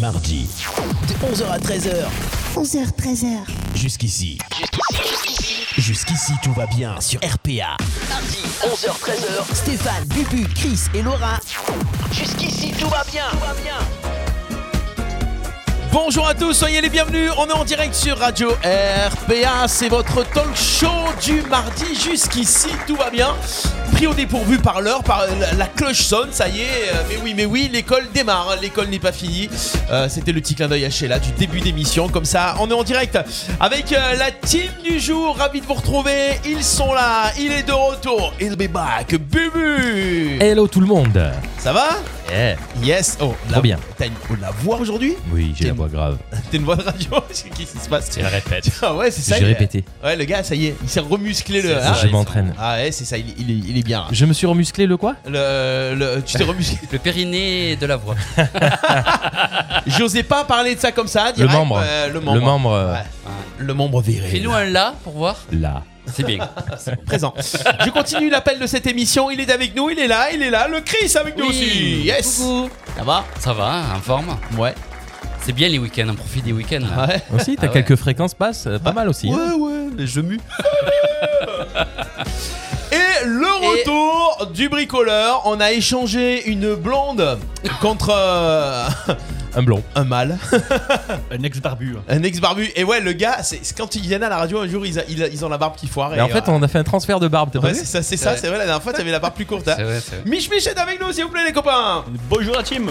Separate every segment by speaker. Speaker 1: mardi, de 11h à 13h.
Speaker 2: 11h, 13h.
Speaker 1: Jusqu'ici. Jusqu'ici, tout va bien sur RPA. Mardi, 11h-13h, Stéphane, Bubu, Chris et Laura. Jusqu'ici, tout va bien. Tout va bien.
Speaker 3: Bonjour à tous, soyez les bienvenus. On est en direct sur Radio RPA. C'est votre talk show du mardi. Jusqu'ici, tout va bien. Pris au dépourvu par l'heure, par la, la cloche sonne, ça y est. Euh, Mais oui, mais oui, l'école démarre. hein. L'école n'est pas
Speaker 4: Ah
Speaker 3: finie.
Speaker 4: bah.
Speaker 3: Euh, C'était le petit clin d'œil à Sheila du début d'émission. Comme ça, on est en direct avec euh, la team du jour. Ravi de vous retrouver. Ils sont là. Il est de retour. He'll be back. Bubu.
Speaker 5: Hello tout le monde
Speaker 3: Ça va
Speaker 5: Eh,
Speaker 3: Yes. Oh, la,
Speaker 5: Trop bien.
Speaker 3: T'as une- la voix aujourd'hui
Speaker 5: Oui, j'ai
Speaker 3: T'es-
Speaker 5: la voix grave.
Speaker 3: T'es une voix de radio Qu'est-ce qui se passe
Speaker 5: la répète.
Speaker 3: Ah ouais, c'est ça.
Speaker 5: J'ai
Speaker 3: il-
Speaker 5: répété.
Speaker 3: Ouais, le gars, ça y est, il s'est remusclé le.
Speaker 5: C'est ça,
Speaker 3: Ah,
Speaker 5: je m'entraîne.
Speaker 3: Ah ouais, c'est ça, il, il est, il est bien.
Speaker 5: Je me suis remusclé le quoi
Speaker 3: Le, euh, le- tu t'es remusclé.
Speaker 4: Le périnée de la voix.
Speaker 3: J'osais pas parler de ça comme ça.
Speaker 5: Le
Speaker 3: direct,
Speaker 5: membre.
Speaker 3: euh, le membre.
Speaker 5: Le membre. euh,
Speaker 3: Ouais. Le membre viril.
Speaker 4: Fais-nous un là pour voir.
Speaker 5: Là.
Speaker 4: C'est bien.
Speaker 3: Présent. Je continue l'appel de cette émission. Il est avec nous, il est là, il est là. Le Chris avec nous
Speaker 4: Oui.
Speaker 3: aussi. Yes.
Speaker 4: Coucou.
Speaker 3: Ça va
Speaker 4: Ça va, en forme.
Speaker 3: Ouais.
Speaker 4: C'est bien les week-ends, on profite des week-ends. là.
Speaker 3: Ouais. Ah,
Speaker 5: Aussi, t'as
Speaker 4: Ah ouais.
Speaker 5: quelques fréquences passes, euh, pas mal aussi. hein.
Speaker 3: Ouais, ouais, les jeux mûs. Et le retour du bricoleur, on a échangé une blonde contre euh,
Speaker 5: Un blond.
Speaker 3: un mâle,
Speaker 6: Un ex-barbu. hein.
Speaker 3: un ex-barbu. Et ouais, le gars, c'est c'est quand ils viennent à la radio un jour, ils, a- ils, a- ils ont la barbe qui foire. euh,
Speaker 5: Mais en fait, on a fait un transfert de barbe, t'as pas
Speaker 3: Ouais,
Speaker 5: vu
Speaker 3: c'est ça, c'est ça,
Speaker 4: Ouais.
Speaker 3: c'est vrai, la dernière fois, t'avais la barbe plus courte.
Speaker 4: C'est
Speaker 3: Hein.
Speaker 4: vrai, c'est vrai.
Speaker 3: Mich Mich est avec nous, s'il vous plaît, les copains.
Speaker 6: Bonjour la team.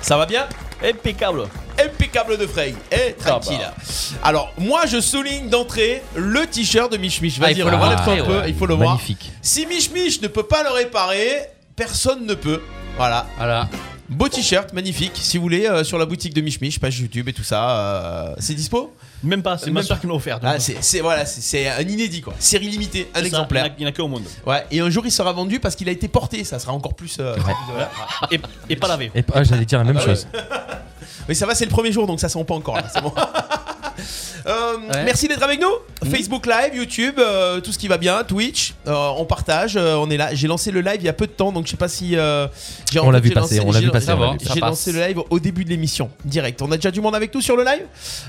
Speaker 3: Ça va bien
Speaker 6: Impeccable.
Speaker 3: impeccable de Frey et tranquille.
Speaker 4: Ah,
Speaker 3: Alors moi je souligne d'entrée le t-shirt de Mich Mich.
Speaker 4: Ah, il
Speaker 3: Vas-y,
Speaker 4: faut le
Speaker 3: relève-toi
Speaker 4: voir
Speaker 3: un
Speaker 4: après,
Speaker 3: peu,
Speaker 4: ouais.
Speaker 3: il faut le voir.
Speaker 5: Magnifique.
Speaker 3: Si Mich Mich ne peut pas le réparer, personne ne peut. Voilà,
Speaker 4: Voilà.
Speaker 3: beau t-shirt, magnifique. Si vous voulez, euh, sur la boutique de Mich Mich, page YouTube et tout ça, euh, c'est dispo.
Speaker 6: Même pas, c'est
Speaker 3: Même
Speaker 6: ma
Speaker 3: pas.
Speaker 6: soeur qui me l'a offert. donc.
Speaker 3: Ah, c'est c'est- voilà, c'est- c'est un inédit quoi, série limitée, un
Speaker 6: C'est ça,
Speaker 3: exemplaire.
Speaker 6: Il n'y en a que au monde.
Speaker 3: Ouais, et un jour il sera vendu parce qu'il a été porté, ça sera encore plus. euh, voilà.
Speaker 6: Et, et pas lavé.
Speaker 5: Et ah, j'allais dire la même
Speaker 3: bah
Speaker 5: chose.
Speaker 3: Mais ça va, c'est le premier jour, donc ça sent pas encore là. C'est bon. Euh,
Speaker 4: Ouais. Mm.
Speaker 3: Merci d'être avec nous. Facebook Live, YouTube, euh, tout ce qui va bien, Twitch, euh, on partage, euh, on est là. J'ai lancé le live il y a peu de temps, donc je sais pas si euh, j'ai-
Speaker 5: On
Speaker 3: en
Speaker 5: l'a
Speaker 3: fait,
Speaker 5: vu
Speaker 3: j'ai
Speaker 5: passer,
Speaker 3: lancé-
Speaker 5: on l'a
Speaker 3: j'ai-
Speaker 5: vu passer,
Speaker 4: on l'a
Speaker 3: j'ai-
Speaker 4: vu passer.
Speaker 3: J'ai
Speaker 4: Ça
Speaker 3: lancé
Speaker 4: passe.
Speaker 3: le live au début de l'émission, direct. On a déjà du monde avec nous sur le live.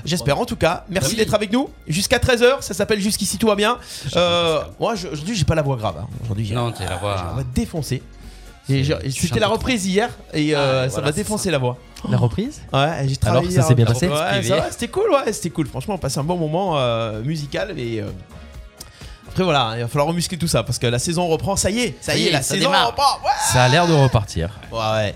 Speaker 3: J'espère en tout cas. Merci
Speaker 4: Oui.
Speaker 3: d'être avec nous jusqu'à 13h. Ça s'appelle jusqu'ici tout va bien. Euh, moi je- aujourd'hui j'ai pas la voix grave. hein. Aujourd'hui j'ai
Speaker 4: Non, t'es la voix-
Speaker 3: j'ai voix défoncée. Et j'ai-
Speaker 4: tu
Speaker 3: C'était
Speaker 4: chantes
Speaker 3: la
Speaker 4: trop.
Speaker 3: reprise hier et euh,
Speaker 4: Ah,
Speaker 3: ça
Speaker 4: voilà,
Speaker 3: m'a
Speaker 4: c'est
Speaker 3: défoncé
Speaker 4: ça.
Speaker 3: la voix.
Speaker 5: La reprise
Speaker 3: Ouais, j'ai
Speaker 5: Alors,
Speaker 3: travaillé.
Speaker 5: ça s'est bien passé
Speaker 3: Ouais,
Speaker 4: Privé.
Speaker 3: ça va, c'était cool, ouais, c'était cool. Franchement, on passait un bon moment euh, musical et. euh, Après voilà, il va falloir remuscler tout ça parce que la saison reprend, ça y est, ça, y est, la
Speaker 4: ça
Speaker 3: saison
Speaker 4: démarre.
Speaker 3: reprend. Ouais,
Speaker 5: Ça a l'air de repartir.
Speaker 3: ouais. ouais.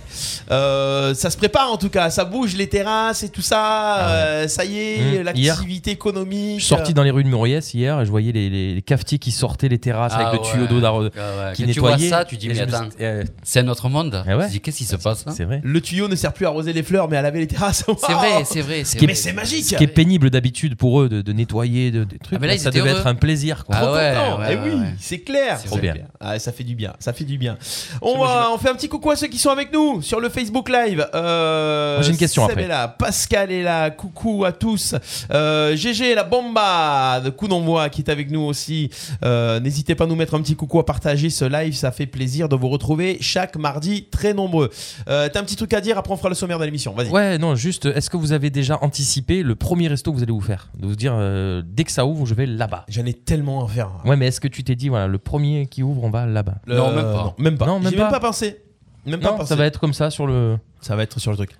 Speaker 3: Euh, ça se prépare en tout cas, ça bouge les terrasses et tout ça.
Speaker 5: Ah ouais.
Speaker 3: euh, ça y est,
Speaker 5: Mmh,
Speaker 3: l'activité économique. euh,
Speaker 5: Je suis sorti dans les rues de Muriès hier et je voyais les, les- les cafetiers qui sortaient les terrasses
Speaker 4: Ah
Speaker 5: avec le
Speaker 4: ouais.
Speaker 5: tuyau d'eau d'arrosage
Speaker 4: Ah ouais.
Speaker 5: qui
Speaker 4: Quand tu vois
Speaker 5: nettoyait.
Speaker 4: ça, tu dis,
Speaker 5: Et
Speaker 4: mais
Speaker 5: je me suis-
Speaker 4: attends,
Speaker 3: eh.
Speaker 5: euh,
Speaker 4: c'est un autre monde.
Speaker 5: Eh ouais.
Speaker 4: Tu dis, qu'est-ce qui se passe là
Speaker 5: C'est vrai.
Speaker 3: Le tuyau ne sert plus à arroser les fleurs, mais à laver les terrasses.
Speaker 4: C'est vrai, c'est vrai.
Speaker 5: qui est-
Speaker 3: Mais c'est magique.
Speaker 5: Ce qui est pénible d'habitude pour eux de, de nettoyer de- des trucs,
Speaker 4: Ah, mais là, ils
Speaker 5: ça
Speaker 4: étaient
Speaker 5: devait
Speaker 4: heureux.
Speaker 5: être un plaisir. Quoi.
Speaker 4: Ah ouais.
Speaker 3: content.
Speaker 4: ouais,
Speaker 3: Eh
Speaker 4: ouais,
Speaker 3: oui,
Speaker 4: ouais.
Speaker 3: c'est clair.
Speaker 4: C'est
Speaker 3: C'est
Speaker 5: bien.
Speaker 3: clair. Ah, ça fait du bien. Ça fait du bien. On, va, on fait un petit coucou à ceux qui sont avec nous sur le Facebook Live. Euh,
Speaker 5: Moi, j'ai une question
Speaker 3: Seb
Speaker 5: après.
Speaker 3: est là, Pascal est là. Coucou à tous. Euh, GG la bomba de coup d'envoi qui est avec nous aussi. Euh, N'hésitez pas à nous mettre un petit coucou à partager ce live. Ça fait plaisir de vous retrouver chaque mardi très nombreux. Euh, T'as un petit truc à dire après on fera le sommaire de l'émission. Vas-y.
Speaker 5: Ouais, non, juste, est-ce que vous avez déjà anticipé le premier resto que vous allez vous faire De vous dire, euh, dès que ça ouvre, je vais là-bas.
Speaker 3: J'en ai tellement à faire.
Speaker 5: Ouais, mais est-ce que tu t'es dit, voilà, le premier qui ouvre, on va là-bas
Speaker 3: Le-
Speaker 4: Non, même pas.
Speaker 3: même pas.
Speaker 5: Non, même
Speaker 3: J'y ai même
Speaker 5: pas.
Speaker 3: pas pensé. Même pas
Speaker 5: Non,
Speaker 3: pensé.
Speaker 5: ça va être comme ça sur le.
Speaker 3: ça va être sur le truc.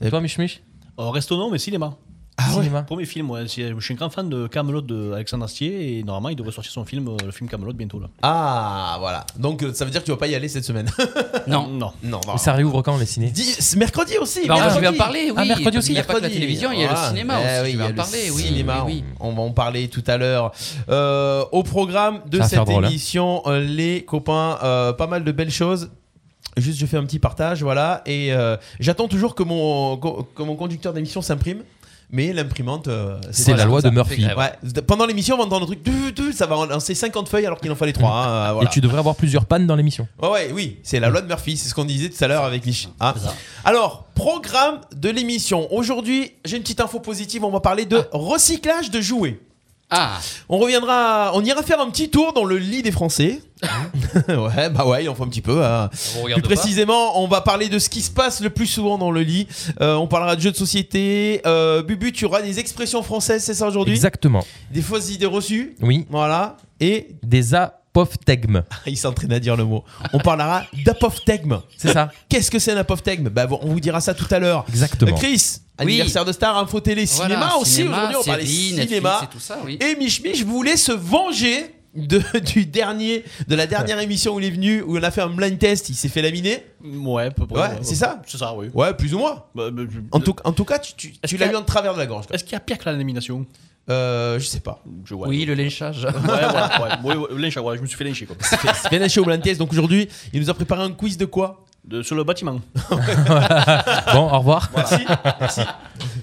Speaker 3: Et-
Speaker 5: Et toi, Mich Mich
Speaker 3: Euh,
Speaker 6: Au resto non, mais cinéma.
Speaker 3: Ah ouais.
Speaker 5: Cinéma
Speaker 6: Premier film, ouais, c'est- je suis un grand fan de Camelot de Alexandre Astier et normalement il devrait sortir son film, euh, le film Camelot bientôt là.
Speaker 3: Ah, voilà. Donc euh, ça veut dire que tu vas pas y aller cette semaine.
Speaker 4: Non.
Speaker 6: Non.
Speaker 3: non, non.
Speaker 5: Mais Ça réouvre quand les ciné
Speaker 3: Dis- c'est mercredi aussi.
Speaker 4: Bah, on va- je
Speaker 3: mercredi.
Speaker 4: vais en parler, oui.
Speaker 5: Ah, mercredi
Speaker 4: parce qu'il n'y a
Speaker 5: aussi,
Speaker 4: pas que la
Speaker 3: mercredi.
Speaker 4: télévision, il y a le
Speaker 3: Voilà.
Speaker 4: cinéma
Speaker 3: Eh
Speaker 4: aussi.
Speaker 3: oui,
Speaker 4: Je
Speaker 3: il y
Speaker 4: vais
Speaker 3: a
Speaker 4: en
Speaker 3: le
Speaker 4: parler, oui.
Speaker 3: cinéma,
Speaker 4: oui, oui.
Speaker 3: On, on va en parler tout à l'heure. Euh, au programme de
Speaker 5: Ça va faire
Speaker 3: cette
Speaker 5: drôle, hein.
Speaker 3: émission, euh, les copains, euh, pas mal de belles choses. Juste, je fais un petit partage, voilà. Et euh, j'attends toujours que mon, que mon conducteur d'émission s'imprime. Mais l'imprimante, euh,
Speaker 5: C'est la
Speaker 3: voilà,
Speaker 5: loi
Speaker 3: comme
Speaker 5: de
Speaker 3: ça.
Speaker 5: Murphy.
Speaker 4: Fait grave.
Speaker 3: Ouais. Pendant l'émission, on va entendre le truc. du- du- Ça va lancer 50 feuilles alors qu'il en fallait hein, euh, 3.
Speaker 5: Et tu devrais avoir plusieurs pannes dans l'émission.
Speaker 3: Ouais, ouais, oui, c'est la loi de Murphy, c'est ce qu'on disait tout à l'heure avec Mich. hein.
Speaker 4: C'est ça.
Speaker 3: Alors, programme de l'émission. Aujourd'hui, j'ai une petite info positive, on va parler de recyclage de jouets.
Speaker 4: Ah,
Speaker 3: On reviendra, on ira faire un petit tour dans le lit des Français. ouais, bah ouais, il en faut un petit peu. hein.
Speaker 4: On regarde
Speaker 3: Plus
Speaker 4: pas.
Speaker 3: précisément, on va parler de ce qui se passe le plus souvent dans le lit. Euh, on parlera de jeux de société. Euh, Bubu, tu auras des expressions françaises, c'est ça aujourd'hui
Speaker 5: Exactement.
Speaker 3: Des fausses idées reçues.
Speaker 5: Oui.
Speaker 3: Voilà. Et
Speaker 5: Des apophthegmes.
Speaker 3: il s'entraîne à dire le mot. On parlera d'apophthegme.
Speaker 5: C'est ça.
Speaker 3: Qu'est-ce que c'est un apophthegme bah, On vous dira ça tout à l'heure. Euh,
Speaker 5: Exactement.
Speaker 3: Chris,
Speaker 4: Oui.
Speaker 3: anniversaire de Star, info télé,
Speaker 4: Voilà,
Speaker 3: cinéma aussi.
Speaker 4: cinéma,
Speaker 3: Aujourd'hui, on parlait
Speaker 4: séries, Netflix
Speaker 3: cinéma.
Speaker 4: et tout ça, oui.
Speaker 3: Et Mich Mich voulait se venger de, du dernier, de la dernière émission où il est venu, où on a fait un blind test, il s'est fait laminer.
Speaker 6: Ouais, peu près,
Speaker 3: Ouais, c'est ça
Speaker 6: C'est ça, oui.
Speaker 3: Ouais, plus ou moins.
Speaker 6: Bah, bah, je-
Speaker 3: En tout, en tout cas, tu, tu- tu
Speaker 6: qu'il y
Speaker 3: l'as
Speaker 6: a-
Speaker 3: eu en travers de la gorge. quoi.
Speaker 6: Est-ce qu'il y a pire que la nomination
Speaker 3: Euh, je sais pas.
Speaker 6: Je- ouais.
Speaker 4: Oui, le lynchage.
Speaker 6: Ouais, ouais, ouais, ouais, ouais, lynch, ouais, je me suis fait lyncher quoi.
Speaker 3: C'est bien lâché au blind test. Donc aujourd'hui, il nous a préparé un quiz de quoi
Speaker 6: De- sur le bâtiment.
Speaker 5: Bon, au revoir.
Speaker 3: Merci. Merci.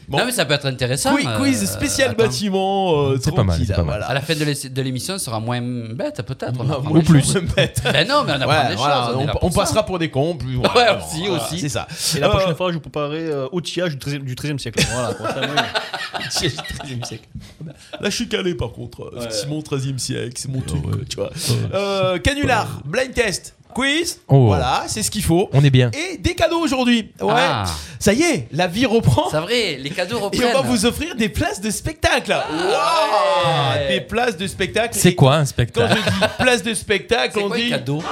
Speaker 3: Bon.
Speaker 4: Non, mais ça peut être intéressant.
Speaker 3: Quiz,
Speaker 4: euh,
Speaker 3: quiz spécial
Speaker 4: attends.
Speaker 3: bâtiment. euh,
Speaker 5: C'est pas mal,
Speaker 3: tranquille,
Speaker 5: c'est pas mal.
Speaker 3: voilà.
Speaker 4: À la fin de l'é- de l'émission, ça sera moins bête, peut-être. on
Speaker 3: Ah,
Speaker 4: apprend
Speaker 3: moi,
Speaker 4: des
Speaker 3: je
Speaker 4: choses.
Speaker 3: suis bête.
Speaker 4: Ben non, mais on apprend
Speaker 3: Ouais,
Speaker 4: des
Speaker 3: voilà,
Speaker 4: choses.
Speaker 3: on,
Speaker 4: est là
Speaker 3: on
Speaker 4: pour ça.
Speaker 3: passera pour des cons. Plus, voilà,
Speaker 4: Ouais,
Speaker 3: bon,
Speaker 4: aussi,
Speaker 3: voilà,
Speaker 4: aussi.
Speaker 3: C'est ça.
Speaker 6: Et la
Speaker 3: Euh,
Speaker 6: prochaine fois, je vous préparerai euh, outillage du 13e, du 13e siècle. Voilà, pour ça, oui.
Speaker 3: j'ai le 13e siècle. Là, je suis calé par contre.
Speaker 6: Ouais.
Speaker 3: C'est mon 13e siècle, c'est mon truc, quoi, euh, tu vois. Euh, canular, blind test, quiz.
Speaker 5: Oh.
Speaker 3: Voilà, c'est ce qu'il faut.
Speaker 5: On est bien.
Speaker 3: Et des cadeaux aujourd'hui. Ouais.
Speaker 4: Ah.
Speaker 3: Ça y est, la vie reprend.
Speaker 4: C'est vrai, les cadeaux
Speaker 3: Et
Speaker 4: reprennent. Ah.
Speaker 3: on va vous offrir des places de spectacle. Waouh
Speaker 4: ouais.
Speaker 3: Des places de spectacle.
Speaker 5: C'est
Speaker 3: Et
Speaker 5: quoi un
Speaker 3: Quand
Speaker 5: spectacle
Speaker 3: je dis place de spectacle,
Speaker 4: C'est
Speaker 3: on
Speaker 4: quoi les
Speaker 3: dit
Speaker 4: cadeaux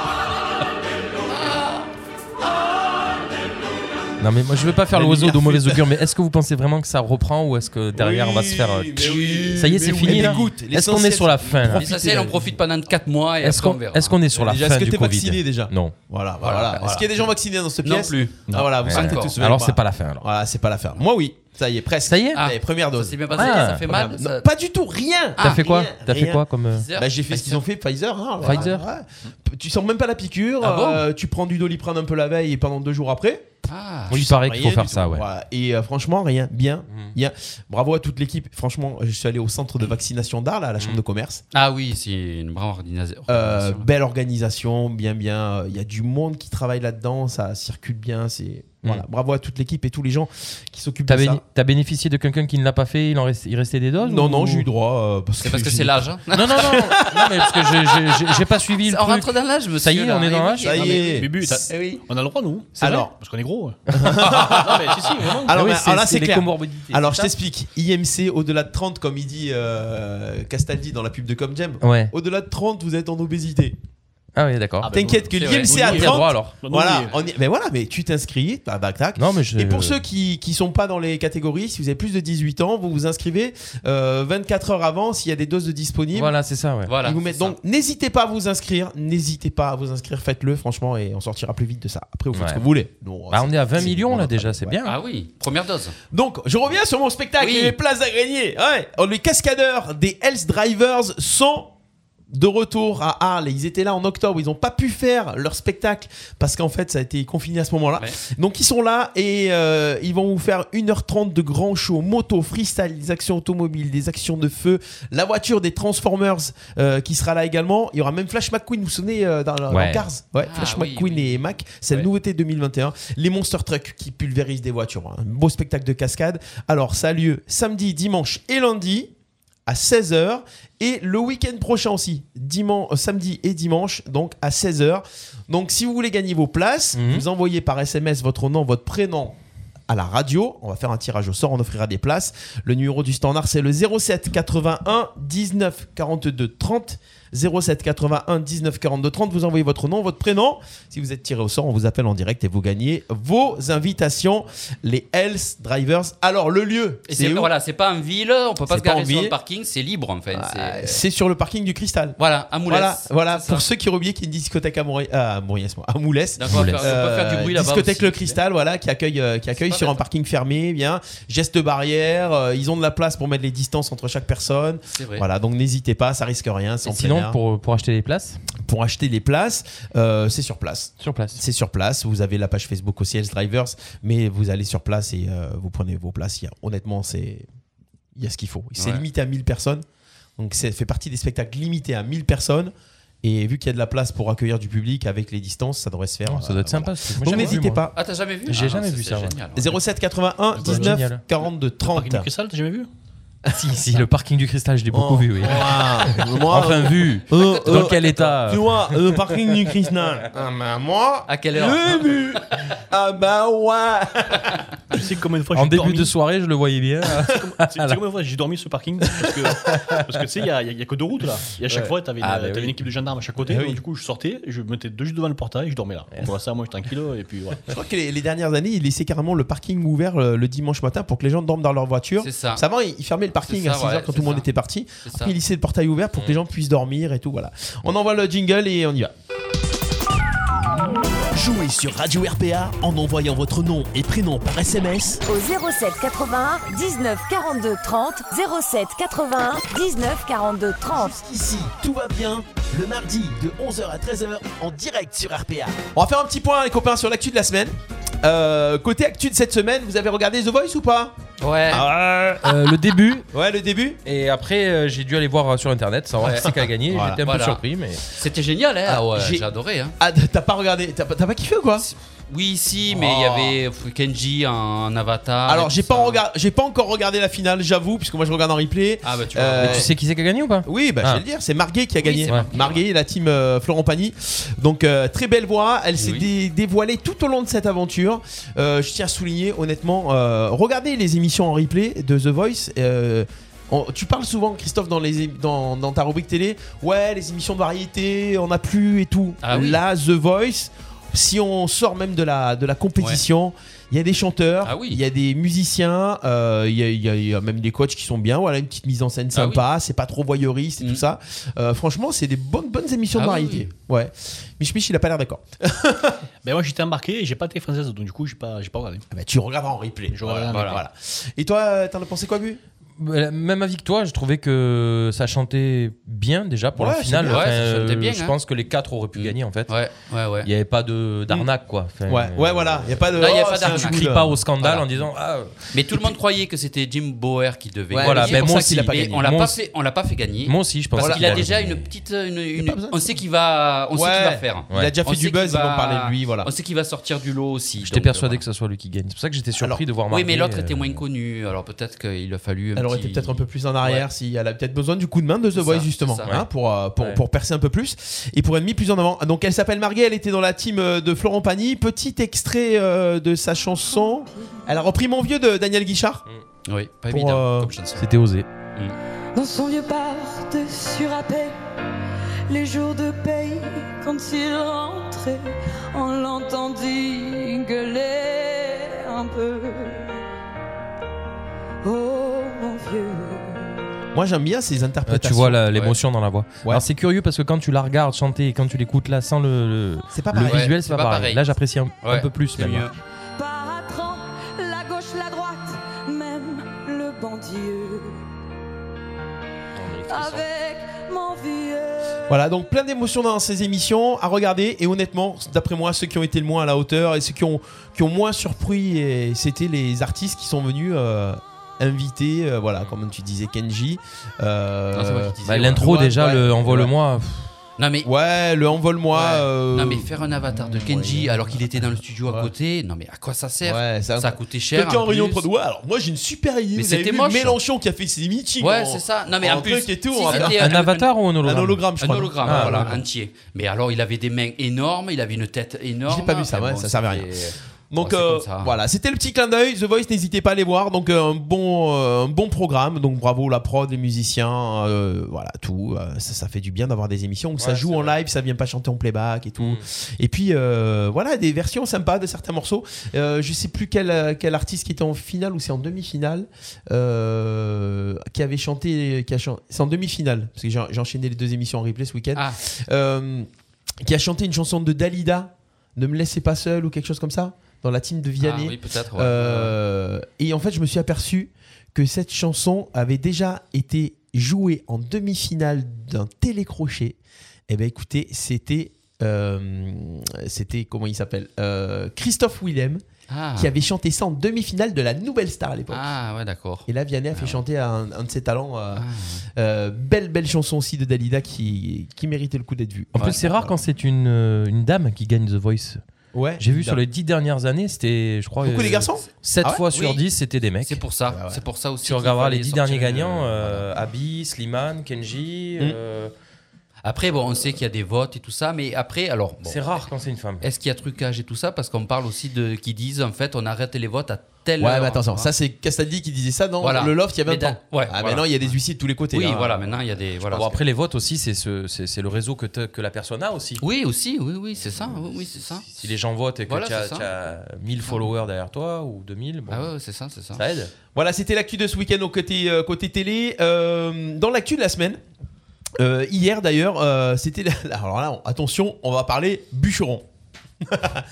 Speaker 5: Non, mais moi, je veux pas faire
Speaker 3: La
Speaker 5: l'oiseau de
Speaker 3: lumière
Speaker 5: mauvais augure, mais est-ce que vous pensez vraiment que ça reprend ou est-ce que derrière on va se faire. euh,
Speaker 3: Oui, mais oui,
Speaker 5: Ça y est, c'est
Speaker 3: mais
Speaker 5: fini,
Speaker 3: oui.
Speaker 5: là
Speaker 3: Elle dégoûte.
Speaker 5: Est-ce qu'on est sur la fin là
Speaker 4: L'essentiel, on profite pendant 4 mois et
Speaker 5: Est-ce
Speaker 4: après on
Speaker 5: qu'on
Speaker 4: verra.
Speaker 5: est-ce qu'on est sur la
Speaker 3: euh, Déjà,
Speaker 5: fin
Speaker 3: est-ce que
Speaker 5: du
Speaker 3: t'es
Speaker 5: Covid
Speaker 3: vacciné déjà
Speaker 5: Non.
Speaker 3: Voilà, voilà.
Speaker 4: Voilà,
Speaker 3: Est-ce
Speaker 4: voilà.
Speaker 3: qu'il y a des gens vaccinés dans cette
Speaker 4: Non
Speaker 3: pièce
Speaker 4: plus.
Speaker 3: Ah voilà, vous
Speaker 5: Ouais.
Speaker 3: sortez
Speaker 4: Encore.
Speaker 3: tous. avec
Speaker 5: Alors
Speaker 3: moi.
Speaker 5: c'est pas la fin alors.
Speaker 3: Voilà, c'est pas la fin. Moi oui, ça y est, presque.
Speaker 5: Ça y est
Speaker 4: Ah.
Speaker 3: Allez, première
Speaker 4: Ça
Speaker 3: dose.
Speaker 4: s'est bien passé,
Speaker 5: Ah.
Speaker 4: ça fait
Speaker 3: Première-
Speaker 4: mal.
Speaker 3: non,
Speaker 4: ça-
Speaker 3: Pas du tout, rien.
Speaker 5: T'as fait quoi
Speaker 3: Ah, Rien,
Speaker 5: T'as fait
Speaker 3: rien.
Speaker 5: quoi comme euh,
Speaker 3: Bah, j'ai fait ce qu'ils ont fait, Pfizer. hein, alors,
Speaker 5: Pfizer
Speaker 3: ouais. Tu sens même pas la piqûre.
Speaker 4: Ah bon
Speaker 3: euh, tu prends du doliprane un peu la veille et pendant deux jours après.
Speaker 4: Ah.
Speaker 5: Oui, il paraît qu'il faut
Speaker 3: Rien
Speaker 5: faire
Speaker 3: du
Speaker 5: ça,
Speaker 3: tout.
Speaker 5: ouais.
Speaker 3: Voilà. Et euh, franchement, rien, bien,
Speaker 5: Mm.
Speaker 3: bien. Bravo à toute l'équipe. Franchement, je suis allé au centre de vaccination d'Arles, à la
Speaker 5: Mm.
Speaker 3: chambre de commerce.
Speaker 4: Ah oui, c'est une brave ordinateur.
Speaker 3: Euh, belle organisation, bien, bien. Il y a du monde qui travaille là-dedans, ça circule bien.
Speaker 5: Mm.
Speaker 3: C'est voilà. Bravo à toute l'équipe et tous les gens qui s'occupent
Speaker 5: T'as
Speaker 3: de
Speaker 5: béni-
Speaker 3: ça.
Speaker 5: t'as bénéficié de quelqu'un qui ne l'a pas fait Il en reste- il restait des doses
Speaker 3: Non,
Speaker 5: ou-
Speaker 3: non, j'ai eu droit. euh, parce
Speaker 4: C'est parce que
Speaker 3: j'ai-
Speaker 4: c'est l'âge. hein.
Speaker 5: Non, non, non, non, mais parce que j'ai- j'ai- j'ai- j'ai pas suivi le
Speaker 4: On
Speaker 5: truc.
Speaker 4: rentre dans l'âge, monsieur.
Speaker 5: Ça y est,
Speaker 4: là.
Speaker 5: on est dans
Speaker 4: Eh oui,
Speaker 5: l'âge.
Speaker 3: Ça
Speaker 4: eh
Speaker 3: y
Speaker 4: oui.
Speaker 3: est.
Speaker 6: Bubu, t'as-
Speaker 4: Eh oui.
Speaker 6: on a le droit, nous
Speaker 3: C'est
Speaker 6: Alors,
Speaker 3: vrai
Speaker 6: parce qu'on est gros. ouais. Ah, non, mais si, si, vraiment.
Speaker 3: Alors,
Speaker 5: Ah oui,
Speaker 3: mais- alors là, c'est
Speaker 5: les
Speaker 3: clair.
Speaker 5: comorbidités,
Speaker 3: Alors, je
Speaker 5: c'est ça
Speaker 3: t'explique. IMC au-delà de 30, comme il dit euh, Castaldi dans la pub de Comme Jam.
Speaker 5: Ouais.
Speaker 3: Au-delà de 30, vous êtes en obésité.
Speaker 5: Ah oui, d'accord.
Speaker 6: Ah bah,
Speaker 3: T'inquiète que
Speaker 4: c'est vrai.
Speaker 3: l'IMC
Speaker 4: Oui,
Speaker 3: à
Speaker 4: oui,
Speaker 5: Il y a droit
Speaker 3: 30.
Speaker 5: alors.
Speaker 6: Non, non,
Speaker 3: Voilà,
Speaker 6: mais-
Speaker 3: on y- mais voilà, mais tu t'inscris, bah, tac, tac.
Speaker 5: Non, mais je.
Speaker 3: Et pour ceux qui qui sont pas dans les catégories, si vous avez plus de 18 ans, vous vous inscrivez euh, 24 heures avant s'il y a des doses de disponibles.
Speaker 5: Voilà, c'est ça, ouais.
Speaker 4: Voilà.
Speaker 3: Ils vous mettent-
Speaker 4: c'est
Speaker 3: donc n'hésitez pas à vous inscrire, n'hésitez pas à vous inscrire, faites-le franchement et on sortira plus vite de ça. Après vous faites
Speaker 5: Ouais.
Speaker 3: ce que vous voulez. Non,
Speaker 5: Bah,
Speaker 3: c'est-
Speaker 5: on est à 20
Speaker 3: c'est-
Speaker 5: millions
Speaker 3: on
Speaker 5: là
Speaker 3: en
Speaker 5: déjà,
Speaker 3: parle,
Speaker 5: c'est
Speaker 3: ouais.
Speaker 4: ça.
Speaker 5: bien.
Speaker 4: Ah oui, première dose.
Speaker 3: Donc je reviens sur mon spectacle
Speaker 4: Oui.
Speaker 3: et les places à gagner. Ouais, Oh, les cascadeurs des Hells Drivers sont de retour à Arles. Ils étaient là en octobre, ils n'ont pas pu faire leur spectacle parce qu'en fait ça a été confiné à ce moment-là.
Speaker 4: Ouais.
Speaker 3: Donc ils sont là et euh, ils vont vous faire 1h30 de grands shows, moto, freestyle, des actions automobiles, des actions de feu, la voiture des Transformers euh, qui sera là également. Il y aura même Flash McQueen, vous vous souvenez euh, dans, dans
Speaker 5: Ouais.
Speaker 3: Cars Ouais,
Speaker 4: Ah,
Speaker 3: Flash
Speaker 4: oui,
Speaker 3: McQueen
Speaker 4: oui.
Speaker 3: et Mac, c'est la
Speaker 6: Ouais.
Speaker 3: nouveauté 2021. Les Monster Trucks qui pulvérisent des voitures. Un beau spectacle de cascade. Alors ça a lieu samedi, dimanche et lundi à 16h et le week-end prochain aussi, dimanche, euh, samedi et dimanche, donc à 16h. Donc si vous voulez gagner vos places,
Speaker 5: Mhm.
Speaker 3: vous envoyez par SMS votre nom, votre prénom à la radio. On va faire un tirage au sort, on offrira des places. Le numéro du standard, c'est le 07 81 19 42 30. 07 81 19 42 30. Vous envoyez votre nom, votre prénom. Si vous êtes tiré au sort, on vous appelle en direct et vous gagnez vos invitations, les Hells Drivers. Alors, le lieu,
Speaker 4: Et
Speaker 3: c'est
Speaker 4: c'est
Speaker 3: où
Speaker 4: voilà, c'est pas en ville, on peut
Speaker 3: C'est
Speaker 4: pas se
Speaker 3: pas en
Speaker 4: garer sur
Speaker 3: ville.
Speaker 4: le parking, c'est libre en fait.
Speaker 3: Euh,
Speaker 4: c'est-
Speaker 3: C'est sur le parking du Cristal.
Speaker 4: Voilà, à Moulins.
Speaker 3: Voilà, voilà.
Speaker 4: C'est ça.
Speaker 3: pour ceux qui ont oublié qu'il y a une discothèque à Mouriez, à Mouriez, moi, à Moulins.
Speaker 4: Donc on va faire- on peut
Speaker 3: Euh,
Speaker 4: faire du bruit là-bas.
Speaker 3: discothèque
Speaker 4: aussi.
Speaker 3: Le Cristal, voilà, qui accueille, euh, qui accueille
Speaker 4: pas
Speaker 3: sur un
Speaker 4: bête.
Speaker 3: parking fermé, bien, geste barrière, euh, ils ont de la place pour mettre les distances entre chaque personne.
Speaker 4: C'est vrai.
Speaker 3: Voilà, donc n'hésitez pas, ça risque rien, c'est
Speaker 5: Et
Speaker 3: en plein
Speaker 5: sinon,
Speaker 3: air.
Speaker 5: pour, pour acheter les places,
Speaker 3: Pour acheter les places, euh, c'est sur place.
Speaker 5: sur place.
Speaker 3: C'est sur place, vous avez la page Facebook aussi, Hells Drivers, mais vous allez sur place et euh, vous prenez vos places. Il y a- honnêtement, c'est il y a ce qu'il faut. C'est
Speaker 4: Ouais.
Speaker 3: limité à 1000 personnes. Donc ça fait partie des spectacles limités à 1000 personnes. Et vu qu'il y a de la place pour accueillir du public avec les distances, ça devrait se faire.
Speaker 5: ça doit être
Speaker 3: euh,
Speaker 5: sympa.
Speaker 3: voilà.
Speaker 5: parce que moi,
Speaker 3: Donc
Speaker 5: j'ai jamais vu,
Speaker 3: n'hésitez
Speaker 5: moi.
Speaker 3: pas.
Speaker 4: Ah, t'as jamais vu
Speaker 5: J'ai
Speaker 4: Ah,
Speaker 5: jamais
Speaker 4: ça,
Speaker 5: vu
Speaker 4: c'est
Speaker 5: ça, ouais.
Speaker 4: génial, ouais.
Speaker 3: 07 81
Speaker 5: C'est
Speaker 3: 19
Speaker 5: génial.
Speaker 3: 42
Speaker 6: Parking
Speaker 3: 30.
Speaker 6: du Cristal, t'as jamais vu
Speaker 5: Ah, si, si, le parking du cristal, je l'ai beaucoup vu, oui.
Speaker 3: Waouh, moi,
Speaker 5: Enfin, vu.
Speaker 3: euh, euh,
Speaker 5: Dans quel état
Speaker 3: tu vois,
Speaker 5: euh,
Speaker 4: euh,
Speaker 3: le parking du Krishna. Ah bah moi,
Speaker 4: À quelle heure
Speaker 3: le but. Ah bah ouais.
Speaker 6: Tu sais combien de fois
Speaker 5: En
Speaker 6: j'ai
Speaker 5: début
Speaker 6: dormi
Speaker 5: de soirée, je le voyais bien.
Speaker 6: Tu sais combien de fois j'ai dormi sur le parking Parce que, parce que tu sais, il y a, il y a- il y a que deux routes là. Et à chaque fois, t'avais une,
Speaker 5: Ah, bah
Speaker 6: t'avais
Speaker 5: oui.
Speaker 6: une équipe de gendarmes à chaque
Speaker 3: Ah
Speaker 6: côté.
Speaker 5: Eh
Speaker 6: donc
Speaker 5: oui.
Speaker 6: Du coup, je sortais, je me mettais deux juste devant le portail et je dormais là. Voilà, ça, moi, j'étais un kilo et puis voilà.
Speaker 3: Je crois que les, les dernières années, ils laissaient carrément le parking ouvert euh, le dimanche matin pour que les gens dorment dans leur voiture.
Speaker 4: C'est ça.
Speaker 3: Parce qu'avant, ils ils fermaient le parking
Speaker 4: C'est ça,
Speaker 3: à 6h
Speaker 4: ouais,
Speaker 3: quand
Speaker 4: c'est
Speaker 3: tout le monde
Speaker 4: ça.
Speaker 3: était parti.
Speaker 4: C'est ça. Mm.
Speaker 3: Après, ils laissaient le portail ouvert pour que les gens puissent dormir et tout. Voilà. On envoie le jingle et on y va.
Speaker 1: Jouez sur Radio RPA en envoyant votre nom et prénom par SMS
Speaker 2: au 07 81 19 42 30 07 81 19 42 30.
Speaker 1: Jusqu'ici, tout va bien. Le mardi de 11h à 13h en direct sur RPA.
Speaker 3: On va faire un petit point, les copains, sur l'actu de la semaine. Euh, côté actu de cette semaine, vous avez regardé The Voice ou pas
Speaker 4: Ouais.
Speaker 3: ah,
Speaker 5: Euh, le début,
Speaker 3: Ouais, le début
Speaker 5: et après, euh, j'ai dû aller voir euh, sur internet, savoir qui c'est qui a gagné.
Speaker 3: Voilà.
Speaker 5: J'étais un
Speaker 4: Voilà.
Speaker 5: peu surpris, mais.
Speaker 4: C'était génial, hein Ah ouais,
Speaker 3: j'ai-
Speaker 4: j'ai adoré. Hein.
Speaker 3: Ah, t'as pas regardé T'as pas, t'as pas kiffé ou quoi
Speaker 4: Oui, si, mais il
Speaker 3: Oh.
Speaker 4: y avait pff, Kenji en, en avatar.
Speaker 3: Alors,
Speaker 4: et
Speaker 3: j'ai
Speaker 4: tout
Speaker 3: pas,
Speaker 4: ça.
Speaker 3: regard- j'ai pas encore regardé la finale, j'avoue, puisque moi je regarde en replay.
Speaker 4: Ah bah tu vois.
Speaker 3: Euh,
Speaker 5: Mais tu sais qui c'est qui a gagné ou pas
Speaker 3: Oui, bah, je
Speaker 5: Ah.
Speaker 3: vais le dire, c'est Marguet qui a
Speaker 4: Oui,
Speaker 3: gagné.
Speaker 4: c'est
Speaker 3: Marguet, la team euh, Florent Pagny. Donc, euh, très belle voix. Elle s'est
Speaker 4: Oui.
Speaker 3: dé- dévoilée tout au long de cette aventure. Euh, je tiens à souligner, honnêtement, euh, regardez les émissions en replay de The Voice. Euh, on- tu parles souvent, Christophe, dans, les, é- dans, dans ta rubrique télé. Ouais, les émissions de variété, on a plus et tout.
Speaker 4: Ah oui.
Speaker 3: Là, The Voice. Si on sort même de la, de la compétition, il y a des chanteurs,
Speaker 4: Ah oui.
Speaker 3: il y a des musiciens, euh, il y, a- il y a- il y a même des coachs qui sont bien. Voilà, une petite mise en scène
Speaker 4: Ah oui.
Speaker 3: sympa, c'est pas trop voyeuriste et
Speaker 4: Mm.
Speaker 3: tout ça. Euh, franchement, c'est des bonnes, bonnes émissions de
Speaker 4: Ah oui,
Speaker 3: variété. Ouais. Mich Mich, il a pas l'air d'accord.
Speaker 6: Ben moi, j'étais embarqué et j'ai pas été française, donc du coup, j'ai pas, j'ai pas regardé.
Speaker 3: Ah bah, tu regardes en replay.
Speaker 6: Je
Speaker 3: voilà,
Speaker 6: regarde en
Speaker 3: voilà, voilà. Et toi, euh, t'en as pensé quoi, Bu
Speaker 5: Euh, Même avec toi, je trouvais que ça chantait bien déjà pour
Speaker 3: Ouais,
Speaker 5: la finale.
Speaker 4: c'est bien. Ouais, ça
Speaker 5: euh,
Speaker 4: chantait bien,
Speaker 5: je
Speaker 4: hein.
Speaker 5: pense que les quatre auraient pu
Speaker 4: Mm.
Speaker 5: gagner en fait.
Speaker 4: Ouais, ouais, ouais.
Speaker 5: Il n'y avait pas de d'arnaque quoi. Enfin,
Speaker 3: Ouais,
Speaker 5: euh,
Speaker 3: ouais, voilà. Y a pas de.
Speaker 4: Là, y a
Speaker 3: oh,
Speaker 4: pas
Speaker 3: c'est un
Speaker 4: d'arnaque.
Speaker 5: Tu
Speaker 3: cool.
Speaker 5: cries pas au scandale
Speaker 3: Voilà.
Speaker 5: en disant ah, euh,
Speaker 4: Mais tout le monde croyait que c'était Jim Boer qui devait.
Speaker 5: Ouais,
Speaker 4: gagner.
Speaker 5: voilà,
Speaker 4: C'est
Speaker 5: ben
Speaker 4: pour
Speaker 5: moi
Speaker 4: ça
Speaker 5: aussi, il a pas
Speaker 4: mais
Speaker 5: gagné.
Speaker 4: On l'a
Speaker 5: Moi
Speaker 4: pas
Speaker 5: aussi.
Speaker 4: fait, on l'a pas fait gagner.
Speaker 5: moi aussi je pense
Speaker 4: parce
Speaker 3: Voilà.
Speaker 4: qu'il a
Speaker 5: gagné.
Speaker 4: déjà une petite, une- une-
Speaker 3: pas besoin.
Speaker 4: on sait qu'il va, on sait
Speaker 3: Ouais.
Speaker 4: qu'il va faire.
Speaker 3: Il a déjà
Speaker 4: On
Speaker 3: fait du
Speaker 4: sait qu'il
Speaker 3: buzz, ils
Speaker 4: va-
Speaker 3: vont parler de lui, voilà.
Speaker 4: On sait qu'il va sortir du lot aussi.
Speaker 5: J'étais
Speaker 4: donc,
Speaker 5: persuadé
Speaker 4: euh,
Speaker 5: que ce soit lui qui gagne. C'est pour ça que j'étais surpris
Speaker 3: Alors,
Speaker 5: de voir
Speaker 4: Oui,
Speaker 5: Marguerite.
Speaker 4: mais l'autre était
Speaker 5: euh,
Speaker 4: moins connu, alors peut-être qu'il a fallu. un
Speaker 3: Elle aurait
Speaker 4: petit-
Speaker 3: été peut-être un peu plus en arrière si elle a peut-être besoin du coup de main de The
Speaker 4: C'est
Speaker 3: Voice
Speaker 4: ça,
Speaker 3: justement
Speaker 4: c'est ça.
Speaker 3: hein,
Speaker 5: Ouais.
Speaker 3: pour, euh, pour,
Speaker 5: Ouais.
Speaker 3: pour percer un peu plus et pour Ennemi plus en avant. Donc elle s'appelle Marguerite, elle était dans la team euh, de Florent Pagny. Petit extrait euh, de sa chanson. Elle a repris Mon Vieux de Daniel Guichard.
Speaker 4: Oui, pas
Speaker 3: Pour,
Speaker 4: évident.
Speaker 3: euh,
Speaker 4: comme chanson. Mm.
Speaker 5: C'était osé.
Speaker 7: Dans son vieux bar de surappel, les jours de paye, quand il rentrait, on l'entendit gueuler un peu. Oh mon vieux.
Speaker 3: Moi j'aime bien ces
Speaker 5: Ah,
Speaker 3: interprétations.
Speaker 5: tu vois la- l'émotion dans la voix.
Speaker 3: Ouais.
Speaker 5: Alors c'est curieux parce que quand tu la regardes chanter et quand tu l'écoutes là sans le, le,
Speaker 3: C'est pas
Speaker 5: le
Speaker 3: pareil.
Speaker 4: Ouais,
Speaker 5: visuel, c'est pas, pareil. Là j'apprécie un, un
Speaker 4: Ouais,
Speaker 5: peu plus.
Speaker 4: C'est
Speaker 5: même.
Speaker 4: mieux.
Speaker 7: Par à trans, la gauche, la droite, même le bon Dieu. Avec mon vieux.
Speaker 3: Voilà, donc plein d'émotions dans ces émissions à regarder. Et honnêtement, d'après moi, ceux qui ont été le moins à la hauteur et ceux qui ont, qui ont moins surpris, et c'était les artistes qui sont venus euh, invités. euh, voilà, comme tu disais, Kenji. euh,
Speaker 4: Non, c'est moi qui disais,
Speaker 5: Bah,
Speaker 4: ouais.
Speaker 5: L'intro
Speaker 3: Ouais,
Speaker 5: déjà,
Speaker 3: ouais.
Speaker 5: le envole-moi. pff,
Speaker 4: Non, mais.
Speaker 3: ouais, le envole-moi.
Speaker 4: Ouais.
Speaker 3: euh,
Speaker 4: Non mais faire un avatar de Kenji alors qu'il était dans le studio
Speaker 3: Ouais.
Speaker 4: à côté, non mais à quoi ça sert
Speaker 3: ouais, ça.
Speaker 4: Ça a coûté cher.
Speaker 3: Quelqu'un en
Speaker 4: en
Speaker 3: réunion
Speaker 4: plus.
Speaker 3: entre nous. Ouais, alors moi j'ai une super idée.
Speaker 4: Mais
Speaker 3: Vous avez
Speaker 4: c'était
Speaker 3: vu
Speaker 4: moche.
Speaker 3: Mélenchon qui a fait ses meetings.
Speaker 4: Ouais,
Speaker 3: en-
Speaker 4: c'est ça. Non mais
Speaker 3: en
Speaker 4: en plus,
Speaker 3: truc et tout,
Speaker 4: si
Speaker 3: on-
Speaker 4: c'était
Speaker 5: Un, avatar ou un
Speaker 3: Un
Speaker 5: hologramme
Speaker 3: hologramme, je
Speaker 4: Un
Speaker 3: crois.
Speaker 4: hologramme,
Speaker 5: Ah,
Speaker 4: voilà,
Speaker 5: hologramme.
Speaker 4: entier. Mais alors, il avait des mains énormes, il avait une tête énorme.
Speaker 3: J'ai pas vu ça,
Speaker 4: Enfin,
Speaker 3: ouais, ça servait à rien.
Speaker 4: c'était-
Speaker 3: Donc
Speaker 4: Ouais, c'est
Speaker 3: euh,
Speaker 4: comme ça.
Speaker 3: voilà, c'était le petit clin d'œil. The Voice, n'hésitez pas à les voir. Donc euh, un bon, euh, un bon programme. Donc bravo la prod, les musiciens, euh, voilà tout. Euh, ça, ça fait du bien d'avoir des émissions où ça
Speaker 5: Ouais,
Speaker 3: joue
Speaker 5: c'est
Speaker 3: en
Speaker 5: vrai.
Speaker 3: live, ça vient pas chanter en playback et tout.
Speaker 5: Mm.
Speaker 3: Et puis euh, voilà des versions sympas de certains morceaux. Euh, je sais plus quel, quel artiste qui était en finale ou c'est en demi-finale euh, qui avait chanté, qui a chan- c'est en demi-finale parce que j'ai j'ai enchaîné les deux émissions en replay ce week-end.
Speaker 4: Ah.
Speaker 3: Euh, qui a chanté une chanson de Dalida, Ne me laissez pas seul ou quelque chose comme ça, dans la team de
Speaker 4: Ah
Speaker 3: Vianney.
Speaker 4: oui, peut-être. ouais.
Speaker 3: Euh, et en fait, je me suis aperçu que cette chanson avait déjà été jouée en demi-finale d'un télécrochet. Eh bien, écoutez, c'était. euh, c'était comment il s'appelle Euh, Christophe Willem
Speaker 4: ah.
Speaker 3: qui avait chanté ça en demi-finale de la Nouvelle Star à l'époque.
Speaker 4: Ah, ouais, d'accord.
Speaker 3: Et là, Vianney a fait chanter à un, un de ses talents. euh,
Speaker 4: Ah.
Speaker 3: euh, belle, belle chanson aussi de Dalida qui, qui méritait le coup d'être vue.
Speaker 5: En plus, c'est rare quand c'est une, euh, une dame qui gagne The Voice.
Speaker 3: Ouais.
Speaker 5: J'ai vu sur les dix dernières années, c'était, je crois.
Speaker 3: Beaucoup
Speaker 5: euh,
Speaker 3: des garçons
Speaker 5: Sept
Speaker 3: Ah ouais
Speaker 5: fois sur
Speaker 4: Oui.
Speaker 5: 10, c'était des mecs.
Speaker 4: C'est pour ça. C'est pour ça aussi.
Speaker 5: Tu
Speaker 4: qu'il
Speaker 5: regarderas
Speaker 4: fallait
Speaker 5: les dix
Speaker 4: sortir
Speaker 5: derniers
Speaker 4: une-
Speaker 5: gagnants
Speaker 4: voilà.
Speaker 5: euh, Abby, Slimane, Kenji.
Speaker 3: Mm.
Speaker 5: euh,
Speaker 4: Après, bon, on sait qu'il y a des votes et tout ça, mais après, alors. bon.
Speaker 5: C'est rare quand c'est une femme.
Speaker 4: Est-ce qu'il y a trucage et tout ça Parce qu'on parle aussi de qui disent en fait on arrête les votes à telle
Speaker 3: Ouais,
Speaker 4: heure. hein.
Speaker 3: mais attention, ça c'est Castaldi qui disait ça dans
Speaker 4: Voilà.
Speaker 3: le loft il y a 20
Speaker 4: Mais d'un-
Speaker 3: ans.
Speaker 4: ouais,
Speaker 3: ah,
Speaker 4: voilà.
Speaker 3: maintenant il y a des huissiers de tous les côtés. hein.
Speaker 4: Oui,
Speaker 3: là.
Speaker 4: voilà, maintenant il y a des. Voilà,
Speaker 5: Bon, après, les votes aussi, c'est ce- c'est- c'est le réseau que, t'as- que la personne a aussi.
Speaker 4: Oui, aussi, oui, oui, c'est ça. Oui, oui, c'est ça.
Speaker 5: Si les gens votent et que
Speaker 4: Voilà,
Speaker 5: tu as,
Speaker 4: c'est ça.
Speaker 5: 1000 followers derrière toi ou 2000, bon,
Speaker 4: Ah ouais, ouais, c'est ça, c'est ça.
Speaker 5: ça aide.
Speaker 3: Voilà, c'était l'actu de ce week-end au côté, euh, côté télé. Euh, dans l'actu de la semaine, euh, hier d'ailleurs, euh, c'était. la- la- Alors là, on- attention, on va parler bûcheron.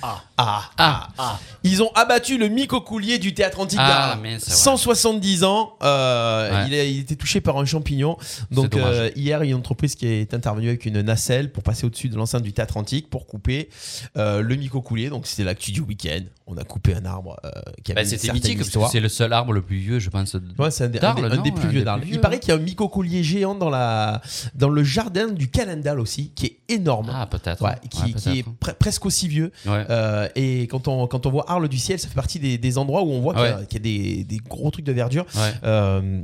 Speaker 3: ah. ah.
Speaker 4: Ah,
Speaker 3: Ils ont abattu le micocoulier du théâtre antique
Speaker 4: Ah,
Speaker 3: d'Arles.
Speaker 4: mince, ouais.
Speaker 3: 170 ans. euh,
Speaker 4: Ouais.
Speaker 3: il, a, il était touché par un champignon. Donc
Speaker 4: dommage.
Speaker 3: euh, hier, il y a une entreprise qui est intervenue avec une nacelle pour passer au-dessus de l'enceinte du théâtre antique pour couper euh, le micocoulier. Donc c'était l'actu du week-end. On a coupé un arbre euh, qui
Speaker 4: Bah,
Speaker 3: avait une
Speaker 4: c'était
Speaker 3: certaine
Speaker 4: mythique parce que
Speaker 3: histoire.
Speaker 4: c'est le seul arbre le plus vieux, je pense. de-
Speaker 3: Ouais, c'est un, des- un
Speaker 4: D'Arles,
Speaker 3: des- un
Speaker 4: non,
Speaker 3: des plus
Speaker 4: un
Speaker 3: vieux
Speaker 4: des
Speaker 3: d'Arles.
Speaker 4: plus
Speaker 3: Il
Speaker 4: vieux.
Speaker 3: paraît qu'il y a un micocoulier géant dans, la, dans le jardin du Calendal aussi, qui est énorme.
Speaker 4: Ah, peut-être.
Speaker 3: Ouais, qui,
Speaker 4: Ouais,
Speaker 3: qui est
Speaker 4: peut-être.
Speaker 3: pre- presque aussi vieux.
Speaker 4: Ouais.
Speaker 3: Euh, et quand on, quand on voit Arles du ciel, ça fait partie des, des endroits où on voit qu'il y a-
Speaker 4: Ouais.
Speaker 3: qu'il y a, des, des gros trucs de verdure.
Speaker 4: Ouais.
Speaker 3: Euh,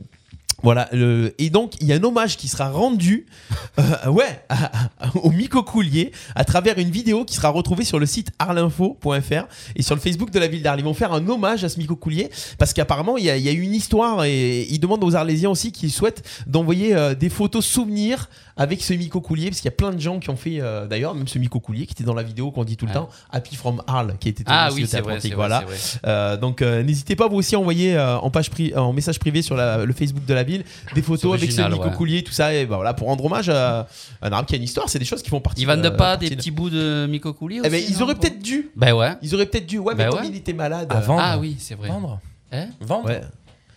Speaker 3: voilà, le- et donc il y a un hommage qui sera rendu euh, ouais, à- à- au micocoulier à travers une vidéo qui sera retrouvée sur le site arlinfo.fr et sur le Facebook de la ville d'Arles. Ils vont faire un hommage à ce micocoulier parce qu'apparemment il y, a- il y a une histoire et ils demandent aux Arlésiens aussi qu'ils souhaitent d'envoyer euh, des photos souvenirs avec ce micocoulier parce qu'il y a plein de gens qui ont fait euh, d'ailleurs, même ce micocoulier qui était dans la vidéo qu'on dit tout le
Speaker 4: Ouais.
Speaker 3: temps, Happy from Arles qui était
Speaker 4: Ah
Speaker 3: aussi
Speaker 4: oui,
Speaker 3: au
Speaker 4: c'est
Speaker 3: Théâtre
Speaker 4: vrai,
Speaker 3: Antique,
Speaker 4: c'est vrai,
Speaker 3: voilà.
Speaker 4: c'est vrai.
Speaker 3: Euh, donc euh, n'hésitez pas vous aussi à envoyer euh, en, page pri- en message privé sur la- le Facebook de la ville des
Speaker 4: C'est
Speaker 3: photos avec ce
Speaker 4: original,
Speaker 3: micro
Speaker 4: ouais.
Speaker 3: coulier tout ça et ben voilà pour rendre hommage à un arbre qui a une histoire c'est des choses qui font partie
Speaker 4: Ils vendent
Speaker 3: euh,
Speaker 4: pas des
Speaker 3: partie de-
Speaker 4: petits bouts de micocoulis
Speaker 3: eh ben,
Speaker 4: aussi,
Speaker 3: ils
Speaker 4: non,
Speaker 3: auraient
Speaker 4: pour-
Speaker 3: peut-être dû
Speaker 4: Ben ouais.
Speaker 3: ils auraient peut-être dû ouais mais
Speaker 4: Bah
Speaker 3: comme
Speaker 4: ouais.
Speaker 3: il était malade euh,
Speaker 5: À vendre.
Speaker 4: Ah oui, c'est vrai.
Speaker 5: Vendre.
Speaker 4: Hein
Speaker 5: Vendre.
Speaker 3: ouais.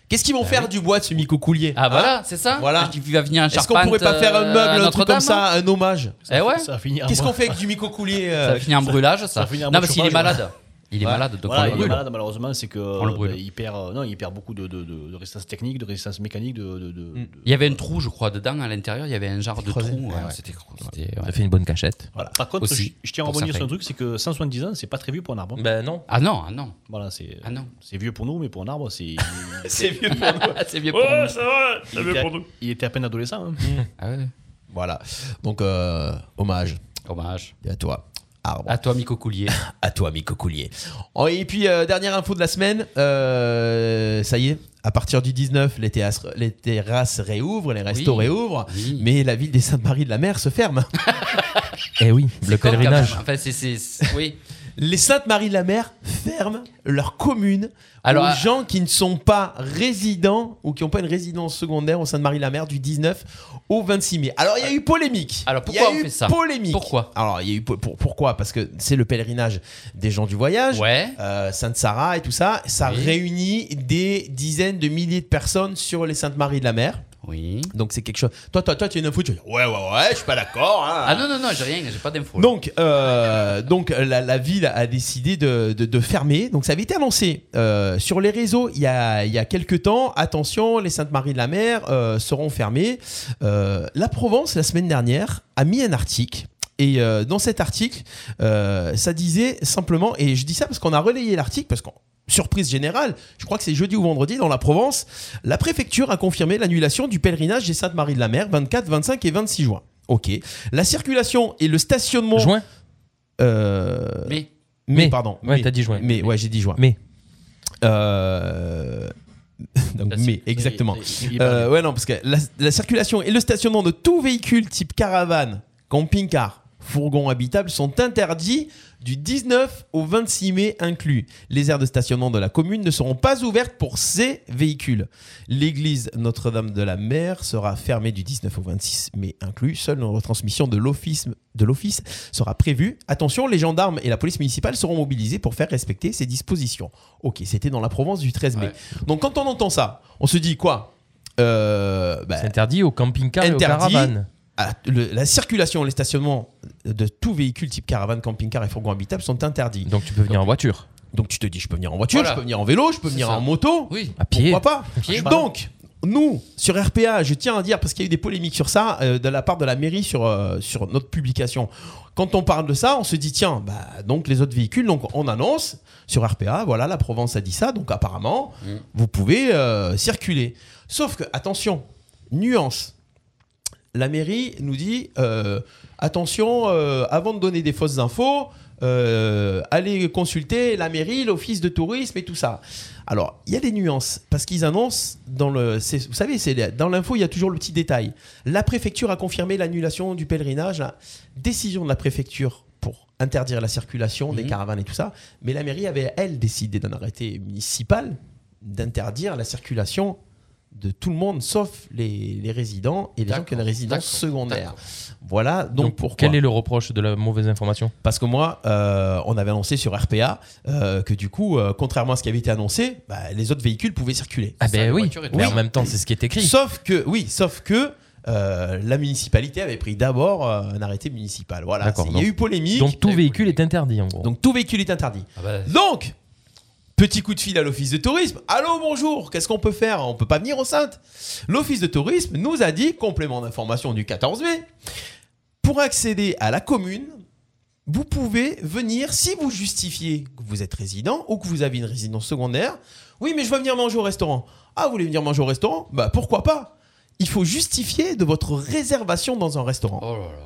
Speaker 3: qu'est-ce qu'ils vont faire du bois de ce micro coulier hein
Speaker 4: Ah voilà, c'est ça
Speaker 3: Voilà.
Speaker 4: Il va venir un
Speaker 3: est-ce qu'on
Speaker 4: charpente,
Speaker 3: pourrait pas faire un
Speaker 4: euh, à
Speaker 3: meuble un truc
Speaker 4: Notre-Dame,
Speaker 3: comme ça un hommage
Speaker 4: hein Eh ouais.
Speaker 6: Ça va finir.
Speaker 3: qu'est-ce qu'on fait avec du micro coulier euh,
Speaker 4: Ça finit en brûlage, ça.
Speaker 6: ça finit en
Speaker 4: non,
Speaker 6: mode
Speaker 4: parce qu'il est
Speaker 6: chauffage,
Speaker 4: malade. Il est
Speaker 3: Ouais.
Speaker 4: malade, donc on
Speaker 6: Voilà,
Speaker 4: le
Speaker 6: il est
Speaker 4: brûle.
Speaker 6: malade, malheureusement, c'est que
Speaker 4: le brûle.
Speaker 6: bah, il perd, euh, non, il perd beaucoup de, de, de, de résistance technique, de résistance mécanique, de, de, de-
Speaker 3: Mm.
Speaker 6: de-
Speaker 4: Il y avait un trou, je crois, dedans, à l'intérieur. Il y avait un genre de
Speaker 3: creusé.
Speaker 4: trou. ouais,
Speaker 3: Ah ouais.
Speaker 4: C'était cro- c'était- ouais.
Speaker 5: Ça fait une bonne cachette.
Speaker 6: Voilà. Par contre,
Speaker 4: Aussi,
Speaker 6: je, je tiens à
Speaker 4: pour
Speaker 6: rebondir sur un
Speaker 4: certains.
Speaker 6: truc, c'est que 170 ans, c'est pas très vieux pour un arbre.
Speaker 5: Ben non.
Speaker 4: Ah non, ah non.
Speaker 6: Voilà, c'est
Speaker 4: Ah non.
Speaker 6: c'est vieux pour nous, mais pour un arbre, c'est
Speaker 3: c'est vieux
Speaker 4: c'est vieux pour nous.
Speaker 6: il, était à- il était à peine adolescent. hein.
Speaker 4: Ah ouais.
Speaker 3: Mmh. voilà donc euh, hommage
Speaker 4: Hommage.
Speaker 3: à toi arbre
Speaker 4: À toi, Miko Coulier.
Speaker 3: à toi, Miko Coulier. Oh, Et puis, euh, dernière info de la semaine, euh, ça y est, à partir du 19, les terrasses, les terrasses réouvrent, les restos
Speaker 4: Oui.
Speaker 3: réouvrent,
Speaker 4: Oui.
Speaker 3: mais la ville des Saintes-Maries de la Mer se ferme.
Speaker 5: Eh oui,
Speaker 4: C'est
Speaker 5: le
Speaker 4: con, quand
Speaker 5: pèlerinage.
Speaker 4: même. Enfin, c'est- c'est. c'est- Oui.
Speaker 3: Les Saintes-Maries de la Mer ferment leur commune
Speaker 4: Alors,
Speaker 3: aux
Speaker 4: à-
Speaker 3: gens qui ne sont pas résidents ou qui n'ont pas une résidence secondaire au Sainte-Marie de la Mer du 19 au 26 mai. Alors, il y a eu polémique.
Speaker 4: Alors,
Speaker 3: Il y a
Speaker 4: pourquoi on
Speaker 3: eu
Speaker 4: fait ça
Speaker 3: Polémique.
Speaker 4: Pourquoi
Speaker 3: Alors, il y a eu po- pour- pourquoi Parce que c'est le pèlerinage des gens du voyage.
Speaker 4: Ouais.
Speaker 3: euh, Sainte-Sarah et tout ça, ça
Speaker 4: Oui.
Speaker 3: réunit des dizaines de milliers de personnes sur les Saintes-Maries de la Mer.
Speaker 4: Oui.
Speaker 3: Donc c'est quelque chose. Toi, toi, toi, tu as une info, tu vas dire, ouais, ouais, ouais, je suis pas d'accord. hein.
Speaker 4: Ah non, non, non, j'ai rien, j'ai pas d'infos.
Speaker 3: Donc, euh, donc la, la ville a décidé de, de- de fermer. Donc, ça avait été annoncé euh, sur les réseaux il y a, il y a quelques temps. Attention, les Saintes-Maries de la Mer euh, seront fermées. Euh, la Provence, la semaine dernière, a mis un article. Et euh, dans cet article, euh, ça disait simplement, et je dis ça parce qu'on a relayé l'article, parce qu'en surprise générale, je crois que c'est jeudi ou vendredi dans la Provence, la préfecture a confirmé l'annulation du pèlerinage des Saintes-Maries de la Mer 24, 25 et 26 juin. Ok. La circulation et le stationnement
Speaker 5: Juin
Speaker 3: euh, mais,
Speaker 4: Mais.
Speaker 5: mais.
Speaker 3: pardon.
Speaker 5: Ouais,
Speaker 3: mais,
Speaker 5: t'as dit juin.
Speaker 3: mais, ouais, j'ai dit juin.
Speaker 5: Mais.
Speaker 3: Euh, donc,
Speaker 4: La
Speaker 3: mais,
Speaker 4: circu-
Speaker 3: exactement.
Speaker 6: Il- il-
Speaker 3: Euh, ouais, non, parce que la, la circulation et le stationnement de tout véhicule type caravane, camping-car, fourgon habitable sont interdits du 19 au 26 mai inclus. Les aires de stationnement de la commune ne seront pas ouvertes pour ces véhicules. L'église Notre-Dame de la Mer sera fermée du 19 au 26 mai inclus. Seule une retransmission de l'office de l'office sera prévue. Attention, les gendarmes et la police municipale seront mobilisés pour faire respecter ces dispositions. Ok, c'était dans la Provence du 13 mai.
Speaker 4: Ouais.
Speaker 3: Donc quand on entend ça, on se dit quoi Euh, bah,
Speaker 5: C'est interdit au camping-car et aux
Speaker 3: Interdit.
Speaker 5: caravanes.
Speaker 3: à- le- la circulation, les stationnements de tout véhicule type caravane, camping-car et fourgon habitable sont interdits.
Speaker 5: Donc tu peux venir en voiture.
Speaker 3: Donc tu te dis, je peux venir en voiture,
Speaker 4: Voilà.
Speaker 3: je peux venir en vélo, je peux
Speaker 4: C'est
Speaker 3: venir
Speaker 4: ça.
Speaker 3: en moto.
Speaker 4: Oui.
Speaker 5: À pied.
Speaker 3: Pourquoi pas
Speaker 4: Pied.
Speaker 3: Donc, nous, sur RPA, je tiens à dire, parce qu'il y a eu des polémiques sur ça, euh, de la part de la mairie sur, euh, sur notre publication. Quand on parle de ça, on se dit, tiens, bah, donc les autres véhicules, donc on annonce sur RPA, voilà, la Provence a dit ça, donc apparemment, vous pouvez euh, circuler. Sauf que, attention, nuance, la mairie nous dit euh, attention, euh, avant de donner des fausses infos, euh, allez consulter la mairie, l'office de tourisme et tout ça. Alors, il y a des nuances parce qu'ils annoncent dans le, c'est- vous savez, c'est la- dans l'info, il y a toujours le petit détail. La préfecture a confirmé l'annulation du pèlerinage, la décision de la préfecture pour interdire la circulation des caravanes et tout ça, mais la mairie avait elle décidé d'un arrêté municipal d'interdire la circulation de tout le monde sauf les, les résidents et les gens qui ont des résidences secondaires. Voilà donc,
Speaker 5: Donc,
Speaker 3: pourquoi.
Speaker 5: quel est le reproche de la mauvaise information
Speaker 3: Parce que moi, euh, on avait annoncé sur RPA euh, que du coup, euh, contrairement à ce qui avait été annoncé, bah, les autres véhicules pouvaient circuler.
Speaker 5: Ah ben oui,
Speaker 4: voiture et tout.
Speaker 5: mais en même temps, c'est ce qui est écrit.
Speaker 3: Sauf que, oui, sauf que euh, la municipalité avait pris d'abord euh, un arrêté municipal. Voilà,
Speaker 5: D'accord,
Speaker 3: il y a
Speaker 5: donc-
Speaker 3: eu polémique. Bah, Donc,
Speaker 5: Donc tout véhicule est interdit en gros.
Speaker 3: tout véhicule est interdit.
Speaker 4: Ah bah,
Speaker 3: Donc, petit coup de fil à l'office de tourisme. Allô, bonjour, qu'est-ce qu'on peut faire On peut pas venir au Sainte. L'office de tourisme nous a dit, complément d'information du 14 mai, pour accéder à la commune, vous pouvez venir si vous justifiez que vous êtes résident ou que vous avez une résidence secondaire. Oui, mais je veux venir manger au restaurant. Ah, vous voulez venir manger au restaurant Bah pourquoi pas Il faut justifier de votre réservation dans un restaurant
Speaker 4: oh là là.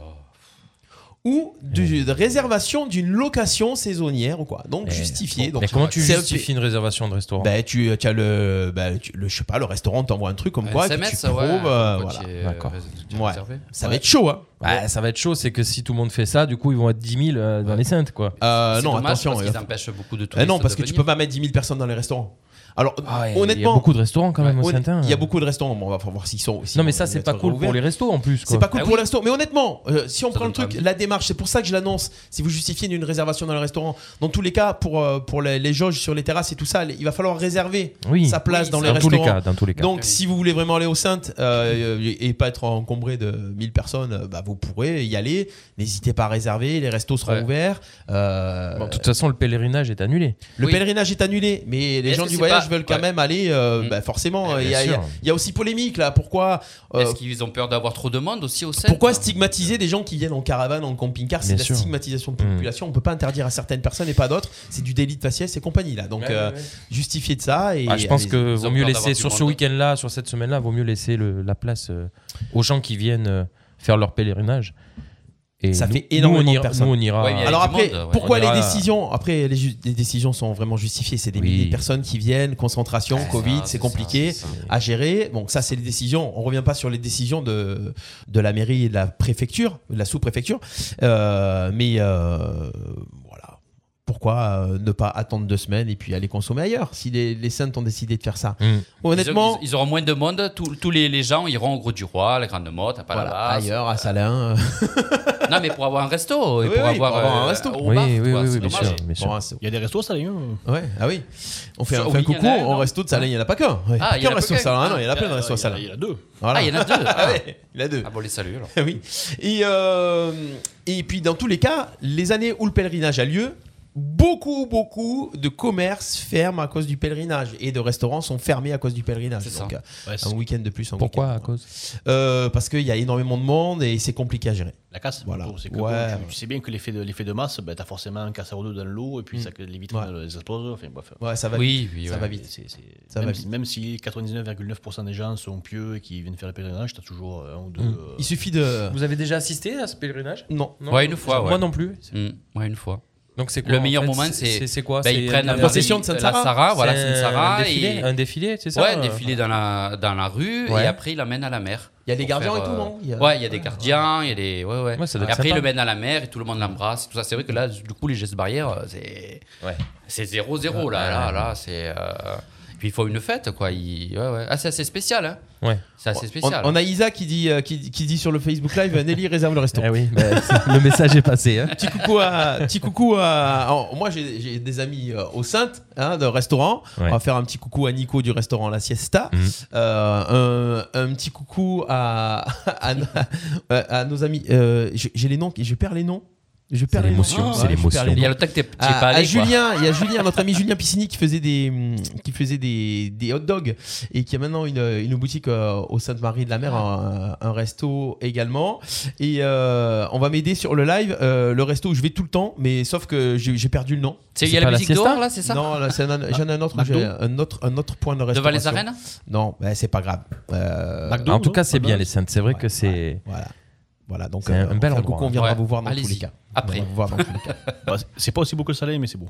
Speaker 3: ou du- de réservation d'une location saisonnière ou quoi. Donc
Speaker 5: Eh,
Speaker 3: justifier.
Speaker 5: bon,
Speaker 3: donc
Speaker 5: mais comment tu
Speaker 3: c'est-
Speaker 5: justifies une réservation de restaurant
Speaker 3: ben, tu, tu as le, ben, tu- le, je sais pas, le restaurant t'envoie un truc comme
Speaker 4: Un
Speaker 3: quoi que tu
Speaker 4: SMS,
Speaker 3: prouves,
Speaker 4: ouais.
Speaker 3: euh,
Speaker 4: quand
Speaker 3: voilà.
Speaker 4: tu es,
Speaker 5: D'accord.
Speaker 4: euh, tu es
Speaker 3: Ouais.
Speaker 4: réservé.
Speaker 3: Ça va être chaud, hein.
Speaker 5: Bah, ça va être chaud, c'est que si tout le monde fait ça, du coup, ils vont être 10 000 euh, dans
Speaker 4: Ouais.
Speaker 5: les saintes, quoi.
Speaker 3: Euh,
Speaker 4: C'est
Speaker 3: non,
Speaker 4: dommage
Speaker 3: attention.
Speaker 4: Parce
Speaker 3: il
Speaker 4: qu'ils
Speaker 3: va-
Speaker 4: empêchent beaucoup de touristes.
Speaker 3: Eh non, parce que
Speaker 4: de
Speaker 3: tu peux
Speaker 4: venir. Ah
Speaker 3: pas mettre 10 000 personnes dans les restaurants. Alors,
Speaker 5: Ouais, il y a
Speaker 3: honnêtement,
Speaker 5: beaucoup de restaurants quand même au
Speaker 3: hon-
Speaker 5: Saintin.
Speaker 3: il y a beaucoup de restaurants. Bon, on va voir s'ils sont. s'ils
Speaker 5: Non, mais
Speaker 3: vont
Speaker 5: ça, c'est
Speaker 3: être
Speaker 5: pas cool
Speaker 3: rouverts.
Speaker 5: pour les restos en plus.
Speaker 3: Euh, C'est
Speaker 5: quoi.
Speaker 3: pas cool
Speaker 4: Ah
Speaker 3: pour
Speaker 4: oui.
Speaker 3: le restaurant. Mais honnêtement, euh, si on
Speaker 4: Ça
Speaker 3: prend le
Speaker 4: donne pas
Speaker 3: truc,
Speaker 4: envie.
Speaker 3: la démarche, c'est pour ça que je l'annonce. Si vous justifiez une réservation dans le restaurant, dans tous les cas, pour, euh, pour les, les jauges sur les terrasses et tout ça, les- il va falloir réserver
Speaker 5: Oui.
Speaker 3: sa place
Speaker 4: Oui,
Speaker 3: dans
Speaker 4: ça-
Speaker 3: les
Speaker 5: Dans tous
Speaker 3: restaurants.
Speaker 5: les cas, dans tous les cas.
Speaker 3: Donc,
Speaker 4: Oui.
Speaker 3: si vous voulez vraiment aller au Sainte euh, et et pas être encombré de 1000 personnes, euh, bah, vous pourrez y aller. N'hésitez pas à réserver, les restos seront
Speaker 4: Ouais.
Speaker 3: ouverts. Euh,
Speaker 5: Bon, de toute façon, le pèlerinage est annulé.
Speaker 3: le
Speaker 4: Oui.
Speaker 3: pèlerinage est annulé, mais les
Speaker 4: Est-ce
Speaker 3: gens
Speaker 4: que
Speaker 3: du
Speaker 4: c'est
Speaker 3: voyage
Speaker 4: pas-
Speaker 3: veulent quand
Speaker 4: Ouais.
Speaker 3: même aller. euh,
Speaker 4: Mm.
Speaker 3: bah, forcément,
Speaker 4: Eh
Speaker 3: il
Speaker 4: bien
Speaker 3: y, a- il y a-
Speaker 5: sûr.
Speaker 3: il y a aussi polémique là. Pourquoi euh,
Speaker 4: Est-ce qu'ils ont peur d'avoir trop de monde aussi au sein
Speaker 3: pourquoi stigmatiser des gens qui viennent en caravane, en camping-car C'est
Speaker 5: Bien
Speaker 3: de la
Speaker 5: sûr. Mm.
Speaker 3: stigmatisation de population. On peut pas interdire à certaines personnes et pas à d'autres. C'est du délit de faciès et compagnie là. Donc euh, justifier de ça et
Speaker 5: Ah, je pense
Speaker 3: allez-y.
Speaker 5: que
Speaker 4: ils
Speaker 5: vaut
Speaker 4: ont
Speaker 5: mieux
Speaker 4: peur
Speaker 5: laisser
Speaker 4: d'avoir du
Speaker 5: sur ce
Speaker 4: monde.
Speaker 5: week-end-là, sur cette semaine-là, vaut mieux laisser le- la place euh, aux gens qui viennent euh, faire leur pèlerinage. Et
Speaker 3: Ça
Speaker 5: nous-
Speaker 3: fait énormément
Speaker 5: nous, on ira,
Speaker 3: de personnes.
Speaker 5: Nous, on ira. euh,
Speaker 4: Ouais, mais il y a-
Speaker 3: Alors
Speaker 4: du
Speaker 3: après,
Speaker 4: monde, ouais. euh,
Speaker 3: pourquoi
Speaker 5: On
Speaker 3: les
Speaker 5: ira-
Speaker 3: décisions Après, les, ju- les décisions sont vraiment justifiées. C'est des
Speaker 5: Oui.
Speaker 3: milliers de personnes qui viennent, concentration,
Speaker 4: C'est ça,
Speaker 3: Covid, c'est
Speaker 4: c'est
Speaker 3: compliqué
Speaker 4: ça,
Speaker 3: à gérer. Bon, ça, c'est les décisions. On revient pas sur les décisions de, de la mairie et de la préfecture, de la sous-préfecture. Euh, mais euh, voilà. Pourquoi euh, ne pas attendre deux semaines et puis aller consommer ailleurs si les, les saintes ont décidé de faire ça
Speaker 5: Mm.
Speaker 3: Honnêtement,
Speaker 4: Ils, ils auront moins de monde. Tous tous les, les gens iront au Gros du Roi, la Grande Motte, à
Speaker 3: voilà,
Speaker 4: Palavas.
Speaker 3: ailleurs, à Salins. euh.
Speaker 4: non, mais pour avoir un resto. Et
Speaker 3: Oui,
Speaker 4: pour,
Speaker 3: oui,
Speaker 4: avoir,
Speaker 3: pour avoir un
Speaker 4: euh,
Speaker 3: resto.
Speaker 4: au
Speaker 5: Oui,
Speaker 4: bar,
Speaker 5: oui,
Speaker 4: quoi,
Speaker 5: oui,
Speaker 4: c'est
Speaker 5: bien
Speaker 4: dommage.
Speaker 5: sûr. bien sûr.
Speaker 3: Bon, c'est-
Speaker 6: Il y a des restos salés. hein.
Speaker 3: ouais, ah oui. On fait,
Speaker 4: Ça,
Speaker 3: on
Speaker 4: oui,
Speaker 3: fait un
Speaker 4: il y en a
Speaker 3: coucou
Speaker 4: un,
Speaker 3: au
Speaker 4: non
Speaker 3: resto de Salins. Il n'y en a pas qu'un. Ouais.
Speaker 4: Ah, il y en
Speaker 3: Aucun
Speaker 4: a
Speaker 3: resto
Speaker 4: pas
Speaker 3: de
Speaker 4: qu'un.
Speaker 3: Salins. Ah non, il y en a
Speaker 6: Il y
Speaker 3: plein de
Speaker 6: a-
Speaker 3: restos à
Speaker 6: il y a-
Speaker 3: Salins.
Speaker 6: Il y en a deux.
Speaker 3: Voilà.
Speaker 4: Ah, il y en a deux.
Speaker 3: Ah
Speaker 4: Ah,
Speaker 3: ouais, il y en a deux.
Speaker 4: Ah bon, les saluts alors.
Speaker 3: oui. Et, euh, et puis, dans tous les cas, les années où le pèlerinage a lieu, beaucoup, beaucoup de commerces ferment à cause du pèlerinage et de restaurants sont fermés à cause du pèlerinage.
Speaker 4: C'est
Speaker 3: Donc,
Speaker 4: ça.
Speaker 3: euh,
Speaker 6: Ouais, c'est
Speaker 3: un week-end de plus. un
Speaker 5: Pourquoi
Speaker 3: week-end de
Speaker 5: à
Speaker 3: moins.
Speaker 5: cause
Speaker 3: Euh, Parce qu'il y a énormément de monde et c'est compliqué à gérer.
Speaker 6: La casse,
Speaker 3: Voilà.
Speaker 6: plutôt, c'est que
Speaker 3: Ouais,
Speaker 6: bon, tu-
Speaker 3: ouais.
Speaker 6: tu, sais bien que l'effet de, l'effet de masse, bah, t'as forcément un casseur d'eau dans l'eau et puis ça, que les vitres
Speaker 3: Mmh. Ouais.
Speaker 6: les explosent. Enfin, bref.
Speaker 3: Ouais, ça va vite.
Speaker 4: Oui, oui,
Speaker 3: Ça
Speaker 4: ouais.
Speaker 3: va vite.
Speaker 6: C'est- c'est-
Speaker 3: Ça va
Speaker 6: même,
Speaker 3: vite.
Speaker 6: si, même si 99,9% des gens sont pieux et qui viennent faire le pèlerinage, t'as toujours un ou deux.
Speaker 5: Mm.
Speaker 6: euh,
Speaker 3: Il suffit de.
Speaker 5: Vous avez déjà assisté à ce pèlerinage
Speaker 3: Non.
Speaker 4: Ouais, une fois, ouais.
Speaker 5: Moi non plus.
Speaker 4: Mm, ouais, une fois.
Speaker 5: Donc c'est quoi,
Speaker 4: Le
Speaker 5: en
Speaker 4: meilleur
Speaker 5: fait
Speaker 4: moment,
Speaker 5: C'est
Speaker 4: c'est.
Speaker 5: c'est quoi
Speaker 4: bah,
Speaker 5: C'est
Speaker 4: ils prennent
Speaker 5: la-
Speaker 4: la
Speaker 3: procession de Sainte-Sarah.
Speaker 4: La Sarah, voilà,
Speaker 5: c'est un- Un
Speaker 4: Sainte-Sarah.
Speaker 5: défilé,
Speaker 4: et-
Speaker 5: un défilé, c'est ça
Speaker 4: Ouais, un
Speaker 5: euh
Speaker 4: défilé dans la, dans la rue
Speaker 5: Ouais.
Speaker 4: et après il l'amène à la mer.
Speaker 3: Il y a des
Speaker 4: Pour
Speaker 3: gardiens
Speaker 4: faire,
Speaker 3: et tout,
Speaker 4: euh,
Speaker 3: non Il y a-
Speaker 4: Ouais, il y a des gardiens, il y a des. Ouais, ouais.
Speaker 5: Ouais, ça doit
Speaker 4: Et
Speaker 5: être
Speaker 4: après il
Speaker 5: sympa.
Speaker 4: le mène à la mer et tout le monde l'embrasse. et Tout ça, c'est vrai que là, du coup, les gestes barrières, euh, c'est.
Speaker 5: Ouais.
Speaker 4: C'est 0-0 là, là, là, c'est. euh, et Puis il faut une fête, quoi. il- ouais, ouais. Ah, c'est assez spécial, hein.
Speaker 5: Ouais.
Speaker 4: C'est assez
Speaker 3: On,
Speaker 4: spécial. hein.
Speaker 3: on a Isa qui dit, euh, qui, qui dit sur le Facebook Live euh, Nelly réserve le restaurant.
Speaker 5: Eh oui, bah, c'est- le message est passé. hein.
Speaker 3: petit coucou à petit coucou à alors, moi j'ai j'ai des amis euh, au Sainte hein, de restaurant
Speaker 5: Ouais. Mhm.
Speaker 3: on va faire un petit coucou à Nico du restaurant La Siesta Euh, un, un petit coucou à à, à- à nos amis euh, j'ai j'ai les noms qui- je perds les noms Je perds
Speaker 5: C'est
Speaker 3: les mots.
Speaker 5: l'émotion,
Speaker 3: Ah,
Speaker 5: c'est
Speaker 3: je perds
Speaker 5: l'émotion.
Speaker 3: les
Speaker 4: Il y a
Speaker 3: mots.
Speaker 4: le temps que t'es t'y es
Speaker 3: à,
Speaker 4: pas
Speaker 3: à
Speaker 4: allé. quoi.
Speaker 3: Julien, il y a Julien, notre ami Julien Piscini qui faisait des hum, qui faisait des, des hot dogs et qui a maintenant une, une boutique euh, au Sainte-Marie de la Mer, un, un resto également. Et euh, on va m'aider sur le live, euh, le resto où je vais tout le temps, mais sauf que j'ai j'ai perdu le nom.
Speaker 4: C'est- Il y
Speaker 5: C'est
Speaker 4: a la
Speaker 5: pas la
Speaker 4: musique
Speaker 5: siesta
Speaker 4: dehors là, c'est ça
Speaker 3: Non, là, c'est un, j'en ai un autre, où
Speaker 6: McDo
Speaker 3: j'ai un autre, un autre point de
Speaker 4: Devant
Speaker 3: restauration.
Speaker 4: les arènes
Speaker 3: Non, ben, c'est pas grave. Euh,
Speaker 6: McDo,
Speaker 5: En tout
Speaker 6: non
Speaker 5: cas, c'est
Speaker 6: Pas
Speaker 5: bien
Speaker 6: mal.
Speaker 5: les Saintes. C'est vrai
Speaker 3: Ouais,
Speaker 5: que c'est.
Speaker 3: Voilà. Voilà, donc euh,
Speaker 5: C'est un
Speaker 3: on
Speaker 5: bel
Speaker 3: fait
Speaker 5: endroit.
Speaker 3: coup, on viendra
Speaker 4: hein. Ouais.
Speaker 3: vous voir dans tous les
Speaker 4: Allez-y.
Speaker 3: cas.
Speaker 4: Après.
Speaker 3: On va vous voir dans tous les cas.
Speaker 6: Bah, c'est- C'est pas aussi beau que le soleil, mais c'est beau.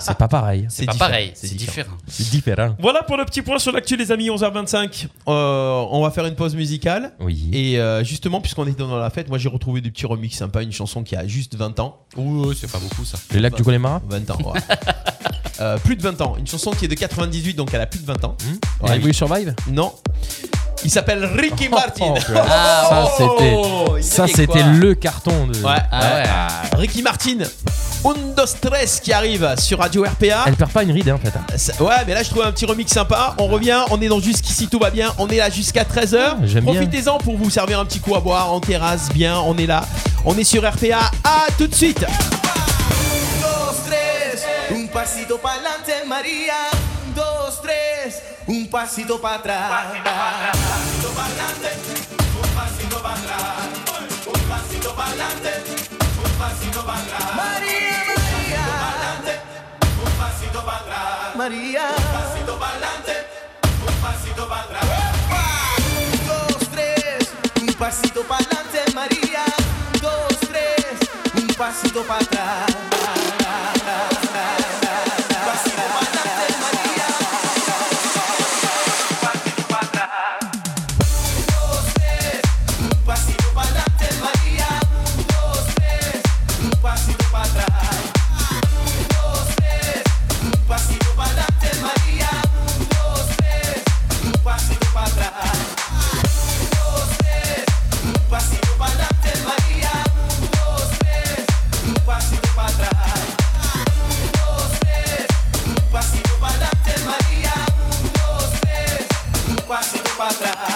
Speaker 5: C'est pas pareil.
Speaker 4: C'est pas
Speaker 3: différent,
Speaker 4: pareil, c'est différent.
Speaker 5: C'est différent.
Speaker 3: Voilà pour le petit point sur l'actu, les amis, 11h25. Euh, on va faire une pause musicale.
Speaker 5: Oui.
Speaker 3: Et euh, justement, puisqu'on était dans la fête, moi j'ai retrouvé des petits remix sympas, une chanson qui a juste 20 ans.
Speaker 4: Ouh, c'est pas beaucoup ça.
Speaker 5: Le lac du Connemara
Speaker 3: 20 ans, ouais. Euh, plus de 20 ans. Une chanson qui est de 98, donc elle a plus de 20 ans.
Speaker 4: Hmm
Speaker 5: Vous
Speaker 4: Eh
Speaker 5: Have You Survive
Speaker 3: Non. Il s'appelle Ricky Martin.
Speaker 5: Oh, purée. Ça, c'était.
Speaker 3: Oh, il
Speaker 5: Ça,
Speaker 3: était quoi
Speaker 5: c'était le carton de.
Speaker 3: Ouais,
Speaker 4: Ah ouais.
Speaker 3: ouais. Ricky Martin. Undo Stress qui arrive sur Radio RPA.
Speaker 5: Elle perd pas une ride, hein, en fait.
Speaker 3: Ça- Ouais, mais là je trouve un petit remix sympa. On revient, on est dans jusqu'ici, tout va bien. On est là jusqu'à 13h.
Speaker 5: Ah, j'aime bien.
Speaker 3: Profitez-en pour vous servir un petit coup à boire en terrasse, bien. On est là. On est sur RPA. À tout de suite.
Speaker 8: dos, tres, un pasito para adelante, María. Un, dos, tres, un pasito para atrás. Un pasito para atrás. Un pasito para atrás. Un pasito para atrás. María, María. Un pasito para atrás. María. dos, tres, un pasito para adelante, María. Un, Dos, tres, un pasito para atrás. Pasito para adelante, María. Pasito para atrás. Dos, tres, un pasito para adelante, María. Un, Dos, tres, un pasito para atrás. Un, Dos, tres, un pasito para adelante, María. Un, Dos, tres, un pasito para atrás. Un pasito para adelante, María. Un, dos, tres, un pasito para atrás. Un, dos, tres, un pasito para adelante, María. Un, dos, tres, un pasito para atrás.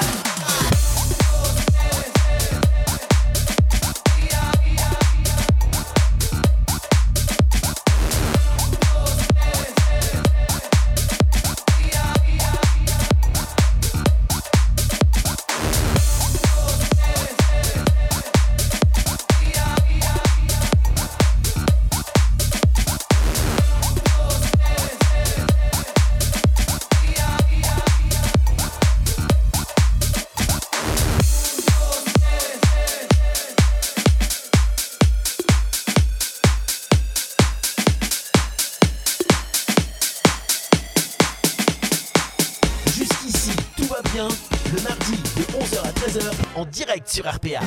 Speaker 1: Jusqu'ici, tout va bien. Le mardi de 11h à 13h en direct sur RPA.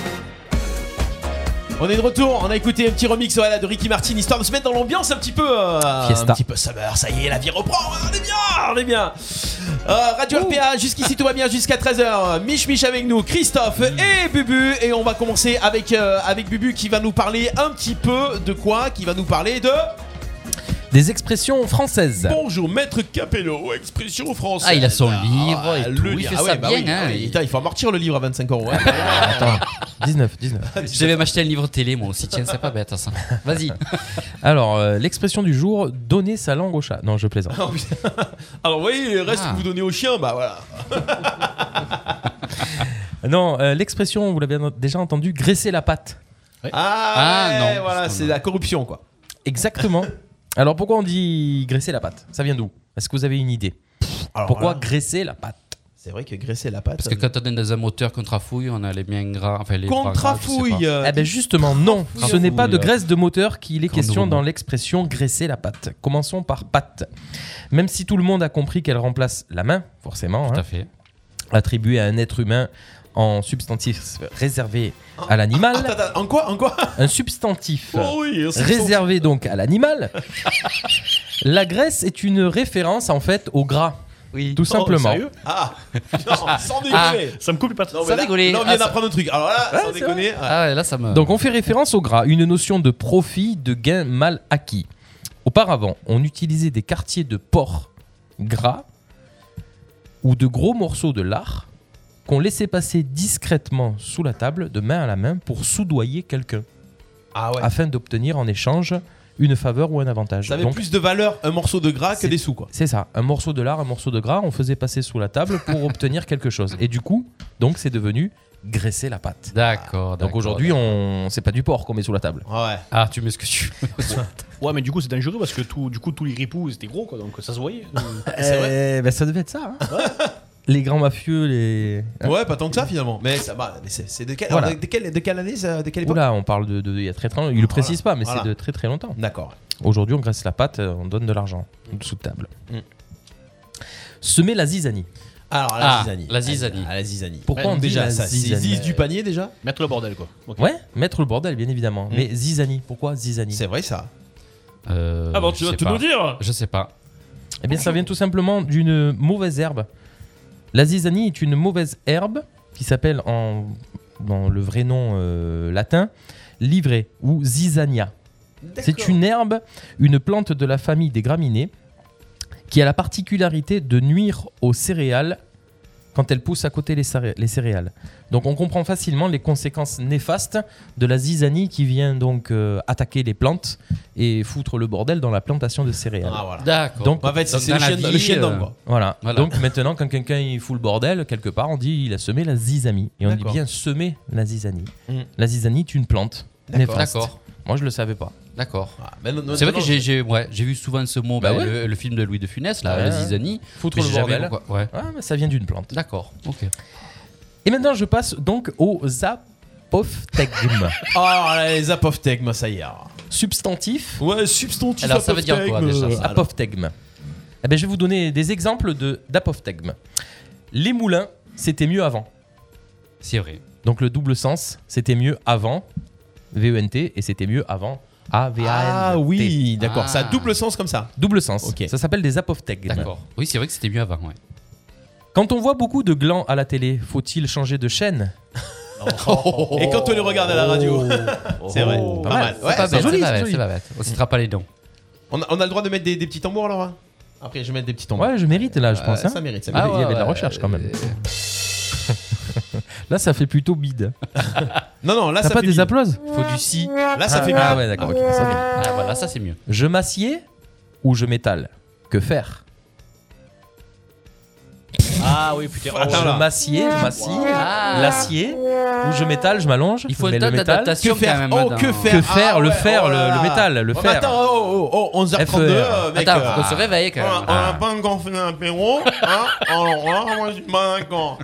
Speaker 3: On est de retour, on a écouté un petit remix voilà, de Ricky Martin, histoire de se mettre dans l'ambiance un petit peu. euh, un
Speaker 5: Fiesta.
Speaker 3: petit peu summer, ça y est, la vie reprend, hein, on est bien, on est bien. Euh, Radio RPA, jusqu'ici tout va bien, jusqu'à 13h. Mich Mich avec nous, Christophe
Speaker 5: Mm.
Speaker 3: et Bubu. Et on va commencer avec, euh, avec Bubu qui va nous parler un petit peu de quoi Qui va nous parler de.
Speaker 5: Des expressions françaises.
Speaker 3: Bonjour, maître Capello, expression française.
Speaker 4: Ah, il a son livre et tout, il
Speaker 3: livre.
Speaker 4: fait
Speaker 3: Ah
Speaker 4: ça
Speaker 3: ouais, bah
Speaker 4: bien,
Speaker 3: oui,
Speaker 4: hein,
Speaker 3: oui.
Speaker 4: il-
Speaker 3: Putain, il faut amortir le livre à 25 euros. hein.
Speaker 5: 19, 19.
Speaker 3: Ah,
Speaker 4: Je vais m'acheter un livre télé moi aussi, tiens, c'est pas bête hein, ça. Vas-y.
Speaker 5: Alors, euh, l'expression du jour, donner sa langue au chat. Non, je plaisante.
Speaker 3: Oh, putain. Alors, vous voyez, le reste
Speaker 4: Ah.
Speaker 3: que vous donnez au chien, bah voilà. Oh.
Speaker 5: Non, euh, l'expression, vous l'avez déjà entendu, graisser la patte.
Speaker 3: Ah,
Speaker 4: Ah,
Speaker 3: ouais,
Speaker 4: non,
Speaker 3: voilà,
Speaker 4: c'est
Speaker 3: c'est
Speaker 4: pas
Speaker 3: la corruption quoi.
Speaker 5: Exactement. Alors, pourquoi on dit graisser la patte Ça vient d'où Est-ce que vous avez une idée
Speaker 3: Alors
Speaker 5: Pourquoi
Speaker 3: là,
Speaker 5: graisser la patte
Speaker 3: C'est vrai que graisser la pâte.
Speaker 4: Parce que quand on est dans un moteur contrafouille, on a les miens gras. Enfin, les bras gras, je sais pas.
Speaker 3: Contrafouille.
Speaker 6: Ah,
Speaker 3: euh,
Speaker 5: Eh ben justement, non. Ce n'est pas de graisse de moteur qu'il est
Speaker 4: Grande
Speaker 5: question
Speaker 4: roue.
Speaker 5: dans l'expression graisser la patte. Commençons par patte. Même si tout le monde a compris qu'elle remplace la main, forcément,
Speaker 4: Tout
Speaker 5: hein,
Speaker 4: à fait.
Speaker 5: attribuée à un être humain en substantif réservé à l'animal,
Speaker 3: attends, attends, en quoi En quoi
Speaker 5: un substantif
Speaker 3: oui, c'est-
Speaker 5: réservé donc à l'animal, la graisse est une référence en fait au gras,
Speaker 4: Oui.
Speaker 5: tout simplement.
Speaker 6: Oh, sérieux
Speaker 3: Ah non, sans
Speaker 4: Ah,
Speaker 3: déconner.
Speaker 6: Ça me coupe pas
Speaker 3: Non, mais
Speaker 4: sans
Speaker 3: là,
Speaker 4: déconner.
Speaker 3: là, on
Speaker 4: Ah,
Speaker 3: vient
Speaker 4: ça-
Speaker 3: d'apprendre un truc. Alors là, sans
Speaker 5: c'est
Speaker 3: déconner. ouais.
Speaker 4: Ah ouais, là ça me.
Speaker 5: Donc on fait référence au gras, une notion de profit, de gain mal acquis. Auparavant, on utilisait des quartiers de porc gras ou de gros morceaux de lard qu'on laissait passer discrètement sous la table de main à la main pour soudoyer quelqu'un.
Speaker 3: Ah ouais.
Speaker 5: afin d'obtenir en échange une faveur ou un avantage.
Speaker 3: Ça avait
Speaker 5: Donc,
Speaker 3: plus de valeur un morceau de gras que des sous quoi.
Speaker 5: c'est ça, un morceau de lard, un morceau de gras, on faisait passer sous la table pour obtenir quelque chose. Et du coup, donc c'est devenu graisser la pâte.
Speaker 4: D'accord.
Speaker 5: Donc aujourd'hui, on c'est pas du porc qu'on met sous la table.
Speaker 3: Ouais.
Speaker 4: Ah, tu mets ce que tu veux.
Speaker 6: Ouais, mais du coup, c'est dangereux parce que tout, du coup, tous les ripoux, ils étaient gros, quoi, donc ça se voyait.
Speaker 5: Eh, ben, ça devait être ça. hein. les grands mafieux, les. hein.
Speaker 3: Ouais, pas tant que ça finalement. Mais ça va, mais c'est c'est de, quel-
Speaker 5: Voilà.
Speaker 3: alors, de, de quelle, de quelle année ça, De quelle époque
Speaker 5: Oula, on parle de, de- de- il y a très très longtemps. Il le précise pas, mais
Speaker 3: Voilà.
Speaker 5: c'est de très très longtemps.
Speaker 3: D'accord.
Speaker 5: Aujourd'hui, on graisse la pâte, euh, on donne de l'argent en dessous de table.
Speaker 3: Mm.
Speaker 5: Semer la zizanie.
Speaker 3: Alors la
Speaker 4: Ah,
Speaker 3: zizanie.
Speaker 4: la zizanie.
Speaker 3: Ah, la zizanie.
Speaker 5: Pourquoi on dit
Speaker 3: déjà
Speaker 5: la
Speaker 3: ça C'est
Speaker 5: zizanie
Speaker 3: ziz du panier déjà
Speaker 6: Mettre le bordel, quoi. Ok.
Speaker 5: Ouais, mettre le bordel, bien évidemment. Mais zizanie, pourquoi zizanie
Speaker 3: Mm. C'est vrai ça.
Speaker 4: Euh, je sais pas.
Speaker 9: dire
Speaker 4: Je sais pas.
Speaker 5: Eh bien, ça vient tout simplement d'une mauvaise herbe. La zizanie est une mauvaise herbe qui s'appelle en dans le vrai nom euh, latin livrée ou zizania. C'est une herbe, une plante de la famille des graminées qui a la particularité de nuire aux céréales quand elle pousse à côté les, céré- les céréales. Donc on comprend facilement les conséquences néfastes de la zizanie qui vient donc euh, attaquer les plantes et foutre le bordel dans la plantation de céréales.
Speaker 3: Ah voilà.
Speaker 4: D'accord.
Speaker 5: Donc,
Speaker 3: En fait, c'est
Speaker 4: Donc,
Speaker 3: c'est
Speaker 4: dans
Speaker 3: le
Speaker 4: la
Speaker 3: chien
Speaker 4: vie,
Speaker 3: le chien
Speaker 4: euh,
Speaker 3: d'homme quoi.
Speaker 5: voilà.
Speaker 4: Voilà.
Speaker 5: Donc maintenant, quand quelqu'un il fout le bordel quelque part, on dit il a semé la zizanie. Et on dit
Speaker 3: D'accord.
Speaker 5: bien semer la zizanie.
Speaker 3: Mm.
Speaker 5: La zizanie est une plante
Speaker 3: D'accord.
Speaker 5: néfaste.
Speaker 4: D'accord.
Speaker 5: Moi je le savais pas.
Speaker 4: D'accord.
Speaker 3: Ah, mais non, non,
Speaker 4: C'est vrai
Speaker 3: non,
Speaker 4: que j'ai j'ai- ouais, j'ai vu souvent ce mot,
Speaker 5: Bah
Speaker 4: bah,
Speaker 5: ouais.
Speaker 4: le, le film de Louis de Funès, là,
Speaker 5: Ouais,
Speaker 4: le
Speaker 5: ouais.
Speaker 4: Zizani.
Speaker 5: Foutre
Speaker 4: Mais
Speaker 5: le
Speaker 4: j'ai jamais
Speaker 5: bordel.
Speaker 4: pourquoi- Ouais.
Speaker 5: Ah, mais ça vient d'une plante.
Speaker 4: D'accord, ok.
Speaker 5: Et maintenant je passe donc au zapophtagme.
Speaker 3: Oh là, les apophthegmes, ça y est. alors.
Speaker 5: Substantif
Speaker 3: Ouais, substantif.
Speaker 4: Alors, ça veut dire quoi,
Speaker 3: apophthegme.
Speaker 4: déjà, ça
Speaker 3: Apo-
Speaker 5: apophtagme. Eh ben, je vais vous donner des exemples de- d'apophtagme. Les moulins, c'était mieux avant.
Speaker 4: C'est vrai.
Speaker 5: Donc le double sens, c'était mieux avant VENT et c'était mieux avant AVAN.
Speaker 3: Ah oui, d'accord.
Speaker 4: Ah.
Speaker 3: Ça a double sens comme ça.
Speaker 5: Double sens.
Speaker 3: Ok.
Speaker 5: Ça s'appelle des apophtagmes.
Speaker 4: D'accord. Oui, c'est vrai que c'était mieux avant, ouais.
Speaker 5: Quand on voit beaucoup de glands à la télé, faut-il changer de chaîne
Speaker 4: Oh,
Speaker 3: Et quand on les regarde à la radio, c'est vrai.
Speaker 5: Oh.
Speaker 3: Pas mal. Ouais,
Speaker 4: pas
Speaker 3: c'est
Speaker 4: bête,
Speaker 3: joli,
Speaker 4: c'est pas
Speaker 3: c'est
Speaker 4: bête,
Speaker 3: joli.
Speaker 4: c'est pas bête. On citera pas les dents.
Speaker 3: On a, on a le droit de mettre des, des petits tambours alors hein Après, je vais mettre des petits tambours.
Speaker 5: Ouais, je mérite là, je
Speaker 3: Euh,
Speaker 5: pense. hein.
Speaker 3: Ça mérite, ça
Speaker 5: Il y
Speaker 3: mérite.
Speaker 5: avait- il y avait de la recherche quand même. Là, ça fait plutôt bide.
Speaker 3: Non, non, là,
Speaker 5: T'as
Speaker 3: ça
Speaker 5: pas
Speaker 3: fait
Speaker 5: des
Speaker 3: bide.
Speaker 5: applauses
Speaker 4: Faut du si.
Speaker 3: Là, ça
Speaker 5: Ah,
Speaker 3: fait
Speaker 5: Ah
Speaker 3: bide.
Speaker 5: ouais, d'accord. ok, ça fait.
Speaker 4: Ah, voilà, ça c'est mieux.
Speaker 5: Je m'assieds ou je m'étale Que faire
Speaker 6: Ah oui, putain.
Speaker 3: Attends,
Speaker 5: Je
Speaker 3: là.
Speaker 5: m'assieds, je m'assieds,
Speaker 4: Ah.
Speaker 5: l'acier, ou je m'étale, je m'allonge.
Speaker 4: Il faut un
Speaker 5: mais le
Speaker 4: tas
Speaker 5: métal.
Speaker 4: d'adaptations
Speaker 3: Que
Speaker 4: quand
Speaker 3: faire
Speaker 4: même.
Speaker 3: Oh,
Speaker 4: dans-
Speaker 3: que faire
Speaker 5: Que faire,
Speaker 3: Ah
Speaker 5: le
Speaker 3: ouais,
Speaker 5: fer,
Speaker 3: oh
Speaker 5: le-
Speaker 3: là là.
Speaker 5: le métal, le
Speaker 3: Oh, mais
Speaker 5: fer.
Speaker 3: Attends, oh, oh, oh, 11h32, euh, mec.
Speaker 4: Attends, faut
Speaker 3: euh,
Speaker 4: qu'on se réveille quand
Speaker 3: on
Speaker 4: même.
Speaker 3: a- on a pas encore fait un apéro, hein Alors là, moi, je suis pas d'accord.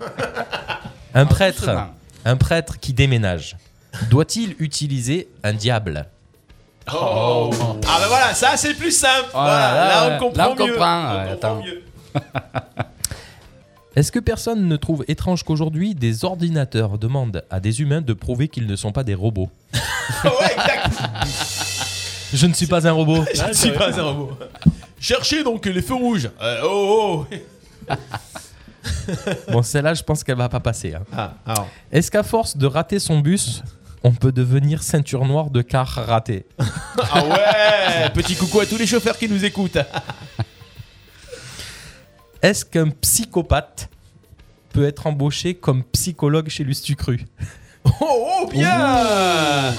Speaker 3: Ah,
Speaker 5: Un prêtre,
Speaker 4: doucement.
Speaker 5: un prêtre qui déménage, doit-il utiliser un diable
Speaker 3: Oh. Ah bah voilà, ça c'est plus simple.
Speaker 4: Oh là
Speaker 3: Voilà,
Speaker 4: là,
Speaker 3: là,
Speaker 4: ouais.
Speaker 3: on comprend
Speaker 4: Là, on
Speaker 3: mieux.
Speaker 4: comprend, ouais,
Speaker 3: on comprend
Speaker 4: attends.
Speaker 3: mieux.
Speaker 5: Est-ce que personne ne trouve étrange qu'aujourd'hui des ordinateurs demandent à des humains de prouver qu'ils ne sont pas des robots
Speaker 3: ouais, exact.
Speaker 5: Je ne suis pas un robot.
Speaker 3: Je ne suis pas un robot. Cherchez donc les feux rouges. Euh, oh oh.
Speaker 5: Bon, celle-là, je pense qu'elle va pas passer. hein.
Speaker 3: Ah, alors.
Speaker 5: Est-ce qu'à force de rater son bus, on peut devenir ceinture noire de car raté
Speaker 3: Ah ouais. Petit coucou à tous les chauffeurs qui nous écoutent.
Speaker 5: Est-ce qu'un psychopathe peut être embauché comme psychologue chez Lustucru
Speaker 3: Oh oh bien.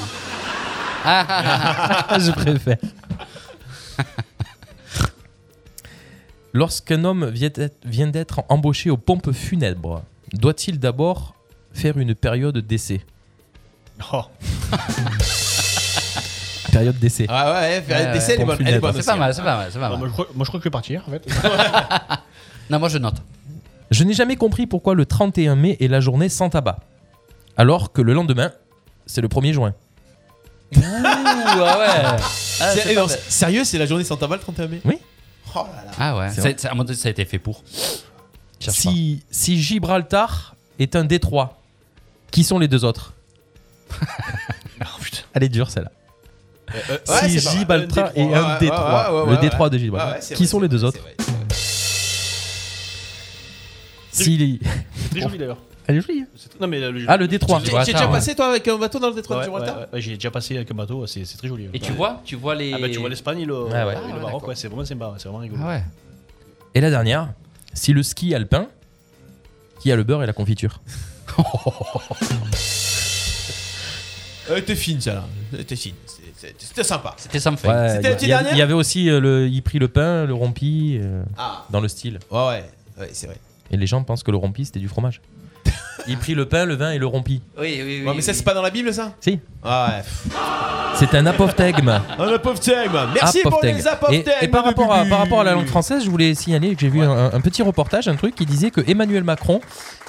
Speaker 5: Ah, je préfère. Lorsqu'un homme vient d'être- vient d'être embauché aux pompes funèbres, doit-il d'abord faire une période d'essai
Speaker 6: Oh.
Speaker 5: Période d'essai.
Speaker 3: Ah ouais, faire
Speaker 4: Ouais,
Speaker 3: des selles, elle est
Speaker 5: ouais.
Speaker 3: bonne, elle est bonne
Speaker 4: C'est
Speaker 3: aussi,
Speaker 4: pas
Speaker 3: hein.
Speaker 4: mal, c'est pas mal, c'est pas
Speaker 6: Non, moi,
Speaker 4: mal.
Speaker 6: je crois, moi, je crois que je vais partir, en fait.
Speaker 4: Non, moi je note.
Speaker 5: Je n'ai jamais compris pourquoi le 31 mai est la journée sans tabac, alors que le lendemain, c'est le 1er juin.
Speaker 4: Ah,
Speaker 3: C'est-
Speaker 4: c'est
Speaker 3: non,
Speaker 4: pas mal.
Speaker 3: sérieux, c'est la journée sans tabac le 31 mai
Speaker 5: Oui.
Speaker 3: Oh là là.
Speaker 4: Ah ouais,
Speaker 5: C'est
Speaker 4: C'est- c'est- à mon avis, ça a été fait pour. Cherche
Speaker 5: Si, si Gibraltar est un détroit, qui sont les deux autres Elle est dure celle-là. si Gibraltar est un détroit, le détroit de Gibraltar, qui sont les deux autres Si,
Speaker 6: C'est très joli, d'ailleurs.
Speaker 5: elle est jolie. hein.
Speaker 6: C'est- Non, mais là, le
Speaker 5: Ah, le détroit.
Speaker 4: Gibraltar,
Speaker 3: euh, J'ai déjà
Speaker 4: ouais.
Speaker 3: passé toi avec un bateau dans le détroit
Speaker 6: Ouais,
Speaker 3: de
Speaker 6: ouais,
Speaker 3: Gibraltar
Speaker 6: ouais, ouais, J'ai déjà passé avec un bateau, c'est c'est très joli. hein.
Speaker 4: Et tu
Speaker 6: Ouais.
Speaker 4: vois, tu vois les.
Speaker 6: Ah bah, tu vois l'Espagne et le,
Speaker 5: Ah ouais.
Speaker 6: et
Speaker 4: Ah ouais,
Speaker 6: le Maroc,
Speaker 4: d'accord.
Speaker 6: ouais, c'est vraiment sympa, ouais, c'est vraiment rigolo.
Speaker 4: Ah ouais.
Speaker 5: Et la dernière, si le ski alpin, qui a le beurre et la confiture
Speaker 3: Elle était fine, celle-là. Elle était fine. C'est- c'est- C'était sympa.
Speaker 4: C'était sans fin.
Speaker 5: Ouais,
Speaker 3: C'était la
Speaker 5: il y, a-
Speaker 3: dernière
Speaker 5: il y avait aussi euh, le, il prit le pain, le rompi, euh,
Speaker 3: Ah.
Speaker 5: dans le style.
Speaker 3: Ouais, ouais, ouais c'est vrai.
Speaker 5: Et les gens pensent que le rompi c'était du fromage. il prit le pain, le vin et le rompi.
Speaker 4: Oui, oui, oui.
Speaker 3: Ouais, mais ça, c'est pas dans la Bible, ça
Speaker 5: Si,
Speaker 3: Ah ouais. pff.
Speaker 5: c'est un apophthegme.
Speaker 3: Un apophtègue, man. Merci pour
Speaker 5: Apophthegme.
Speaker 3: les apophtègues.
Speaker 5: Et, et par,
Speaker 3: de
Speaker 5: rapport à,
Speaker 3: Bubu.
Speaker 5: par rapport à la langue française, je voulais signaler que j'ai vu un, un petit reportage, un truc qui disait que Emmanuel Macron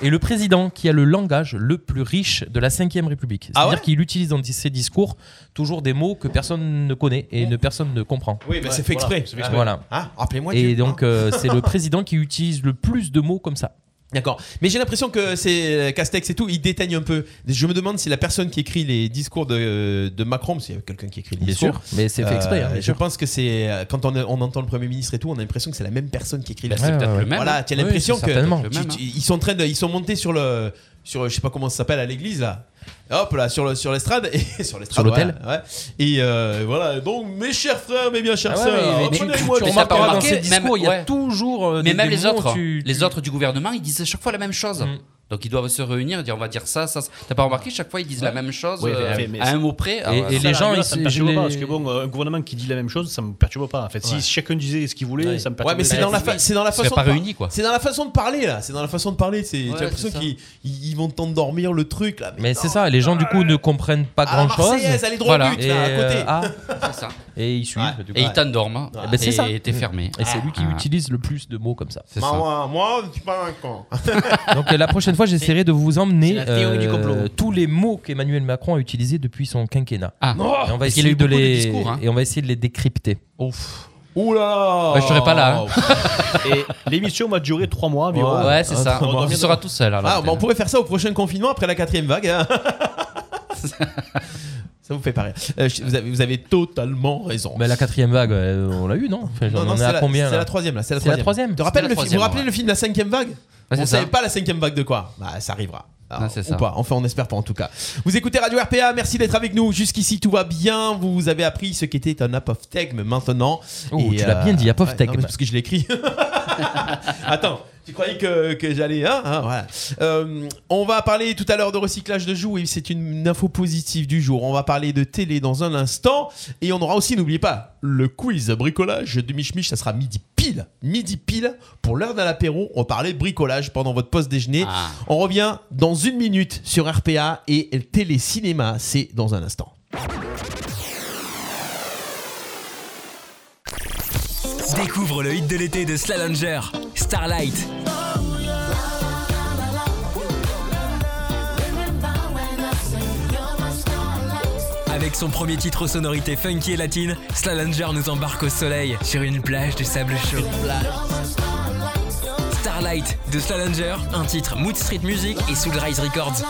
Speaker 5: est le président qui a le langage le plus riche de la 5ème République.
Speaker 3: Ah
Speaker 5: C'est-à-dire
Speaker 3: ouais
Speaker 5: qu'il utilise dans ses discours toujours des mots que personne ne connaît et ne personne ne comprend.
Speaker 3: Oui, mais
Speaker 6: Ouais,
Speaker 3: c'est fait
Speaker 6: voilà,
Speaker 3: exprès.
Speaker 6: c'est fait exprès.
Speaker 5: Voilà.
Speaker 3: Ah, rappelez-moi.
Speaker 5: Et
Speaker 3: Dieu.
Speaker 5: donc euh, c'est le président qui utilise le plus de mots comme ça.
Speaker 3: D'accord. Mais j'ai l'impression que c'est euh, Castex et tout, il déteigne un peu. Je me demande si la personne qui écrit les discours de, de Macron, parce qu'il y a quelqu'un qui écrit les
Speaker 5: Bien
Speaker 3: discours.
Speaker 5: sûr, mais c'est fait exprès.
Speaker 3: euh,
Speaker 5: hein, bien
Speaker 3: je
Speaker 5: sûr.
Speaker 3: pense que c'est euh, quand on, on entend le premier ministre et tout, on a l'impression que c'est la même personne qui écrit les
Speaker 4: Bah, c'est
Speaker 5: Ouais,
Speaker 4: peut-être
Speaker 5: ouais.
Speaker 4: le même.
Speaker 3: Voilà,
Speaker 4: hein.
Speaker 3: tu as
Speaker 5: Oui,
Speaker 3: l'impression
Speaker 5: c'est
Speaker 3: que
Speaker 5: certainement.
Speaker 4: Le
Speaker 3: tu-
Speaker 4: même,
Speaker 3: tu- ils sont en train de, ils sont montés sur le, sur je sais pas comment ça s'appelle à l'église là. Hop là sur le sur l'estrade et sur l'estrade
Speaker 5: Sur l'autel.
Speaker 3: ouais, ouais. Et euh, voilà donc mes chers frères, mes bien chères
Speaker 5: Ah ouais,
Speaker 3: sœurs,
Speaker 5: mais- mais tu-
Speaker 3: prenez-moi
Speaker 5: tu
Speaker 3: du
Speaker 4: remarques
Speaker 3: temps.
Speaker 5: remarqueras dans
Speaker 4: remarqué,
Speaker 5: ces
Speaker 4: même-
Speaker 5: discours, il y a
Speaker 4: ouais.
Speaker 5: toujours. euh,
Speaker 4: Mais
Speaker 5: des-
Speaker 4: même
Speaker 5: des
Speaker 4: les
Speaker 5: mots,
Speaker 4: autres,
Speaker 5: tu-
Speaker 4: les autres du gouvernement, ils disent à chaque fois la même chose.
Speaker 5: Mm.
Speaker 4: Donc ils doivent se réunir et dire on va dire ça, ça. ça. T'as pas remarqué chaque fois ils disent la même chose
Speaker 6: Oui, mais-
Speaker 4: euh,
Speaker 6: mais- mais
Speaker 4: à un mot près. Ah,
Speaker 5: Et-
Speaker 4: voilà.
Speaker 5: et
Speaker 6: Ça,
Speaker 5: les
Speaker 6: là,
Speaker 5: gens,
Speaker 6: là,
Speaker 5: ils-
Speaker 6: ça me perturbe
Speaker 5: je
Speaker 6: pas
Speaker 5: les-
Speaker 6: parce que bon, euh, un gouvernement qui dit la même chose, ça me perturbe pas. En fait, si chacun disait ce qu'il voulait,
Speaker 5: Ouais.
Speaker 6: ça me
Speaker 3: Ouais
Speaker 6: perturbe.
Speaker 3: mais c'est dans la fa-
Speaker 4: oui.
Speaker 3: c'est dans la
Speaker 4: Ils seraient
Speaker 3: façon
Speaker 4: pas
Speaker 3: de par-
Speaker 4: réunis, quoi.
Speaker 3: C'est dans la façon de parler là, c'est dans la façon de parler, c'est tu as
Speaker 4: Ouais,
Speaker 3: l'impression
Speaker 4: c'est ça.
Speaker 3: qu'ils ils, ils vont tenter d'endormir le truc là.
Speaker 5: Mais
Speaker 3: non.
Speaker 5: c'est ça, les gens du coup ne comprennent pas
Speaker 3: Ah, la
Speaker 5: grand chose.
Speaker 3: Marseillaise, elle est droit au
Speaker 4: Voilà.
Speaker 3: but là, à côté.
Speaker 5: euh, ah,
Speaker 4: C'est ça.
Speaker 5: et ils suivent.
Speaker 3: Ouais. Mmh.
Speaker 5: du coup.
Speaker 4: Et ils t'endorment. hein.
Speaker 5: Eh ben, c'est ça.
Speaker 4: Et t'es fermé.
Speaker 5: Et c'est lui qui
Speaker 4: Ah.
Speaker 5: utilise le plus de mots comme ça.
Speaker 4: C'est
Speaker 3: Bah,
Speaker 4: ça.
Speaker 3: moi, moi, tu pas un con.
Speaker 5: Donc euh, la prochaine fois, j'essaierai de vous emmener euh,
Speaker 6: c'est la théorie du complot.
Speaker 5: tous les mots qu'Emmanuel Macron a utilisés depuis son quinquennat.
Speaker 4: Ah.
Speaker 5: Et on va
Speaker 4: Parce qu'il a
Speaker 5: essayer
Speaker 4: eu
Speaker 5: de
Speaker 4: beaucoup de
Speaker 5: les
Speaker 4: discours, hein.
Speaker 5: et on va essayer de les décrypter.
Speaker 3: Ouf. Oula.
Speaker 4: Ouais, je serais pas là, hein.
Speaker 6: Et l'émission va durer 3 mois environ.
Speaker 3: Ouais.
Speaker 4: Ouais, c'est
Speaker 3: Ah,
Speaker 4: ça.
Speaker 3: bon,
Speaker 4: On
Speaker 3: bon.
Speaker 4: sera tout seul. alors.
Speaker 3: Ah, bah, on pourrait faire ça au prochain confinement après la quatrième vague. hein. ça vous fait pas rire. Euh, je- vous, avez, vous avez totalement raison.
Speaker 5: Mais la quatrième vague, euh, on l'a eu non Enfin,
Speaker 3: Non,
Speaker 5: On
Speaker 3: non,
Speaker 5: en est
Speaker 3: c'est
Speaker 5: à
Speaker 3: la-
Speaker 5: combien
Speaker 3: C'est la
Speaker 5: là
Speaker 3: troisième là. C'est la
Speaker 5: C'est la troisième.
Speaker 3: troisième. Te
Speaker 4: C'est la
Speaker 3: rappelles le film- vous vous
Speaker 4: troisième,
Speaker 3: rappelez
Speaker 4: ouais.
Speaker 3: le film La cinquième vague
Speaker 4: Ouais, c'est
Speaker 3: On savait
Speaker 4: ça.
Speaker 3: pas la cinquième vague de quoi Bah ça arrivera. Alors,
Speaker 4: Ah, c'est
Speaker 3: ou
Speaker 4: ça.
Speaker 3: pas, enfin on espère pas en tout cas. Vous écoutez Radio RPA, merci d'être avec nous. Jusqu'ici tout va bien, vous avez appris ce qu'était un apophthegme maintenant.
Speaker 5: Oh,
Speaker 3: Et,
Speaker 5: tu l'as
Speaker 3: euh,
Speaker 5: bien dit,
Speaker 3: ouais, non,
Speaker 5: apophthegme.
Speaker 3: mais c'est parce que je l'ai écrit. Attends, tu croyais que, que j'allais. Hein, hein, voilà. Euh, on va parler tout à l'heure de recyclage de joues et c'est une, une info positive du jour. On va parler de télé dans un instant et on aura aussi, n'oubliez pas, le quiz bricolage de Mich Mich. Ça sera midi pile. Midi pile pour l'heure d'un apéro. On parlait bricolage pendant votre pause déjeuner.
Speaker 4: Ah.
Speaker 3: On revient dans une minute sur RPA et télé-cinéma. C'est dans un instant.
Speaker 9: Découvre le hit de l'été de Slalonger, Starlight. Avec son premier titre aux sonorités funky et latine, Slalonger nous embarque au soleil sur une plage de sable chaud. Starlight de Slalonger, un titre Mood Street Music et Soul Rise Records.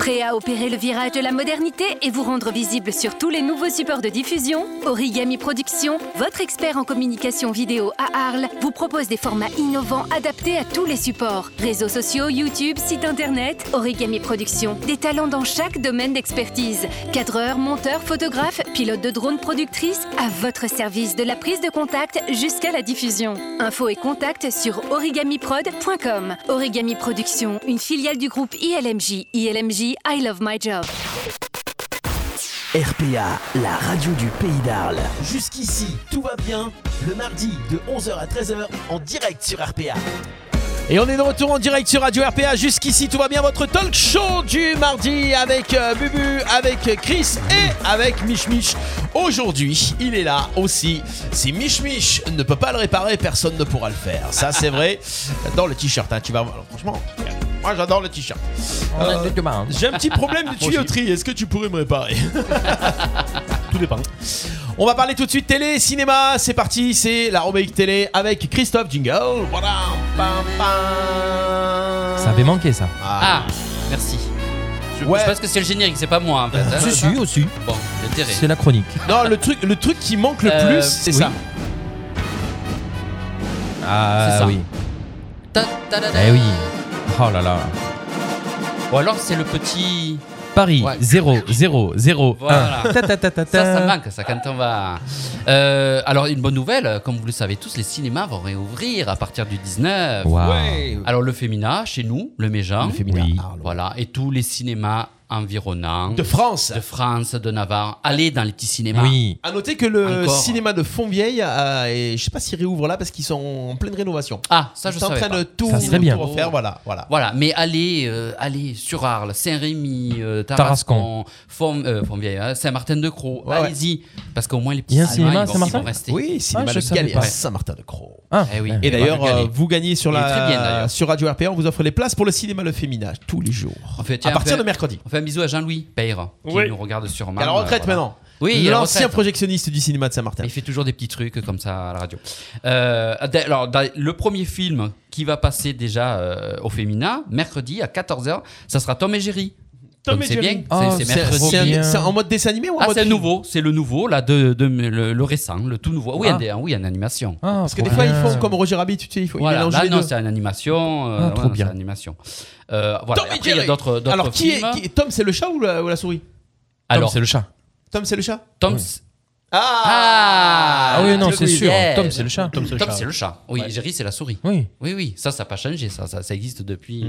Speaker 10: Prêt à opérer le virage de la modernité et vous rendre visible sur tous les nouveaux supports de diffusion Origami Productions, votre expert en communication vidéo à Arles, vous propose des formats innovants adaptés à tous les supports. Réseaux sociaux, YouTube, site internet, Origami Productions, des talents dans chaque domaine d'expertise. Cadreur, monteur, photographe, pilote de drone, productrice, à votre service de la prise de contact jusqu'à la diffusion. Info et contact sur origamiprod.com. Origami Productions, une filiale du groupe ILMJ. ILMJ, I love my job.
Speaker 1: RPA, la radio du pays d'Arles. Jusqu'ici, tout va bien. Le mardi de 11h à 13h en direct sur RPA.
Speaker 3: Et on est de retour en direct sur Radio RPA. Jusqu'ici, tout va bien. Votre talk show du mardi avec euh, Bubu, avec Chris et avec Mich Mich. Aujourd'hui, il est là aussi. Si Mich Mich ne peut pas le réparer, personne ne pourra le faire. Ça, c'est vrai. Dans le t-shirt, hein, tu vas voir. Alors, Franchement, moi, j'adore le t-shirt. Euh,
Speaker 5: On a deux demain, hein.
Speaker 3: J'ai un petit problème de tuyauterie. Est-ce que tu pourrais me réparer
Speaker 6: Tout dépend.
Speaker 3: On va parler tout de suite télé, cinéma, c'est parti, c'est la rubrique télé avec Christophe Jingle. Voilà, pam, pam.
Speaker 5: Ça avait manqué ça.
Speaker 4: Ah,
Speaker 3: Ah.
Speaker 4: merci. Je,
Speaker 3: Ouais.
Speaker 4: je pense que c'est le générique, c'est pas moi en fait. hein.
Speaker 5: Si, si, aussi.
Speaker 4: Bon, l'intérêt.
Speaker 5: C'est la chronique.
Speaker 3: Non, le truc, le truc qui manque le
Speaker 4: Euh,
Speaker 3: plus, c'est
Speaker 4: oui.
Speaker 3: ça.
Speaker 5: Ah
Speaker 4: C'est ça.
Speaker 5: oui.
Speaker 4: Ta- ta- da- da.
Speaker 5: Eh oui. Oh là là.
Speaker 4: Ou alors c'est le petit.
Speaker 5: Paris
Speaker 4: Ouais.
Speaker 5: 0 0 0
Speaker 4: Voilà.
Speaker 5: 1. Ah. Ta, ta, ta, ta, ta.
Speaker 4: Ça, ça manque, ça, quand on va. Euh, alors, une bonne nouvelle, comme vous le savez tous, les cinémas vont réouvrir à partir du 19.
Speaker 5: Waouh.
Speaker 4: Alors, le Fémina, chez nous, le Méjean.
Speaker 3: Le Fémina,
Speaker 4: Oui.
Speaker 3: Arles.
Speaker 4: Voilà, et tous les cinémas environnants. De
Speaker 3: France
Speaker 4: De France, de Navarre. Allez dans les petits cinémas.
Speaker 5: Oui.
Speaker 3: À noter que le
Speaker 4: Encore.
Speaker 3: cinéma de Fontvieille, euh, et je sais pas s'ils réouvrent là parce qu'ils sont en pleine rénovation.
Speaker 4: Ah, ça je
Speaker 3: Ils sont en
Speaker 4: savais
Speaker 3: train
Speaker 4: pas.
Speaker 3: de tout, tout refaire, voilà, voilà.
Speaker 4: Voilà, mais allez, euh, allez sur Arles, Saint-Rémy, euh, Tarascon, Fon- euh, Fontvieille, hein, Saint-Martin-de-Croix,
Speaker 3: Ouais, ouais.
Speaker 4: allez-y, parce qu'au moins les petits
Speaker 3: Il y a un
Speaker 4: cinémas,
Speaker 3: cinéma à
Speaker 4: Ah, ils vont-
Speaker 3: Saint-Martin
Speaker 4: ils vont rester. Eh
Speaker 3: Oui, cinéma Ah, je de savais Galles, pas. à Saint-Martin-de-Croix.
Speaker 5: Ah.
Speaker 4: oui.
Speaker 3: Et d'ailleurs,
Speaker 4: Marc Gallet.
Speaker 3: euh, vous gagnez sur,
Speaker 4: Il est très bien,
Speaker 3: la,
Speaker 4: d'ailleurs.
Speaker 3: sur Radio RPA, on vous offre les places pour le cinéma Le Féminin tous les jours.
Speaker 4: On fait, tiens,
Speaker 3: à partir
Speaker 4: on fait-
Speaker 3: de mercredi.
Speaker 4: On fait un bisou à Jean-Louis Peyre, qui
Speaker 3: Oui.
Speaker 4: nous regarde sur
Speaker 3: Il y a la retraite maintenant.
Speaker 4: Oui, il y a la
Speaker 3: L'ancien
Speaker 4: retraite.
Speaker 3: projectionniste du cinéma de Saint-Martin.
Speaker 4: Il fait toujours des petits trucs comme ça à la radio. Euh, d'a- alors, d'a- le premier film qui va passer déjà euh, au Féminin, mercredi à 14h, ça sera Tom et Jerry.
Speaker 3: Tom
Speaker 4: Donc,
Speaker 3: et
Speaker 4: c'est
Speaker 3: Jerry.
Speaker 4: bien.
Speaker 3: Ah,
Speaker 4: c'est c'est
Speaker 3: c'est-
Speaker 4: mercredi.
Speaker 3: c'est un- c'est en mode dessin animé ou en
Speaker 4: Ah,
Speaker 3: mode
Speaker 4: c'est
Speaker 3: film
Speaker 4: nouveau, c'est le nouveau, là, de, de- le, le récent, le tout nouveau. Oui,
Speaker 3: Ah.
Speaker 4: un dé- oui, une animation.
Speaker 3: Parce que des fois, ils font comme Roger Rabbit, tu sais, il faut
Speaker 4: Voilà,
Speaker 3: ils mélangent
Speaker 4: là,
Speaker 3: les
Speaker 4: non,
Speaker 3: deux.
Speaker 4: c'est une animation. euh,
Speaker 3: Ah, trop
Speaker 4: ouais, non,
Speaker 3: bien.
Speaker 4: C'est une animation. Euh, voilà.
Speaker 3: Tom et
Speaker 4: Après, il y a
Speaker 3: Jerry.
Speaker 4: d'autres d'autres
Speaker 3: Alors, qui est,
Speaker 4: films.
Speaker 3: qui est- Tom, c'est le chat ou la, ou la souris
Speaker 4: Alors, c'est le
Speaker 5: chat.
Speaker 3: Tom, c'est le chat
Speaker 4: Tom.
Speaker 3: Ah
Speaker 5: Ah oui, non,
Speaker 4: le
Speaker 5: c'est
Speaker 4: truc,
Speaker 5: sûr.
Speaker 4: yeah.
Speaker 5: Tom, c'est le chat.
Speaker 4: Tom, c'est le chat. Oui,
Speaker 5: Ouais.
Speaker 4: Jerry, c'est la souris.
Speaker 5: Oui. Hmm.
Speaker 4: Oui, oui, ça, ça n'a pas changé, ça, ça, ça existe depuis. euh.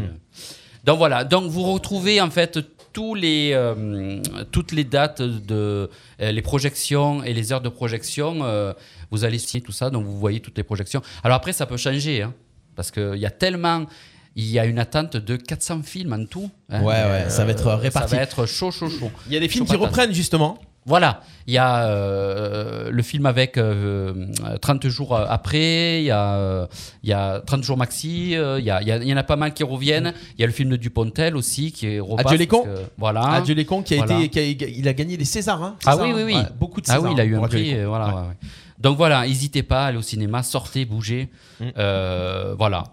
Speaker 4: Donc voilà, donc vous retrouvez en fait tous les, euh, toutes les dates de euh, les projections et les heures de projection. euh, vous allez signer tout ça, donc vous voyez toutes les projections. Alors après, ça peut changer, hein, parce qu'il y a tellement. Il y a une attente de 400 films en tout. hein.
Speaker 3: Ouais, ouais, ça va être réparti.
Speaker 4: Euh, Ça va être chaud, chaud, chaud.
Speaker 3: Il y a des
Speaker 4: Chaud
Speaker 3: films qui
Speaker 4: patate.
Speaker 3: reprennent justement.
Speaker 4: Voilà, il y a euh, le film avec euh, euh, 30 jours euh, après, il y, a, euh, il y a 30 jours maxi, euh, il y, a- il y a- il y en a pas mal qui reviennent. Il y a le film de Dupontel aussi qui est repasse
Speaker 3: Adieu les
Speaker 4: parce
Speaker 3: cons.
Speaker 4: que- voilà.
Speaker 3: Adieu les cons qui a
Speaker 4: Voilà.
Speaker 3: été, qui a- il a gagné des Césars. hein, c'est
Speaker 4: Ah
Speaker 3: ça,
Speaker 4: oui,
Speaker 3: hein
Speaker 4: oui, oui.
Speaker 3: Ouais, beaucoup de
Speaker 4: Ah
Speaker 3: Césars.
Speaker 4: oui, il a eu
Speaker 3: pour
Speaker 4: un
Speaker 3: Adieu les
Speaker 4: prix.
Speaker 3: cons.
Speaker 4: euh, voilà, ouais, ouais. Donc voilà, n'hésitez pas à aller au cinéma, sortez, bougez. Euh, voilà.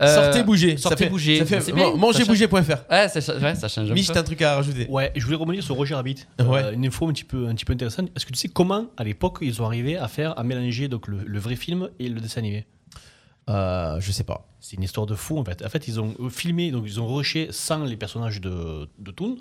Speaker 4: Euh,
Speaker 3: Mm. Sortez bouger.
Speaker 4: Sortez
Speaker 3: ça fait,
Speaker 4: bougez.
Speaker 3: Ça
Speaker 4: C'est
Speaker 3: fait
Speaker 4: bien,
Speaker 3: man- manger
Speaker 4: ça change-
Speaker 3: bouger.fr.
Speaker 4: Ouais, ça, cha- ouais, ça change un
Speaker 3: Mich,
Speaker 4: peu.
Speaker 3: t'as un truc à rajouter.
Speaker 6: Ouais, je voulais revenir sur Roger Rabbit.
Speaker 3: Ouais.
Speaker 6: Euh, une info un petit peu, un petit peu intéressante. Est-ce que tu sais comment, à l'époque, ils ont arrivé à faire, à mélanger donc le, le vrai film et le dessin animé
Speaker 3: Euh, Je sais pas.
Speaker 6: C'est une histoire de fou en fait. En fait, ils ont euh, filmé, donc ils ont rushé sans les personnages de, de Toon.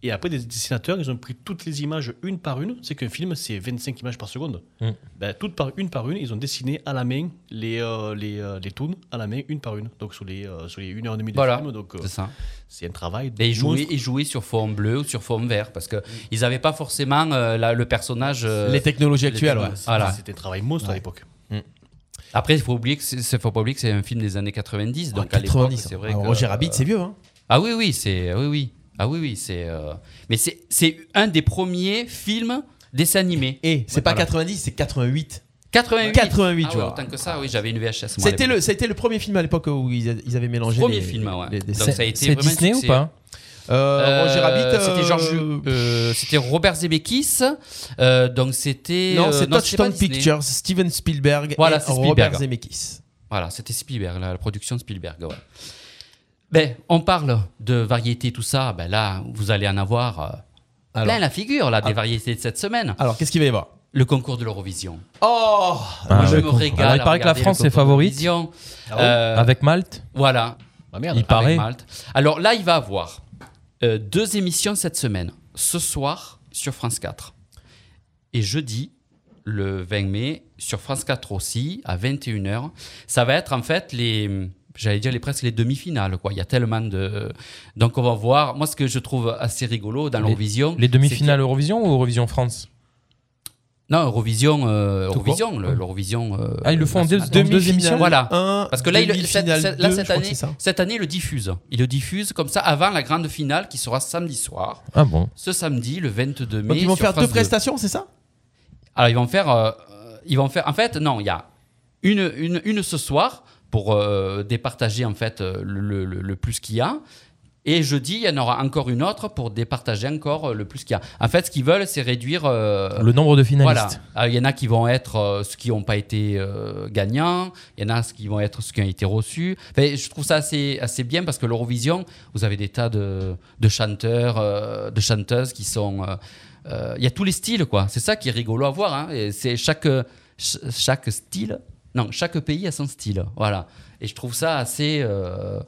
Speaker 6: Et après, des dessinateurs, ils ont pris toutes les images une par une. C'est qu'un film, c'est 25 images par seconde.
Speaker 5: Mm.
Speaker 6: Ben, toutes par une par une, ils ont dessiné à la main les, euh, les, euh, les Toons, à la main une par une. Donc, sur les, euh, sur les 1h30 de
Speaker 4: Voilà,
Speaker 6: film. Donc, euh,
Speaker 4: c'est ça.
Speaker 6: C'est un travail.
Speaker 4: Et ils jouaient,
Speaker 6: monstre.
Speaker 4: ils jouaient sur forme bleue ou sur forme vert parce que ils n'avaient pas forcément euh, la- le personnage. euh,
Speaker 3: Mm. Les technologies
Speaker 4: les
Speaker 3: actuelles,
Speaker 4: techno-
Speaker 3: ouais.
Speaker 4: Voilà. Mm.
Speaker 6: C'était un travail monstre à l'époque.
Speaker 4: Après, il faut oublier que c'est- c'est faut pas oublier que c'est un film des années 90, donc
Speaker 3: Ouais,
Speaker 4: à l'époque,
Speaker 3: 90,
Speaker 4: c'est vrai.
Speaker 3: hein.
Speaker 4: que,
Speaker 3: Roger Rabbit,
Speaker 4: euh,
Speaker 3: c'est vieux, hein.
Speaker 4: Ah oui, oui, c'est oui, oui. Ah oui, oui, c'est. euh, Mais c'est c'est un des premiers films dessins animés.
Speaker 3: Et c'est pas 90, c'est 88.
Speaker 4: 88.
Speaker 3: 88,
Speaker 4: Ah
Speaker 3: tu
Speaker 4: ouais,
Speaker 3: vois.
Speaker 4: Autant que ça, oui, j'avais une VHS. moi, à
Speaker 3: C'était
Speaker 4: l'époque.
Speaker 3: le, c'était le premier film à l'époque où ils, a- ils avaient mélangé.
Speaker 4: Premier
Speaker 3: les-
Speaker 4: film, ouais.
Speaker 3: les- les
Speaker 4: Donc
Speaker 3: dessins.
Speaker 4: ça a été C'est vraiment un Disney ou succès. pas
Speaker 3: Euh, Roger Rabbit, euh,
Speaker 4: c'était Georges, euh, c'était Robert Zemeckis, euh, donc c'était
Speaker 3: Non,
Speaker 4: euh,
Speaker 3: c'est
Speaker 4: c'était pas
Speaker 3: Touchstone
Speaker 4: Disney.
Speaker 3: Pictures, Steven Spielberg
Speaker 4: Voilà,
Speaker 3: et
Speaker 4: c'est
Speaker 3: Robert
Speaker 4: Spielberg.
Speaker 3: Zemeckis.
Speaker 4: Voilà, c'était Spielberg, la, la production de Spielberg. ouais. Ben, on parle de variété, tout ça. Ben là, vous allez en avoir euh,
Speaker 3: Alors. Ah.
Speaker 4: plein la figure là des variétés de cette semaine.
Speaker 3: Alors, qu'est-ce qu'il va y avoir
Speaker 4: Le concours de l'Eurovision.
Speaker 3: Oh
Speaker 5: Ah,
Speaker 4: Moi, je
Speaker 5: ouais.
Speaker 4: me régale.
Speaker 5: Alors, il
Speaker 4: à
Speaker 5: paraît que la
Speaker 4: regarder le
Speaker 5: France est
Speaker 4: concours
Speaker 5: favorite.
Speaker 4: d'Eurovision.
Speaker 5: Ah bon Avec Malte
Speaker 4: Euh, Voilà.
Speaker 5: Ah, merde. Il paraît.
Speaker 4: Malte. Alors là, il va avoir euh, deux émissions cette semaine. Ce soir sur France 4 et jeudi le 20 mai sur France 4 aussi à 21h. Ça va être en fait les j'allais dire les presque les demi-finales quoi. Il y a tellement de donc on va voir. Moi ce que je trouve assez rigolo dans
Speaker 5: Les-
Speaker 4: l'Eurovision
Speaker 5: Les
Speaker 4: c'est
Speaker 5: demi-finales Eurovision ou Eurovision France
Speaker 4: non, Eurovision, euh,
Speaker 5: Tout
Speaker 4: Eurovision,
Speaker 5: court.
Speaker 4: le- l'Eurovision. euh,
Speaker 5: Ah, ils le font en deux-
Speaker 4: national.
Speaker 5: deux Demi-finale émissions
Speaker 4: Voilà.
Speaker 5: un,
Speaker 4: Parce que là, il, cette,
Speaker 5: demi-finale
Speaker 4: cette- là,
Speaker 5: deux,
Speaker 4: cette
Speaker 5: je crois que
Speaker 4: année,
Speaker 5: c'est ça.
Speaker 4: cette année, il le diffuse. Il le diffuse comme ça avant la grande finale qui sera samedi soir.
Speaker 5: Ah bon.
Speaker 4: Ce samedi, le 22 mai.
Speaker 3: Donc, ils vont
Speaker 4: sur
Speaker 3: faire deux
Speaker 4: France 2.
Speaker 3: prestations, c'est ça
Speaker 4: Alors, ils vont faire. euh, euh, ils vont faire. En fait, non, il y a une, une, une ce soir pour euh, départager en fait euh, le, le- le plus qu'il y a. Et jeudi, il y en aura encore une autre pour départager encore euh, le plus qu'il y a. En fait, ce qu'ils veulent, c'est réduire euh,
Speaker 5: Le nombre de finalistes.
Speaker 4: Voilà. Alors, Il y en a qui vont être euh, ceux qui n'ont pas été euh, gagnants. Il y en a ceux qui vont être ceux qui ont été reçus. Enfin, je trouve ça assez, assez bien parce que l'Eurovision, vous avez des tas de, de chanteurs, euh, de chanteuses qui sont. euh, euh, Il y a tous les styles, quoi. C'est ça qui est rigolo à voir. hein. Et C'est chaque, ch- chaque style. Non, chaque pays a son style. Voilà. Et je trouve ça assez. euh,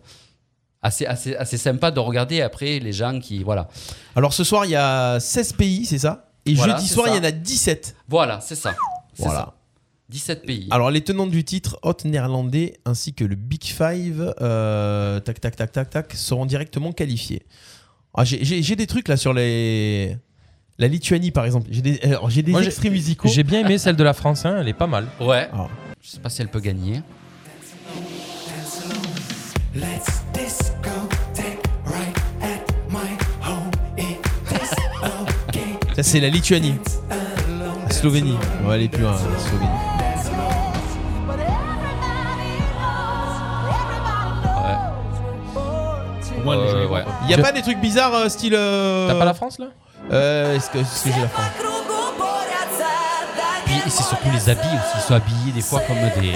Speaker 4: Assez, assez, assez sympa de regarder après les gens qui. Voilà.
Speaker 3: Alors, ce soir, il y a 16 pays, c'est ça Et
Speaker 4: Voilà,
Speaker 3: jeudi
Speaker 4: c'est
Speaker 3: soir,
Speaker 4: ça.
Speaker 3: il y en a 17.
Speaker 4: Voilà, c'est ça. C'est
Speaker 3: Voilà.
Speaker 4: ça. 17 pays.
Speaker 3: Alors, les tenants du titre, Hot Néerlandais ainsi que le Big Five, euh, tac, tac, tac, tac, tac, seront directement qualifiés. Ah, j'ai- J'ai j'ai des trucs là sur les. La Lituanie par exemple. J'ai des, alors, j'ai des
Speaker 5: Moi, j'ai-
Speaker 3: extraits musicaux. Ah.
Speaker 5: J'ai bien aimé celle de la France, hein, elle est pas mal.
Speaker 4: Ouais. Je sais pas si elle peut gagner.
Speaker 8: Let's discotheque right at my home. It is okay.
Speaker 3: Ça, c'est la Lituanie. La Slovénie. On va aller plus loin, la Slovénie.
Speaker 6: Moi,
Speaker 4: Euh,
Speaker 6: je les vois
Speaker 4: ouais.
Speaker 6: pas.
Speaker 3: Il y a
Speaker 5: Je-
Speaker 3: pas des trucs bizarres euh, style. euh,
Speaker 5: T'as pas la France là
Speaker 3: euh, Est-ce que, est-ce que j'ai la France
Speaker 4: Puis et c'est surtout les habits aussi. Ils sont habillés des fois comme des. Puis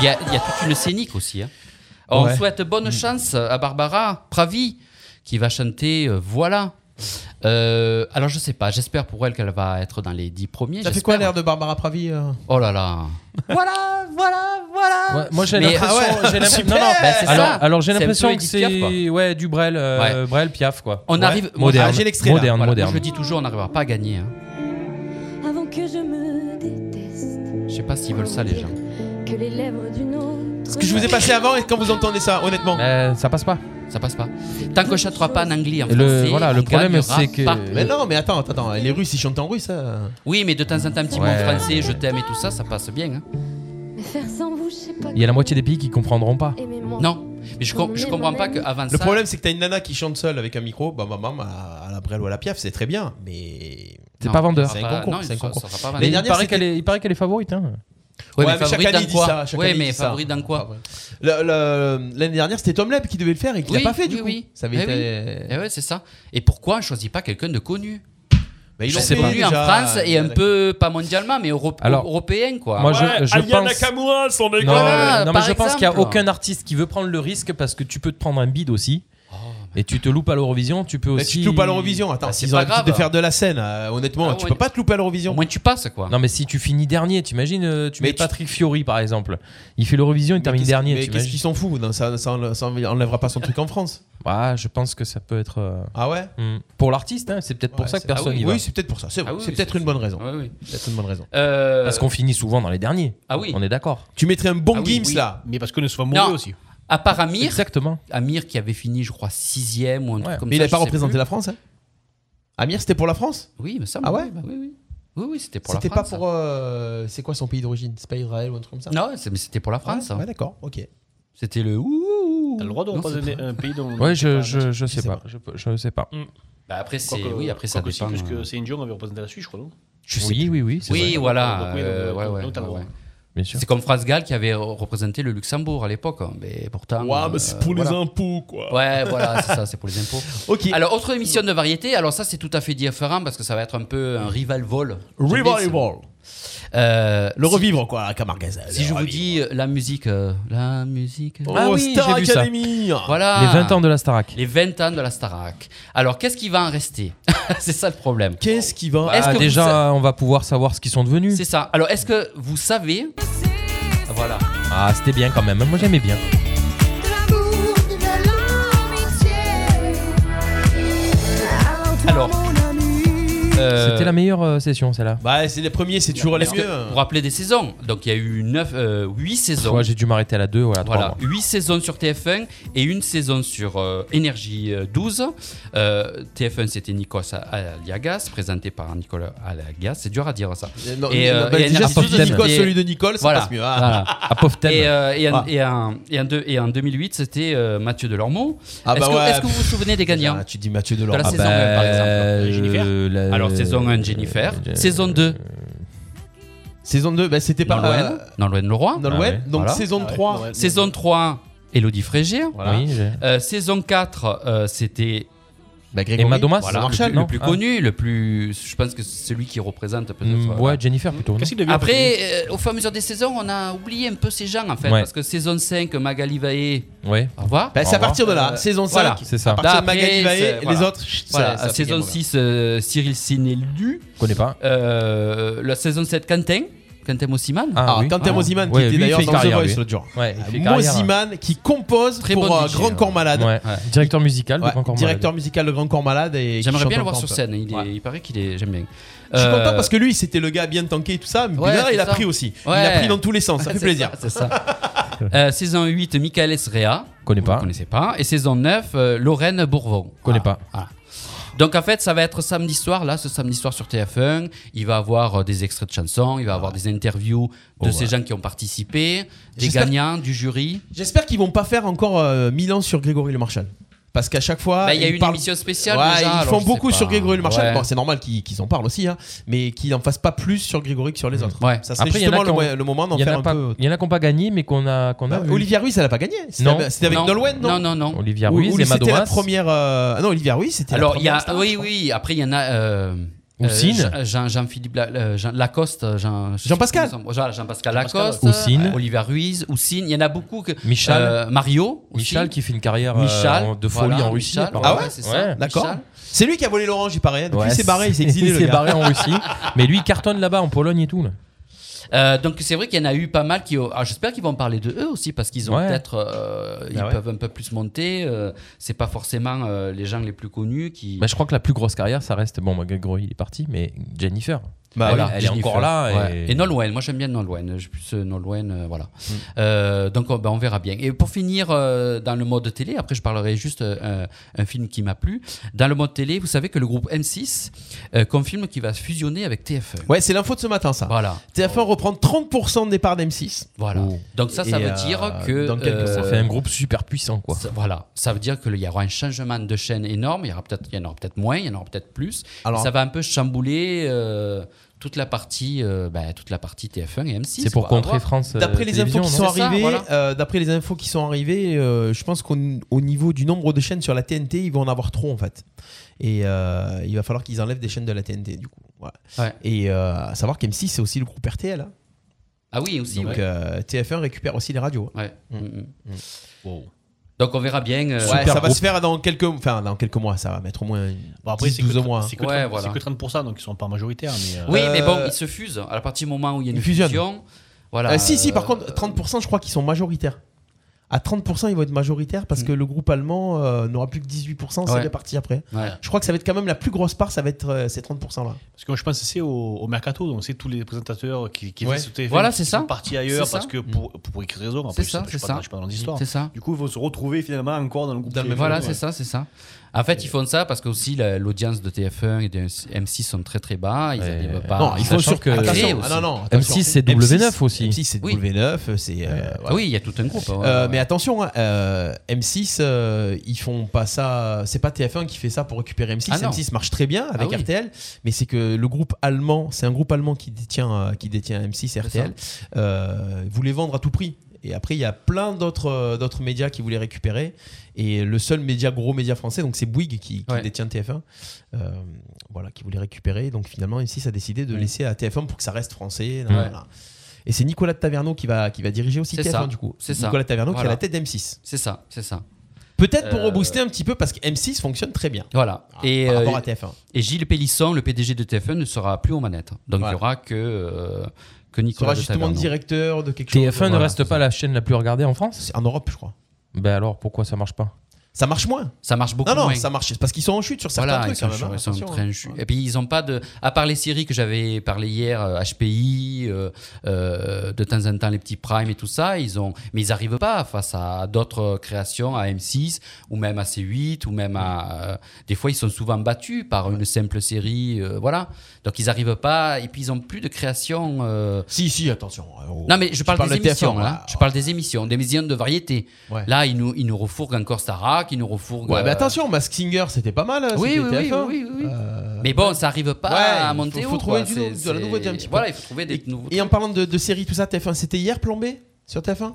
Speaker 4: il y, a il y a toute une scénique aussi. hein. On
Speaker 3: Ouais. Mm.
Speaker 4: souhaite bonne chance à Barbara Pravi qui va chanter euh, Voilà. Euh, alors je sais pas, j'espère pour elle qu'elle va être dans les dix premiers.
Speaker 3: Ça fait
Speaker 4: j'espère.
Speaker 3: quoi l'air de Barbara Pravi euh
Speaker 4: Oh là là. voilà, voilà, voilà.
Speaker 5: Ouais, Moi j'ai
Speaker 4: Mais-
Speaker 5: l'impression.
Speaker 3: Ah ouais,
Speaker 5: j'ai l'impression-
Speaker 3: super
Speaker 5: non, non,
Speaker 4: Bah, c'est
Speaker 5: alors,
Speaker 4: ça.
Speaker 5: alors j'ai
Speaker 4: C'est un peu
Speaker 5: l'impression que
Speaker 4: Edith Piaf,
Speaker 5: c'est ouais du Brel, euh, Brel Piaf quoi.
Speaker 4: On
Speaker 5: Ouais.
Speaker 4: arrive-
Speaker 5: moderne.
Speaker 3: Ah, j'ai l'extrait, là.
Speaker 4: Voilà,
Speaker 5: moderne,
Speaker 4: moi,
Speaker 5: moderne.
Speaker 4: je le dis toujours, on n'arrivera pas à gagner. hein.
Speaker 7: Avant que je me déteste,
Speaker 4: Je sais pas s'ils veulent ça les gens.
Speaker 7: que les lèvres d'une autre.
Speaker 3: Ce que je vous ai passé avant et quand vous entendez ça, honnêtement.
Speaker 5: Euh, ça passe pas.
Speaker 4: Ça passe pas. Tant qu'on chantera pas en anglais, en
Speaker 5: Le-
Speaker 4: français,
Speaker 5: voilà, le
Speaker 4: on
Speaker 5: problème,
Speaker 4: gagnera
Speaker 5: c'est que-
Speaker 4: pas.
Speaker 3: Mais non, mais attends, attends, attends, les Russes ils chantent en russe. euh.
Speaker 4: Oui, mais de temps en temps, un petit mot
Speaker 5: Ouais.
Speaker 4: français, je t'aime et tout ça, ça passe bien. hein.
Speaker 7: Mais faire sans vous, je sais pas.
Speaker 5: Il y a la moitié des pays qui comprendront pas.
Speaker 7: Aimez-moi.
Speaker 4: Non, mais je, com- je comprends pas qu'avant ça.
Speaker 3: Le problème c'est que t'as une nana qui chante seule avec un micro, bam bam bam, à à la Brel ou à la Piaf, c'est très bien, mais.
Speaker 5: C'est pas vendeur.
Speaker 3: c'est un
Speaker 4: ça va-
Speaker 3: concours,
Speaker 4: Bah, non,
Speaker 3: c'est un
Speaker 4: ça-
Speaker 3: concours.
Speaker 4: ça sera pas
Speaker 5: Mais il
Speaker 3: L'année
Speaker 4: vendeur.
Speaker 3: dernière,
Speaker 5: paraît
Speaker 3: c'était-
Speaker 5: qu'elle est, il paraît qu'elle est favorite. Hein.
Speaker 4: Ouais, mais
Speaker 3: mais chaque
Speaker 4: favori
Speaker 3: année,
Speaker 4: dans
Speaker 3: il dit
Speaker 4: quoi
Speaker 3: ça, chaque
Speaker 4: Ouais,
Speaker 3: année, il
Speaker 4: mais
Speaker 3: dit ça. Ah,
Speaker 4: favori dans quoi
Speaker 3: Enfin, bref. Le- le- L'année dernière c'était Tom Leb qui devait le faire et qui
Speaker 4: Oui,
Speaker 3: l'a pas fait du
Speaker 4: oui,
Speaker 3: coup.
Speaker 4: oui.
Speaker 3: Ça avait
Speaker 4: Eh
Speaker 3: été.
Speaker 4: Eh ouais, c'est ça. Et pourquoi on choisit pas quelqu'un de connu
Speaker 3: Bah, ils
Speaker 4: Je
Speaker 3: l'ont
Speaker 4: sais
Speaker 3: fait
Speaker 4: pas. Connu en
Speaker 3: déjà,
Speaker 4: France et
Speaker 3: euh,
Speaker 4: un peu, pas mondialement, mais euro-
Speaker 5: Alors,
Speaker 4: européen, quoi.
Speaker 5: Moi je, je pense.
Speaker 4: Voilà,
Speaker 6: son
Speaker 5: Non, mais- non, mais
Speaker 4: par
Speaker 5: je pense qu'il y a
Speaker 4: exemple.
Speaker 5: aucun artiste qui veut prendre le risque parce que tu peux te prendre un bide aussi
Speaker 4: Oh,
Speaker 5: et tu te loupes à l'Eurovision. Tu peux
Speaker 3: Mais
Speaker 5: aussi.
Speaker 3: tu te loupes à l'Eurovision. Attends,
Speaker 4: Bah, c'est
Speaker 3: s'ils ont
Speaker 4: pas
Speaker 3: l'habitude de
Speaker 4: grave.
Speaker 3: faire de la scène, euh, honnêtement,
Speaker 4: Ah
Speaker 3: tu
Speaker 4: ouais.
Speaker 3: peux pas te louper à
Speaker 4: Au
Speaker 3: l'Eurovision.
Speaker 4: moins, tu passes, quoi.
Speaker 5: Non mais si tu finis dernier, t'imagines, euh, tu
Speaker 3: Mais
Speaker 5: mets
Speaker 3: tu-
Speaker 5: Patrick Fiori par exemple. Il fait l'Eurovision, il
Speaker 3: Mais
Speaker 5: termine
Speaker 3: qu'est-ce-
Speaker 5: dernier.
Speaker 3: Mais qu'est-ce
Speaker 5: t'imagines
Speaker 3: qu'ils s'en fout Non, ça, ça enle- ça enlèvera pas son truc en France.
Speaker 5: Ah, je pense que ça peut être euh,
Speaker 3: Ah ouais
Speaker 5: hmm. pour l'artiste. hein, c'est peut-être pour
Speaker 3: Ouais,
Speaker 5: ça que
Speaker 3: c'est-
Speaker 5: personne
Speaker 3: ah oui,
Speaker 5: y va.
Speaker 3: Oui, c'est peut-être pour ça. C'est
Speaker 4: Ah
Speaker 3: vrai,
Speaker 4: oui,
Speaker 3: c'est
Speaker 4: oui,
Speaker 3: peut-être
Speaker 4: c'est-
Speaker 3: une bonne raison.
Speaker 4: Ouais, oui.
Speaker 3: Peut-être une bonne raison.
Speaker 4: Euh,
Speaker 5: Parce qu'on finit souvent dans les derniers.
Speaker 4: Ah oui.
Speaker 5: On est d'accord.
Speaker 3: Tu mettrais un bon
Speaker 4: Ah oui,
Speaker 3: Gims
Speaker 4: oui.
Speaker 3: là
Speaker 6: Mais parce qu'on est souvent mauvais
Speaker 4: Non.
Speaker 6: aussi.
Speaker 4: À part Amir,
Speaker 5: Exactement.
Speaker 4: Amir qui avait fini, je crois, sixième ou un truc
Speaker 5: Ouais.
Speaker 4: comme
Speaker 3: Mais il
Speaker 4: ça.
Speaker 3: n'a pas
Speaker 4: je sais
Speaker 3: représenté
Speaker 4: plus.
Speaker 3: la France hein Amir, c'était pour la France
Speaker 4: Oui, mais ça.
Speaker 3: Ah ouais
Speaker 4: bah Oui, oui. Oui, oui, c'était pour la
Speaker 3: C'était
Speaker 4: France. hein.
Speaker 3: pas pour. euh, c'est quoi son pays d'origine C'est pas Israël ou un truc comme ça
Speaker 4: Non, c'est- mais c'était pour la
Speaker 3: Ah ouais,
Speaker 4: France. hein.
Speaker 3: ouais, d'accord, ok.
Speaker 4: C'était le ouh.
Speaker 6: T'as le droit de
Speaker 4: Non, c'est
Speaker 6: représenter
Speaker 4: pas-
Speaker 6: un pays dont.
Speaker 5: Ouais, je, je, je
Speaker 3: Je
Speaker 5: sais
Speaker 3: sais
Speaker 5: pas. Je, peux- je sais pas.
Speaker 4: Bah après c'est
Speaker 6: Quoique-
Speaker 4: oui, après ça
Speaker 6: quoique si,
Speaker 4: dépend.
Speaker 6: Parce que
Speaker 4: euh,
Speaker 6: Céline Dion avait représenté la Suisse, je crois. non
Speaker 5: Je sais oui, oui, oui, c'est
Speaker 4: Oui,
Speaker 5: vrai,
Speaker 4: voilà.
Speaker 6: Donc, oui, donc,
Speaker 4: euh,
Speaker 6: donc,
Speaker 4: ouais,
Speaker 6: donc,
Speaker 4: ouais,
Speaker 6: donc, t'as le droit.
Speaker 4: ouais.
Speaker 5: bien sûr.
Speaker 4: C'est comme France Gall qui avait re- représenté le Luxembourg à l'époque. hein. Mais pourtant. euh, voilà.
Speaker 6: impôts, quoi.
Speaker 4: Ouais, voilà, c'est ça, c'est pour les impôts.
Speaker 3: Ok.
Speaker 4: Alors, autre émission de variété. Alors, ça, c'est tout à fait différent parce que ça va être un peu un rival vol.
Speaker 3: Revival. Le
Speaker 4: le Euh, si,
Speaker 3: revivre quoi, à Camargue.
Speaker 4: si je vous dis euh, la musique. euh, la musique. euh.
Speaker 3: Oh,
Speaker 5: Ah oui,
Speaker 3: Star
Speaker 5: j'ai vu ça.
Speaker 3: Academy
Speaker 4: Voilà.
Speaker 5: Les 20 ans de la Starac.
Speaker 4: Les 20 ans de la Starac. Alors, qu'est-ce qui va en rester C'est ça le problème.
Speaker 3: Qu'est-ce qui va
Speaker 4: Est-ce
Speaker 5: Ah,
Speaker 4: que vous
Speaker 5: déjà,
Speaker 4: sa-
Speaker 5: on va pouvoir savoir ce qu'ils sont devenus.
Speaker 4: C'est ça. Alors, est-ce que vous savez. Voilà.
Speaker 5: Ah, c'était bien quand même. Moi, j'aimais bien.
Speaker 4: Alors. euh,
Speaker 5: C'était la meilleure euh, session, celle-là.
Speaker 3: Bah, c'est les premiers, c'est toujours les
Speaker 4: Est-ce
Speaker 3: mieux.
Speaker 4: que vous vous rappelez des saisons Donc il y a eu 9, 8 saisons.
Speaker 5: Moi, j'ai dû m'arrêter à la 2 ou à la 3.
Speaker 4: voilà, 8 saisons sur TF1 et une saison sur euh, Énergie euh, 12. Euh, TF1, c'était Nikos Aliagas, présenté par Nicolas Aliagas. C'est dur à dire ça.
Speaker 3: Euh, non,
Speaker 4: Et,
Speaker 3: non,
Speaker 4: euh,
Speaker 3: bah,
Speaker 4: et
Speaker 3: déjà,
Speaker 4: Energy
Speaker 3: si celui de
Speaker 5: System.
Speaker 3: Nicole,
Speaker 4: Et-
Speaker 3: celui de Nicole, ça
Speaker 4: Voilà.
Speaker 3: pauvre mieux. Ah.
Speaker 4: Voilà.
Speaker 5: À pauvre thème.
Speaker 4: Et, euh, et en,
Speaker 3: Ah.
Speaker 4: et en- et en deux- et en 2008, c'était euh, Mathieu Delormeau.
Speaker 3: Ah
Speaker 4: est-ce,
Speaker 3: bah
Speaker 4: que,
Speaker 3: ouais.
Speaker 4: est-ce que vous vous souvenez des gagnants
Speaker 3: Ah, tu dis Mathieu
Speaker 4: De
Speaker 3: Delorme.
Speaker 4: la
Speaker 3: Ah
Speaker 4: saison
Speaker 3: bah,
Speaker 4: 1, par exemple.
Speaker 6: Jennifer
Speaker 5: euh, la-
Speaker 4: Alors, saison 1, Jennifer.
Speaker 5: euh,
Speaker 4: Saison 2,
Speaker 3: saison 2, bah, c'était par
Speaker 4: Nolwenn, Nolwenn Leroy.
Speaker 3: dans le
Speaker 5: Ah
Speaker 3: web.
Speaker 5: ouais.
Speaker 3: Donc
Speaker 4: Voilà.
Speaker 3: saison
Speaker 6: Ah ouais,
Speaker 3: 3,
Speaker 6: ouais,
Speaker 4: Saison 3, Elodie Frégé.
Speaker 3: Voilà.
Speaker 5: Oui, j'ai-
Speaker 4: Euh, saison 4, euh, c'était
Speaker 3: bah, Grégory,
Speaker 5: Emma Domas,
Speaker 3: voilà,
Speaker 5: le-
Speaker 3: Marshall,
Speaker 5: le,
Speaker 3: non
Speaker 4: plus
Speaker 5: Ah.
Speaker 4: connu, le plus. Je pense que c'est celui qui représente peut-être.
Speaker 5: Mm,
Speaker 4: euh,
Speaker 5: ouais, Jennifer plutôt. non
Speaker 6: Qu'est-ce qu'il devient
Speaker 4: Après, euh, au fur et à mesure des saisons, on a oublié un peu ces gens en fait.
Speaker 5: Ouais.
Speaker 4: Parce que saison 5, Magali Vaé,
Speaker 5: Ouais,
Speaker 4: au revoir.
Speaker 3: Bah, c'est à
Speaker 5: Au revoir.
Speaker 3: partir de là,
Speaker 4: Euh,
Speaker 3: saison 5,
Speaker 4: voilà.
Speaker 5: c'est ça.
Speaker 3: à partir de
Speaker 4: D'après,
Speaker 3: Magali Vaé
Speaker 4: Bah, c'est-
Speaker 3: et les
Speaker 4: voilà.
Speaker 3: autres. chut,
Speaker 4: Voilà,
Speaker 3: ça- ça fait
Speaker 4: saison
Speaker 3: gagner, voilà.
Speaker 4: 6, euh, Cyril Sineldu.
Speaker 5: Je connais pas.
Speaker 4: Euh, la saison 7, Quentin. Quentin Mossiman.
Speaker 3: Ah,
Speaker 5: oui.
Speaker 3: Quentin Moziman, qui
Speaker 5: Ouais,
Speaker 3: était
Speaker 5: lui, il
Speaker 3: d'ailleurs
Speaker 5: fait
Speaker 3: dans The
Speaker 5: carrière,
Speaker 3: Voice
Speaker 5: lui.
Speaker 3: l'autre jour.
Speaker 5: Ouais, il fait carrière.
Speaker 3: Moziman qui compose
Speaker 4: Très
Speaker 3: pour
Speaker 4: bon
Speaker 3: euh,
Speaker 4: DJ, hein.
Speaker 3: Grand
Speaker 4: ouais.
Speaker 3: Corps Malade.
Speaker 5: Ouais. Directeur musical,
Speaker 3: Ouais,
Speaker 5: de Grand Corps
Speaker 3: directeur musical de Grand Corps Malade. et qui
Speaker 4: J'aimerais
Speaker 3: chante
Speaker 4: bien le voir
Speaker 3: encore
Speaker 4: sur
Speaker 3: un peu.
Speaker 4: scène. Il, est-
Speaker 3: Ouais.
Speaker 4: il paraît qu'il est. J'aime bien. Euh,
Speaker 3: Je suis content parce que lui, c'était le gars bien tanké et tout ça. Mais
Speaker 4: Ouais,
Speaker 3: là, il
Speaker 4: c'est
Speaker 3: a
Speaker 4: ça.
Speaker 3: pris aussi. Il
Speaker 4: Ouais.
Speaker 3: a pris dans tous les sens. Ça fait plaisir.
Speaker 4: C'est ça. Euh, saison 8, Michael Esrea.
Speaker 5: Connais pas.
Speaker 4: connaissez pas. Et saison 9, euh, Lorraine-Bourbon.
Speaker 5: Connais pas.
Speaker 4: ah. Donc en fait, ça va être samedi soir, là, ce samedi soir sur TF1. Il va avoir euh, des extraits de chansons, il va avoir des interviews de
Speaker 3: Oh,
Speaker 4: ces
Speaker 3: ouais.
Speaker 4: gens qui ont participé, des
Speaker 3: J'espère-
Speaker 4: gagnants, Hein, du jury.
Speaker 3: J'espère qu'ils vont pas faire encore euh, 1000 ans sur Grégory Le Marchal. Parce qu'à chaque fois.
Speaker 4: Bah, il y a
Speaker 3: ils
Speaker 4: une
Speaker 3: parlent-
Speaker 4: émission spéciale
Speaker 3: Ah, Ouais,
Speaker 4: déjà,
Speaker 3: ils
Speaker 4: alors
Speaker 3: font
Speaker 4: je
Speaker 3: beaucoup
Speaker 4: sais
Speaker 3: sur
Speaker 4: pas.
Speaker 3: Grégory Le Marchal.
Speaker 4: Ouais.
Speaker 3: Bon, c'est normal qu'ils qu'ils en parlent aussi, hein, mais qu'ils n'en fassent pas plus sur Grégory que sur
Speaker 4: Mm.
Speaker 3: les autres. Ça serait
Speaker 5: Après, il y en a
Speaker 3: justement le,
Speaker 5: qui ont-
Speaker 3: mo- le moment d'en
Speaker 5: il y en a
Speaker 3: faire un
Speaker 5: pas-
Speaker 3: peu.
Speaker 5: Il y en a qui n'ont pas gagné, mais qu'on a, qu'on a
Speaker 3: Bah,
Speaker 5: vu.
Speaker 3: Olivia Ruiz, elle a pas gagné. C'était
Speaker 5: Non.
Speaker 3: avec- C'était avec
Speaker 4: Non.
Speaker 3: Nolwenn, non
Speaker 4: Non, non, non.
Speaker 5: Olivia
Speaker 3: Ou-
Speaker 5: Ruiz
Speaker 3: ou
Speaker 5: et
Speaker 3: c'était
Speaker 5: Madouas.
Speaker 3: la première. euh, Ah non, Olivia Ruiz, c'était la
Speaker 4: Alors, il y
Speaker 3: première
Speaker 4: a,
Speaker 3: star, je
Speaker 4: oui,
Speaker 3: crois.
Speaker 4: oui, après, il y en a. euh,
Speaker 5: Houssine.
Speaker 4: euh, Jean- Jean-Philippe La- euh, Jean- Lacoste, Jean,
Speaker 3: Jean-Pascal.
Speaker 4: Voilà, Jean-Pascal Lacoste,
Speaker 5: Pascal. Houssine.
Speaker 4: euh, Olivia Ruiz, Houssine, il y en a beaucoup que
Speaker 5: Michal.
Speaker 4: euh, Mario, aussi.
Speaker 5: Michal qui fait une carrière euh,
Speaker 4: Michal,
Speaker 5: en- de folie
Speaker 4: voilà,
Speaker 5: en Russie.
Speaker 4: Michal,
Speaker 5: apparemment.
Speaker 3: Ah ouais,
Speaker 4: c'est ça.
Speaker 3: D'accord.
Speaker 4: Michal.
Speaker 3: C'est lui qui a volé l'orange, il paraît. Depuis,
Speaker 5: Ouais,
Speaker 3: il s'est barré, il s'est
Speaker 5: c'est-
Speaker 3: exilé.
Speaker 5: Il
Speaker 3: le
Speaker 5: s'est
Speaker 3: gars.
Speaker 5: barré en Russie. Mais lui, il cartonne là-bas, en Pologne et tout. là.
Speaker 4: Euh, donc c'est vrai qu'il y en a eu pas mal qui. ont- ah, J'espère qu'ils vont parler de eux aussi parce qu'ils ont
Speaker 5: Ouais.
Speaker 4: peut-être, euh,
Speaker 3: Ben
Speaker 4: ils
Speaker 5: ouais.
Speaker 4: peuvent un peu plus monter. euh, c'est pas forcément euh, les gens les plus connus qui.
Speaker 5: Bah, je crois que la plus grosse carrière, ça reste. Bon, bah, Grégory, il est parti, mais Jennifer.
Speaker 3: Bah
Speaker 5: Voilà,
Speaker 3: oui.
Speaker 5: elle est encore là.
Speaker 4: Ouais.
Speaker 5: Et...
Speaker 4: Et Nolwenn, moi j'aime bien Nolwenn, je suis plus euh, Nolwenn, euh, voilà. Euh, donc on, bah, on verra bien. Et pour finir euh, dans le mode télé, après je parlerai juste euh, un, un film qui m'a plu. Dans le mode télé, vous savez que le groupe M6 euh, confirme qu'il va fusionner avec TF1.
Speaker 3: Ouais, c'est l'info de ce matin, ça.
Speaker 4: Voilà,
Speaker 3: TF1 reprend 30% des parts d'M6.
Speaker 4: voilà.
Speaker 5: Oh.
Speaker 4: Donc ça, ça
Speaker 3: Et,
Speaker 4: veut
Speaker 3: euh,
Speaker 4: dire que euh,
Speaker 3: dans quelques-
Speaker 5: Ça fait un groupe super puissant, quoi.
Speaker 4: Ça- voilà, ça veut dire qu'il y aura un changement de chaîne énorme, il y, aura peut-être- il y en aura peut-être moins, il y en aura peut-être plus.
Speaker 3: Alors-
Speaker 4: ça va un peu chambouler euh, toute, la partie, euh, bah, toute la partie TF1 et M6.
Speaker 5: C'est pour
Speaker 4: quoi, à
Speaker 5: contrer
Speaker 4: voir.
Speaker 5: France. euh,
Speaker 3: D'après les infos
Speaker 5: Télévisions,
Speaker 3: qui
Speaker 5: non
Speaker 3: sont
Speaker 4: C'est ça,
Speaker 3: arrivées,
Speaker 4: voilà.
Speaker 3: euh, d'après les infos qui sont arrivées, euh, je pense qu'au au niveau du nombre de chaînes sur la TNT, ils vont en avoir trop en fait. Et euh, il va falloir qu'ils enlèvent des chaînes de la TNT du coup. Voilà.
Speaker 4: Ouais.
Speaker 3: Et euh, à savoir qu'M6 c'est aussi le groupe RTL. hein.
Speaker 4: Ah oui, aussi.
Speaker 3: Donc
Speaker 4: ouais.
Speaker 3: euh, TF1 récupère aussi les radios.
Speaker 4: Ouais.
Speaker 3: Mm.
Speaker 4: Mm, mm.
Speaker 6: Wow.
Speaker 4: Donc on verra bien. euh,
Speaker 3: Ouais, ça va
Speaker 5: groupe.
Speaker 3: se faire dans quelques, enfin dans quelques mois, ça va mettre au moins une-
Speaker 6: Bon, après,
Speaker 3: 10,
Speaker 6: c'est que,
Speaker 3: 12 mois.
Speaker 6: c'est que,
Speaker 4: Ouais,
Speaker 6: 30
Speaker 4: voilà.
Speaker 6: c'est que 30%, donc ils sont pas majoritaires. Mais, euh,
Speaker 4: Oui, mais bon,
Speaker 3: Euh,
Speaker 4: ils se fusent. À partir du moment où il y a
Speaker 3: ils
Speaker 4: une
Speaker 3: fusionnent.
Speaker 4: fusion. Voilà,
Speaker 3: Euh, si si, par
Speaker 4: euh,
Speaker 3: contre 30%, je crois qu'ils sont majoritaires. À 30%, ils vont être majoritaires parce
Speaker 4: Mm.
Speaker 3: que le groupe allemand euh, n'aura plus que 18%,
Speaker 4: Ouais.
Speaker 3: c'est parti après.
Speaker 4: ouais.
Speaker 3: Je crois que ça va être quand même la plus grosse part, ça va être euh, ces 30% là.
Speaker 6: Parce que moi, je pense que c'est au, au mercato, donc c'est tous les présentateurs qui, qui
Speaker 3: Ouais.
Speaker 6: étaient sur TF1,
Speaker 4: Voilà,
Speaker 6: qui
Speaker 4: c'est
Speaker 6: sont
Speaker 4: ça.
Speaker 6: partis ailleurs
Speaker 4: C'est
Speaker 6: parce
Speaker 4: ça.
Speaker 6: que pour, pour, pour X raisons, en
Speaker 4: C'est
Speaker 6: plus,
Speaker 4: ça,
Speaker 6: je
Speaker 4: c'est ça.
Speaker 6: suis pas, je suis pas dans l'histoire.
Speaker 4: C'est ça.
Speaker 6: Du coup, ils vont se retrouver finalement encore dans le groupe.
Speaker 3: Dans le
Speaker 6: TF1,
Speaker 3: même
Speaker 4: Voilà,
Speaker 6: ouais.
Speaker 4: c'est ça, c'est ça. En fait, ils font ça parce que aussi la- l'audience de TF1 et de M6 sont très très bas. Ils
Speaker 5: Ouais.
Speaker 4: n'arrivent pas.
Speaker 3: Non, il faut
Speaker 5: Sachant
Speaker 3: sur
Speaker 5: que-
Speaker 4: Créer
Speaker 3: attention.
Speaker 4: aussi.
Speaker 3: Ah non, non,
Speaker 5: M6,
Speaker 3: attention.
Speaker 5: c'est W9 aussi.
Speaker 3: M6 c'est
Speaker 4: Oui.
Speaker 3: W9, c'est. euh, voilà.
Speaker 4: Ah Oui, il y a tout un groupe. ouais,
Speaker 3: Euh,
Speaker 4: ouais.
Speaker 3: Mais attention, hein, euh, M6, euh, ils font pas ça. C'est pas TF1 qui fait ça pour récupérer M6.
Speaker 4: Ah non.
Speaker 3: M6 marche très bien avec
Speaker 4: Ah oui.
Speaker 3: RTL, mais c'est que le groupe allemand, c'est un groupe allemand qui détient, euh, qui détient M6 et RTL, euh, voulait vendre à tout prix. Et après, il y a plein d'autres euh, d'autres médias qui voulaient récupérer. Et le seul média, gros média français, donc c'est Bouygues qui, qui
Speaker 4: Ouais.
Speaker 3: détient TF1, euh, voilà, qui voulait récupérer. Donc finalement, M6 a décidé de
Speaker 4: Mm.
Speaker 3: laisser à TF1 pour que ça reste français. nan, nan,
Speaker 4: Ouais.
Speaker 3: nan. Et c'est Nicolas de Taverneau qui va, qui va diriger aussi
Speaker 4: C'est
Speaker 3: TF1
Speaker 4: ça.
Speaker 3: du coup.
Speaker 4: C'est ça.
Speaker 3: Nicolas de Taverneau qui
Speaker 4: Voilà.
Speaker 3: a la tête d'M6.
Speaker 4: C'est ça, c'est ça.
Speaker 3: Peut-être pour
Speaker 4: Euh,
Speaker 3: rebooster un petit peu parce que M6 fonctionne très bien Ah,
Speaker 4: Voilà. Et,
Speaker 3: par
Speaker 4: euh,
Speaker 3: rapport à TF1.
Speaker 4: et Gilles Pélisson, le PDG de TF1, ne sera plus aux manettes. Donc il n'y
Speaker 3: Voilà.
Speaker 4: aura que, euh, que
Speaker 3: Il sera
Speaker 4: Nicolas de
Speaker 3: justement
Speaker 4: Taverneau.
Speaker 3: directeur de quelque chose.
Speaker 5: TF1 ne
Speaker 3: Voilà.
Speaker 5: reste pas la chaîne la plus regardée en France
Speaker 3: C'est En Europe, je crois.
Speaker 5: Ben alors, pourquoi ça marche pas
Speaker 3: Ça marche moins.
Speaker 4: Ça marche beaucoup
Speaker 3: non, non,
Speaker 4: moins.
Speaker 3: ça marche. C'est Parce qu'ils sont en chute sur certains
Speaker 4: Voilà,
Speaker 3: trucs
Speaker 4: ils sont,
Speaker 3: quand même. hein,
Speaker 4: ils sont
Speaker 3: attention,
Speaker 4: très
Speaker 3: hein.
Speaker 4: chou- Et puis ils n'ont pas de. À part les séries que j'avais parlé hier, euh, HPI, euh, euh, de temps en temps les petits primes et tout ça, ils ont. Mais ils n'arrivent pas face à d'autres créations, à M6 ou même à C8 ou même à. euh, des fois, ils sont souvent battus par une simple série, euh, voilà. Donc ils n'arrivent pas. Et puis ils n'ont plus de création. euh,
Speaker 3: Si, si, attention. Oh.
Speaker 4: non mais je
Speaker 3: Tu
Speaker 4: parle
Speaker 3: parles
Speaker 4: des
Speaker 3: de TF1,
Speaker 4: émissions
Speaker 3: ouais.
Speaker 4: là. Je parle des émissions, des émissions de variété.
Speaker 3: Ouais.
Speaker 4: Là ils nous ils nous refourguent encore Starak, ils nous refourguent.
Speaker 3: Ouais, mais
Speaker 4: euh,
Speaker 3: attention, Mask Singer, c'était pas mal. hein,
Speaker 4: Oui,
Speaker 3: c'était
Speaker 4: oui, oui,
Speaker 3: TF1.
Speaker 4: oui, oui, oui.
Speaker 3: Euh,
Speaker 4: Mais bon, ça arrive pas
Speaker 3: Ouais,
Speaker 4: à
Speaker 3: il faut-
Speaker 4: monter
Speaker 3: faut
Speaker 4: haut,
Speaker 3: trouver
Speaker 4: quoi.
Speaker 3: du
Speaker 4: C'est-
Speaker 3: nou- de la
Speaker 4: c'est-
Speaker 3: nouveauté un petit peu.
Speaker 4: Voilà, il faut trouver des nouveaux.
Speaker 3: Et en parlant de, de séries, tout ça, TF1, c'était hier plombé sur TF1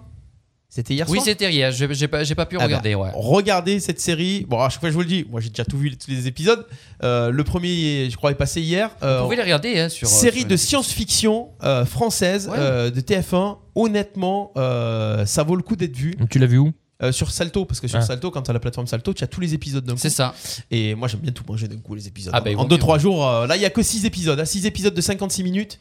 Speaker 3: C'était hier
Speaker 4: Oui,
Speaker 3: soir
Speaker 4: c'était hier. J'ai j'ai pas, j'ai pas pu
Speaker 3: Ah
Speaker 4: regarder,
Speaker 3: bah,
Speaker 4: ouais.
Speaker 3: Regardez cette série. Bon, à chaque fois, je vous le dis, moi j'ai déjà tout vu, tous les épisodes. Euh, le premier, je crois, est passé hier. Euh,
Speaker 4: Vous pouvez les regarder hein, sur.
Speaker 3: série
Speaker 4: sur-
Speaker 3: de science-fiction euh, française
Speaker 4: Ouais.
Speaker 3: euh, de TF1. Honnêtement, euh, ça vaut le coup d'être vu.
Speaker 5: Tu l'as vu où
Speaker 3: Euh, sur Salto, parce que sur
Speaker 5: Ah.
Speaker 3: Salto, quand tu as la plateforme Salto, tu as tous les épisodes d'un coup.
Speaker 4: C'est ça.
Speaker 3: Et moi, j'aime bien tout manger d'un coup, les épisodes.
Speaker 4: Ah bah, il vaut
Speaker 3: en 2-3
Speaker 4: mieux.
Speaker 3: jours, euh, là, il n'y a que 6 épisodes. 6 épisodes de 56 minutes.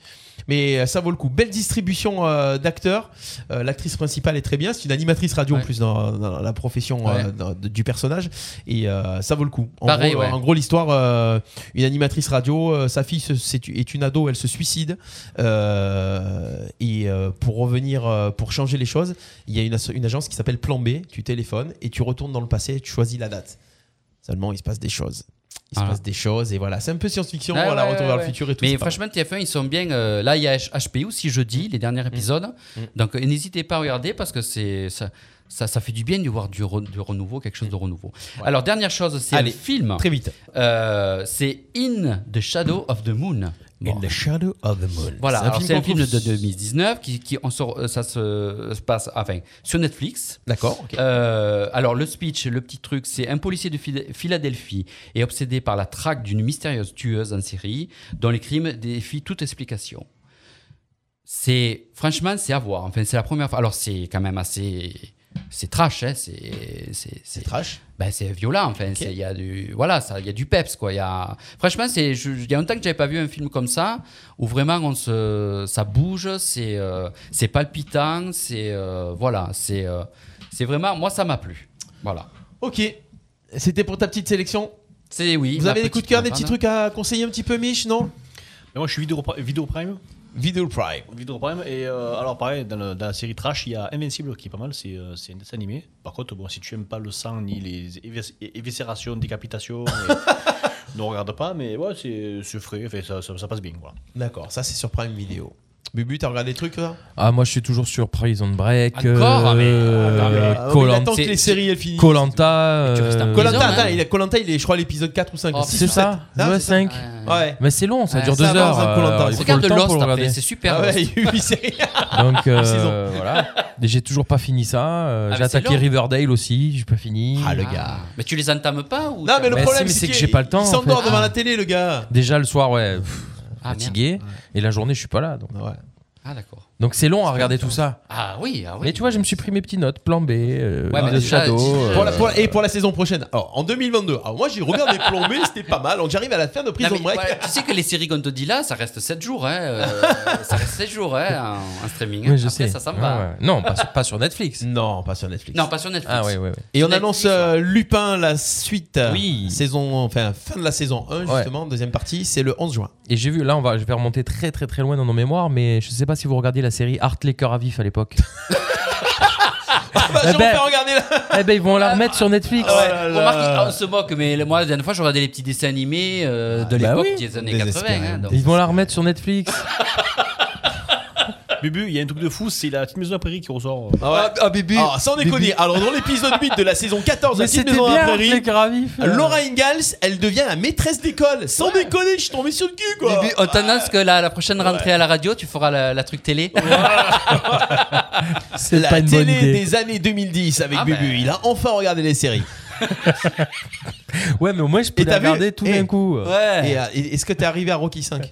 Speaker 3: Mais euh, ça vaut le coup. Belle distribution euh, d'acteurs. Euh, L'actrice principale est très bien. C'est une animatrice radio
Speaker 4: Ouais.
Speaker 3: en plus dans, dans la profession euh,
Speaker 4: Ouais.
Speaker 3: dans- de- du personnage. Et euh, ça vaut le coup. En
Speaker 4: Pareil,
Speaker 3: gros,
Speaker 4: ouais.
Speaker 3: en gros, l'histoire euh, une animatrice radio, euh, sa fille se- c'est- est une ado, elle se suicide. Euh, et euh, pour revenir, euh, pour changer les choses, il y a une, asso- une agence qui s'appelle Plan B tu téléphones et tu retournes dans le passé et tu choisis la date. Seulement, il se passe des choses. Il se
Speaker 4: Ah.
Speaker 3: passe des choses et voilà. C'est un peu science-fiction,
Speaker 4: Ouais,
Speaker 3: voilà,
Speaker 4: ouais,
Speaker 3: retour
Speaker 4: ouais,
Speaker 3: vers le
Speaker 4: ouais.
Speaker 3: futur et tout.
Speaker 4: Mais
Speaker 3: c'est pas mal.
Speaker 4: franchement, TF1, ils sont bien. euh, là, il y a H- HPI aussi jeudi, les derniers épisodes.
Speaker 3: Mm.
Speaker 4: Donc, euh, n'hésitez pas à regarder parce que c'est ça, ça, ça fait du bien de voir du, re- du renouveau, quelque chose de renouveau. Alors, dernière chose, c'est un
Speaker 3: Mm. Allez,
Speaker 4: film.
Speaker 3: très vite.
Speaker 4: Euh, c'est In the Shadow of the Moon.
Speaker 3: In the Shadow of the Moon.
Speaker 4: Voilà, alors, c'est un,
Speaker 3: qu'on
Speaker 4: film de
Speaker 3: trouve-
Speaker 4: 2019 qui, qui en sort, euh, ça se se passe enfin, sur Netflix.
Speaker 3: D'accord, ok.
Speaker 4: Euh, alors le speech, le petit truc, c'est un policier de Phila- Philadelphie est obsédé par la traque d'une mystérieuse tueuse en série dont les crimes défient toute explication. C'est franchement, c'est à voir. Enfin, c'est la première fois. Alors c'est quand même assez, c'est trash, hein, c'est c'est c'est
Speaker 3: trash.
Speaker 4: Ben, c'est violent. Enfin, c'est- il y a du voilà, ça, il y a du peps quoi. Il y a franchement, c'est je- il y a longtemps que j'avais pas vu un film comme ça où vraiment on se ça bouge, c'est euh, c'est palpitant, c'est euh, voilà, c'est euh, c'est vraiment moi ça m'a plu. Voilà.
Speaker 3: Ok, c'était pour ta petite sélection.
Speaker 4: C'est oui.
Speaker 3: Vous
Speaker 4: ma
Speaker 3: avez des
Speaker 4: petite
Speaker 3: coups de cœur, des petits
Speaker 4: caravane.
Speaker 3: trucs à conseiller un petit peu, Mich, non
Speaker 6: moi, je suis vidéo, vidéo Prime.
Speaker 3: Vidéo Prime.
Speaker 6: Vidéo Prime. Et euh, alors, pareil, dans, le- dans la série Trash, il y a Invincible qui est pas mal. C'est euh, c'est un dessin animé. Par contre, bon, si tu aimes pas le sang, ni les évis- é- éviscérations, décapitations, et- ne regarde pas. Mais ouais, c'est c'est frais. Enfin, ça, ça- ça passe bien. Voilà.
Speaker 3: D'accord, ça c'est sur Prime Vidéo. Bubu, t'as regardé des trucs là
Speaker 5: Ah, moi, je suis toujours sur Prison Break.
Speaker 4: Encore Mais,
Speaker 5: euh,
Speaker 3: Ah, mais
Speaker 5: Colan-
Speaker 3: Il attend que
Speaker 4: c'est-
Speaker 3: les séries elles finissent.
Speaker 5: Colanta.
Speaker 4: tu restes un
Speaker 5: euh,
Speaker 4: prison,
Speaker 3: Colanta,
Speaker 4: hein.
Speaker 3: attends, il a Colanta, il est, je crois, à l'épisode 4 ou 5.
Speaker 4: Oh,
Speaker 3: six,
Speaker 5: C'est
Speaker 3: ou
Speaker 5: ça
Speaker 3: sept.
Speaker 5: Ouais,
Speaker 3: c'est ça
Speaker 5: 5.
Speaker 3: Ouais.
Speaker 5: Mais c'est long, ça
Speaker 4: Ouais,
Speaker 5: dure
Speaker 4: ça
Speaker 5: 2
Speaker 3: avance,
Speaker 5: heures.
Speaker 3: hein, Koh-Lanta.
Speaker 5: euh, il faut
Speaker 4: Regarde
Speaker 5: le temps
Speaker 4: Lost
Speaker 5: pour
Speaker 4: après,
Speaker 5: regarder.
Speaker 4: c'est super.
Speaker 3: Ah ouais,
Speaker 4: Lost.
Speaker 3: il y a eu huit séries.
Speaker 5: Donc euh,
Speaker 3: saison.
Speaker 5: voilà. Et J'ai toujours pas fini ça. euh,
Speaker 4: Ah,
Speaker 5: j'ai
Speaker 4: mais c'est
Speaker 5: attaqué
Speaker 4: long.
Speaker 5: Riverdale aussi, j'ai pas fini.
Speaker 3: Ah, le
Speaker 4: Ah.
Speaker 3: gars.
Speaker 4: Mais tu les entames pas ou
Speaker 3: Non, mais le
Speaker 5: Mais si,
Speaker 3: problème,
Speaker 5: mais
Speaker 3: c'est
Speaker 5: c'est
Speaker 3: qu'il-
Speaker 5: que j'ai pas le temps,
Speaker 3: Il
Speaker 5: en
Speaker 3: s'endort
Speaker 5: fait.
Speaker 3: devant
Speaker 5: Ah.
Speaker 3: la télé, le gars.
Speaker 5: Déjà le soir, ouais, pff,
Speaker 4: Ah, merde.
Speaker 5: fatigué. Et la journée, je suis pas là. Donc,
Speaker 4: Ah d'accord.
Speaker 5: donc c'est long à regarder tout ça.
Speaker 4: Ah oui, ah oui.
Speaker 5: Mais tu vois, je me suis pris mes petites notes, plan B, euh,
Speaker 4: Ouais, mais
Speaker 5: de
Speaker 4: déjà,
Speaker 5: Shadow.
Speaker 4: tu-
Speaker 5: euh,
Speaker 3: Pour la- pour la- et pour la saison prochaine. Alors, en 2022. Alors, moi, j'ai regardé Plombé, c'était pas mal. Donc, j'arrive à la fin de
Speaker 4: Non,
Speaker 3: Prison
Speaker 4: mais
Speaker 3: Break.
Speaker 4: voilà, tu sais que les séries qu'on te dit là, ça reste 7 jours, hein, euh, ça reste 7 jours hein, en, en streaming. hein.
Speaker 5: ouais, je
Speaker 4: Après,
Speaker 5: sais.
Speaker 4: ça s'en
Speaker 5: Ouais,
Speaker 4: va.
Speaker 5: ouais. Non, pas, sur- pas sur Netflix.
Speaker 3: Non, pas sur Netflix.
Speaker 4: Non, pas sur Netflix.
Speaker 5: Ah ouais, ouais, ouais.
Speaker 3: Et on
Speaker 4: Netflix,
Speaker 3: annonce euh, Lupin, la suite. euh,
Speaker 5: Oui.
Speaker 3: Saison, enfin, fin de la saison 1,
Speaker 5: Ouais.
Speaker 3: justement, deuxième partie. C'est le 11 juin.
Speaker 5: Et j'ai vu, là, on va, je vais remonter très très très loin dans nos mémoires, mais je sais pas si vous regardiez la série Art les cœurs à vif à l'époque.
Speaker 3: Ah, bah,
Speaker 5: Eh
Speaker 3: je
Speaker 5: ben.
Speaker 3: refais regarder Ah là.
Speaker 5: eh ben, ils vont la remettre sur Netflix.
Speaker 4: Ouais,
Speaker 3: Oh là
Speaker 4: remarque,
Speaker 3: là.
Speaker 4: on se moque, mais le- moi, la dernière fois, je regardais les petits dessins animés euh, de
Speaker 5: bah
Speaker 4: l'époque,
Speaker 5: oui.
Speaker 4: des années 80.
Speaker 3: Désespéré.
Speaker 4: hein, donc.
Speaker 5: Ils vont la remettre sur Netflix.
Speaker 6: Bubu, il y a un truc de fou. C'est la petite maison de la prairie qui ressort. euh.
Speaker 3: Ah, ouais.
Speaker 5: bébé.
Speaker 3: Ah, sans déconner. Alors, dans l'épisode 8 de la saison 14 de
Speaker 5: Mais
Speaker 3: la petite
Speaker 5: c'était
Speaker 3: maison à la
Speaker 5: bien Art les
Speaker 3: prairie,
Speaker 5: cœurs à vif. euh.
Speaker 3: Laura Ingalls, elle devient la maîtresse d'école. Sans déconner, je suis tombé sur le cul, quoi.
Speaker 4: Début, on t'annonce que la, la prochaine rentrée à la radio, tu feras la, la truc télé.
Speaker 5: C'est
Speaker 3: la
Speaker 5: pas une bonne
Speaker 3: télé
Speaker 5: idée.
Speaker 3: des années 2010 avec
Speaker 4: Ah,
Speaker 3: Bubu.
Speaker 4: ben.
Speaker 3: Il a enfin regardé les séries.
Speaker 5: Ouais, mais au moins je peux
Speaker 3: Et
Speaker 5: les
Speaker 3: t'as vu
Speaker 5: regarder tout
Speaker 3: Eh.
Speaker 5: d'un coup.
Speaker 4: Ouais.
Speaker 3: Et, euh, et- est-ce que t'es arrivé à Rocky 5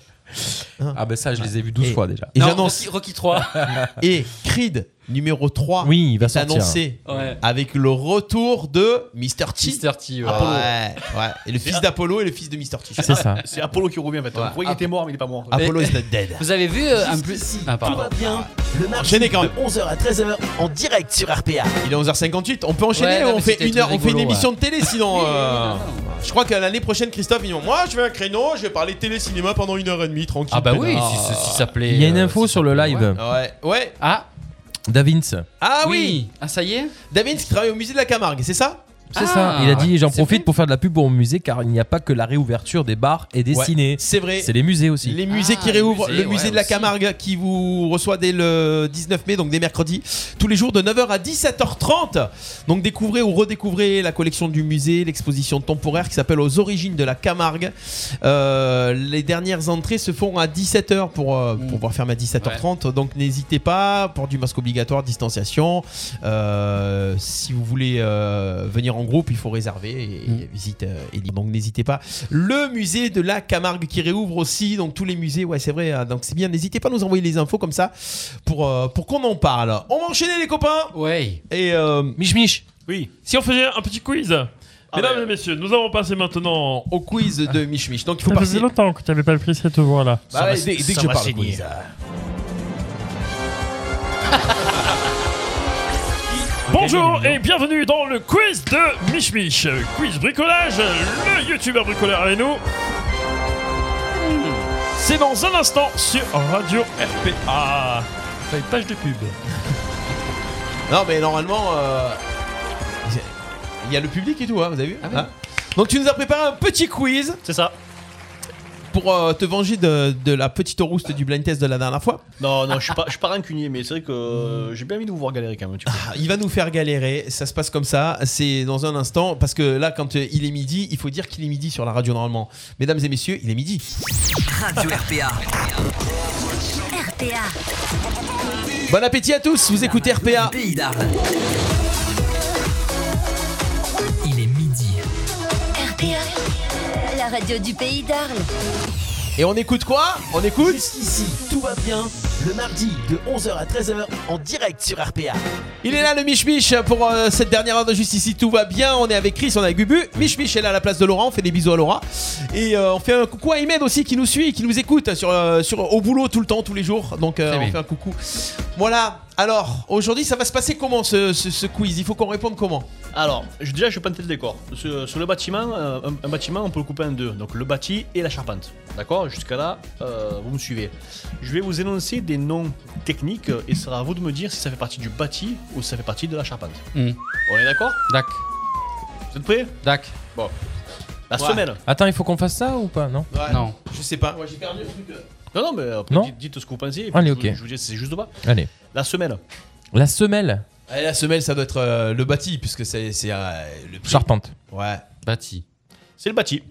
Speaker 5: Ah, ben ça, je les ai vus 12
Speaker 3: Hein. Et-
Speaker 5: fois déjà.
Speaker 3: Et
Speaker 4: non,
Speaker 3: j'annonce.
Speaker 4: Rocky, Rocky 3.
Speaker 3: Et Creed numéro 3
Speaker 5: Oui, il va
Speaker 3: est
Speaker 5: sortir.
Speaker 3: annoncé
Speaker 4: ouais.
Speaker 3: avec le retour de Mr. T.
Speaker 4: Mister T. ouais.
Speaker 3: Ouais, ouais. Et le fils d'Apollo et le fils de Mr. T.
Speaker 5: C'est
Speaker 4: Ah,
Speaker 5: ça.
Speaker 6: C'est Apollo qui revient en fait. On croyait qu'il était mort, mais il est pas mort.
Speaker 3: Apollo is not dead.
Speaker 4: Vous avez vu euh, en plus.
Speaker 1: Jusqu'ici,
Speaker 4: Ah,
Speaker 1: tout
Speaker 4: pardon.
Speaker 1: va bien. Le mardi, de
Speaker 3: Enchaînez quand même.
Speaker 1: 11h à 13h, en direct sur RPA.
Speaker 3: Il est 11h58. On peut enchaîner
Speaker 4: Ouais, non,
Speaker 3: on,
Speaker 4: mais
Speaker 3: fait
Speaker 4: c'était
Speaker 3: une heure,
Speaker 4: très
Speaker 3: on fait une
Speaker 4: rigolo,
Speaker 3: émission de télé sinon. euh,
Speaker 4: non, non.
Speaker 3: Je crois qu'à l'année prochaine, Christophe, ils vont. Moi, je vais un créneau, je vais parler télé-cinéma pendant une heure et demie, tranquille.
Speaker 4: Ah bah oui,
Speaker 3: peinard.
Speaker 4: si, si- si ça plaît.
Speaker 5: Il y a une
Speaker 4: euh,
Speaker 5: info
Speaker 4: si
Speaker 5: sur
Speaker 4: ça
Speaker 5: le
Speaker 4: plaît, ouais.
Speaker 5: live.
Speaker 3: Ouais, ouais.
Speaker 4: Ah,
Speaker 5: Davins.
Speaker 3: Ah oui,
Speaker 4: Ah, ça y est
Speaker 3: David qui travaille au musée de la Camargue, c'est ça
Speaker 5: C'est
Speaker 4: Ah,
Speaker 5: ça. Il a dit j'en
Speaker 4: c'est
Speaker 5: profite
Speaker 4: vrai.
Speaker 5: pour faire de la pub pour mon musée car il n'y a pas que la réouverture des bars et des
Speaker 3: Ouais,
Speaker 5: ciné.
Speaker 3: C'est vrai.
Speaker 5: C'est les musées aussi.
Speaker 3: Les musées
Speaker 4: Ah,
Speaker 3: qui réouvrent,
Speaker 4: les musées,
Speaker 3: le musée
Speaker 4: ouais,
Speaker 3: de la
Speaker 4: aussi.
Speaker 3: Camargue qui vous reçoit dès le 19 mai, donc dès mercredi, tous les jours de 9h à 17h30. Donc découvrez ou redécouvrez la collection du musée, l'exposition temporaire qui s'appelle Aux origines de la Camargue. Euh, les dernières entrées se font à 17h pour, euh, pour pouvoir fermer à 17h30. Donc n'hésitez pas, port du masque obligatoire, distanciation. Euh, si vous voulez euh, venir en groupe, il faut réserver et, et visite euh, Eli. Donc n'hésitez pas. Le musée de la Camargue qui réouvre aussi, donc tous les musées, ouais c'est vrai, hein. donc c'est bien, n'hésitez pas à nous envoyer les infos comme ça pour, euh, pour qu'on en parle. On va enchaîner les copains
Speaker 4: Ouais.
Speaker 3: et... euh, Ah
Speaker 5: Mich Mich.
Speaker 6: Oui.
Speaker 11: Si on faisait un petit quiz Mesdames et messieurs, nous avons passé maintenant.
Speaker 3: au quiz de Mich Mich. Donc il faut
Speaker 11: Ça
Speaker 3: passer.
Speaker 11: faisait longtemps que tu n'avais pas pris cette voix-là.
Speaker 3: Bah ouais, dès, dès que je parle. au quiz.
Speaker 11: Bonjour et bienvenue dans le quiz de Mich Mich. Quiz bricolage, le youtubeur bricoleur avec nous. C'est dans un instant sur Radio RPA. Page de pub.
Speaker 3: Non mais normalement, euh, Il y a le public et tout, hein, vous avez vu
Speaker 11: Ah
Speaker 3: Hein Donc tu nous as préparé un petit quiz.
Speaker 6: C'est ça.
Speaker 3: Pour euh, te venger de, de la petite rouste du blind test de la dernière fois.
Speaker 6: Non, non, je suis pas, je suis pas rancunier, mais c'est vrai que euh, j'ai bien envie de vous voir galérer quand même. Tu vois.
Speaker 3: Il va nous faire galérer, ça se passe comme ça, c'est dans un instant, parce que là quand euh, il est midi, il faut dire qu'il est midi sur la radio normalement. Mesdames et messieurs, il est midi.
Speaker 1: Radio RPA.
Speaker 10: RPA.
Speaker 3: Bon appétit à tous, vous écoutez RPA.
Speaker 10: RPA. La radio du pays d'Arles.
Speaker 3: Et on écoute quoi On écoute
Speaker 1: Jusqu'ici, tout va bien. Le mardi de 11h à 13h en direct sur RPA.
Speaker 3: Il est là le Mich Mich pour euh, cette dernière heure de Juste ici tout va bien. On est avec Chris, on est avec Gubu. Mich Mich est là à la place de Laurent, on fait des bisous à Laura. Et euh, on fait un coucou à Imed aussi qui nous suit, qui nous écoute sur, euh, sur, au boulot tout le temps, tous les jours. Donc euh,
Speaker 4: Très
Speaker 3: on
Speaker 4: bien.
Speaker 3: fait un coucou. Voilà, alors aujourd'hui ça va se passer comment ce, ce- ce quiz Il faut qu'on réponde comment
Speaker 6: Alors, je- déjà, je vais planter le décor. Sur, sur le bâtiment, euh, un, un bâtiment, on peut le couper en deux. Donc, le bâti et la charpente. D'accord Jusqu'à là, euh, vous me suivez. Je vais vous énoncer des noms techniques euh, et ce sera à vous de me dire si ça fait partie du bâti ou si ça fait partie de la charpente.
Speaker 5: Hmm.
Speaker 6: On est d'accord
Speaker 4: Dac.
Speaker 6: Vous êtes prêts
Speaker 4: Dac.
Speaker 6: Bon. La
Speaker 3: Ouais.
Speaker 6: semelle.
Speaker 5: Attends, il faut qu'on fasse ça ou pas Ah, Non
Speaker 4: Non.
Speaker 3: Je sais pas. j'ai perdu
Speaker 6: Non, non, mais après,
Speaker 5: Non.
Speaker 6: dites- dites ce que vous pensez. et puis
Speaker 5: Allez,
Speaker 6: je vous-
Speaker 5: ok.
Speaker 6: Je vous dis si c'est juste ou pas.
Speaker 5: Allez.
Speaker 6: La semelle.
Speaker 5: La semelle
Speaker 3: la semelle ça doit être euh, le bâti puisque c'est c'est, euh, le pied.
Speaker 5: charpente.
Speaker 3: Ouais.
Speaker 4: Bâti.
Speaker 6: C'est le bâti.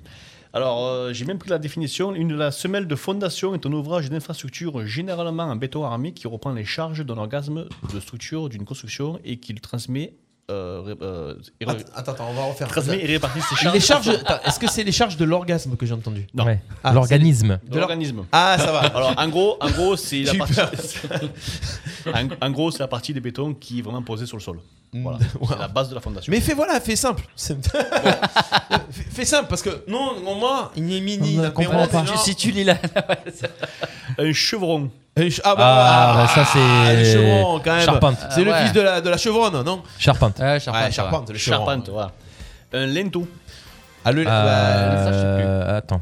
Speaker 6: Alors, euh, j'ai même pris la définition. Une, la semelle de fondation est un ouvrage d'infrastructure généralement en béton armé qui reprend les charges d'un orgasme de structure d'une construction et qui le transmet. euh, ré- euh, et re-
Speaker 3: Attends, attends, attends, on va refaire
Speaker 6: transmet et répartit ses charges.
Speaker 3: Les charges, attends, est-ce que c'est les charges de l'orgasme que j'ai entendu
Speaker 6: Non.
Speaker 5: Ouais.
Speaker 3: Ah,
Speaker 5: L'organisme.
Speaker 6: de l'organisme.
Speaker 3: Ah ça va.
Speaker 6: Alors, en gros, en gros, c'est la
Speaker 3: J'ai eu
Speaker 6: partie. en, en gros, c'est la partie des bétons qui est vraiment posée sur le sol. Voilà. C'est la base de la fondation.
Speaker 3: Mm. Mais fais voilà, fais simple. C'est- fais, fais simple parce que non, non, moi, il est mini.
Speaker 5: On ne
Speaker 3: la
Speaker 5: comprend
Speaker 3: pérotte,
Speaker 5: pas.
Speaker 3: non.
Speaker 4: Si tu lis la.
Speaker 6: Un chevron.
Speaker 3: Et je- Ah bah,
Speaker 5: Ah, bah, ça, c'est-
Speaker 3: le chevron quand même.
Speaker 5: Charpente.
Speaker 3: C'est le
Speaker 4: Ah, ouais.
Speaker 3: fils de la, de la chevronne, non
Speaker 5: Charpente.
Speaker 4: Ah, charpente.
Speaker 3: Ouais, charpente, le chevron.
Speaker 6: Charpente, voilà. Un linteau.
Speaker 3: Ah, le,
Speaker 5: Euh,
Speaker 3: bah,
Speaker 5: attends.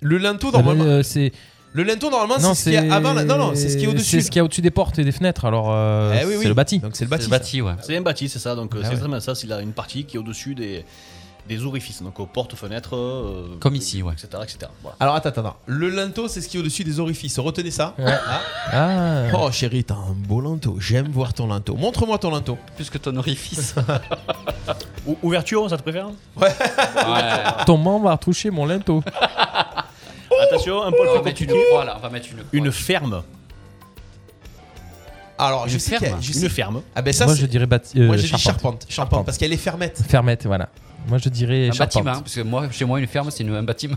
Speaker 3: le linteau normalement.
Speaker 5: Euh, c'est
Speaker 3: le linteau normalement,
Speaker 5: non,
Speaker 3: c'est ce qu'il y a avant. la- Non, non, c'est ce qu'il y a au-dessus.
Speaker 5: C'est ce qu'il y a au-dessus des portes et des fenêtres. Alors, euh,
Speaker 3: Eh oui, oui.
Speaker 5: c'est le bâti.
Speaker 3: Donc c'est le bâti.
Speaker 4: C'est
Speaker 3: ça.
Speaker 4: bâti, ouais.
Speaker 6: C'est un bâti, c'est ça. Donc, euh,
Speaker 5: Ah
Speaker 6: c'est
Speaker 5: ouais.
Speaker 6: exactement ça. C'est la- une partie qui est au-dessus des, des orifices, donc aux portes, fenêtres. euh,
Speaker 4: Comme ici, ouais.
Speaker 6: Etc. etc. Voilà.
Speaker 3: Alors attends, attends, attends. Le linteau, c'est ce qui est au-dessus des orifices. Retenez ça. Ah.
Speaker 5: Ah.
Speaker 3: Oh chérie, t'as un beau linteau. J'aime voir ton linteau. Montre-moi ton linteau.
Speaker 4: Plus que ton orifice.
Speaker 6: Ou- ouverture, ça te préfère
Speaker 5: Euh, Ton membre a touché mon linteau.
Speaker 6: Attention, un peu
Speaker 4: On
Speaker 6: plus
Speaker 4: va mettre une
Speaker 6: compliqué.
Speaker 4: croix là, on va mettre une croix.
Speaker 6: Une ferme.
Speaker 3: Alors je
Speaker 4: Une
Speaker 3: sais
Speaker 4: ferme.
Speaker 3: qu'il y a- je sais-
Speaker 6: Une ferme.
Speaker 3: Ah ben ça,
Speaker 5: Moi,
Speaker 3: c'est-
Speaker 5: je dirais bâti. euh,
Speaker 3: moi j'ai dit
Speaker 5: charpente.
Speaker 3: charpente. Charpente
Speaker 5: Charpente.
Speaker 3: parce qu'elle est fermette.
Speaker 5: Fermette, voilà. Moi, je dirais
Speaker 4: un
Speaker 5: charpente.
Speaker 4: bâtiment, parce que moi, chez moi, une ferme, c'est une- un bâtiment.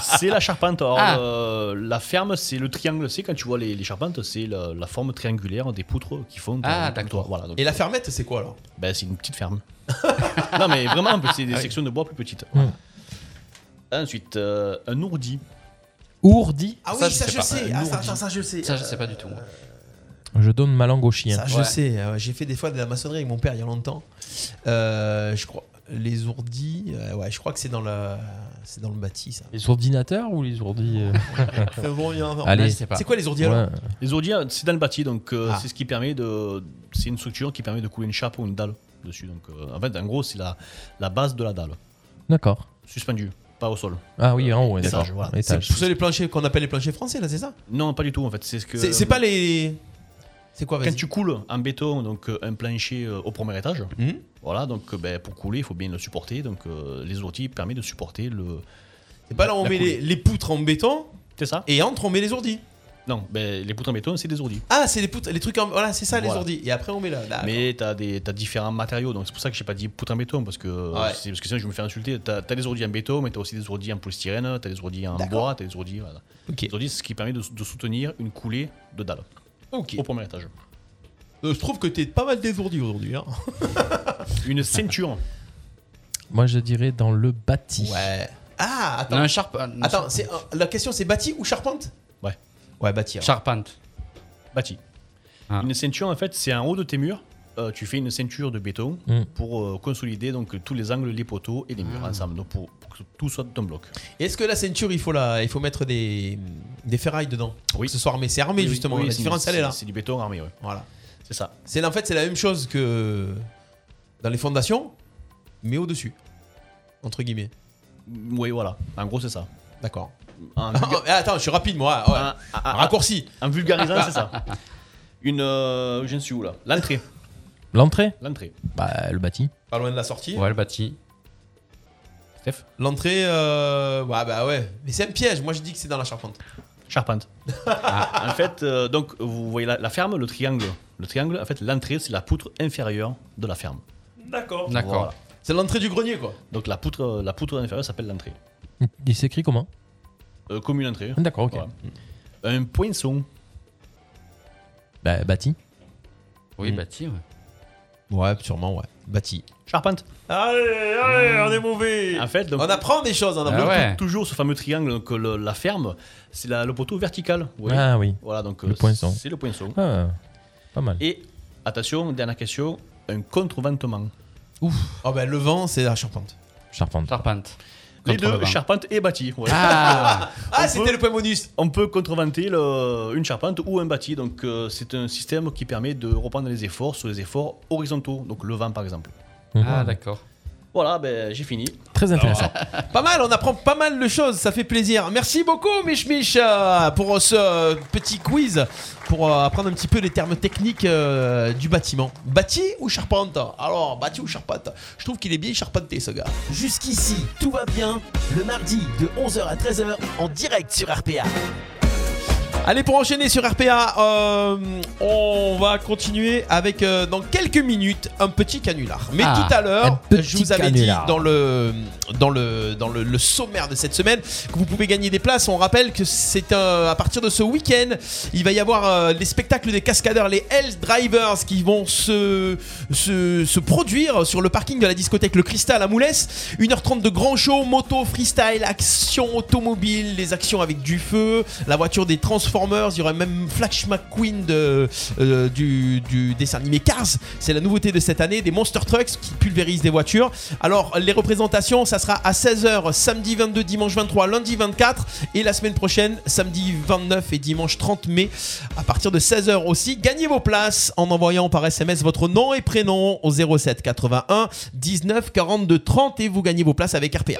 Speaker 6: c'est la charpente. Alors,
Speaker 4: Ah.
Speaker 6: euh, la ferme, c'est le triangle. C'est quand tu vois les, les charpentes, c'est la, la forme triangulaire des poutres qui font. ton-
Speaker 4: Ah,
Speaker 6: ton
Speaker 4: d'accord.
Speaker 6: toit. Voilà, donc, euh,
Speaker 3: Et la fermette, c'est quoi alors Ah
Speaker 6: ben, c'est une petite ferme. non, mais vraiment, c'est des sections de bois plus petites.
Speaker 5: Mm.
Speaker 6: Ensuite, euh, un ourdi.
Speaker 5: Ourdi.
Speaker 3: Ah oui,
Speaker 4: Ça,
Speaker 3: ça,
Speaker 4: je sais
Speaker 3: je
Speaker 4: pas.
Speaker 3: sais. Ah, ça, ça, ça, je sais.
Speaker 4: Ça, je sais pas du tout. moi.
Speaker 5: Je donne ma langue au chien.
Speaker 3: Ça, je
Speaker 4: Ouais.
Speaker 3: sais. Euh, J'ai fait des fois de la maçonnerie avec mon père il y a longtemps. Euh, je crois les ourdis. euh, ouais, je crois que c'est dans le c'est dans le bâti ça.
Speaker 5: Les ordinateurs ou les ourdis euh,
Speaker 4: Ouais,
Speaker 5: Allez.
Speaker 4: je sais pas.
Speaker 3: C'est quoi les ourdis alors
Speaker 5: Ouais.
Speaker 6: Les ourdis, c'est dans le bâti, donc euh,
Speaker 3: Ah.
Speaker 6: c'est ce qui permet de. C'est une structure qui permet de couler une chape ou une dalle dessus. Donc, euh, en fait, en gros, c'est la, la base de la dalle,
Speaker 5: D'accord.
Speaker 6: suspendue, pas au sol.
Speaker 5: Ah oui, en haut, ouais,
Speaker 6: Étage,
Speaker 5: d'accord.
Speaker 6: voilà.
Speaker 3: C'est
Speaker 5: Étage.
Speaker 3: tous les planchers qu'on appelle les planchers français là, c'est ça
Speaker 6: Non, pas du tout, en fait. C'est ce que.
Speaker 3: C'est c'est pas les C'est quoi
Speaker 6: Quand
Speaker 3: vas-y
Speaker 6: tu coules en béton, donc euh, un plancher euh, au premier étage,
Speaker 3: Mhm.
Speaker 6: voilà, donc euh, ben, pour couler, il faut bien le supporter. Donc, euh, les ourdis permettent de supporter le.
Speaker 3: C'est pas là où on
Speaker 6: La
Speaker 3: met
Speaker 6: coulée.
Speaker 3: les, les poutres en béton
Speaker 6: C'est ça
Speaker 3: et entre on met les ourdis.
Speaker 6: Non, ben, les poutres en béton, c'est des ourdis.
Speaker 3: Ah, c'est les poutres, les trucs en voilà, c'est ça les
Speaker 6: Voilà.
Speaker 3: ourdis et après on met là. là.
Speaker 6: Mais t'as des t'as différents matériaux, donc c'est pour ça que j'ai pas dit poutre en béton parce que euh,
Speaker 3: Ouais.
Speaker 6: c'est parce que sinon je vais me faire insulter. T'as as des ourdis en béton, mais t'as aussi des ourdis en polystyrène, t'as des ourdis en
Speaker 3: D'accord.
Speaker 6: bois, t'as des ourdis. Voilà.
Speaker 3: OK.
Speaker 6: Les ourdis, c'est ce qui permet de, de soutenir une coulée de dalle
Speaker 3: OK.
Speaker 6: au premier étage.
Speaker 3: Euh, je trouve que t'es pas mal désourdi aujourd'hui hein.
Speaker 6: Une ceinture.
Speaker 5: Moi, je dirais dans le bâti.
Speaker 3: Ouais. Ah, attends.
Speaker 4: Non, un charpe- un-
Speaker 3: Attends, c'est euh, la question c'est bâti ou charpente
Speaker 6: Ouais.
Speaker 3: Ouais, bâti. alors.
Speaker 4: Charpente.
Speaker 6: Bâti.
Speaker 4: Ah.
Speaker 6: Une ceinture, en fait, c'est en haut de tes murs. euh, tu fais une ceinture de béton
Speaker 5: Mm.
Speaker 6: pour euh, consolider donc tous les angles, les poteaux
Speaker 3: Ah.
Speaker 6: et les murs ensemble, donc pour, pour que tout soit d'un bloc.
Speaker 3: Et Est-ce que la ceinture, il faut la, il faut mettre des, des ferrailles dedans pour
Speaker 6: Oui.
Speaker 3: que ce soit armé. C'est armé
Speaker 6: Oui,
Speaker 3: justement.
Speaker 6: oui,
Speaker 3: la
Speaker 6: c'est-
Speaker 3: différence elle est là.
Speaker 6: C'est du béton armé, ouais.
Speaker 3: Voilà.
Speaker 6: C'est ça.
Speaker 3: C'est en fait c'est la même chose que dans les fondations, mais au-dessus. Entre guillemets.
Speaker 6: Oui, voilà. En gros, c'est ça.
Speaker 3: D'accord.
Speaker 6: En vulga-
Speaker 3: Ah, attends, je suis rapide moi. ouais.
Speaker 4: Ah,
Speaker 6: Un- un- un-
Speaker 3: Raccourci.
Speaker 6: En vulgarisant, c'est ça. Une. euh, je ne suis où là L'entrée.
Speaker 5: L'entrée
Speaker 6: L'entrée.
Speaker 5: Bah, le bâti.
Speaker 3: Pas loin de la sortie.
Speaker 4: Ouais, le bâti.
Speaker 3: L'entrée, euh... ouais, bah ouais. Mais c'est un piège. Moi, je dis que c'est dans la charpente.
Speaker 6: Charpente.
Speaker 3: Ah.
Speaker 6: En fait, euh, donc, vous voyez la, la ferme, le triangle. Le triangle, en fait, l'entrée, c'est la poutre inférieure de la ferme.
Speaker 11: D'accord.
Speaker 6: Voilà.
Speaker 3: C'est l'entrée du grenier, quoi.
Speaker 6: Donc, la poutre, euh, la poutre inférieure s'appelle l'entrée.
Speaker 5: Il s'écrit comment
Speaker 6: Euh, comme une entrée.
Speaker 5: D'accord, ok.
Speaker 6: Voilà.
Speaker 3: Mm.
Speaker 6: Un poinçon.
Speaker 5: Bah, bâti.
Speaker 4: Oui,
Speaker 5: Mm.
Speaker 4: bâti, ouais.
Speaker 3: Ouais, sûrement, ouais. Bâti.
Speaker 6: Charpente.
Speaker 11: Allez, allez, on est mauvais.
Speaker 6: En fait, donc,
Speaker 3: Mm. On apprend des choses, on
Speaker 4: Ah
Speaker 3: apprend.
Speaker 4: ouais.
Speaker 6: toujours ce fameux triangle, donc, le- la ferme, c'est la- le poteau vertical. vous voyez.
Speaker 5: Ah oui.
Speaker 6: Voilà, donc,
Speaker 5: Le
Speaker 6: euh,
Speaker 5: poinçon.
Speaker 6: C'est le poinçon.
Speaker 5: Ah, pas mal.
Speaker 6: Et attention, dernière question, un contreventement.
Speaker 3: Oh, bah, le vent, c'est la charpente.
Speaker 5: Charpente.
Speaker 4: Charpente.
Speaker 6: Les
Speaker 4: Contre
Speaker 6: deux,
Speaker 4: le vent.
Speaker 6: charpente et bâti. ouais.
Speaker 4: Ah
Speaker 3: Ah, c'était le point bonus.
Speaker 6: On peut contreventer le- une charpente ou un bâti. Donc euh, c'est un système qui permet de reprendre les efforts sur les efforts horizontaux, donc le vent par exemple.
Speaker 3: Mm.
Speaker 5: Mhm.
Speaker 4: Ah, d'accord.
Speaker 6: Voilà, ben, j'ai fini.
Speaker 5: Très intéressant.
Speaker 3: Pas mal, on apprend pas mal de choses, ça fait plaisir. Merci beaucoup, Mich Mich, euh, pour euh, ce euh, petit quiz, pour euh, apprendre un petit peu les termes techniques euh, du bâtiment. Bâti ou charpente Alors, bâti ou charpente Je trouve qu'il est bien charpenté, ce gars.
Speaker 1: Jusqu'ici, tout va bien. Le mardi de 11h à 13h en direct sur RPA.
Speaker 3: Allez, pour enchaîner sur RPA, euh, on va continuer avec, euh, dans quelques minutes, un petit canular. Mais
Speaker 4: Ah,
Speaker 3: tout à l'heure,
Speaker 5: un petit
Speaker 3: je vous avais
Speaker 5: canular.
Speaker 3: dit dans, le, dans, le, dans le, le sommaire de cette semaine que vous pouvez gagner des places. On rappelle que c'est euh, à partir de ce week-end, il va y avoir euh, les spectacles des cascadeurs, les Hell Drivers, qui vont se, se, se produire sur le parking de la discothèque Le Cristal à Moulès. 1h30 de grand show, moto, freestyle, action automobile, les actions avec du feu, la voiture des Transformers, il y aura même Flash McQueen de, euh, du, du dessin animé Cars. C'est la nouveauté de cette année, des Monster Trucks qui pulvérisent des voitures. Alors, les représentations, ça sera à 16h samedi 22, dimanche 23, lundi 24 et la semaine prochaine, samedi 29 et dimanche 30 mai, à partir de 16h aussi. Gagnez vos places en envoyant par SMS votre nom et prénom au 07 81 19 42 30 et vous gagnez vos places avec RPA.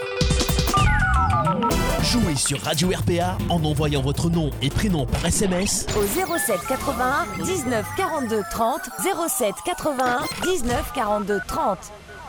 Speaker 1: Jouez sur Radio RPA en envoyant votre nom et prénom par SMS
Speaker 2: Au 07 81 19 42 30 07 81 19 42 30.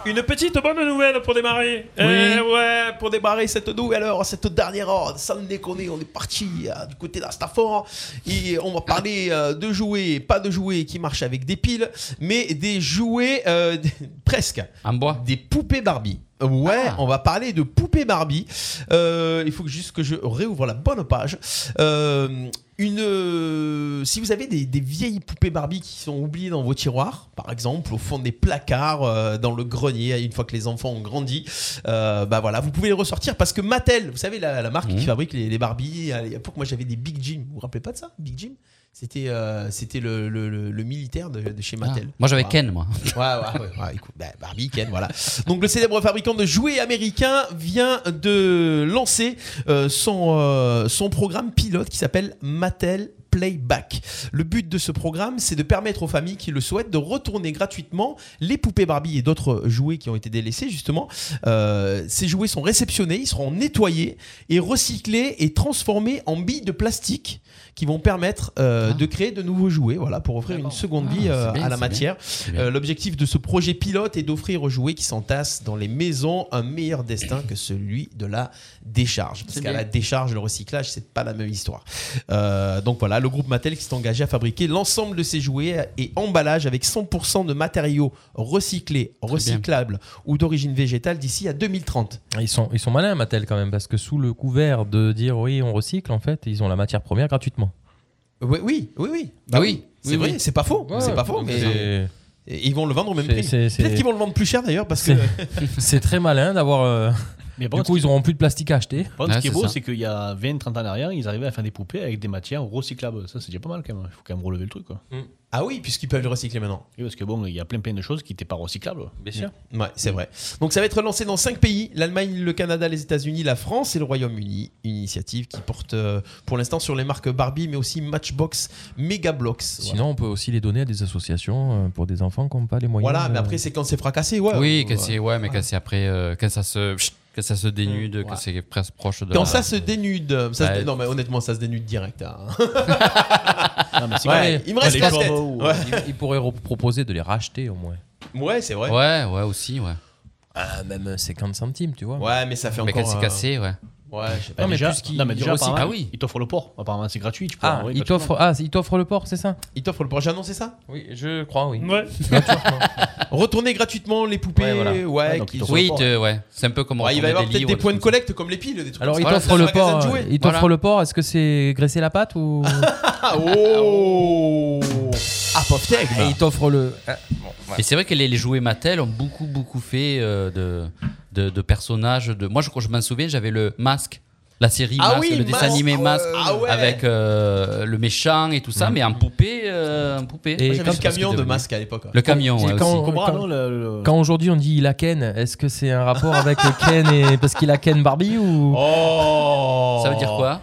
Speaker 11: Une petite bonne nouvelle pour démarrer. Eh ouais.
Speaker 3: Euh, pour démarrer cette nouvelle heure, cette dernière heure, sans déconner, on est parti euh, du côté d'Astafor et on va parler euh, de jouets, pas de jouets qui marchent avec des piles, mais des jouets euh, presque.
Speaker 4: En bois
Speaker 3: Des poupées Barbie. Ouais,
Speaker 4: Ah.
Speaker 3: on va parler de poupées Barbie. Euh, il faut que juste que je réouvre la bonne page. Euh, une, euh, si vous avez des, des vieilles poupées Barbie qui sont oubliées dans vos tiroirs, par exemple au fond des placards, euh, dans le grenier, une fois que les enfants ont grandi, euh, bah voilà, vous pouvez les ressortir parce que Mattel, vous savez la, la marque
Speaker 4: Mhm.
Speaker 3: qui fabrique les, les Barbie. À l'époque, moi j'avais des Big Jim. Vous vous rappelez pas de ça, Big Jim C'était euh, c'était le, le- le- le militaire de, de chez
Speaker 4: Ah.
Speaker 3: Mattel.
Speaker 4: Moi, j'avais
Speaker 3: Voilà.
Speaker 4: Ken, moi.
Speaker 3: Ouais, ouais, ouais, ouais, écoute, bah, Barbie, Ken, voilà. Donc le célèbre fabricant de jouets américain vient de lancer euh, son, euh, son programme pilote qui s'appelle Mattel Playback. Le but de ce programme, c'est de permettre aux familles qui le souhaitent de retourner gratuitement les poupées Barbie et d'autres jouets qui ont été délaissés justement. Euh, ces jouets sont réceptionnés, ils seront nettoyés et recyclés et transformés en billes de plastique qui vont permettre euh,
Speaker 4: Ah.
Speaker 3: de créer de nouveaux jouets, voilà, pour offrir une seconde
Speaker 4: Ah,
Speaker 3: vie
Speaker 4: c'est
Speaker 3: euh,
Speaker 4: bien,
Speaker 3: à la
Speaker 4: c'est bien.
Speaker 3: matière.
Speaker 4: bien.
Speaker 3: Euh, L'objectif de ce projet pilote est d'offrir aux jouets qui s'entassent dans les maisons un meilleur destin que celui de la décharge. Parce
Speaker 4: C'est
Speaker 3: qu'à
Speaker 4: bien.
Speaker 3: la décharge, le recyclage, c'est pas la même histoire. Euh, donc voilà, le groupe Mattel qui s'est engagé à fabriquer l'ensemble de ses jouets et emballages avec 100% de matériaux recyclés, recyclables ou d'origine végétale d'ici à 2030.
Speaker 5: Ah, Ils sont, ils sont malins, Mattel, quand même, parce que sous le couvert de dire oui, on recycle, en fait, ils ont la matière première gratuitement.
Speaker 3: Oui, oui, oui,
Speaker 4: Bah
Speaker 3: Ah oui.
Speaker 4: oui,
Speaker 3: C'est
Speaker 4: oui,
Speaker 3: vrai,
Speaker 4: oui.
Speaker 3: c'est pas faux.
Speaker 5: Ouais,
Speaker 3: c'est pas faux, mais
Speaker 5: c'est-
Speaker 3: et ils vont le vendre au même
Speaker 5: C'est-
Speaker 3: prix.
Speaker 5: c'est- c'est-
Speaker 3: Peut-être qu'ils vont le vendre plus cher d'ailleurs parce que
Speaker 5: C'est très malin d'avoir euh,
Speaker 6: Mais
Speaker 5: du
Speaker 6: bon,
Speaker 5: coup,
Speaker 6: ce qui-
Speaker 5: ils auront plus de plastique à acheter.
Speaker 6: Par contre, ce qui est beau, c'est qu'il y a 20-30 ans en arrière, ils arrivaient à faire des poupées avec des matières recyclables. Ça, c'est déjà pas mal quand même. Il faut quand même relever le truc. Quoi.
Speaker 3: Ah oui, puisqu'ils peuvent le recycler maintenant.
Speaker 6: Oui, parce que bon, il y a plein plein de choses qui n'étaient pas recyclables.
Speaker 3: Bien sûr. Ouais, c'est vrai. Donc ça va être lancé dans cinq pays l'Allemagne, le Canada, les États-Unis, la France et le Royaume-Uni. Une initiative qui porte euh, pour l'instant sur les marques Barbie, mais aussi Matchbox, Megablocks. Voilà.
Speaker 5: Sinon, on peut aussi les donner à des associations euh, pour des enfants qui n'ont pas les moyens.
Speaker 3: Voilà, mais
Speaker 5: euh,
Speaker 3: après c'est quand c'est fracassé, ouais.
Speaker 4: oui, quand
Speaker 3: Ouais.
Speaker 4: c'est ouais, mais quand c'est après, euh, quand ça se, pchit, quand ça se dénude,
Speaker 3: Ouais.
Speaker 4: que c'est presque proche de.
Speaker 3: Quand
Speaker 4: la-
Speaker 3: ça se dénude, ça se
Speaker 4: Ah, Ouais.
Speaker 3: dé- non mais honnêtement ça se dénude direct. hein.
Speaker 6: mais c'est
Speaker 3: Ouais,
Speaker 4: vrai.
Speaker 3: il me reste
Speaker 4: Les
Speaker 3: quatre
Speaker 4: chevaux
Speaker 3: têtes.
Speaker 4: ou-
Speaker 3: Ouais.
Speaker 5: Ils, ils pourraient re- proposer de les racheter au moins.
Speaker 3: Ouais, c'est vrai.
Speaker 4: Ouais, ouais, aussi, ouais.
Speaker 5: Ah, même euh, 50 centimes, tu vois.
Speaker 3: Ouais, mais ça fait
Speaker 4: Mais quand
Speaker 3: encore.
Speaker 4: c'est
Speaker 3: euh,
Speaker 4: cassé, ouais.
Speaker 3: Ouais, je sais
Speaker 6: Bah,
Speaker 3: pas.
Speaker 5: Non, mais
Speaker 6: déjà,
Speaker 5: puisqu'il-
Speaker 6: non, mais
Speaker 5: il
Speaker 6: déjà,
Speaker 5: recycle-
Speaker 6: apparemment,
Speaker 4: Ah oui.
Speaker 6: ils t'offrent le port. Apparemment, c'est gratuit. Tu peux
Speaker 5: Ah,
Speaker 6: l'envoyer
Speaker 5: ils
Speaker 6: gratuitement.
Speaker 5: t'offrent ah, ils t'offrent le port, c'est ça
Speaker 3: Ils t'offrent le port. J'ai annoncé ça
Speaker 5: Oui, je crois, oui.
Speaker 11: Ouais.
Speaker 3: Retourner gratuitement les poupées.
Speaker 5: Ouais, voilà.
Speaker 3: Ouais,
Speaker 6: Ouais, donc
Speaker 3: qui-
Speaker 6: ils t'offrent
Speaker 4: Oui,
Speaker 6: le port.
Speaker 4: te- ouais. C'est un peu comme.
Speaker 3: Ouais, il va
Speaker 4: retourner
Speaker 3: y avoir peut-être
Speaker 4: livres,
Speaker 3: des points de
Speaker 4: trucs comme ça.
Speaker 3: collecte comme les piles, des trucs
Speaker 5: Alors,
Speaker 3: comme
Speaker 5: il
Speaker 3: ça.
Speaker 4: Voilà,
Speaker 5: t'offre le
Speaker 3: c'est un magasin
Speaker 5: port.
Speaker 3: de
Speaker 5: euh,
Speaker 3: jouets.
Speaker 5: Il t'offre
Speaker 4: Voilà.
Speaker 5: le port. Est-ce que c'est graisser la patte ou
Speaker 3: Ah, oh Ah, pauvre tech,
Speaker 5: Et
Speaker 3: là.
Speaker 5: il t'offre le.
Speaker 4: Et c'est vrai que les, les jouets Mattel ont beaucoup, beaucoup fait euh, de, de, de personnages. De... Moi, je, quand je m'en souviens, j'avais le masque, la série
Speaker 3: Ah
Speaker 4: Masque,
Speaker 3: oui,
Speaker 4: le dessin
Speaker 3: Masque.
Speaker 4: animé
Speaker 3: Ah ouais.
Speaker 4: Masque,
Speaker 3: Ah ouais.
Speaker 4: avec euh, le méchant et tout ça, mais en poupée. euh, en poupée.
Speaker 5: Et
Speaker 4: Moi,
Speaker 3: Moi,
Speaker 4: j'avais-
Speaker 3: J'avais
Speaker 4: je sais
Speaker 3: le
Speaker 4: pas ce
Speaker 3: camion
Speaker 4: qu'il est
Speaker 3: de
Speaker 4: devenu.
Speaker 3: masque à l'époque.
Speaker 4: Le camion,
Speaker 5: C'est
Speaker 4: ouais,
Speaker 5: quand-
Speaker 4: aussi.
Speaker 6: Cobra,
Speaker 5: quand-
Speaker 6: non, le- le-
Speaker 5: Quand aujourd'hui on dit il a Ken, est-ce que c'est un rapport avec Ken et parce qu'il a Ken Barbie ou
Speaker 3: Oh
Speaker 4: Ça veut dire quoi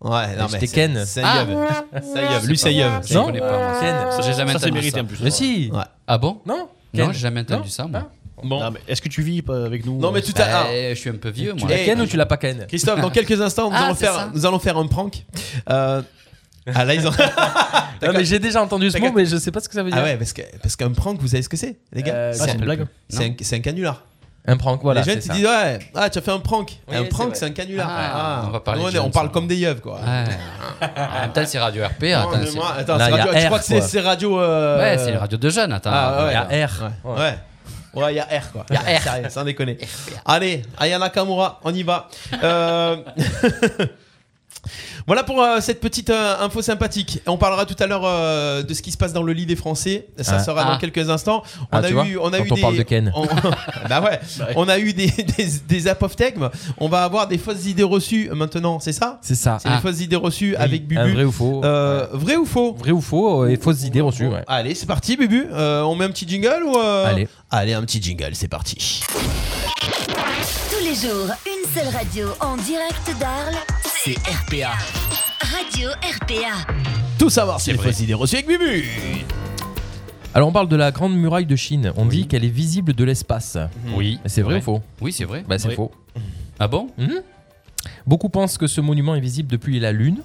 Speaker 3: Ouais, non,
Speaker 5: J'étais
Speaker 3: mais.
Speaker 5: Ken.
Speaker 3: Ça
Speaker 4: Ah.
Speaker 3: y est. Ça y est. Lui, ça y est.
Speaker 4: Je
Speaker 5: Non.
Speaker 4: connais pas. moi.
Speaker 5: Ken.
Speaker 4: J'ai jamais
Speaker 6: Ça, c'est
Speaker 4: entendu
Speaker 6: mérité
Speaker 4: ça.
Speaker 6: en plus.
Speaker 5: Mais si.
Speaker 3: Ouais.
Speaker 4: Ah bon Non,
Speaker 5: Non. Ken.
Speaker 4: j'ai jamais entendu
Speaker 5: Non
Speaker 4: ça, moi.
Speaker 6: Non,
Speaker 3: Bon.
Speaker 6: mais Est-ce que tu vis pas avec nous
Speaker 3: Ah.
Speaker 6: euh,
Speaker 3: Non, mais tout à l'heure.
Speaker 4: Bah, je suis un peu vieux,
Speaker 5: Tu
Speaker 4: moi.
Speaker 5: l'as
Speaker 3: Eh,
Speaker 5: Ken ou tu l'as pas Ken
Speaker 3: Christophe, dans quelques instants, nous,
Speaker 4: Ah,
Speaker 3: allons,
Speaker 4: c'est ça.
Speaker 3: faire, nous allons faire un prank. Euh, Ah là, ils ont.
Speaker 5: Non, mais j'ai déjà entendu ce
Speaker 3: D'accord.
Speaker 5: mot, mais je sais pas ce que ça veut dire.
Speaker 3: Ah ouais, parce qu'un parce qu'un prank, vous savez ce que c'est, les gars
Speaker 5: Euh,
Speaker 6: Ah, c'est une blague
Speaker 3: C'est un, c'est un canular.
Speaker 5: Un prank, voilà.
Speaker 3: les jeunes,
Speaker 5: c'est
Speaker 3: ils
Speaker 5: ça.
Speaker 3: disent Ouais, ah, tu as fait un prank.
Speaker 5: Oui,
Speaker 3: un
Speaker 5: c'est
Speaker 3: prank,
Speaker 5: vrai.
Speaker 3: c'est un canular.
Speaker 4: Ah, on va parler
Speaker 3: Nous,
Speaker 4: de
Speaker 3: est-
Speaker 4: jeunes,
Speaker 3: parle
Speaker 4: ça.
Speaker 3: comme des yeux, quoi.
Speaker 4: Ouais. en même temps, c'est Radio RP.
Speaker 3: Non,
Speaker 4: Attends,
Speaker 3: mais
Speaker 4: c'est-
Speaker 3: moi- attends,
Speaker 5: Là,
Speaker 3: c'est
Speaker 5: il y a
Speaker 3: radio. Je crois
Speaker 5: R,
Speaker 3: que c'est
Speaker 5: quoi.
Speaker 3: c'est radio. euh,
Speaker 4: Ouais, c'est les radios de jeunes. Attends.
Speaker 3: Ah, ouais,
Speaker 5: Il y a R.
Speaker 3: Ouais. Ouais. Ouais, il y a R quoi.
Speaker 4: Il y a R.
Speaker 3: Sérieux, sans déconner. Allez, Ayana Kamura, on y va. Euh, Voilà pour euh, cette petite euh, info sympathique. On parlera tout à l'heure euh, de ce qui se passe dans le lit des Français. Ça
Speaker 5: Ah.
Speaker 3: sera dans
Speaker 4: Ah.
Speaker 3: quelques instants. On
Speaker 5: Ah,
Speaker 3: a
Speaker 5: tu
Speaker 3: eu,
Speaker 5: vois,
Speaker 3: on a
Speaker 5: quand
Speaker 3: eu
Speaker 5: on
Speaker 3: des,
Speaker 5: parle de Ken.
Speaker 3: on- bah ouais. On a eu des des, des apophthegmes. On va avoir des fausses idées reçues maintenant. C'est ça
Speaker 5: C'est ça.
Speaker 3: C'est
Speaker 4: Ah.
Speaker 3: les fausses idées reçues avec
Speaker 5: Un
Speaker 3: Bubu.
Speaker 5: vrai ou faux
Speaker 3: Euh, vrai ou faux
Speaker 5: Vrai ou faux euh, et fausses idées reçues. ouais.
Speaker 3: Allez, c'est parti, Bubu. Euh, on met un petit jingle ou euh,
Speaker 5: Allez.
Speaker 3: Allez, un petit jingle, c'est parti.
Speaker 2: Tous les jours, une seule radio en direct d'Arles.
Speaker 9: C'est RPA.
Speaker 2: Radio RPA.
Speaker 3: Tout savoir, c'est les fausses idées reçues avec Bubu.
Speaker 5: Alors on parle de la grande muraille de Chine. On dit qu'elle est visible de l'espace.
Speaker 3: Mhm.
Speaker 4: Oui.
Speaker 5: Mais C'est vrai ou faux
Speaker 4: Oui, c'est vrai.
Speaker 5: Bah c'est
Speaker 6: Oui.
Speaker 5: faux.
Speaker 4: Ah bon
Speaker 5: Mhm. Beaucoup pensent que ce monument est visible depuis la Lune.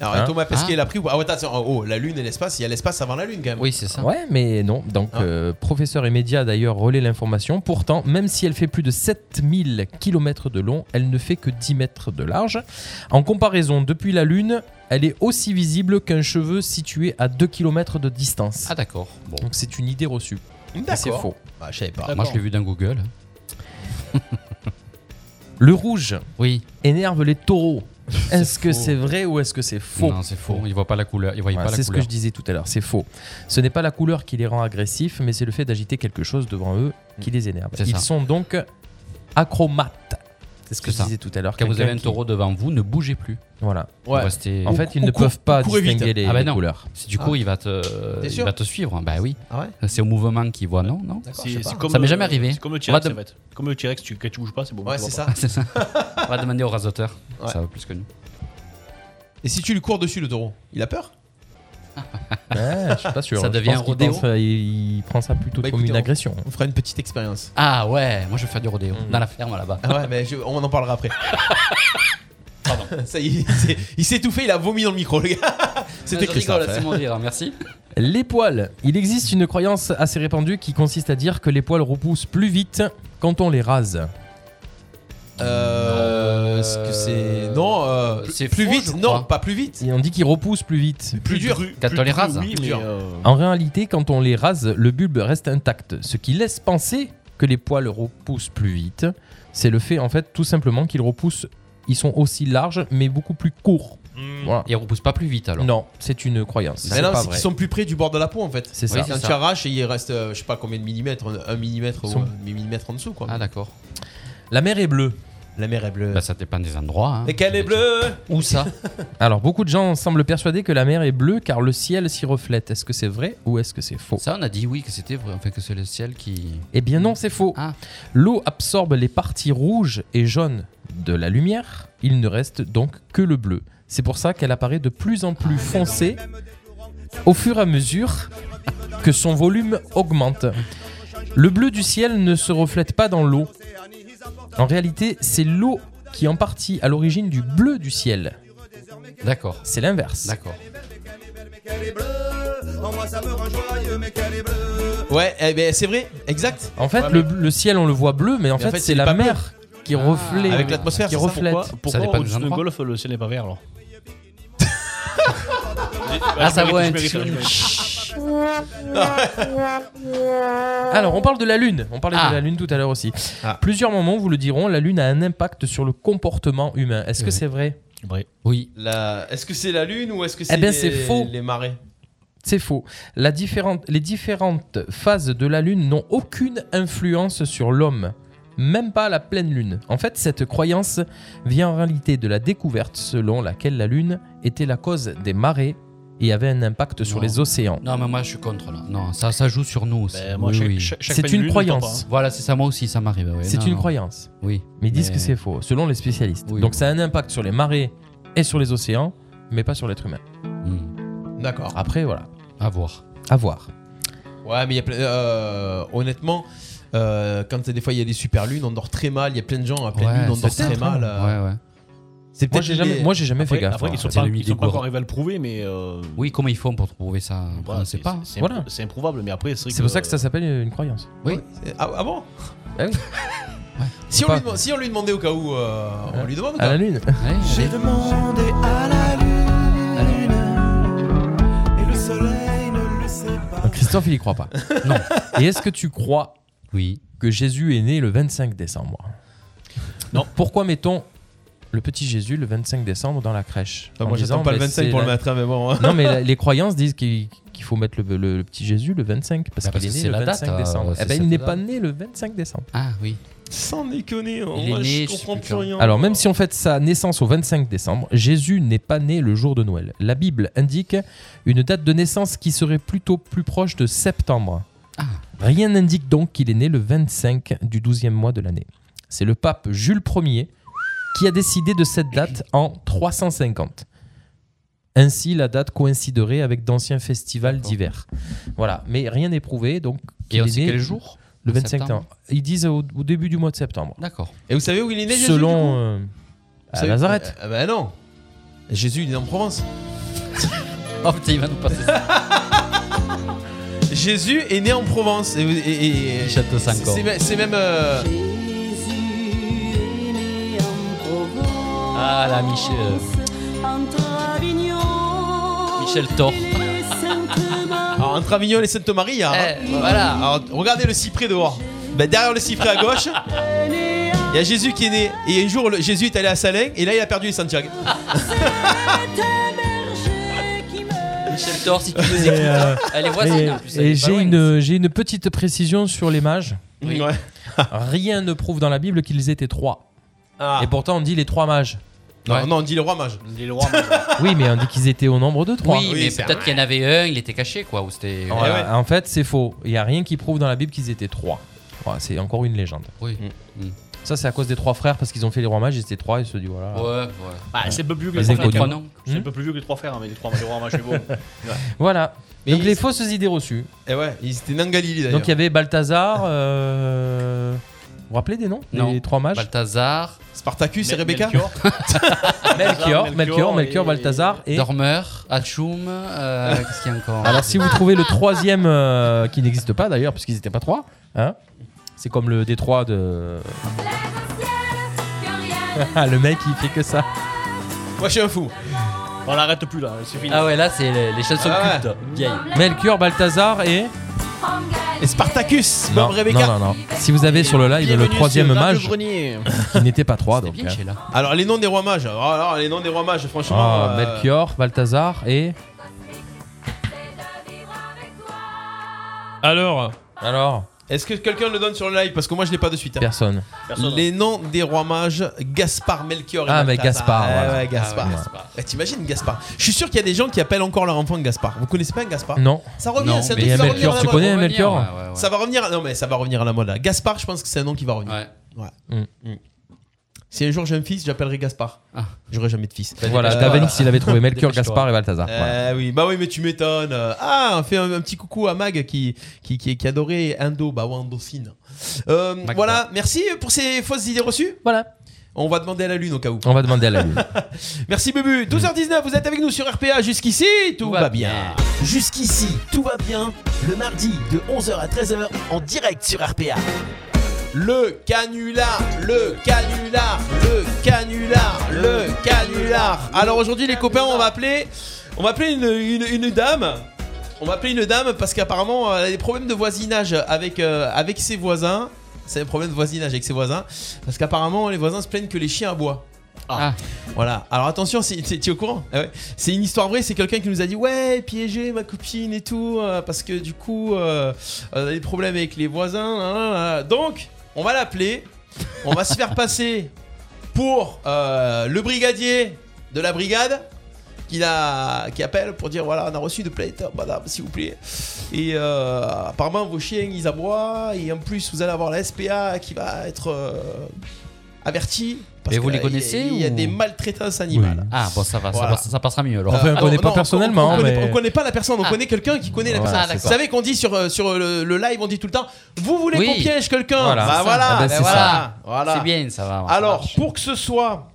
Speaker 3: Alors,
Speaker 5: Hein
Speaker 3: Thomas Pesquet l'a pris ou pas Ah, ouais, attends, oh, la Lune et l'espace, il y a l'espace avant la Lune quand même.
Speaker 4: Oui, c'est ça.
Speaker 5: Ouais, mais non. Donc,
Speaker 3: Ah.
Speaker 5: euh, professeurs et médias d'ailleurs relaient l'information. Pourtant, même si elle fait plus de 7000 km de long, elle ne fait que 10 mètres de large. En comparaison, depuis la Lune, elle est aussi visible qu'un cheveu situé à 2 km de distance.
Speaker 4: Ah d'accord. Bon.
Speaker 5: Donc, c'est une idée reçue. Mais
Speaker 3: D'accord.
Speaker 5: C'est faux.
Speaker 3: Bah, je savais pas.
Speaker 4: Moi, je l'ai vu dans Google.
Speaker 5: Le rouge
Speaker 4: Oui.
Speaker 5: énerve les taureaux. Est-ce que
Speaker 4: faux.
Speaker 5: c'est vrai ou est-ce que c'est faux
Speaker 4: Non, c'est faux. Il voit pas la couleur. Il voyait
Speaker 5: Voilà,
Speaker 4: pas
Speaker 5: c'est
Speaker 4: la
Speaker 5: ce que
Speaker 4: couleur.
Speaker 5: je disais tout à l'heure, c'est faux. Ce n'est pas la couleur qui les rend agressifs, mais c'est le fait d'agiter quelque chose devant eux qui les énerve.
Speaker 4: Mm. C'est
Speaker 5: Ils
Speaker 4: ça.
Speaker 5: sont donc achromates. C'est ce que
Speaker 4: C'est
Speaker 5: je
Speaker 4: ça.
Speaker 5: disais tout à l'heure.
Speaker 4: Quand vous
Speaker 5: Quelqu'un
Speaker 4: avez un
Speaker 5: qui-
Speaker 4: taureau devant vous, ne bougez plus.
Speaker 5: Voilà.
Speaker 4: Vous restez-
Speaker 5: En fait, ils ne
Speaker 3: court-
Speaker 5: peuvent pas
Speaker 3: ou courez vite.
Speaker 5: distinguer les,
Speaker 4: Ah bah
Speaker 5: les
Speaker 4: non.
Speaker 5: couleurs.
Speaker 4: Si du coup, il va te,
Speaker 3: T'es
Speaker 4: il
Speaker 3: sûr
Speaker 4: va te suivre. Bah oui.
Speaker 3: Ah ouais
Speaker 4: C'est au mouvement qu'il voit, non Non.
Speaker 3: D'accord, je sais
Speaker 6: C'est- c'est
Speaker 3: pas.
Speaker 6: comme
Speaker 4: Ça m'est
Speaker 6: le-
Speaker 4: jamais arrivé.
Speaker 6: C'est comme le
Speaker 4: On va
Speaker 6: T-Rex
Speaker 4: de-
Speaker 6: en fait. Comme le T-Rex, tu, quand tu bouges pas, c'est bon.
Speaker 3: Ouais,
Speaker 6: tu vois
Speaker 3: c'est
Speaker 4: Ah,
Speaker 6: pas.
Speaker 3: ça.
Speaker 4: c'est ça. On va demander au rasoteur.
Speaker 3: Ouais.
Speaker 4: Ça va plus que nous.
Speaker 3: Et si tu lui cours dessus, le taureau, il a peur
Speaker 5: Ouais, je suis pas sûr.
Speaker 4: Ça
Speaker 5: Je
Speaker 4: devient
Speaker 5: pense
Speaker 4: un
Speaker 5: qu'il
Speaker 4: rodéo.
Speaker 5: pense, euh, Il, il prend ça plutôt
Speaker 3: Bah,
Speaker 5: comme
Speaker 3: écoutez,
Speaker 5: une
Speaker 3: on-
Speaker 5: agression. Mm.
Speaker 3: On fera une petite expérience.
Speaker 4: Ah ouais. Moi, je vais faire du rodéo dans la ferme là-bas.
Speaker 3: Ah ouais, mais je- on en parlera après. Pardon. Ça y est, il s'est- il s'est étouffé, il a vomi dans le micro, les gars. C'était
Speaker 4: Je rigole,
Speaker 3: Christophe.
Speaker 4: C'est
Speaker 3: hein.
Speaker 4: mon rire. Merci.
Speaker 5: Les poils. Il existe une croyance assez répandue qui consiste à dire que les poils repoussent plus vite quand on les rase.
Speaker 3: Euh, Est-ce que c'est. Non, euh,
Speaker 4: C'est
Speaker 3: plus
Speaker 4: faux,
Speaker 3: vite
Speaker 4: je
Speaker 3: Non,
Speaker 4: crois.
Speaker 3: pas plus vite.
Speaker 5: Et on dit qu'ils repoussent plus vite.
Speaker 3: Plus Ah, dur.
Speaker 4: Quand on les
Speaker 5: hein.
Speaker 4: rase.
Speaker 6: Oui, mais.
Speaker 3: Dur.
Speaker 6: euh,
Speaker 5: En réalité, quand on les rase, le bulbe reste intact, ce qui laisse penser que les poils repoussent plus vite. C'est le fait, en fait, tout simplement qu'ils repoussent. Ils sont aussi larges, mais beaucoup plus courts. Voilà.
Speaker 4: Il repousse pas plus vite alors.
Speaker 5: Non, c'est une croyance.
Speaker 3: Mais
Speaker 5: C'est
Speaker 3: non,
Speaker 5: pas
Speaker 3: c'est
Speaker 5: vrai.
Speaker 3: qu'ils sont plus près du bord de la peau en fait.
Speaker 5: C'est ça.
Speaker 4: Oui,
Speaker 3: Quand
Speaker 4: c'est
Speaker 3: tu
Speaker 4: ça.
Speaker 3: arraches, il reste, euh, je sais pas combien de millimètres, un millimètre ou
Speaker 5: Sont-
Speaker 3: un millimètre en dessous quoi.
Speaker 4: Ah d'accord.
Speaker 5: La mer est bleue.
Speaker 3: La mer est bleue.
Speaker 4: Bah, ça dépend des endroits. hein.
Speaker 3: Et qu'elle est bleue
Speaker 4: Où ça
Speaker 5: Alors, beaucoup de gens semblent persuadés que la mer est bleue car le ciel s'y reflète. Est-ce que c'est vrai ou est-ce que c'est faux
Speaker 4: Ça, on a dit oui que c'était vrai, enfin que c'est le ciel qui. Ah.
Speaker 5: Eh bien non, c'est faux. L'eau absorbe les parties rouges et jaunes de la lumière. Il ne reste donc que le bleu. C'est pour ça qu'elle apparaît de plus en plus foncée au fur et à mesure que son volume augmente. Le bleu du ciel ne se reflète pas dans l'eau. En réalité, c'est l'eau qui est en partie à l'origine du bleu du ciel.
Speaker 4: D'accord.
Speaker 5: C'est l'inverse.
Speaker 4: D'accord.
Speaker 8: En moi ça me rend joyeux, mais qu'elle est bleue.
Speaker 3: Ouais, eh ben, c'est vrai, exact.
Speaker 5: En fait,
Speaker 3: Ouais,
Speaker 5: le, le ciel, on le voit bleu, mais en fait, c'est
Speaker 3: il est
Speaker 5: la
Speaker 3: pas bleu. Ah,
Speaker 5: mer qui reflète.
Speaker 3: Avec l'atmosphère,
Speaker 5: qui
Speaker 3: c'est ça
Speaker 5: reflète.
Speaker 3: Pourquoi,
Speaker 6: euh, Pourquoi
Speaker 3: pourquoi
Speaker 6: au-dessus de
Speaker 3: au-dessus
Speaker 6: golf le ciel n'est pas vert alors
Speaker 4: Ah, ça vaut un
Speaker 5: Ah. Alors, on parle de la Lune. On parlait
Speaker 4: Ah.
Speaker 5: de la Lune tout à l'heure aussi.
Speaker 3: Ah.
Speaker 5: Plusieurs moments vous le diront, la Lune a un impact sur le comportement humain. Est-ce que
Speaker 4: Oui.
Speaker 5: c'est vrai
Speaker 6: Vrai.
Speaker 4: Oui.
Speaker 3: La- Est-ce que c'est la lune ou est-ce que Eh c'est
Speaker 5: ben,
Speaker 3: les-
Speaker 5: c'est faux.
Speaker 3: les marées
Speaker 5: C'est faux. La différente- les différentes phases de la Lune n'ont aucune influence sur l'homme, même pas la pleine Lune. En fait, cette croyance vient en réalité de la découverte selon laquelle la Lune était la cause des marées et avait un impact sur
Speaker 4: Non.
Speaker 5: les océans.
Speaker 4: Non, mais moi je suis contre là. Non, ça, ça joue sur nous aussi.
Speaker 3: Bah,
Speaker 6: Ben, moi,
Speaker 4: Oui,
Speaker 6: chaque-
Speaker 4: oui.
Speaker 6: chaque- chaque
Speaker 5: C'est
Speaker 6: pleine
Speaker 5: une
Speaker 6: lune, on
Speaker 5: croyance.
Speaker 6: t'entend, hein.
Speaker 4: Voilà, c'est ça, moi aussi, ça m'arrive. ouais.
Speaker 5: C'est
Speaker 4: Non,
Speaker 5: une
Speaker 4: non.
Speaker 5: croyance.
Speaker 4: Oui.
Speaker 5: Mais ils disent
Speaker 4: Mais-
Speaker 5: que c'est faux, selon les spécialistes.
Speaker 4: Oui.
Speaker 5: Donc ça a un impact sur les marées et sur les océans, mais pas sur l'être humain.
Speaker 4: Hmm.
Speaker 3: D'accord.
Speaker 5: Après, voilà,
Speaker 4: À voir.
Speaker 5: à voir.
Speaker 3: Ouais, mais il y a plein. euh, honnêtement, euh, quand des fois il y a des super lunes, on dort très mal. Il y a plein de gens à pleine
Speaker 4: Ouais,
Speaker 3: lune, on dort
Speaker 4: c'est
Speaker 3: très
Speaker 4: ça.
Speaker 3: mal. euh.
Speaker 4: Ouais, ouais.
Speaker 3: C'est
Speaker 5: Moi,
Speaker 3: peut-être
Speaker 5: j'ai jamais,
Speaker 3: les-
Speaker 5: moi, j'ai jamais
Speaker 6: Après,
Speaker 5: fait gaffe.
Speaker 6: après,
Speaker 5: hein.
Speaker 6: ils sont
Speaker 4: c'est
Speaker 6: pas,
Speaker 4: le
Speaker 6: ils sont
Speaker 4: mythe
Speaker 6: pas
Speaker 4: de
Speaker 6: encore arrivés à le prouver, mais euh,
Speaker 4: Oui, comment ils font pour trouver ça
Speaker 6: voilà,
Speaker 4: On ne sait pas. hein.
Speaker 6: c'est
Speaker 5: Voilà.
Speaker 6: impro- c'est improuvable. Mais après, c'est vrai
Speaker 5: C'est pour ça que ça s'appelle une croyance.
Speaker 4: Oui.
Speaker 3: Ah, ah bon
Speaker 5: Ah oui.
Speaker 3: si, on
Speaker 5: Pas-
Speaker 3: lui, demande- si on lui demandait au cas où, euh, on lui demande. ou
Speaker 5: À
Speaker 3: pas
Speaker 5: la lune.
Speaker 4: Ouais, allez.
Speaker 8: J'ai demandé à la lune et le soleil ne le sait pas.
Speaker 5: Euh, Christophe, il y croit pas. Non. Et est-ce que tu crois
Speaker 4: Oui.
Speaker 5: que Jésus est né le 25 décembre
Speaker 6: Non.
Speaker 5: Pourquoi mettons le petit Jésus le 25 décembre dans la crèche
Speaker 3: Enfin,
Speaker 5: En
Speaker 3: Bah, moi,
Speaker 5: disant,
Speaker 3: j'attends pas le
Speaker 5: mais
Speaker 3: 25
Speaker 5: c'est
Speaker 3: pour le
Speaker 5: la-
Speaker 3: mettre, hein, mais bon. hein.
Speaker 5: Non, mais la- les croyances disent qu'il qu'il faut mettre le, le- le petit Jésus le 25 parce
Speaker 4: Bah, parce
Speaker 5: qu'il
Speaker 4: que
Speaker 5: est
Speaker 4: c'est
Speaker 5: né le
Speaker 4: la date,
Speaker 5: 25
Speaker 4: euh,
Speaker 5: décembre.
Speaker 4: c'est
Speaker 5: Eh ben,
Speaker 4: cette
Speaker 5: il n'est pas
Speaker 4: date.
Speaker 5: né le 25 décembre.
Speaker 4: Ah oui.
Speaker 3: Sans déconner,
Speaker 4: Il
Speaker 3: moi,
Speaker 4: est né,
Speaker 3: je
Speaker 4: je sais
Speaker 3: comprends
Speaker 4: plus
Speaker 3: plus
Speaker 4: quand.
Speaker 3: rien.
Speaker 5: Alors même si on fête sa naissance au 25 décembre, Jésus n'est pas né le jour de Noël. La Bible indique une date de naissance qui serait plutôt plus proche de septembre.
Speaker 4: Ah.
Speaker 5: Rien n'indique donc qu'il est né le 25 du 12e mois de l'année. C'est le pape Jules Ier qui a décidé de cette date en 350. Ainsi, la date coïnciderait avec d'anciens festivals
Speaker 4: D'accord.
Speaker 5: d'hiver. Voilà, mais rien n'est prouvé, donc
Speaker 4: Et
Speaker 5: il
Speaker 4: on
Speaker 5: est
Speaker 4: sait
Speaker 5: né
Speaker 4: quel jour
Speaker 5: Le
Speaker 4: En
Speaker 5: 25
Speaker 4: septembre
Speaker 5: décembre. Ils disent au, au début du mois de septembre.
Speaker 4: D'accord.
Speaker 3: Et vous savez où il est né Jésus, du coup
Speaker 5: Selon euh,
Speaker 3: Vous
Speaker 5: à
Speaker 3: savez-
Speaker 5: Nazareth.
Speaker 3: Ah bah non. Jésus, il est en Provence.
Speaker 4: Oh putain, il va nous passer ça.
Speaker 3: Jésus est né en Provence. Et, et- et-
Speaker 4: Il chante
Speaker 3: c'est-
Speaker 4: ça encore.
Speaker 3: c'est même- C'est même. euh,
Speaker 4: Ah là, Michel. euh, Michel Thor.
Speaker 3: Alors, entre Avignon et Sainte-Marie, il y a, hein.
Speaker 4: Eh, voilà.
Speaker 3: Alors, regardez le cyprès dehors. Ben, derrière le cyprès à gauche, il y a Jésus qui est né. Et un jour, le- Jésus est allé à Salin et là, il a perdu les Santiago.
Speaker 4: Michel Thor, si tu nous écoutes. Allez, voir
Speaker 5: Et,
Speaker 4: ça.
Speaker 5: euh, et j'ai une, j'ai une petite précision sur les mages.
Speaker 4: Oui.
Speaker 3: Ouais.
Speaker 5: Rien ne prouve dans la Bible qu'ils étaient trois.
Speaker 3: Ah.
Speaker 5: Et pourtant, on dit les trois mages.
Speaker 3: non,
Speaker 4: ouais.
Speaker 3: non, on dit le roi mage.
Speaker 6: Les rois,
Speaker 5: Oui, mais on dit qu'ils étaient au nombre de trois.
Speaker 4: Oui,
Speaker 3: Oui,
Speaker 4: mais
Speaker 3: c'est
Speaker 4: peut-être
Speaker 3: vrai.
Speaker 4: qu'il y en avait un, il était caché, quoi. Ou c'était. euh,
Speaker 5: Voilà.
Speaker 3: Eh ouais.
Speaker 5: En fait, c'est faux. Il n'y a rien qui prouve dans la Bible qu'ils étaient trois. Voilà, c'est encore une légende.
Speaker 4: Oui.
Speaker 5: Ça, c'est à cause des trois frères parce qu'ils ont fait les rois mages, ils étaient trois, ils se disent voilà.
Speaker 4: Ouais, ouais.
Speaker 6: bah, c'est un peu plus vieux que
Speaker 5: Les
Speaker 6: les
Speaker 4: Enfin,
Speaker 6: trois frères.
Speaker 4: trois
Speaker 6: quand
Speaker 5: inconnus.
Speaker 6: même.
Speaker 3: Hmm
Speaker 4: noms.
Speaker 6: C'est un peu plus vieux que les trois frères, hein, mais les trois les rois, moi, je suis bon.
Speaker 5: Voilà.
Speaker 3: Mais
Speaker 5: Donc
Speaker 3: ils-
Speaker 5: les fausses idées reçues.
Speaker 3: Et Eh ouais, ils étaient nés en Galilée d'ailleurs.
Speaker 5: Donc il y avait Balthazar. euh, Vous vous rappelez des noms
Speaker 4: Non.
Speaker 5: Les trois mages
Speaker 4: Balthazar,
Speaker 3: Spartacus et
Speaker 6: Mel-
Speaker 3: Rebecca
Speaker 6: Melchior.
Speaker 5: Melchior,
Speaker 6: Balthazar,
Speaker 5: Melchior,
Speaker 6: Melchior
Speaker 5: Melchior,
Speaker 6: et-
Speaker 5: Balthazar et.
Speaker 4: Dormeur, Hachoum, euh, qu'est-ce qu'il y a encore
Speaker 5: Alors si vous
Speaker 3: Ah,
Speaker 5: trouvez le troisième euh, qui n'existe pas d'ailleurs puisqu'ils n'étaient pas trois, hein, c'est comme le détroit de... Ah, le mec il fait que ça.
Speaker 3: Moi, je suis un fou.
Speaker 6: On l'arrête plus là, c'est fini.
Speaker 4: Ah ouais, là, c'est les, les chansons
Speaker 3: Ah ouais.
Speaker 4: cultes. Vieilles.
Speaker 5: Melchior, Balthazar et...
Speaker 3: Et Spartacus,
Speaker 5: Non,
Speaker 3: Bob
Speaker 5: non,
Speaker 3: Rebecca.
Speaker 5: non, non. Si vous avez sur le live le
Speaker 6: Bienvenue
Speaker 5: troisième
Speaker 6: sur Radio
Speaker 5: mage
Speaker 6: Grenier.
Speaker 5: qui n'était pas trois,
Speaker 4: C'était
Speaker 5: donc...
Speaker 4: bien
Speaker 5: hein.
Speaker 4: chez là.
Speaker 3: Alors, les noms des rois mages. Alors, alors, les noms des rois mages, franchement.
Speaker 5: Ah,
Speaker 3: euh,
Speaker 5: Melchior, Balthazar et...
Speaker 11: Alors,
Speaker 5: Alors
Speaker 3: Est-ce que quelqu'un le donne sur le live Parce que moi, je l'ai pas de suite. hein.
Speaker 5: Personne. hein.
Speaker 3: Personne. Les noms des rois mages Gaspard, Melchior et
Speaker 5: Ah, mais
Speaker 3: Balthazar.
Speaker 5: Gaspard,
Speaker 3: Ouais,
Speaker 5: voilà.
Speaker 3: ouais, Gaspard.
Speaker 5: Ah, ouais,
Speaker 3: Eh, T'imagines Gaspard Je suis sûr qu'il y a des gens qui appellent encore leur enfant Gaspard. Vous connaissez pas Gaspard
Speaker 5: Non.
Speaker 3: Ça revient,
Speaker 5: Non,
Speaker 3: c'est un
Speaker 5: mais il
Speaker 3: truc
Speaker 5: y a
Speaker 3: qui va
Speaker 5: Melchior,
Speaker 3: revenir à la
Speaker 5: tu
Speaker 3: mode.
Speaker 5: connais Melchior Ouais,
Speaker 3: Ça va revenir. Non, mais ça va revenir à la mode là. Gaspard, je pense que c'est un nom qui va revenir. Ouais.
Speaker 5: hmm.
Speaker 3: Mm. Si un jour j'ai un fils, j'appellerai Gaspard.
Speaker 5: Ah.
Speaker 3: J'aurai jamais de fils.
Speaker 5: Voilà,
Speaker 3: Euh,
Speaker 5: Davenix, il avait trouvé Melchior,
Speaker 3: Dépêche-toi.
Speaker 5: Gaspard et Balthazar.
Speaker 3: Euh,
Speaker 5: Voilà.
Speaker 3: oui, bah oui, mais tu m'étonnes. Euh, Ah, on fait un, un petit coucou à Mag qui, qui, qui, qui adorait Indo, bah ouais, Indocine. Euh, voilà, merci pour ces fausses idées reçues.
Speaker 5: Voilà.
Speaker 3: On va demander à la lune au cas où.
Speaker 5: On va demander à la lune.
Speaker 3: Merci Bubu. 12h19, vous êtes avec nous sur RPA jusqu'ici, tout, va, bien.
Speaker 1: Jusqu'ici, tout va bien. Le mardi de 11h à 13h en direct sur RPA.
Speaker 3: Le canular, le canular, le canular, le canular. Alors aujourd'hui les copains, on va appeler, on va appeler une, une- une dame. On va appeler une dame parce qu'apparemment euh, elle a des problèmes de voisinage avec, euh, avec ses voisins. C'est un problème de voisinage avec ses voisins. Parce qu'apparemment les voisins se plaignent que les chiens aboient.
Speaker 4: Ah.
Speaker 3: Voilà. Alors attention, si tu es au courant Ah ouais. C'est une histoire vraie. C'est quelqu'un qui nous a dit ouais piéger ma copine et tout euh, parce que du coup euh, on a des problèmes avec les voisins. hein, hein, hein. Donc on va l'appeler. On va se faire passer pour euh, le brigadier de la brigade qui, a, qui appelle pour dire voilà on a reçu de plaintes madame s'il vous plaît et euh, apparemment vos chiens ils aboient et en plus vous allez avoir la SPA qui va être euh, avertie
Speaker 4: Mais vous
Speaker 3: que
Speaker 4: les
Speaker 3: là, il y a-
Speaker 4: connaissez
Speaker 3: Il y a
Speaker 4: ou-
Speaker 3: des maltraitances animales.
Speaker 4: Ah, bon, ça va, ça
Speaker 3: Voilà.
Speaker 4: passe- ça, passera mieux alors.
Speaker 3: Euh, alors, non, on- on, connaît, on connaît pas la personne, on
Speaker 4: Ah.
Speaker 3: connaît quelqu'un qui connaît la
Speaker 4: Voilà,
Speaker 3: personne.
Speaker 4: c'est
Speaker 3: Vous
Speaker 4: ça.
Speaker 3: savez qu'on dit sur, euh, sur le, le live, on dit tout le temps Vous voulez
Speaker 4: Oui.
Speaker 3: qu'on piège quelqu'un
Speaker 4: Voilà,
Speaker 3: Bah
Speaker 4: c'est
Speaker 3: voilà,
Speaker 4: ça. Ah bah,
Speaker 3: bah
Speaker 4: c'est
Speaker 3: voilà,
Speaker 4: ça.
Speaker 3: voilà.
Speaker 4: C'est bien, ça va, ça
Speaker 3: Alors, pour que ce soit.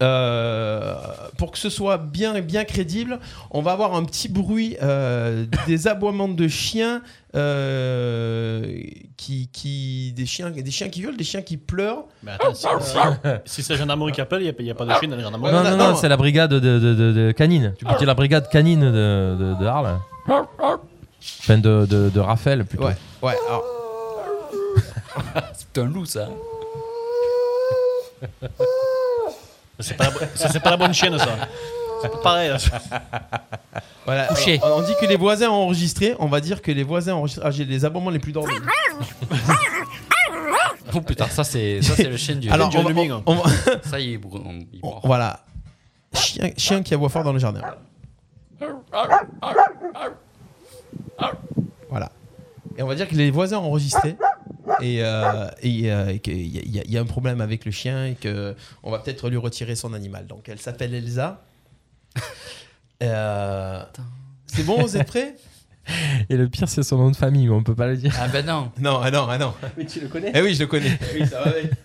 Speaker 3: euh, pour que ce soit bien, bien crédible, on va avoir un petit bruit euh, des aboiements de chiens, euh, qui, qui, des chiens, des chiens qui violent, des chiens qui pleurent.
Speaker 6: Mais attends, si, euh, si c'est la gendarmerie qui appelle, il n'y a, pas de chien dans la gendarmerie.
Speaker 5: Non, non, non, c'est la brigade de, de, de- de canine. Tu peux
Speaker 3: Ah.
Speaker 5: dire la brigade canine de, de, de Arles. Enfin, de, de, de Raphaël plutôt.
Speaker 3: Ouais, ouais. alors-
Speaker 4: Ah. c'est un loup ça.
Speaker 6: C'est pas, la bo- ça, c'est pas la bonne chienne, ça. C'est pas pareil. là.
Speaker 3: Voilà,
Speaker 6: Couché.
Speaker 3: alors, Euh, on dit que les voisins ont enregistré, on va dire que les voisins ont enregistré. Ah, j'ai les abonnements les plus dormants.
Speaker 4: Oh putain, ça c'est ça, c'est le chien du.
Speaker 3: Alors, on va- on va-
Speaker 4: Ça, il est brou- on- il
Speaker 3: On- Oh, Voilà. Chien, chien qui aboie fort dans le jardin. Voilà. Et on va dire que les voisins ont enregistré. Et euh, et, euh, et qu'il y, a- il y a- il y a un problème avec le chien et que on va peut-être lui retirer son animal. Donc elle s'appelle Elsa. Euh, c'est bon, vous êtes prêts
Speaker 5: Et le pire, c'est son nom de famille, mais on peut pas le dire.
Speaker 4: Ah ben non.
Speaker 3: Non, ah non, ah non.
Speaker 6: Mais tu le connais
Speaker 3: Eh oui, je le connais.
Speaker 6: Oui, ça va avec.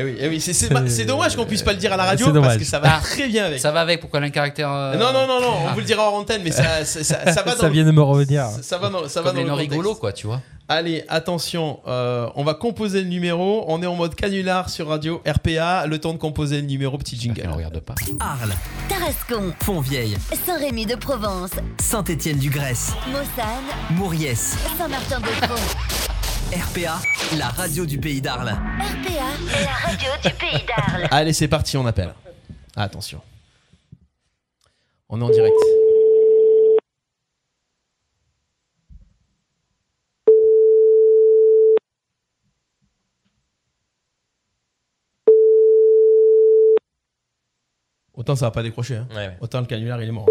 Speaker 3: Eh oui, eh oui, c'est- c'est ma- c'est dommage qu'on puisse pas le dire à
Speaker 4: Euh,
Speaker 3: la radio
Speaker 5: C'est
Speaker 3: parce
Speaker 5: dommage.
Speaker 3: que ça va
Speaker 4: Ah.
Speaker 3: très bien avec.
Speaker 4: Ça va avec, pourquoi elle a un caractère. euh,
Speaker 3: Non, non, non, non, on vous le dira en antenne, mais ça, ça, ça, ça va dans
Speaker 5: Ça
Speaker 3: le-
Speaker 5: vient de me revenir.
Speaker 3: Ça, ça va dans, ça va
Speaker 4: Comme
Speaker 3: dans
Speaker 4: les
Speaker 3: le
Speaker 4: non
Speaker 3: contexte.
Speaker 4: rigolos, quoi, tu vois.
Speaker 3: Allez, attention, euh, on va composer le numéro. On est en mode canular sur radio RPA. Le temps de composer le numéro, petit jingle. On
Speaker 4: regarde pas.
Speaker 1: Arles,
Speaker 12: Tarascon,
Speaker 1: Fontvieille,
Speaker 12: Saint-Rémy de Provence,
Speaker 1: Saint-Étienne-du-Grèce,
Speaker 12: Mossane,
Speaker 1: Mauriès.
Speaker 12: Saint-Martin-de-Pont.
Speaker 1: RPA, la radio du pays d'Arles.
Speaker 12: RPA, la radio du pays d'Arles.
Speaker 3: Allez, c'est parti, on appelle. Attention. On est en direct. Autant ça va pas décrocher. hein. Autant le canular, il est mort.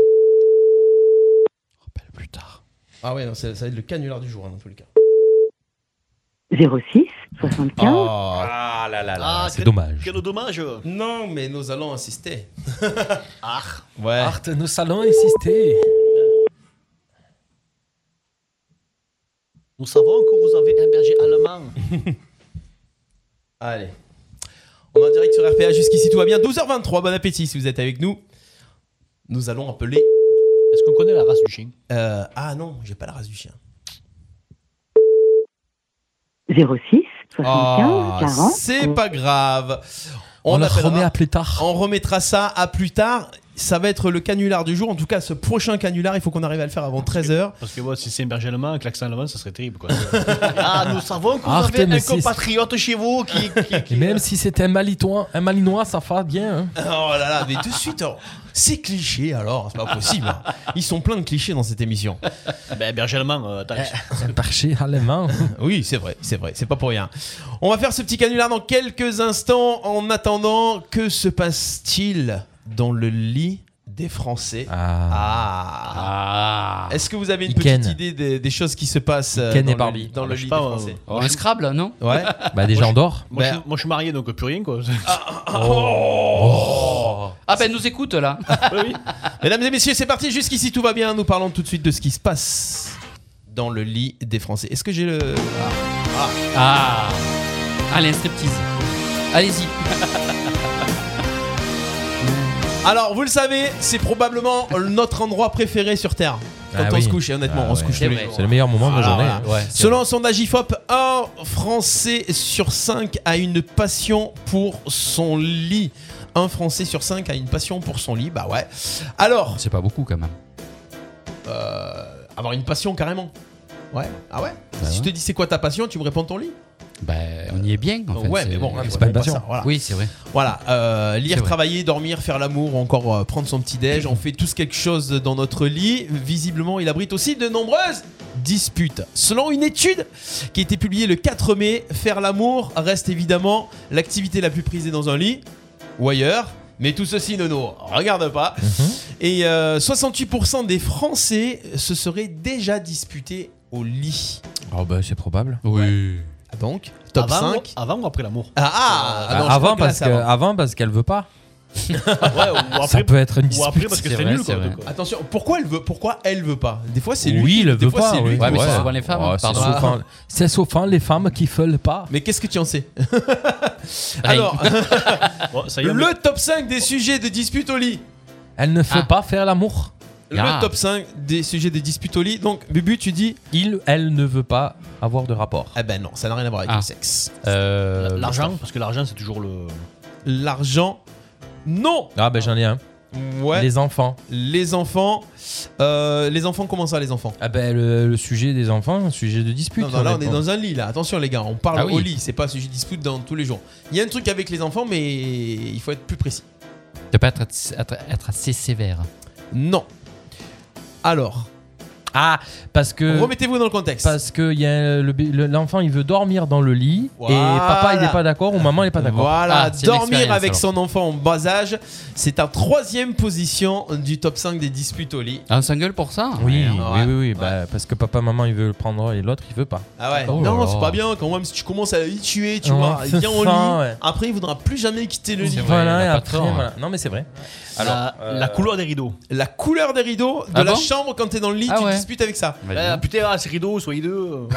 Speaker 3: Rappelle plus tard. Ah ouais, non, ça, ça va être le canular du jour, hein, dans tous les cas.
Speaker 13: 06 75
Speaker 3: Ah là là
Speaker 6: Ah, quel- Quel dommage.
Speaker 3: Non, mais nous allons assister.
Speaker 6: Ah.
Speaker 3: Ouais.
Speaker 5: Arte, nous allons insister.
Speaker 6: Nous savons que vous avez un berger allemand.
Speaker 3: Allez. On est en direct sur RPA jusqu'ici, tout va bien. 12h23, bon appétit si vous êtes avec nous. Nous allons appeler.
Speaker 6: Est-ce qu'on connaît la race du chien
Speaker 3: Euh, ah non, j'ai pas la race du chien.
Speaker 13: 06 75
Speaker 3: Ah,
Speaker 13: 40
Speaker 3: c'est pas grave.
Speaker 5: On la
Speaker 3: appellera-
Speaker 5: remet à plus tard.
Speaker 3: On remettra ça à plus tard. Ça va être le canular du jour. En tout cas, ce prochain canular, il faut qu'on arrive à le faire avant 13h.
Speaker 6: Parce que bon, si c'est un berger allemand, un klaxon allemand, ça serait terrible. Quoi. ah, nous savons que vous
Speaker 5: Ah,
Speaker 6: avez
Speaker 5: putain,
Speaker 6: un
Speaker 5: mais c'est-
Speaker 6: compatriote chez vous qui.
Speaker 5: Et
Speaker 3: euh,
Speaker 5: même si c'était un malinois, un malinois, ça fera bien.
Speaker 3: Oh
Speaker 5: hein.
Speaker 3: là là, mais tout de suite, oh, c'est cliché alors, c'est pas possible. hein. Ils sont pleins de clichés dans cette émission.
Speaker 6: Ben, berger allemand, euh, attends.
Speaker 3: Eh.
Speaker 5: Un marché allemand.
Speaker 3: Oui, c'est vrai, c'est vrai, c'est pas pour rien. On va faire ce petit canular dans quelques instants. En attendant, que se passe-t-il dans le lit des Français Ah. Est-ce que vous avez une
Speaker 5: Iken.
Speaker 3: petite idée des, des choses qui se passent euh,
Speaker 5: Iken
Speaker 3: dans
Speaker 5: et
Speaker 3: le-
Speaker 5: Barbie.
Speaker 3: dans le
Speaker 6: Bah, je
Speaker 3: lit
Speaker 6: sais pas,
Speaker 3: des Français
Speaker 6: euh, moi, je-
Speaker 4: Scrabble, non
Speaker 3: Ouais. Ben,
Speaker 5: Bah, déjà,
Speaker 6: Moi,
Speaker 5: on
Speaker 6: je-
Speaker 5: dort.
Speaker 6: Moi, je, moi, je suis marié, donc euh, plus rien quoi.
Speaker 3: oh.
Speaker 6: Oh.
Speaker 4: Ah ben nous écoute là.
Speaker 3: Mesdames et messieurs, c'est parti. Jusqu'ici, tout va bien. Nous parlons tout de suite de ce qui se passe dans le lit des Français. Est-ce que j'ai le. Ah.
Speaker 4: Ah. Allez, un striptease. Allez-y.
Speaker 3: Alors, vous le savez, c'est probablement notre endroit préféré sur Terre. Quand
Speaker 5: Ah
Speaker 3: on
Speaker 5: oui.
Speaker 3: se couche, et honnêtement,
Speaker 5: Ah
Speaker 3: on se
Speaker 5: ouais.
Speaker 3: couche
Speaker 5: C'est
Speaker 3: tous les
Speaker 5: vrai.
Speaker 3: jours. Ah,
Speaker 5: C'est le meilleur moment de la
Speaker 3: Voilà,
Speaker 5: journée.
Speaker 3: voilà.
Speaker 5: hein. Ouais, c'est
Speaker 3: Selon un sondage IFOP, un Français sur cinq a une passion pour son lit. Un Français sur cinq a une passion pour son lit, bah ouais. Alors.
Speaker 4: C'est pas beaucoup quand même.
Speaker 3: Euh, avoir une passion carrément. Ouais, ah ouais.
Speaker 4: Bah
Speaker 3: si je
Speaker 4: ouais.
Speaker 3: te dis c'est quoi ta passion, tu me réponds ton lit.
Speaker 4: Ben on y est bien en fait.
Speaker 3: ouais, mais bon, hein,
Speaker 4: c'est
Speaker 3: c'est
Speaker 4: pas
Speaker 3: pas
Speaker 4: une
Speaker 3: une passion.
Speaker 4: passion.
Speaker 3: Voilà.
Speaker 4: Oui, c'est vrai.
Speaker 3: Voilà, euh,
Speaker 4: C'est
Speaker 3: lire,
Speaker 4: vrai.
Speaker 3: travailler, dormir, faire l'amour, ou encore euh, prendre son petit déj, on fait tous quelque chose dans notre lit. Visiblement, il abrite aussi de nombreuses disputes. Selon une étude qui a été publiée le 4 mai, faire l'amour reste évidemment l'activité la plus prisée dans un lit ou ailleurs. Mais tout ceci ne nous regarde pas.
Speaker 4: Mhm.
Speaker 3: Et euh, 68% des Français se seraient déjà disputés au lit.
Speaker 5: Oh bah c'est probable.
Speaker 4: Oui.
Speaker 3: Ah Donc, top
Speaker 6: avant,
Speaker 3: 5.
Speaker 6: Avant ou après l'amour
Speaker 3: Ah,
Speaker 4: Euh,
Speaker 3: ah, ah non, je crois
Speaker 5: Bah, avant,
Speaker 3: que là,
Speaker 5: parce
Speaker 3: c'est
Speaker 5: que, avant parce qu'elle veut pas. ça
Speaker 3: après-
Speaker 5: peut être une
Speaker 3: ou
Speaker 5: dispute.
Speaker 3: après parce que c'est nul, quoi, donc, euh. quoi. Attention, pourquoi elle veut pourquoi elle veut pas Des fois c'est lui.
Speaker 5: Oui, elle
Speaker 3: des
Speaker 5: veut
Speaker 3: fois,
Speaker 5: pas.
Speaker 3: c'est
Speaker 5: oui.
Speaker 3: lui.
Speaker 5: Ouais.
Speaker 6: Oh,
Speaker 5: Ouais, c'est souvent- hein, C'est souvent les femmes qui veulent pas.
Speaker 3: Mais qu'est-ce que tu en sais Alors,
Speaker 6: y est, on
Speaker 3: le top 5 des sujets de dispute au lit.
Speaker 5: Elle ne fait pas faire l'amour.
Speaker 3: Ah.
Speaker 5: Ah.
Speaker 3: Le top 5 des sujets de dispute au lit. Donc, Bubu, tu dis
Speaker 5: il, elle ne veut pas avoir de rapport.
Speaker 3: Ah ben non, ça n'a rien à voir avec
Speaker 5: Ah.
Speaker 3: le sexe.
Speaker 5: Euh,
Speaker 6: L'argent, parce que l'argent c'est toujours le.
Speaker 3: L'argent, non.
Speaker 5: Ah ben j'en ai un.
Speaker 3: Ouais.
Speaker 5: Les enfants.
Speaker 3: Les enfants, euh, les enfants, comment ça, les enfants
Speaker 5: Ah ben le, le sujet des enfants, un sujet de dispute.
Speaker 3: Non, non, là on est
Speaker 5: honnêtement.
Speaker 3: dans un lit là. Attention les gars, on parle
Speaker 5: Ah oui.
Speaker 3: au lit, c'est pas un sujet de dispute dans tous les jours. Il y a un truc avec les enfants, mais il faut être plus précis.
Speaker 4: De pas être, être- être assez sévère.
Speaker 3: Non. Alors.
Speaker 5: Ah, parce que.
Speaker 3: Remettez-vous dans le contexte.
Speaker 5: Parce que il y a le bé- le- l'enfant, il veut dormir dans le lit et
Speaker 3: Voilà.
Speaker 5: papa il n'est pas d'accord ou maman il
Speaker 4: Ah,
Speaker 5: n'est pas d'accord. Ah,
Speaker 3: Voilà, dormir avec
Speaker 5: son
Speaker 3: son enfant en bas âge, c'est en troisième position du top 5 des disputes au lit.
Speaker 4: Ah, on s'engueule pour ça
Speaker 5: Oui,
Speaker 4: Ouais.
Speaker 5: oui, oui, oui, bah, parce que papa, maman, il veut le prendre et l'autre, il veut pas.
Speaker 3: Ah ouais,
Speaker 5: Oh là
Speaker 3: non,
Speaker 5: là.
Speaker 3: c'est pas bien quand même si tu commences à y tuer, tu
Speaker 5: Ouais,
Speaker 3: vois, il
Speaker 5: c'est
Speaker 3: vient au
Speaker 5: ça,
Speaker 3: lit,
Speaker 5: ouais.
Speaker 3: après il voudra plus jamais quitter le lit.
Speaker 5: Voilà, et après, voilà. Non, mais c'est vrai. Alors,
Speaker 3: la,
Speaker 5: euh,
Speaker 3: la couleur des rideaux. La couleur des rideaux de
Speaker 5: Ah
Speaker 3: la
Speaker 5: bon
Speaker 3: chambre quand t'es dans le lit,
Speaker 5: Ah
Speaker 3: tu
Speaker 5: ouais.
Speaker 3: disputes avec ça. Euh,
Speaker 5: Bah, dis donc.
Speaker 6: putain, ah, ces rideaux, soyez deux.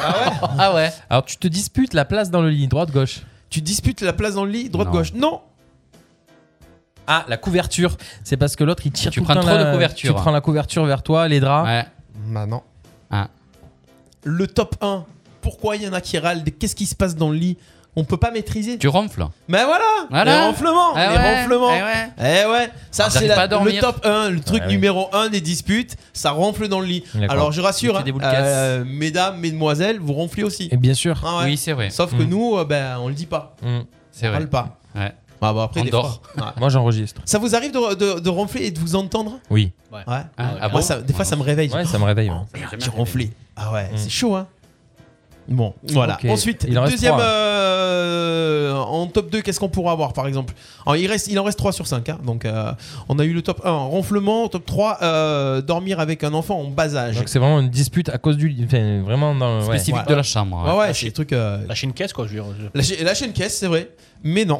Speaker 4: Ah ouais
Speaker 5: Alors, tu te disputes la place dans le lit, droite-gauche.
Speaker 3: Tu disputes la place dans le lit, droite-gauche. Non
Speaker 5: Ah, la couverture. C'est parce que l'autre, il tire
Speaker 4: Tu
Speaker 5: tout le
Speaker 4: prends
Speaker 5: temps
Speaker 4: trop
Speaker 5: la-
Speaker 4: de couverture.
Speaker 5: Tu prends la couverture vers toi, les draps.
Speaker 4: Ouais.
Speaker 3: Bah non.
Speaker 4: Ah.
Speaker 3: Le top 1. Pourquoi il y en a qui râlent de- Qu'est-ce qui se passe dans le lit On peut pas maîtriser.
Speaker 4: Tu ronfles.
Speaker 3: Mais voilà,
Speaker 4: Voilà.
Speaker 3: Les
Speaker 5: Eh
Speaker 3: ronflements
Speaker 4: Ah
Speaker 3: Les
Speaker 4: ouais,
Speaker 3: ronflements
Speaker 4: ah ouais.
Speaker 3: Eh ouais, Ça,
Speaker 4: J'arrive
Speaker 3: c'est
Speaker 4: pas à
Speaker 3: la-
Speaker 4: dormir.
Speaker 3: le top 1, le truc
Speaker 4: Ouais, oui.
Speaker 3: numéro 1 des disputes. Ça ronfle dans le lit.
Speaker 5: Ah D'accord.
Speaker 3: Alors, je rassure,
Speaker 5: Tu fais des
Speaker 3: hein,
Speaker 5: boules casses.
Speaker 3: euh, mesdames, mesdemoiselles, vous ronflez aussi.
Speaker 5: Et bien sûr.
Speaker 3: Ah ouais.
Speaker 5: Oui, c'est vrai.
Speaker 3: Sauf que
Speaker 5: Mm.
Speaker 3: nous, euh, ben, on le dit pas.
Speaker 5: Mm.
Speaker 4: C'est
Speaker 3: On
Speaker 4: vrai.
Speaker 3: râle pas.
Speaker 4: Ouais.
Speaker 3: Ah bah après,
Speaker 4: On
Speaker 3: des
Speaker 4: dort.
Speaker 3: fois- Ouais.
Speaker 5: Moi, j'enregistre.
Speaker 3: Ça vous arrive de, de- de ronfler et de vous entendre
Speaker 5: Oui.
Speaker 3: Ouais.
Speaker 5: Ah, ah
Speaker 3: Moi,
Speaker 5: bon
Speaker 3: ça- des fois, ça me réveille.
Speaker 5: Ouais, ça me réveille. ouais. Mm.
Speaker 3: Oh, merde, j'ai ronflé. Ah ouais, c'est chaud, hein Bon, voilà.
Speaker 5: Ok.
Speaker 3: Ensuite,
Speaker 5: Il en reste
Speaker 3: deuxième
Speaker 5: trois.
Speaker 3: euh, en top 2, qu'est-ce qu'on pourra avoir par exemple Alors, il, reste, il en reste 3 sur 5. donc, euh, on a eu le top 1, ronflement. Top 3, euh, dormir avec un enfant en bas âge.
Speaker 5: Donc, c'est vraiment une dispute à cause du lit. Enfin, vraiment dans le- ouais.
Speaker 3: Ouais. Ouais, ouais, c'est des trucs. euh,
Speaker 6: Lâcher une caisse, quoi, je veux dire.
Speaker 3: lâcher, lâcher une caisse, c'est vrai. Mais non.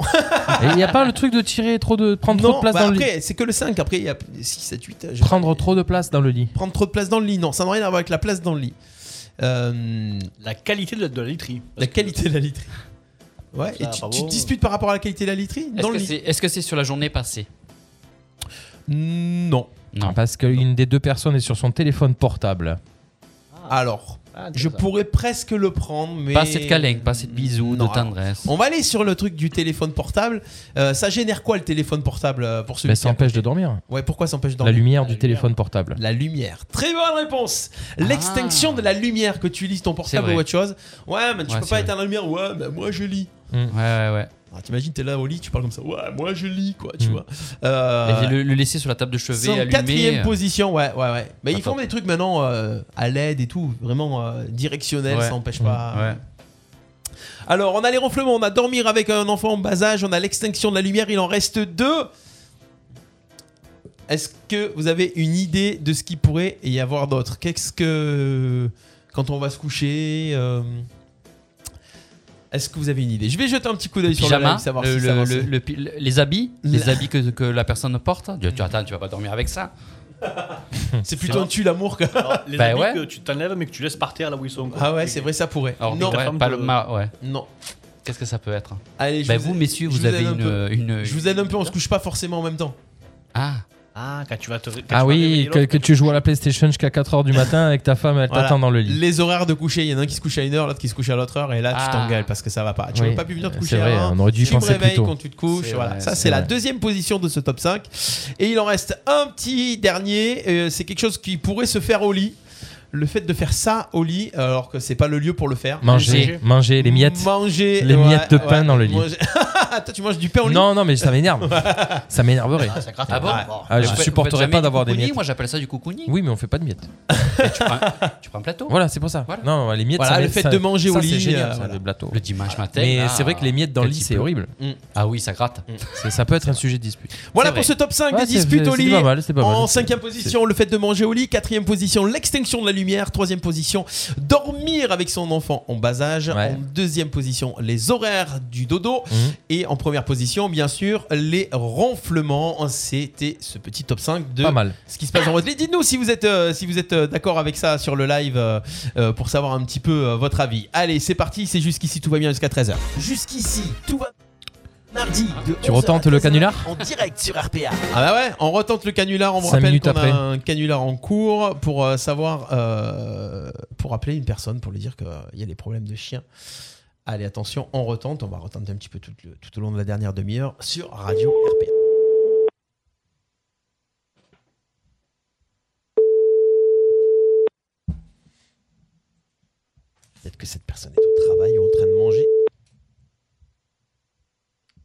Speaker 5: Et il n'y a pas le truc de tirer trop de. prendre trop
Speaker 3: non,
Speaker 5: de place
Speaker 3: bah,
Speaker 5: dans le lit.
Speaker 3: après, c'est que le 5. Après, il y a 6, 7, 8. je-
Speaker 5: Prendre trop de place dans le lit.
Speaker 3: Prendre trop de place dans le lit, non, ça n'a rien à voir avec la place dans le lit. Euh,
Speaker 6: La qualité de la, de la literie.
Speaker 3: la qualité de la literie. Ouais,
Speaker 6: Ça,
Speaker 3: et tu,
Speaker 6: pas
Speaker 3: tu
Speaker 6: bon.
Speaker 3: te disputes par rapport à la qualité de la literie
Speaker 4: Est-ce
Speaker 3: dans
Speaker 4: que
Speaker 3: le lit
Speaker 4: c'est est-ce que c'est sur la journée passée
Speaker 3: Non.
Speaker 4: Non.
Speaker 3: Mm,
Speaker 5: Ah, Parce qu'une des deux personnes est sur son téléphone portable.
Speaker 3: Alors, Je pourrais presque le prendre, mais.
Speaker 4: Pas assez de câlin, pas assez de bisous,
Speaker 3: Non,
Speaker 4: de
Speaker 3: alors,
Speaker 4: tendresse.
Speaker 3: On va aller sur le truc du téléphone portable. Euh, ça génère quoi le téléphone portable euh, pour celui
Speaker 5: Bah,
Speaker 3: qui
Speaker 5: ça
Speaker 3: a-
Speaker 5: empêche de dormir.
Speaker 3: Ouais, pourquoi ça empêche de
Speaker 5: La
Speaker 3: dormir
Speaker 5: lumière du téléphone portable.
Speaker 3: La lumière. Très bonne réponse. L'extinction de la lumière que tu lis ton portable
Speaker 5: Ah. vrai.
Speaker 3: ou autre chose. Ouais, mais tu
Speaker 5: Ouais,
Speaker 3: peux
Speaker 5: c'est
Speaker 3: pas
Speaker 5: vrai.
Speaker 3: éteindre la lumière. Ouais, mais moi je lis.
Speaker 4: Ouais, ouais, ouais.
Speaker 3: Ah, T'imagines, t'es là au lit, tu parles comme ça. Ouais, moi je lis quoi, tu
Speaker 4: Mm.
Speaker 3: vois. Euh,
Speaker 4: Et le, le laisser sur la table de chevet,
Speaker 3: c'est en
Speaker 4: allumé.
Speaker 3: quatrième
Speaker 4: euh,
Speaker 3: position, ouais, ouais, ouais. Mais ils
Speaker 4: Attends.
Speaker 3: font des trucs maintenant euh, à l'aide et tout, vraiment euh, directionnel,
Speaker 4: Ouais.
Speaker 3: ça empêche
Speaker 4: Mm.
Speaker 3: pas.
Speaker 4: Ouais.
Speaker 3: Alors, on a les ronflements, on a dormir avec un enfant en bas âge, on a l'extinction de la lumière, il en reste deux. Est-ce que vous avez une idée de ce qui pourrait y avoir d'autre Qu'est-ce que. Quand on va se coucher euh, Est-ce que vous avez une idée Je vais jeter un petit coup d'œil sur le
Speaker 4: Pyjama,
Speaker 3: live, savoir
Speaker 4: le-
Speaker 3: si ça
Speaker 4: le-
Speaker 3: avance.
Speaker 4: le- le pi- le- les habits, les habits que, que la personne porte. Tu, tu- attends, tu vas pas dormir avec ça.
Speaker 3: C'est plutôt un tue l'amour que.
Speaker 6: Les
Speaker 4: Bah
Speaker 6: habits
Speaker 4: ouais.
Speaker 6: que tu t'enlèves mais que tu laisses par terre là où ils sont.
Speaker 3: Ah ouais, c'est vrai, ça pourrait.
Speaker 4: Alors,
Speaker 3: Non.
Speaker 4: ouais,
Speaker 3: Ta femme
Speaker 4: pas
Speaker 3: te-
Speaker 4: le ma- ouais.
Speaker 3: Non.
Speaker 4: Qu'est-ce que ça peut être
Speaker 3: Allez, je
Speaker 4: Bah,
Speaker 3: vous,
Speaker 4: vous, messieurs,
Speaker 3: je
Speaker 4: vous avez
Speaker 3: aide un
Speaker 4: une,
Speaker 5: euh,
Speaker 3: peu.
Speaker 4: une-
Speaker 3: Je vous aide un peu, on se couche pas forcément en même temps.
Speaker 4: Ah.
Speaker 6: Ah, quand tu vas te. quand tu vas
Speaker 5: Ah oui,
Speaker 6: réveiller
Speaker 5: que,
Speaker 6: l'autre,
Speaker 5: que tu joues à la PlayStation jusqu'à 4h du matin avec ta femme, elle
Speaker 3: Voilà.
Speaker 5: t'attend dans le lit.
Speaker 3: Les horaires de coucher, il y en a un qui se couche à une heure, l'autre qui se couche à l'autre heure, et là
Speaker 5: Ah.
Speaker 3: tu t'engueules parce que ça va pas. Tu
Speaker 5: Oui,
Speaker 3: n'aurais pas pu venir te
Speaker 5: c'est
Speaker 3: coucher
Speaker 5: vrai,
Speaker 3: à un.
Speaker 5: on aurait dû y
Speaker 3: tu me
Speaker 5: penser plus
Speaker 3: réveilles
Speaker 5: tôt.
Speaker 3: quand tu te couches.
Speaker 5: C'est
Speaker 3: Voilà,
Speaker 5: vrai,
Speaker 3: ça
Speaker 5: c'est
Speaker 3: c'est la
Speaker 5: vrai.
Speaker 3: deuxième position de ce top 5. Et il en reste un petit dernier, euh, c'est quelque chose qui pourrait se faire au lit. Le fait de faire ça au lit, alors que c'est pas le lieu pour le faire.
Speaker 5: Manger, manger, les miettes.
Speaker 3: Manger
Speaker 5: Les
Speaker 3: ouais,
Speaker 5: miettes de pain
Speaker 3: ouais,
Speaker 5: dans le lit.
Speaker 3: manger. Toi, tu manges du pain au lit
Speaker 5: Non, non, mais ça m'énerve. ça m'énerverait.
Speaker 3: Ah, ça gratte.
Speaker 4: Ah bon
Speaker 5: Ah, Je
Speaker 4: Vous faites- vous
Speaker 5: supporterais
Speaker 4: faites
Speaker 5: pas
Speaker 4: jamais
Speaker 5: d'avoir
Speaker 4: du
Speaker 5: des
Speaker 4: coucouni
Speaker 5: miettes.
Speaker 4: Moi, j'appelle ça du coucouni.
Speaker 5: Oui, mais on fait pas de miettes.
Speaker 4: Tu prends un plateau.
Speaker 5: Voilà, c'est pour ça. Non, les miettes,
Speaker 4: Voilà,
Speaker 5: ça
Speaker 4: le
Speaker 5: m'aide-
Speaker 4: fait
Speaker 5: ça-
Speaker 4: de manger
Speaker 5: ça,
Speaker 4: au
Speaker 5: c'est
Speaker 4: lit,
Speaker 5: génial,
Speaker 4: euh,
Speaker 5: ça,
Speaker 4: voilà.
Speaker 5: le plateau.
Speaker 4: Le dimanche matin, euh,
Speaker 5: Mais
Speaker 4: là,
Speaker 5: c'est vrai que les miettes dans le
Speaker 4: quand
Speaker 5: lit,
Speaker 4: il
Speaker 5: c'est
Speaker 4: pleut.
Speaker 5: horrible.
Speaker 4: Mm. Ah oui, ça gratte.
Speaker 5: C'est- Ça peut être un sujet de dispute.
Speaker 3: Voilà
Speaker 4: C'est
Speaker 3: pour
Speaker 4: vrai.
Speaker 3: ce top 5
Speaker 5: Ouais,
Speaker 3: des
Speaker 5: c'est-
Speaker 3: disputes au
Speaker 5: c'est
Speaker 3: lit.
Speaker 5: pas mal, c'est pas mal.
Speaker 3: En cinquième position, le fait de manger au lit. Quatrième position, l'extinction de la lumière. Troisième position, dormir avec son enfant en bas âge. En deuxième position, les horaires du dodo.
Speaker 5: Mhm.
Speaker 3: Et en première position, bien sûr, les ronflements. C'était ce petit top 5 de
Speaker 5: Pas mal.
Speaker 3: ce qui se passe en votre lit. Dites-nous si vous êtes, euh, si vous êtes euh, d'accord avec ça sur le live euh, euh, pour savoir un petit peu euh, votre avis. Allez, c'est parti. C'est jusqu'ici, tout va bien jusqu'à 13h.
Speaker 1: Jusqu'ici, tout va mardi. de
Speaker 3: Tu
Speaker 1: 11
Speaker 3: retentes
Speaker 1: à
Speaker 3: le
Speaker 1: 13
Speaker 3: canular
Speaker 1: En direct sur RPA.
Speaker 3: Ah bah ouais, on retente le canular, on vous
Speaker 5: Cinq
Speaker 3: rappelle
Speaker 5: minutes
Speaker 3: qu'on
Speaker 5: après.
Speaker 3: a un canular en cours pour euh, savoir, euh, pour appeler une personne, pour lui dire qu'il y a des problèmes de chien. Allez, attention, on retente, on va retenter un petit peu tout, le- tout au long de la dernière demi-heure sur Radio RPA. Peut-être que cette personne est au travail ou en train de manger.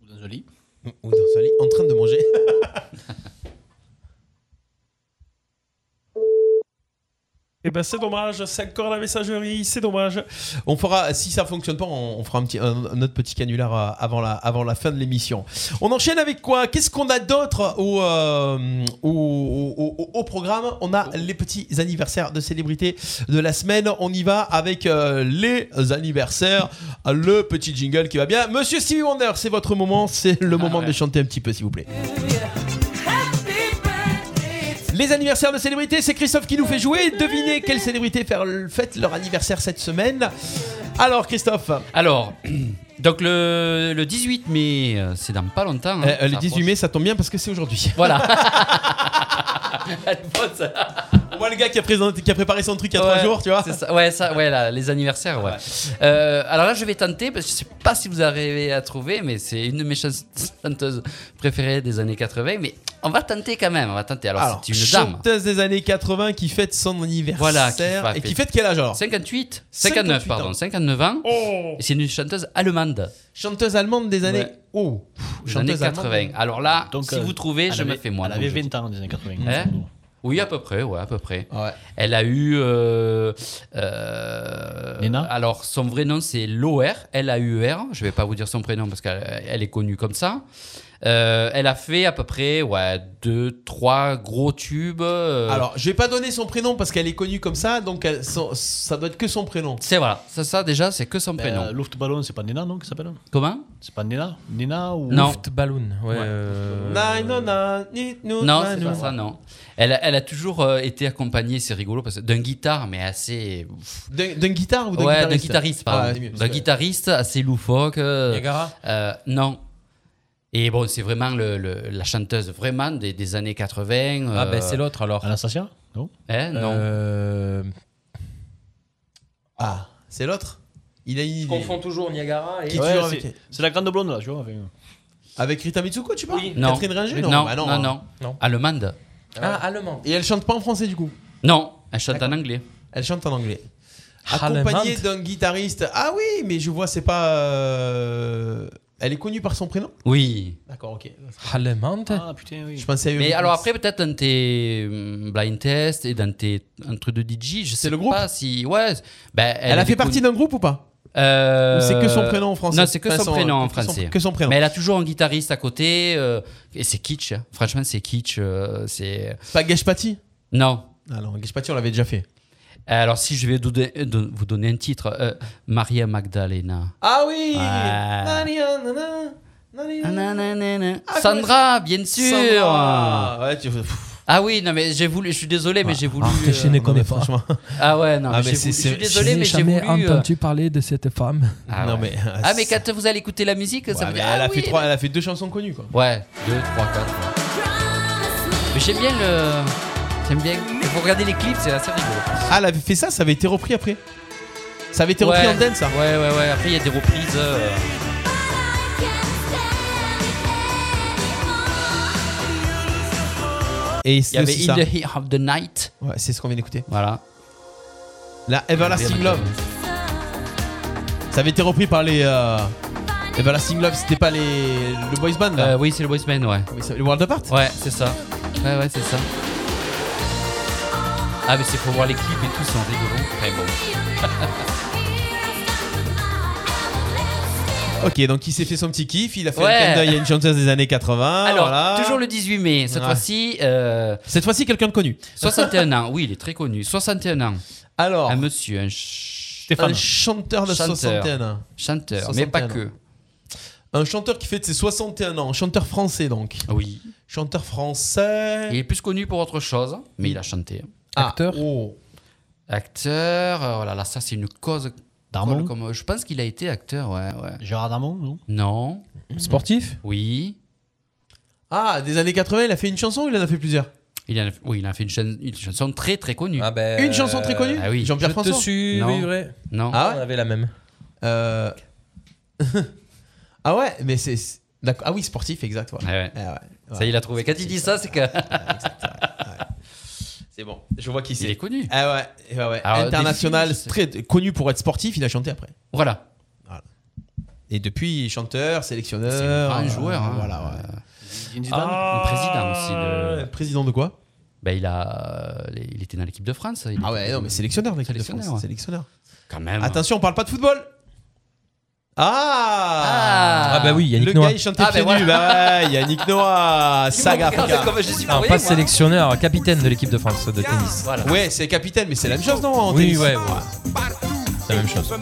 Speaker 6: Ou dans un lit.
Speaker 3: Ou ou dans un lit, en train de manger.
Speaker 11: Eh ben c'est dommage, c'est encore la messagerie, c'est dommage.
Speaker 3: On fera, si ça fonctionne pas, on, on fera un, petit, un- un autre petit canular euh, avant la, avant la fin de l'émission. On enchaîne avec quoi Qu'est-ce qu'on a d'autre au, euh, au, au- au- au programme On a les petits anniversaires de célébrités de la semaine. On y va avec euh, les anniversaires, le petit jingle qui va bien. Monsieur Stevie Wonder, c'est votre moment, c'est le moment de chanter un petit peu, s'il vous plaît. Les anniversaires de célébrités, c'est Christophe qui nous fait jouer. Devinez quelles célébrités faire- fêtent leur anniversaire cette semaine. Alors, Christophe.
Speaker 4: Alors, donc le, le 18 mai, euh, c'est dans pas longtemps. hein,
Speaker 3: Euh, euh, le 18 mai, ça tombe bien parce que c'est aujourd'hui.
Speaker 4: Voilà.
Speaker 3: On voit le gars qui a, présenté- qui a préparé son truc il y a trois jours, tu vois.
Speaker 4: Ça, ouais, ça, ouais, là, les anniversaires, ouais. Euh, alors là, je vais tenter, parce que je sais pas si vous arrivez à trouver, mais c'est une de mes chans- chanteuses préférées des années 80, mais on va tenter quand même, on va tenter. Alors,
Speaker 3: Alors,
Speaker 4: c'est une dame.
Speaker 3: chanteuse des années 80 qui fête son anniversaire
Speaker 4: Voilà, qui
Speaker 3: et
Speaker 4: fête-
Speaker 3: qui fête quel âge alors Oh.
Speaker 4: 58 59,
Speaker 3: ans.
Speaker 4: pardon, 59 ans. Et c'est une chanteuse allemande.
Speaker 3: Chanteuse allemande des années.
Speaker 4: Ouais.
Speaker 3: Oh, pff,
Speaker 4: Des années
Speaker 3: chanteuse
Speaker 4: 80.
Speaker 3: allemande.
Speaker 4: Alors là,
Speaker 6: Donc,
Speaker 4: si
Speaker 6: euh,
Speaker 4: vous trouvez,
Speaker 6: elle
Speaker 4: je me
Speaker 6: avait-
Speaker 4: fais moi.
Speaker 6: elle avait
Speaker 4: donc je-
Speaker 6: 20 ans dans les années 80.
Speaker 4: Hein oui, à peu près, ouais, à peu près. Elle a eu. euh, euh, alors, son vrai nom, c'est Loer, L-A-U-E-R. Je vais pas vous dire son prénom parce qu'elle elle est connue comme ça. Euh, elle a fait à peu près ouais, deux, trois gros tubes. euh,
Speaker 3: Alors, je vais pas donner son prénom parce qu'elle est connue comme ça, donc elle- son- ça doit être que son prénom.
Speaker 4: c'est voilà, ça, ça déjà, c'est que son prénom.
Speaker 6: Euh, Luftballon, c'est pas Nena, non Qui s'appelle
Speaker 4: Comment
Speaker 6: C'est pas Nena Nena ou.
Speaker 4: Non.
Speaker 5: Luftballon, ouais.
Speaker 4: Ouais.
Speaker 5: euh,
Speaker 3: Na, na, na, ni, nu,
Speaker 4: Non,
Speaker 3: na,
Speaker 4: c'est
Speaker 3: nu.
Speaker 4: pas ça, non. Elle a, elle a toujours euh, été accompagnée, c'est rigolo, parce que d'un guitare, mais assez. pff.
Speaker 3: D'un d'un guitare ou d'un
Speaker 4: ouais, d'un
Speaker 3: guitariste
Speaker 4: guitariste,
Speaker 3: Ah,
Speaker 4: pardon.
Speaker 3: c'est mieux,
Speaker 4: d'un
Speaker 3: parce que-
Speaker 4: guitariste assez loufoque. euh,
Speaker 3: Niagara
Speaker 4: euh, Non. Et bon, c'est vraiment le- le- la chanteuse vraiment des, des années Euh, hein, 80.
Speaker 5: Ah,
Speaker 4: euh,
Speaker 3: Euh,
Speaker 5: ben c'est l'autre alors.
Speaker 6: Anastasia Non
Speaker 4: hein, non.
Speaker 5: Euh,
Speaker 3: Ah, c'est l'autre Il a une idée.
Speaker 5: Confond toujours Niagara et.
Speaker 3: Qui
Speaker 6: Ouais,
Speaker 3: tu
Speaker 6: c'est-
Speaker 3: avec
Speaker 6: C'est la grande blonde là, tu vois. avec-
Speaker 3: Avec Rita Mitsuko, tu parles
Speaker 4: Non.
Speaker 3: Catherine Ringer
Speaker 4: non,
Speaker 3: bah
Speaker 4: non,
Speaker 3: hein.
Speaker 4: non. Allemande.
Speaker 5: Ah, allemand.
Speaker 3: Et elle chante pas en français du coup
Speaker 4: Non, elle chante en anglais.
Speaker 3: Elle chante en anglais.
Speaker 4: Allemande.
Speaker 3: Accompagnée d'un guitariste. Ah oui, mais je vois, c'est pas. euh, Elle est connue par son prénom
Speaker 4: Oui.
Speaker 3: D'accord, ok.
Speaker 5: Allemande
Speaker 6: Ah putain, oui.
Speaker 3: Je pensais à
Speaker 4: Mais
Speaker 3: Eurythmics.
Speaker 4: alors après, peut-être dans tes hum, blind tests et dans tes un truc de DJ, je sais le groupe pas si. Ouais. ben,
Speaker 3: Elle, a
Speaker 4: avait
Speaker 3: fait partie
Speaker 4: connu-
Speaker 3: d'un groupe ou pas
Speaker 4: Euh,
Speaker 3: Ou c'est que son prénom en français
Speaker 4: Non, c'est que
Speaker 3: Enfin,
Speaker 4: son
Speaker 3: son-
Speaker 4: prénom en
Speaker 3: que son-
Speaker 4: français.
Speaker 3: que son prénom.
Speaker 4: Mais elle a toujours un guitariste à côté. euh, et c'est kitsch. hein. Franchement, c'est kitsch. euh, c'est
Speaker 3: pas Ah Gashpati
Speaker 4: Non.
Speaker 3: Alors, Gashpati, on l'avait déjà fait.
Speaker 4: Alors, si je vais vous donner- euh, vous donner un titre, euh, Maria Magdalena.
Speaker 3: Ah oui euh,
Speaker 4: Ouais.
Speaker 8: Ah,
Speaker 4: Sandra, bien sûr.
Speaker 3: Sandra.
Speaker 4: Ah oui, non mais j'ai voulu, je suis désolé mais j'ai voulu.
Speaker 5: que je ne connais pas.
Speaker 4: franchement. Ah ouais, non
Speaker 5: Ah,
Speaker 4: mais,
Speaker 5: mais
Speaker 4: j'ai
Speaker 5: c'est-
Speaker 4: voulu- je suis
Speaker 5: c'est-
Speaker 4: désolé
Speaker 5: je
Speaker 4: mais
Speaker 5: n'ai
Speaker 4: j'ai
Speaker 5: jamais
Speaker 4: voulu. euh,
Speaker 5: entendu parler de cette femme.
Speaker 4: Ah,
Speaker 3: non,
Speaker 4: ouais.
Speaker 3: mais.
Speaker 4: Ah mais quand vous allez écouter la musique, ça
Speaker 3: Ouais,
Speaker 4: vous
Speaker 3: mais
Speaker 4: dit,
Speaker 3: elle,
Speaker 4: ah
Speaker 3: a
Speaker 4: oui,
Speaker 3: fait trois, elle a fait deux chansons connues quoi.
Speaker 4: Ouais, deux, trois, quatre. Mais j'aime bien le. euh, J'aime bien. Il faut regarder les clips, c'est assez rigolo.
Speaker 3: Ah, elle avait fait ça, ça avait été repris après. Ça avait été
Speaker 4: Ouais.
Speaker 3: repris en dance, ça.
Speaker 4: Ouais, ouais, ouais. Après, il y a des reprises. euh,
Speaker 3: Et
Speaker 4: Il y avait
Speaker 3: c'est
Speaker 4: In
Speaker 3: ça.
Speaker 4: the Ah, Heat of the Night.
Speaker 3: Ouais, c'est ce qu'on vient d'écouter.
Speaker 4: Voilà.
Speaker 3: La Everlasting Love. Ça avait été repris par les. euh, Everlasting Love, c'était pas les le boys band là.
Speaker 4: Euh, oui, c'est le Boys Man, ouais.
Speaker 3: Le World Apart
Speaker 4: Ouais, c'est ça. Ouais, ouais, c'est ça. Ah, mais c'est pour voir les clips et tout, c'est en rigolant. Très bon.
Speaker 3: Ok, donc il s'est fait son petit kiff, il a fait
Speaker 4: Ouais.
Speaker 3: un clin d'œil à une chanteuse des années 80.
Speaker 4: Alors,
Speaker 3: Ah, voilà.
Speaker 4: toujours le 18 mai, cette
Speaker 3: Ouais.
Speaker 4: fois-ci. euh,
Speaker 3: Cette fois-ci, quelqu'un de connu.
Speaker 4: 61 ans, oui, il est très connu. 61 ans.
Speaker 3: Alors.
Speaker 4: Un monsieur, un ch-
Speaker 3: Un chanteur de
Speaker 4: Chanteur.
Speaker 3: 61 ans.
Speaker 4: Chanteur, mais pas
Speaker 3: 61
Speaker 4: que.
Speaker 3: ans. Un chanteur qui fait de ses 61 ans, un chanteur français donc.
Speaker 4: Ah Oui.
Speaker 3: Chanteur français.
Speaker 4: Il est plus connu pour autre chose, mais il a chanté.
Speaker 3: Ah,
Speaker 4: Acteur
Speaker 3: oh.
Speaker 4: Acteur, oh là là, ça c'est une cause.
Speaker 6: Darmon
Speaker 4: comme, euh, Je pense qu'il a été acteur, ouais. ouais.
Speaker 6: Gérard Darmon, non
Speaker 4: Non.
Speaker 5: Sportif
Speaker 4: Oui.
Speaker 3: Ah, des années 80, il a fait une chanson ou il en a fait plusieurs
Speaker 4: Il en a, oui, il en a fait une, chan- une chanson très très connue.
Speaker 3: Une chanson très connue
Speaker 4: ah oui.
Speaker 3: Ah ben, Jean-Pierre François Ah
Speaker 4: Non. Non.
Speaker 5: Non. On avait la même.
Speaker 3: Euh, ah ouais, mais c'est. c'est- d'accord. Ah oui, sportif, exact. voilà.
Speaker 4: Ah ouais.
Speaker 3: Ah ouais,
Speaker 4: Ça,
Speaker 3: ouais.
Speaker 4: il a trouvé. Quand il dit ça, c'est que.
Speaker 3: C'est bon, je vois qui c'est.
Speaker 4: Il est connu.
Speaker 3: Ah ouais, eh ouais, ouais.
Speaker 4: Alors,
Speaker 3: international,
Speaker 4: des films,
Speaker 3: très connu pour être sportif, il a chanté après.
Speaker 4: Voilà.
Speaker 3: Voilà. Et depuis, il est chanteur, sélectionneur.
Speaker 4: C'est un grand
Speaker 3: euh,
Speaker 4: joueur, hein.
Speaker 3: Voilà, ouais.
Speaker 4: Ah, le président aussi. de-
Speaker 3: Président de quoi
Speaker 4: ben, il, a, euh, il était dans l'équipe de France. il
Speaker 3: Ah
Speaker 4: était-
Speaker 3: ouais, non, mais sélectionneur de l'équipe de
Speaker 4: Sélectionneur,
Speaker 3: France,
Speaker 4: ouais.
Speaker 3: sélectionneur.
Speaker 4: Quand même.
Speaker 3: Attention, on parle pas de football. Ah
Speaker 5: Ah bah oui, Yannick
Speaker 3: Le
Speaker 5: Noah.
Speaker 3: gars, il chantait
Speaker 4: Ah bah
Speaker 3: pieds
Speaker 4: voilà.
Speaker 3: nus. Bah ouais, Yannick Noah, saga
Speaker 4: regardé
Speaker 3: Africa.
Speaker 4: comme je suis
Speaker 5: Non, pas sélectionneur, capitaine de l'équipe de France de tennis.
Speaker 3: Ouais, c'est capitaine, mais c'est la même chose, non en
Speaker 5: Oui,
Speaker 3: tennis
Speaker 5: ouais, ouais.
Speaker 3: C'est la même chose.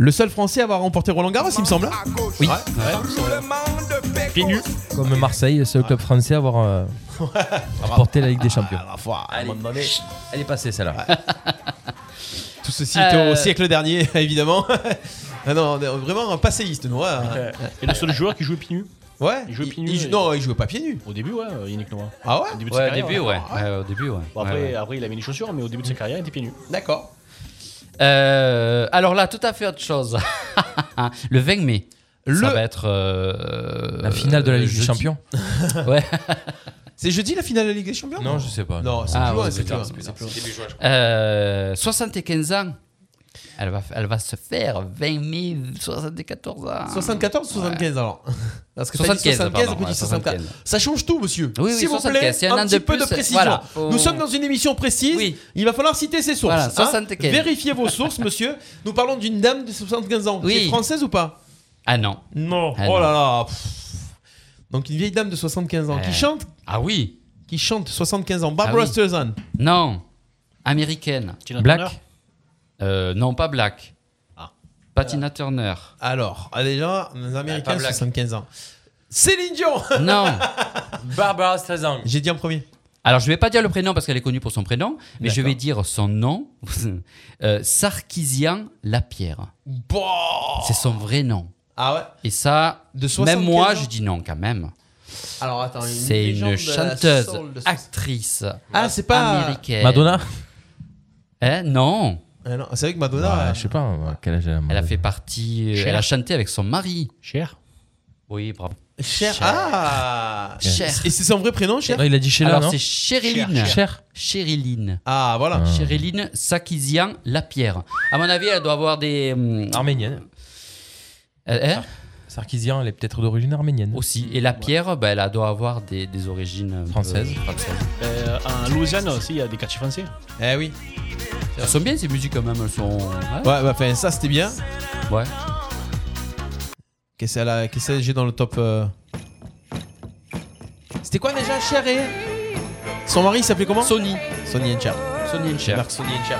Speaker 3: Le seul Français à avoir remporté Roland Garros, il me semble. hein.
Speaker 5: Oui.
Speaker 3: Pieds nus.
Speaker 5: Comme Marseille, c'est le club français à avoir euh, remporté la Ligue des Champions.
Speaker 3: Allez.
Speaker 5: Elle est passée celle-là.
Speaker 3: Tout ceci était
Speaker 5: Euh.
Speaker 3: au siècle dernier, évidemment. Ah non, on est vraiment un passéiste, nous. ouais.
Speaker 6: Et le seul joueur qui jouait pieds nus
Speaker 3: Ouais.
Speaker 6: Il jouait pieds nus.
Speaker 3: il-
Speaker 6: et-
Speaker 3: non, il jouait pas pieds nus.
Speaker 6: Au début, ouais, euh, Yannick Noah.
Speaker 3: Ah ouais
Speaker 6: Au début de
Speaker 4: Ouais,
Speaker 6: sa
Speaker 4: au
Speaker 6: carrière,
Speaker 4: début, ouais.
Speaker 6: ouais.
Speaker 4: Ouais, au début, ouais.
Speaker 6: Bon,
Speaker 4: Ouais,
Speaker 6: après,
Speaker 4: ouais.
Speaker 6: après, il avait des chaussures, mais au début de sa carrière, il était pieds nus.
Speaker 3: D'accord.
Speaker 4: Euh, alors là, tout à fait autre chose. le 20 mai. Ça
Speaker 3: Le-
Speaker 4: va être. euh,
Speaker 5: La finale de la
Speaker 4: euh,
Speaker 5: Ligue des
Speaker 4: jeudi.
Speaker 5: Champions.
Speaker 4: ouais.
Speaker 3: C'est jeudi la finale de la Ligue des Champions
Speaker 5: Non, je sais pas.
Speaker 3: Non, c'est
Speaker 4: Ah,
Speaker 3: plus loin,
Speaker 4: ouais,
Speaker 3: c'est plus
Speaker 4: d'accord,
Speaker 3: loin.
Speaker 4: c'est plus
Speaker 3: C'est plus loin.
Speaker 4: Euh, 75 ans. Elle va, elle va se faire 20 074 ans.
Speaker 3: 74 75 alors Parce que t'as dit
Speaker 4: 75,
Speaker 3: 75,
Speaker 4: pardon,
Speaker 3: on peut
Speaker 4: ouais,
Speaker 3: dire 75.
Speaker 4: 75.
Speaker 3: Ça change tout, monsieur.
Speaker 4: Oui, oui,
Speaker 3: S'il vous
Speaker 4: 75,
Speaker 3: plaît,
Speaker 4: c'est un an
Speaker 3: un, petit
Speaker 4: de
Speaker 3: peu
Speaker 4: plus,
Speaker 3: de précision.
Speaker 4: voilà, faut-
Speaker 3: Nous sommes dans une émission précise. Il va falloir citer ses sources.
Speaker 4: Voilà,
Speaker 3: hein.
Speaker 4: 75.
Speaker 3: Vérifiez vos sources, monsieur. Nous parlons d'une dame de 75 ans.
Speaker 4: Oui.
Speaker 3: Qui est française ou pas
Speaker 4: Ah non.
Speaker 3: Non.
Speaker 4: Ah
Speaker 3: oh
Speaker 4: non.
Speaker 3: là là. pff. Donc une vieille dame de 75 ans
Speaker 4: Euh.
Speaker 3: qui chante.
Speaker 4: Ah oui.
Speaker 3: Qui chante 75 ans. Barbara
Speaker 4: Ah oui.
Speaker 3: Streisand.
Speaker 4: Non. Américaine.
Speaker 6: Tina Turner
Speaker 4: Euh, Non, pas Black.
Speaker 6: Ah.
Speaker 4: Pas Tina Turner.
Speaker 3: Alors, ah, déjà, les Américains,
Speaker 5: black.
Speaker 3: 75 ans. Céline Dion
Speaker 4: Non.
Speaker 5: Barbara Streisand.
Speaker 3: J'ai dit en premier.
Speaker 4: Alors, je vais pas dire le prénom parce qu'elle est connue pour son prénom, mais je vais dire son nom. Euh, Sarkisian Lapierre.
Speaker 3: Bon.
Speaker 4: C'est son vrai nom.
Speaker 3: Ah ouais
Speaker 4: Et ça,
Speaker 3: De
Speaker 4: même
Speaker 3: 75
Speaker 4: moi,
Speaker 3: ans
Speaker 4: je dis non quand même.
Speaker 3: Alors attends, une
Speaker 4: C'est
Speaker 3: légende
Speaker 4: une
Speaker 3: de la
Speaker 4: chanteuse,
Speaker 3: soul de-
Speaker 4: actrice,
Speaker 3: Ah, c'est pas-
Speaker 4: américaine.
Speaker 5: Madonna
Speaker 4: Eh non
Speaker 3: Ah, C'est vrai que
Speaker 5: Ah,
Speaker 3: Madonna.
Speaker 4: Je sais pas,
Speaker 5: quel âge elle a
Speaker 4: Elle a fait partie. euh,
Speaker 3: Cher.
Speaker 4: Elle a chanté avec son mari.
Speaker 6: Cher
Speaker 4: Oui, bravo.
Speaker 3: Cher. Ah
Speaker 4: Cher.
Speaker 3: Et c'est son vrai prénom, Cher
Speaker 4: Non, il a dit Sheila, non Cher.
Speaker 3: Cher.
Speaker 4: Chériline.
Speaker 3: Ah, voilà.
Speaker 4: Chériline Sarkisian Lapierre. À mon avis, elle doit avoir des. hum, Euh, hein
Speaker 5: Arménienne. Sarkisian, elle est peut-être d'origine arménienne.
Speaker 3: Mmh,
Speaker 4: Aussi. Et Lapierre, bah, elle doit avoir des, des origines un peu
Speaker 5: Françaises.
Speaker 4: françaises.
Speaker 6: Euh, en Louisiane aussi, il y a des quartiers français.
Speaker 3: Eh oui.
Speaker 4: Elles sont bien ces musiques quand même, elles sont. Ouais,
Speaker 3: bah, enfin, ça c'était bien.
Speaker 4: Ouais.
Speaker 3: Qu'est-ce qu'elle a- qu'est-ce que j'ai dans le top euh C'était quoi déjà, Cher et. Son mari il s'appelait comment
Speaker 4: Sony.
Speaker 3: Sony and Cher.
Speaker 4: Sony and Cher.
Speaker 3: Marc Sony and Cher.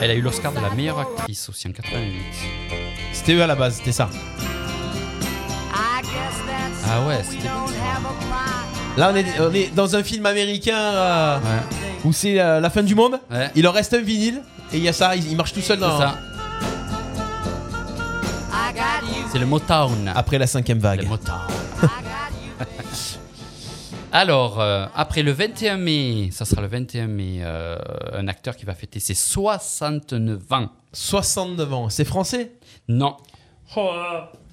Speaker 4: Elle a eu l'Oscar de la meilleure actrice aussi en 88.
Speaker 3: C'était eux à la base, c'était ça.
Speaker 4: Ah ouais, c'était
Speaker 3: Là, on est, on est dans un film américain euh, où c'est euh, la fin du monde. Il leur reste un vinyle et il y a ça, il, il marche tout seul dans.
Speaker 4: C'est ça. C'est le Motown.
Speaker 3: Après la cinquième vague.
Speaker 4: Alors, euh, après le 21 mai, ça sera le 21 mai, euh, un acteur qui va fêter ses 69 ans.
Speaker 3: 69 ans, c'est français Oh, euh.
Speaker 4: Non.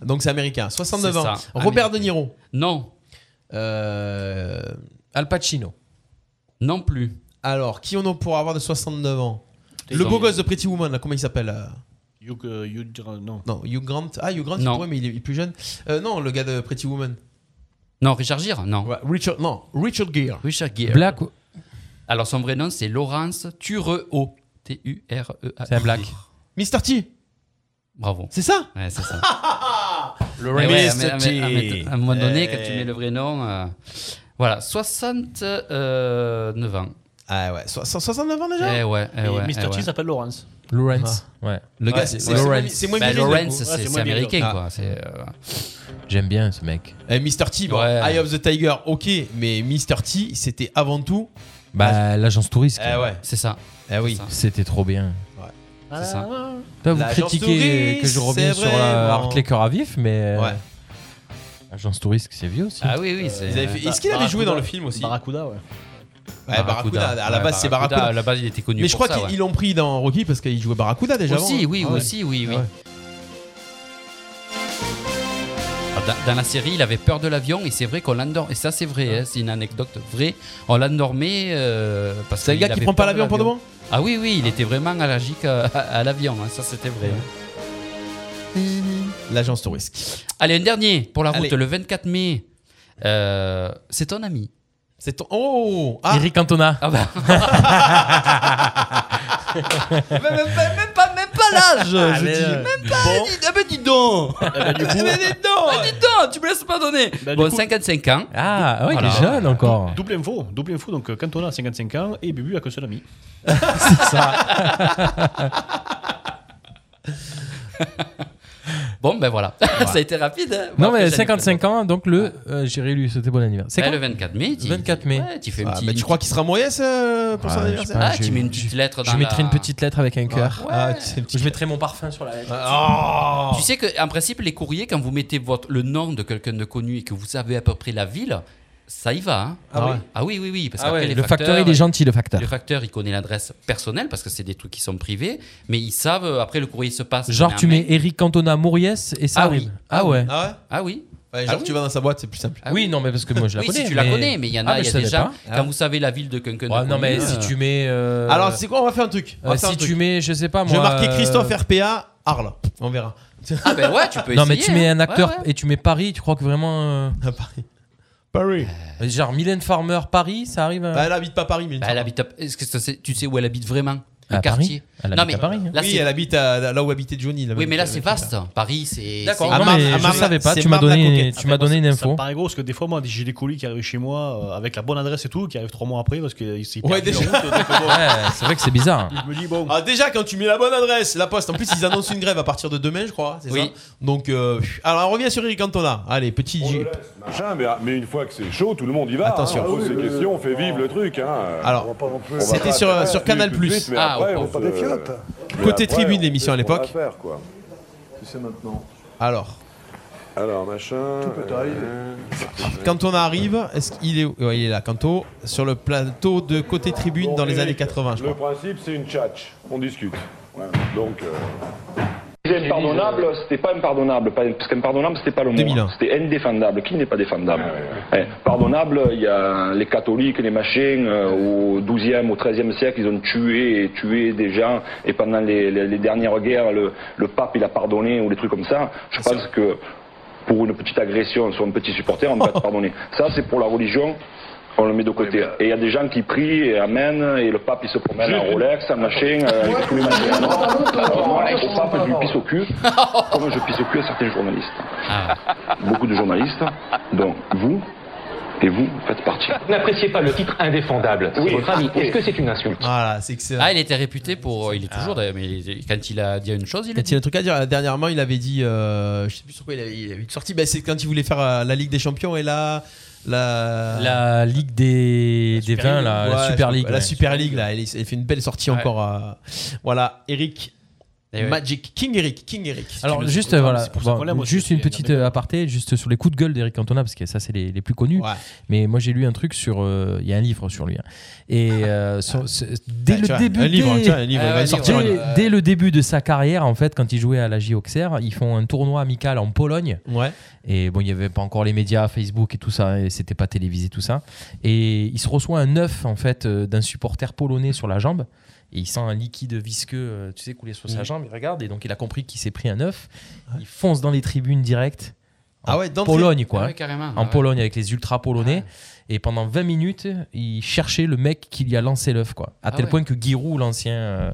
Speaker 3: Donc c'est américain, 69
Speaker 4: C'est
Speaker 3: ans.
Speaker 4: ça,
Speaker 3: Robert
Speaker 4: américain.
Speaker 3: De Niro Euh,
Speaker 4: Non.
Speaker 3: Al Pacino
Speaker 4: Non plus.
Speaker 3: Alors, qui on a pour avoir de 69 ans Le
Speaker 6: Ils
Speaker 3: beau
Speaker 6: ont-
Speaker 3: gosse de Pretty Woman, là, comment il s'appelle euh
Speaker 6: Hugh, euh, Hugh Grant, non.
Speaker 3: Non, Hugh Grant. Ah, Hugh Grant, il
Speaker 4: Non.
Speaker 3: pourrait, mais il est, il est plus jeune. Euh, non, le gars de Pretty Woman.
Speaker 4: Non, Richard Gere, non.
Speaker 3: Ouais, Richard, non, Richard Gere.
Speaker 4: Richard Gere.
Speaker 3: Black.
Speaker 4: Alors, son vrai nom, c'est Laurence Tureo. T-U-R-E-A.
Speaker 5: C'est un black.
Speaker 3: Mr. T.
Speaker 4: E. Bravo.
Speaker 3: C'est ça
Speaker 4: Ouais, c'est ça.
Speaker 3: Le
Speaker 4: Mais ouais,
Speaker 3: remix,
Speaker 4: mais- mais-
Speaker 3: T.
Speaker 4: mais- à un moment donné,
Speaker 3: Eh.
Speaker 4: quand tu mets le vrai nom. euh, voilà, 69 ans.
Speaker 3: Ah ouais, 69 ans déjà
Speaker 4: Eh ouais, eh
Speaker 6: Et
Speaker 4: ouais.
Speaker 6: Mr.
Speaker 4: eh
Speaker 6: T
Speaker 4: ouais.
Speaker 6: s'appelle Lawrence.
Speaker 5: Lawrence.
Speaker 4: Ah.
Speaker 5: Ouais.
Speaker 4: Le gars,
Speaker 5: Ouais,
Speaker 4: c'est-
Speaker 5: c'est-
Speaker 4: ouais. Lawrence.
Speaker 5: c'est moins- c'est moins
Speaker 4: Bah,
Speaker 5: violent,
Speaker 4: Lawrence, c'est
Speaker 5: quoi. Ouais, c'est moins
Speaker 4: c'est américain,
Speaker 5: violent.
Speaker 4: quoi.
Speaker 5: Ah.
Speaker 4: c'est, euh,
Speaker 5: J'aime bien ce mec.
Speaker 3: Ah. Eh, Mr. T, bon,
Speaker 5: Ouais.
Speaker 3: Eye of the Tiger, ok, mais Mr. T, c'était avant tout.
Speaker 5: Bah, l'agence touriste.
Speaker 3: Eh ouais.
Speaker 4: C'est ça.
Speaker 3: Eh oui.
Speaker 5: C'était trop bien.
Speaker 4: C'est ça.
Speaker 3: Ah.
Speaker 5: Toi, vous
Speaker 3: L'agence
Speaker 5: critiquez
Speaker 3: touriste,
Speaker 4: euh,
Speaker 5: que je reviens
Speaker 3: c'est
Speaker 5: sur
Speaker 3: vraiment-
Speaker 5: la Art les cœurs à vif, mais.
Speaker 3: Ouais.
Speaker 5: Agence touriste, c'est vieux aussi.
Speaker 4: Ah oui, oui. c'est-
Speaker 3: Ils avaient fait- Est-ce qu'il avait joué dans le film aussi
Speaker 6: Barracuda, ouais.
Speaker 3: Ouais, Barracuda, à la
Speaker 4: Ouais,
Speaker 3: base c'est Barracuda.
Speaker 4: À la base, il était connu
Speaker 3: Mais je
Speaker 4: pour
Speaker 3: crois
Speaker 4: ça,
Speaker 3: qu'ils
Speaker 4: ouais.
Speaker 3: l'ont pris dans Rocky parce qu'il jouait Barracuda déjà.
Speaker 4: Aussi,
Speaker 3: avant.
Speaker 4: oui,
Speaker 3: Ah ouais.
Speaker 4: aussi, oui, oui.
Speaker 3: Ah ouais.
Speaker 4: Alors, Dans, dans la série, il avait peur de l'avion et c'est vrai qu'on l'endormait. Et ça, c'est vrai, hein, c'est une anecdote vraie. On l'endormait euh, parce que.
Speaker 3: C'est le gars qui prend pas l'avion pour de bon
Speaker 4: Ah oui, oui, il était vraiment allergique à, à- à l'avion, hein, ça c'était vrai. hein.
Speaker 8: Ah,
Speaker 3: L'agence touriste.
Speaker 4: Allez, un dernier pour la route,
Speaker 3: Allez.
Speaker 4: le 24 mai. Euh, c'est ton ami.
Speaker 3: C'est ton. Oh
Speaker 5: Eric Cantona.
Speaker 4: Ah bah. même, même- même pas, même pas l'âge, je
Speaker 8: Allez,
Speaker 4: dis.
Speaker 8: euh,
Speaker 4: Même pas. Dis, ah bah dis donc.
Speaker 3: Eh ben,
Speaker 4: Mais dis donc, ah, dis donc, tu me laisses pas donner.
Speaker 3: Bah,
Speaker 6: Ben, du
Speaker 4: bon,
Speaker 6: coup-
Speaker 4: 55 ans.
Speaker 5: Ah, ouais,
Speaker 4: Voilà.
Speaker 5: il est jeune encore.
Speaker 6: Double info, double info. Donc, euh, Cantona a 55 ans et Bubu a que son ami.
Speaker 5: C'est ça.
Speaker 4: Bon, ben voilà. ça a été rapide. hein. Bon,
Speaker 5: Non, mais
Speaker 4: après, j'ai
Speaker 5: 55 ans, donc le. euh, J'irai lui souhaiter bon anniversaire.
Speaker 4: Ouais, le 24 mai, tu-
Speaker 5: 24 mai.
Speaker 4: ouais, tu fais un
Speaker 3: Ah,
Speaker 4: petit-
Speaker 3: bah, tu crois qu'il sera moyen ce- pour
Speaker 5: Ah,
Speaker 3: son
Speaker 5: je sais
Speaker 3: anniversaire
Speaker 5: pas,
Speaker 4: Ah, tu mets une petite lettre
Speaker 5: Je
Speaker 4: dans
Speaker 5: mettrai
Speaker 4: la-
Speaker 5: une petite lettre avec un cœur.
Speaker 3: Ah,
Speaker 5: Je mettrai mon parfum sur la lettre.
Speaker 3: Oh
Speaker 4: Tu sais qu'en principe, les courriers, quand vous mettez votre, le nom de quelqu'un de connu et que vous savez à peu près la ville, ça y va. hein.
Speaker 5: Ah ouais.
Speaker 4: Ah oui, oui, oui. Parce
Speaker 5: Ah
Speaker 4: qu'après,
Speaker 5: ouais,
Speaker 4: les
Speaker 5: le facteur,
Speaker 4: facteurs,
Speaker 5: il est gentil, le facteur.
Speaker 4: Le facteur, il connaît l'adresse personnelle parce que c'est des trucs qui sont privés, mais ils savent, euh, après, le courrier se passe.
Speaker 5: Genre,
Speaker 4: Ah, Mais
Speaker 5: tu
Speaker 4: en
Speaker 5: mets
Speaker 4: mail-
Speaker 5: Eric Cantona Mouriès et ça
Speaker 4: Ah
Speaker 5: arrive.
Speaker 4: oui.
Speaker 5: Ah ouais.
Speaker 3: Ah ouais
Speaker 4: Ah oui.
Speaker 3: Ouais, genre,
Speaker 4: Ah oui. Ah
Speaker 3: tu vas dans sa boîte, c'est plus simple.
Speaker 5: oui, non, mais parce que moi je la
Speaker 4: oui,
Speaker 5: connais.
Speaker 4: si tu la connais, mais il y en
Speaker 5: Ah,
Speaker 4: a,
Speaker 5: mais
Speaker 4: il y
Speaker 5: je
Speaker 4: a des
Speaker 5: savais
Speaker 4: gens.
Speaker 5: pas.
Speaker 4: Quand vous savez la ville de quelqu'un de
Speaker 5: Ouais, non,
Speaker 4: connu,
Speaker 5: mais
Speaker 4: euh,
Speaker 5: si tu mets. euh,
Speaker 3: Alors, c'est quoi On va faire un truc. On va
Speaker 5: euh,
Speaker 3: faire un
Speaker 5: si
Speaker 3: truc.
Speaker 5: tu mets, je sais pas
Speaker 3: Je
Speaker 5: moi.
Speaker 3: vais marquer
Speaker 5: euh,
Speaker 3: Christophe RPA, Arles. On verra.
Speaker 4: Ah ben ouais, tu peux
Speaker 5: Non, mais
Speaker 4: essayer,
Speaker 5: tu mets
Speaker 4: hein.
Speaker 5: un
Speaker 4: Ouais,
Speaker 5: acteur
Speaker 4: ouais.
Speaker 5: et tu mets Paris, tu crois que vraiment. euh,
Speaker 3: À Ah, Paris. Paris.
Speaker 5: Genre Mylène Farmer, Paris, ça arrive. euh,
Speaker 3: Bah, elle habite pas Paris, mais.
Speaker 4: Bah, elle habite à- Est-ce que ça, c'est- tu sais où elle habite vraiment Le
Speaker 5: À Paris
Speaker 4: quartier
Speaker 5: Elle
Speaker 4: Non,
Speaker 5: habite
Speaker 4: mais
Speaker 5: à Paris, hein.
Speaker 4: là,
Speaker 3: oui,
Speaker 4: c'est-
Speaker 3: elle habite à- là où habitait Johnny. là-bas.
Speaker 4: Oui, mais là, c'est vaste. Paris, c'est.
Speaker 3: D'accord.
Speaker 4: c'est-
Speaker 3: Ah,
Speaker 5: Non,
Speaker 3: Marne-
Speaker 5: mais
Speaker 3: à
Speaker 5: je
Speaker 3: Marne-
Speaker 5: savais pas,
Speaker 3: c'est
Speaker 5: tu m'as
Speaker 3: Marne la
Speaker 5: donné,
Speaker 3: Coquette.
Speaker 5: tu m'as
Speaker 6: Après,
Speaker 5: donné une
Speaker 6: moi, ça- Ça me
Speaker 5: info.
Speaker 6: paraît gros parce que des fois, moi, j'ai des colis qui arrivent chez moi euh, avec la bonne adresse et tout, qui arrivent trois mois après parce qu'ils s'y
Speaker 3: Ouais, déjà.
Speaker 5: Ouais, c'est vrai que c'est bizarre.
Speaker 6: Je me dis, bon.
Speaker 3: Ah, déjà, quand tu mets la bonne adresse, la poste. En plus, ils annoncent une grève à partir de demain, je crois. C'est
Speaker 4: Oui.
Speaker 3: ça Donc, euh, alors, on revient sur Eric Cantona. Allez, petit. G-
Speaker 14: Machin, mais, ah, mais une fois que c'est chaud, tout le monde y va.
Speaker 3: Attention.
Speaker 14: hein. on pose
Speaker 3: Ah oui,
Speaker 14: ses
Speaker 3: le-
Speaker 14: questions, on fait vivre le truc. Hein.
Speaker 3: Alors,
Speaker 14: On va pas non plus-
Speaker 3: c'était
Speaker 14: on va pas
Speaker 3: sur-
Speaker 14: faire
Speaker 3: sur
Speaker 14: tout
Speaker 3: Canal+.
Speaker 14: tout de suite, mais
Speaker 3: Ah,
Speaker 14: après,
Speaker 3: on
Speaker 14: on
Speaker 3: peut-
Speaker 14: se-
Speaker 3: des fiottes.
Speaker 14: mais
Speaker 3: Côté tribune,
Speaker 14: on
Speaker 3: l'émission à
Speaker 14: sait ce qu'on va
Speaker 3: l'époque.
Speaker 14: faire, quoi. Tu sais maintenant.
Speaker 3: Alors.
Speaker 14: Alors, machin. euh, Tout peut arriver.
Speaker 3: Quand on arrive, est-ce qu'il est, ouais, il est là, Canto, sur le plateau de côté tribune dans les années 80, je
Speaker 14: Le
Speaker 3: crois.
Speaker 14: principe, c'est une tchatche. On discute. Donc. euh,
Speaker 15: C'était impardonnable, c'était pas impardonnable, pas- parce qu'impardonnable c'était pas le mot, hein. c'était indéfendable. Qui n'est pas défendable Ouais. Pardonnable, il y a les catholiques, les machins, euh, au 12e, au 13e siècle, ils ont tué et tué des gens, et pendant les, les- les dernières guerres, le, le pape il a pardonné, ou des trucs comme ça. Je pense que pour une petite agression sur un petit supporter, on doit être pardonné. Ça c'est pour la religion. On le met de côté. Et il y a des gens qui prient et amènent, et le pape il se promène en Rolex, en machin, euh, tous les matins. Non, alors, moi, il faut pas que je lui pisse au cul, comme je pisse au cul à certains journalistes. Beaucoup de journalistes, donc vous et vous faites partie. Ah,
Speaker 16: N'appréciez pas le titre indéfendable. C'est
Speaker 4: Oui.
Speaker 16: votre ami.
Speaker 4: Oui.
Speaker 16: Est-ce que c'est une insulte
Speaker 3: Voilà, c'est excellent.
Speaker 4: Ah, il était réputé pour. Il est toujours d'ailleurs, mais il- quand il a dit une chose, il le
Speaker 3: Quand il y a un truc à dire, dernièrement, il avait dit, euh, je sais plus sur quoi il avait, il avait une sortie, bah, c'est quand il voulait faire euh, la Ligue des Champions et la. La,
Speaker 5: La Ligue des, des
Speaker 3: Super
Speaker 5: vins, là,
Speaker 3: Ouais,
Speaker 5: la
Speaker 3: je
Speaker 5: Super
Speaker 3: sais
Speaker 5: League.
Speaker 3: pas, La
Speaker 5: ouais.
Speaker 3: Super League, là, elle, elle fait une belle sortie
Speaker 5: Ouais.
Speaker 3: encore. euh, voilà, Eric.
Speaker 5: Et ouais.
Speaker 3: Magic. King Eric. King Eric. si tu
Speaker 5: Alors
Speaker 3: nous
Speaker 5: juste
Speaker 3: écoutes.
Speaker 5: euh, voilà,
Speaker 3: C'est pour ça
Speaker 5: bon,
Speaker 3: qu'on l'aime aussi,
Speaker 5: juste
Speaker 3: c'est
Speaker 5: une petite euh, aparté, juste sur les coups de gueule d'Eric Cantona parce que ça c'est les, les plus connus. Mais moi j'ai lu un truc sur, euh, il y a un livre sur lui hein. et euh, sur- ce- dès
Speaker 3: Ah,
Speaker 5: le
Speaker 3: tiens,
Speaker 5: début,
Speaker 3: un livre,
Speaker 5: dès-
Speaker 3: tiens, un livre, il va euh,
Speaker 5: dès-
Speaker 3: sortir un livre.
Speaker 5: dès le début de sa carrière en fait, quand il jouait à la J Auxerre, ils font un tournoi amical en Pologne.
Speaker 3: Ouais.
Speaker 5: Et bon, il n'y avait pas encore les médias, Facebook et tout ça, et c'était pas télévisé tout ça. Et il se reçoit un œuf en fait euh, d'un supporter polonais sur la jambe. Et il sent un liquide visqueux, euh, tu sais, couler sur sa
Speaker 3: Mhm.
Speaker 5: jambe. Il regarde et donc il a compris qu'il s'est pris un œuf. Il fonce dans les tribunes directes.
Speaker 3: Ah
Speaker 5: en
Speaker 3: ouais, d'entrée.
Speaker 5: Pologne quoi.
Speaker 3: Ah ouais,
Speaker 5: hein.
Speaker 3: carrément,
Speaker 5: en
Speaker 3: ah ouais.
Speaker 5: Pologne avec les ultra polonais. Et pendant 20 minutes, il cherchait le mec qui lui a lancé l'œuf quoi. À
Speaker 3: Ah
Speaker 5: tel
Speaker 3: ouais.
Speaker 5: point que Giroud, l'ancien euh,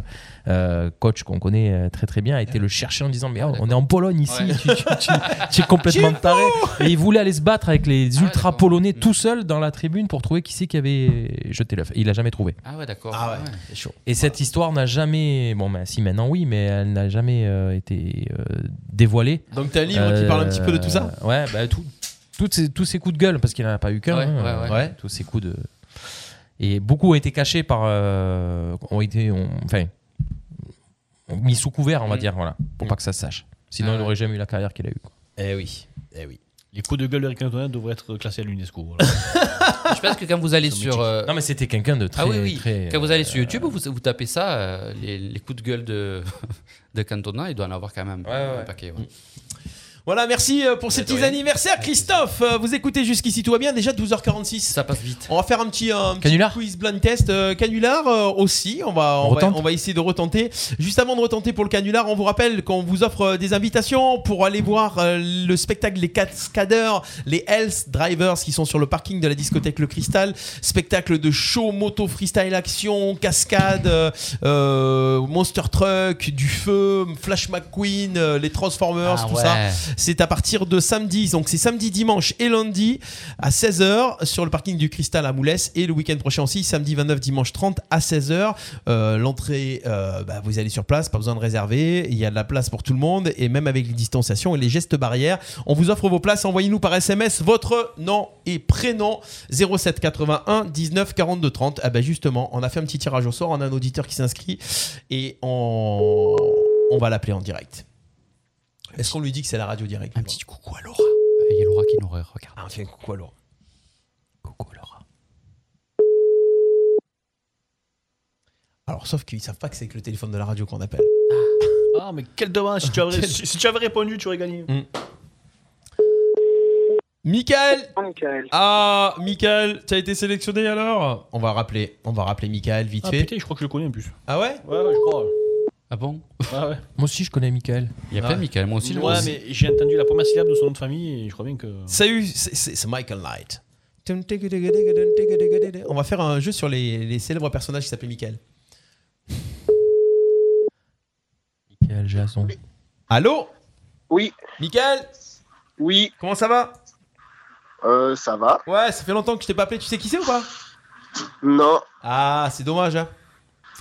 Speaker 5: euh, coach qu'on connaît euh, très très bien, a été le chercher en disant mais
Speaker 3: Ah,
Speaker 5: oh, on est en Pologne ici, tu, tu- tu- tu es complètement
Speaker 3: Giro
Speaker 5: taré. Et il voulait aller se battre avec
Speaker 3: Ah,
Speaker 5: les ultra polonais
Speaker 3: Mm.
Speaker 5: tout seul dans la tribune pour trouver qui c'est qui avait jeté l'œuf. Et Il l'a jamais trouvé.
Speaker 4: Ah ouais, d'accord.
Speaker 3: Ah ouais,
Speaker 4: Ouais.
Speaker 3: c'est chaud.
Speaker 5: Et cette histoire n'a jamais, bon ben si maintenant oui, mais elle n'a jamais euh, été euh, dévoilée.
Speaker 3: Donc, t'as un livre qui parle un petit peu de tout ça
Speaker 5: Euh, Ouais, bah tout, toutes ces- tous ces coups de gueule parce qu'il n'en a pas eu qu'un.
Speaker 3: Ouais,
Speaker 5: hein,
Speaker 3: ouais,
Speaker 5: euh,
Speaker 3: ouais.
Speaker 5: Tous ces coups de et beaucoup ont été cachés par, euh, ont été, ont- enfin, ont mis sous couvert on va
Speaker 3: Mm. Euh,
Speaker 5: dire voilà, pour pas que ça se sache. Sinon il n'aurait jamais eu la carrière qu'il a eu.
Speaker 3: Eh oui, eh oui.
Speaker 6: Les coups de gueule d'Eric Cantona devraient être classés à l'UNESCO. voilà.
Speaker 4: Je pense que quand vous allez sur. euh,
Speaker 5: Non mais c'était quelqu'un de très,
Speaker 4: ah oui, oui.
Speaker 5: très,
Speaker 4: quand vous allez sur YouTube, vous, vous tapez ça, euh, les, les coups de gueule de, de Cantona, il doit en avoir quand même un paquet. ouais.
Speaker 3: Voilà, merci euh, pour ces petits anniversaires, Christophe. Euh, Vous écoutez jusqu'ici, tout va bien. Déjà 12h46. Ça
Speaker 4: passe vite.
Speaker 3: On va faire un petit, euh, un petit
Speaker 5: Canular
Speaker 3: quiz blind test euh, canular euh, aussi. On va, on, va,
Speaker 5: retente
Speaker 3: on va essayer de retenter. Juste avant de retenter pour le canular, on vous rappelle qu'on vous offre euh, des invitations pour aller voir euh, le spectacle Les Cascadeurs, les Health Drivers qui sont sur le parking de la discothèque Le Cristal. Spectacle de show, moto, freestyle, action, cascade, euh, euh, monster truck, du feu, Flash McQueen, euh, les Transformers,
Speaker 4: Ah
Speaker 3: tout
Speaker 4: ouais.
Speaker 3: ça. C'est à partir de samedi, donc c'est samedi, dimanche et lundi à 16h sur le parking du Cristal à Moulès et le week-end prochain aussi, samedi 29, dimanche 30 à 16h. Euh, L'entrée, euh, bah, vous allez sur place, pas besoin de réserver, il y a de la place pour tout le monde et même avec les distanciations et les gestes barrières, on vous offre vos places, envoyez-nous par SMS votre nom et prénom 07 81 19 42 30. Ah bah justement, on a fait un petit tirage au sort, on a un auditeur qui s'inscrit et on, on va l'appeler en direct. Est-ce qu'on lui dit que c'est la radio directe Un petit coucou à Laura.
Speaker 4: Il y a Laura qui nous regarde.
Speaker 3: Ah, on fait un coucou à Laura. Coucou Laura. Alors, sauf qu'ils savent pas que c'est que le téléphone de la radio qu'on appelle.
Speaker 6: Ah, mais quel dommage. Si tu avais,
Speaker 3: Quel-
Speaker 6: si, si tu avais répondu, tu aurais gagné.
Speaker 3: Michael Ah, Michael, tu as été sélectionné alors On va rappeler, on va rappeler Michael vite
Speaker 6: Ah
Speaker 3: fait.
Speaker 6: putain, je crois que je le connais en plus.
Speaker 3: Ah ouais
Speaker 6: Ouais, ouais, je crois.
Speaker 4: Ah bon
Speaker 6: Ouais, ouais.
Speaker 5: Moi aussi je connais Michael.
Speaker 4: Il y a plein de Michael, moi aussi je
Speaker 6: Ouais, mais j'ai entendu la première syllabe de son nom de famille et je crois bien que.
Speaker 3: Salut, c'est- c'est c'est Michael Knight. On va faire un jeu sur les, les célèbres personnages qui s'appelaient Michael.
Speaker 5: Michael Jason.
Speaker 3: Allô
Speaker 17: Oui.
Speaker 3: Michael
Speaker 17: Oui.
Speaker 3: Comment ça va
Speaker 17: Euh, ça va.
Speaker 3: Ouais, ça fait longtemps que je t'ai pas appelé. Tu sais qui c'est ou pas
Speaker 17: Non.
Speaker 3: Ah, c'est dommage. hein.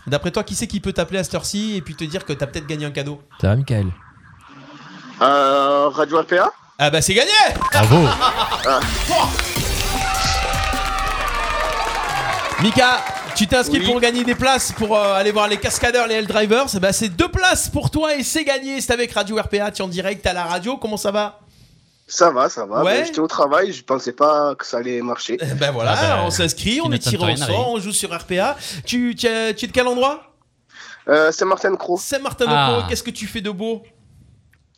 Speaker 3: D'après toi, qui c'est qui peut t'appeler à cette heure-ci et puis te dire que t'as peut-être gagné un cadeau
Speaker 5: Ça va Michael
Speaker 17: Euh, Radio RPA
Speaker 3: Ah bah c'est gagné
Speaker 5: Bravo
Speaker 17: Ah.
Speaker 3: Mika, tu t'es inscrit
Speaker 17: Oui.
Speaker 3: pour gagner des places pour euh, aller voir les cascadeurs, les Helldrivers. Bah, c'est deux places pour toi et c'est gagné. C'est avec Radio RPA, tu es en direct à la radio. Comment ça va
Speaker 17: Ça va, ça va.
Speaker 3: Ouais.
Speaker 17: Ben, J'étais au travail, je pensais pas que ça allait marcher.
Speaker 3: Ben voilà,
Speaker 6: Ah,
Speaker 3: on s'inscrit, on est tiré au sort, on joue sur RPA. Tu, tu es tu es de quel endroit
Speaker 17: C'est Martin Croix.
Speaker 3: C'est Martin
Speaker 17: Ah.
Speaker 3: Croix, qu'est-ce que tu fais de beau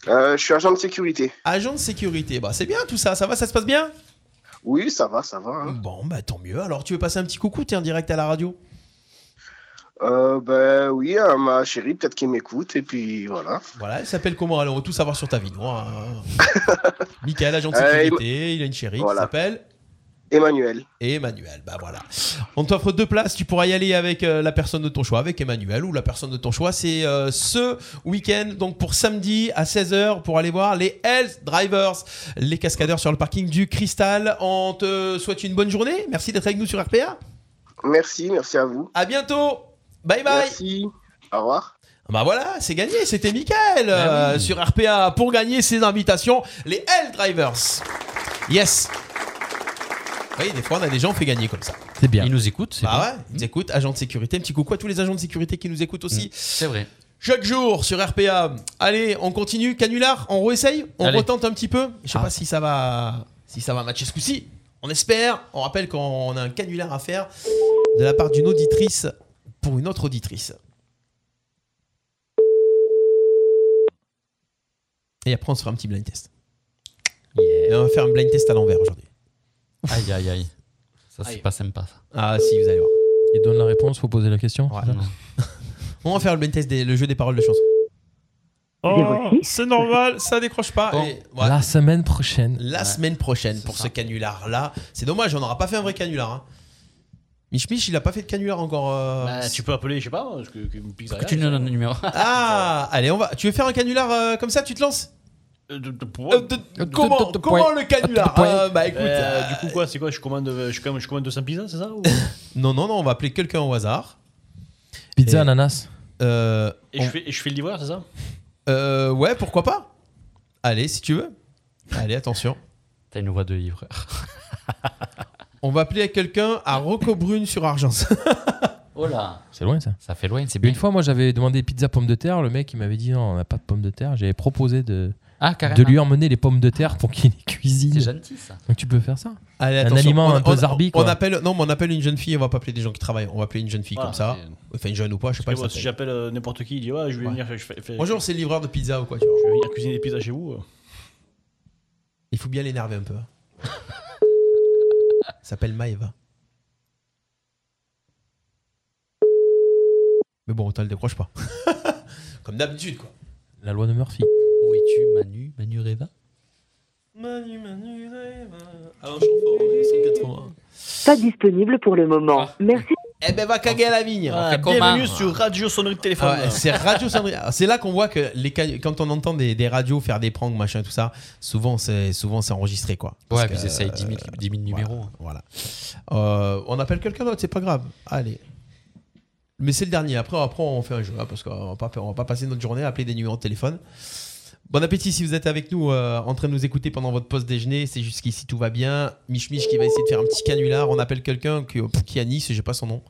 Speaker 17: Euh, je suis agent de sécurité.
Speaker 3: Agent de sécurité, bah c'est bien tout ça, ça va, ça se passe bien
Speaker 17: Oui, ça va, ça va. hein.
Speaker 3: Bon, bah tant mieux. Alors, tu veux passer un petit coucou, t'es en direct à la radio
Speaker 17: Euh, ben oui, à ma chérie, peut-être qu'elle m'écoute, et puis voilà.
Speaker 3: Voilà, il s'appelle comment Alors, on veut tout savoir sur ta vie. Moi, hein. Michael, agent de
Speaker 17: Euh,
Speaker 3: sécurité, il a une chérie qui s'appelle
Speaker 17: Emmanuel.
Speaker 3: Emmanuel, bah voilà. On t'offre deux places, tu pourras y aller avec euh, la personne de ton choix, avec Emmanuel ou la personne de ton choix. C'est euh, ce week-end, donc pour samedi à 16h, pour aller voir les Hells Drivers, les cascadeurs sur le parking du Cristal. On te souhaite une bonne journée, merci d'être avec nous sur RPA.
Speaker 17: Merci, merci à vous.
Speaker 3: À bientôt, bye bye.
Speaker 17: Merci, au revoir.
Speaker 3: Bah voilà, c'est gagné, c'était Mickaël euh, sur RPA pour gagner ses invitations, les Hell Drivers. Yes. Oui, des fois on a des gens on fait gagner comme ça.
Speaker 4: C'est bien. Mm. Ils nous écoutent.
Speaker 3: Bah ouais, ils écoutent, agents de sécurité, un petit coucou à tous les agents de sécurité qui nous écoutent aussi.
Speaker 4: Mm. C'est vrai.
Speaker 3: Chaque jour sur RPA. Allez, on continue, canular, on réessaye, on
Speaker 4: Allez. Ah.
Speaker 3: retente un petit peu. Je sais pas si ça va si ça va matcher ce coup-ci. On espère. On rappelle qu'on a un canular à faire de la part d'une auditrice pour une autre auditrice. Et après, on se fera un petit blind test. Et on va faire un blind test à l'envers aujourd'hui.
Speaker 4: Aïe, aïe, aïe. Ça,
Speaker 3: Aïe.
Speaker 4: c'est pas sympa, ça.
Speaker 3: Ah si, vous allez voir.
Speaker 5: Il donne la réponse, faut poser la question.
Speaker 3: On va faire le blind test, des- le jeu des paroles de chanson.
Speaker 11: Oh,
Speaker 3: c'est normal, ça décroche pas. Et voilà.
Speaker 5: La semaine prochaine.
Speaker 3: La semaine prochaine pour ce canular-là. C'est dommage, on n'aura pas fait un vrai canular. hein. Mich Mich, il a pas fait de canular encore. euh,
Speaker 6: Bah, tu peux appeler, je sais pas, que, que une pizzeria,
Speaker 4: tu nous
Speaker 6: ça.
Speaker 4: donnes le numéro
Speaker 3: Ah, allez, on va. Tu veux faire un canular euh, comme ça Tu te lances
Speaker 6: Euh, de- de-
Speaker 3: Euh, de- de- Comment
Speaker 6: de- de-
Speaker 3: comment
Speaker 6: point.
Speaker 3: le canular Euh, Bah écoute.
Speaker 6: Euh,
Speaker 3: euh,
Speaker 6: du coup, quoi, c'est quoi je commande, euh, je, commande, je commande 200 pizzas, c'est ça ou-
Speaker 3: Non, non, non, on va appeler quelqu'un au hasard.
Speaker 5: Pizza
Speaker 3: Et-
Speaker 5: ananas.
Speaker 3: Euh,
Speaker 6: et, je fais, et je fais le livreur, c'est ça
Speaker 3: euh, ouais, pourquoi pas Allez, si tu veux. Allez, attention.
Speaker 4: T'as une voix de livreur.
Speaker 3: On va appeler à quelqu'un à Rocobrune sur Argence.
Speaker 4: Oh là.
Speaker 5: C'est loin ça.
Speaker 4: Ça fait loin, c'est bien.
Speaker 5: Une fois, moi j'avais demandé pizza pommes de terre, le mec il m'avait dit non, on n'a pas de pommes de terre. J'avais proposé de,
Speaker 4: Ah, carrément.
Speaker 5: de lui emmener les pommes de terre pour qu'il les cuisine.
Speaker 4: C'est gentil, ça.
Speaker 5: Donc tu peux faire ça.
Speaker 3: Allez,
Speaker 5: un
Speaker 3: attention,
Speaker 5: aliment
Speaker 3: on-
Speaker 5: un peu
Speaker 3: on-
Speaker 5: zarbi
Speaker 3: On
Speaker 5: quoi.
Speaker 3: appelle, non, mais on appelle une jeune fille, on va pas appeler des gens qui travaillent, on va appeler une jeune fille
Speaker 6: Voilà,
Speaker 3: comme ça. Enfin, une jeune ou pas, je sais pas.
Speaker 6: Parce que
Speaker 3: elle
Speaker 6: moi, Ah, si
Speaker 3: s'appelle.
Speaker 6: j'appelle euh, n'importe qui, il dit ouais, je vais venir. Je fais, fais-
Speaker 3: Bonjour, c'est le livreur de pizza ou quoi, tu vois.
Speaker 6: je vais venir cuisiner des pizzas chez vous. euh.
Speaker 3: Il faut bien l'énerver un peu. hein. Elle s'appelle Maeva. Mais bon, t'as le décroche pas. Comme d'habitude, quoi.
Speaker 5: La loi de Murphy.
Speaker 4: Où es-tu, Manu Manu Reva
Speaker 3: Manu, Manu, Alain Chamfort, 180.
Speaker 13: Pas disponible pour le moment. Merci.
Speaker 3: Eh ben, va caguer à la vigne.
Speaker 6: Ah, bienvenue sur Radio Sonnerie de Téléphone.
Speaker 3: Ah ouais, c'est Radio Sandrine. Ah, C'est là qu'on voit que les can- quand on entend des, des radios faire des pranks, machin, tout ça, souvent c'est souvent c'est enregistré quoi. Parce
Speaker 4: Ouais,
Speaker 3: que,
Speaker 4: puis ils essayent 10 000,
Speaker 3: euh,
Speaker 4: 10 000 numéros.
Speaker 3: Voilà. Euh, on appelle quelqu'un d'autre, c'est pas grave. Allez. Mais c'est le dernier. Après, après on fait un jeu hein, parce qu'on va pas on va pas passer notre journée à appeler des numéros de téléphone. Bon appétit si vous êtes avec nous, euh, en train de nous écouter pendant votre pause déjeuner. C'est jusqu'ici tout va bien. Mich Mich qui va essayer de faire un petit canular. On appelle quelqu'un qui, qui est à Nice, j'ai pas son nom.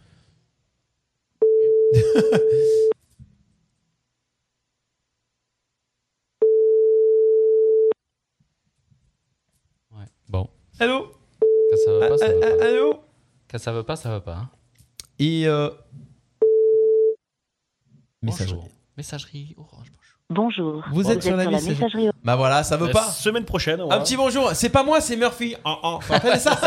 Speaker 4: Bon.
Speaker 3: Allô
Speaker 4: Quand ça va pas, ça
Speaker 3: Ah,
Speaker 4: va
Speaker 3: ah,
Speaker 4: pas.
Speaker 3: allô
Speaker 4: Quand ça va pas, ça va pas. hein.
Speaker 3: Et euh,
Speaker 4: Bonjour. Messagerie orange.
Speaker 13: Bonjour.
Speaker 3: Vous êtes sur la messagerie. Bah voilà, ça
Speaker 4: Euh,
Speaker 3: veut
Speaker 6: La
Speaker 3: pas.
Speaker 6: Semaine prochaine.
Speaker 3: Un petit bonjour. C'est pas moi, c'est Murphy. Ah, ah, vous vous rappelez ça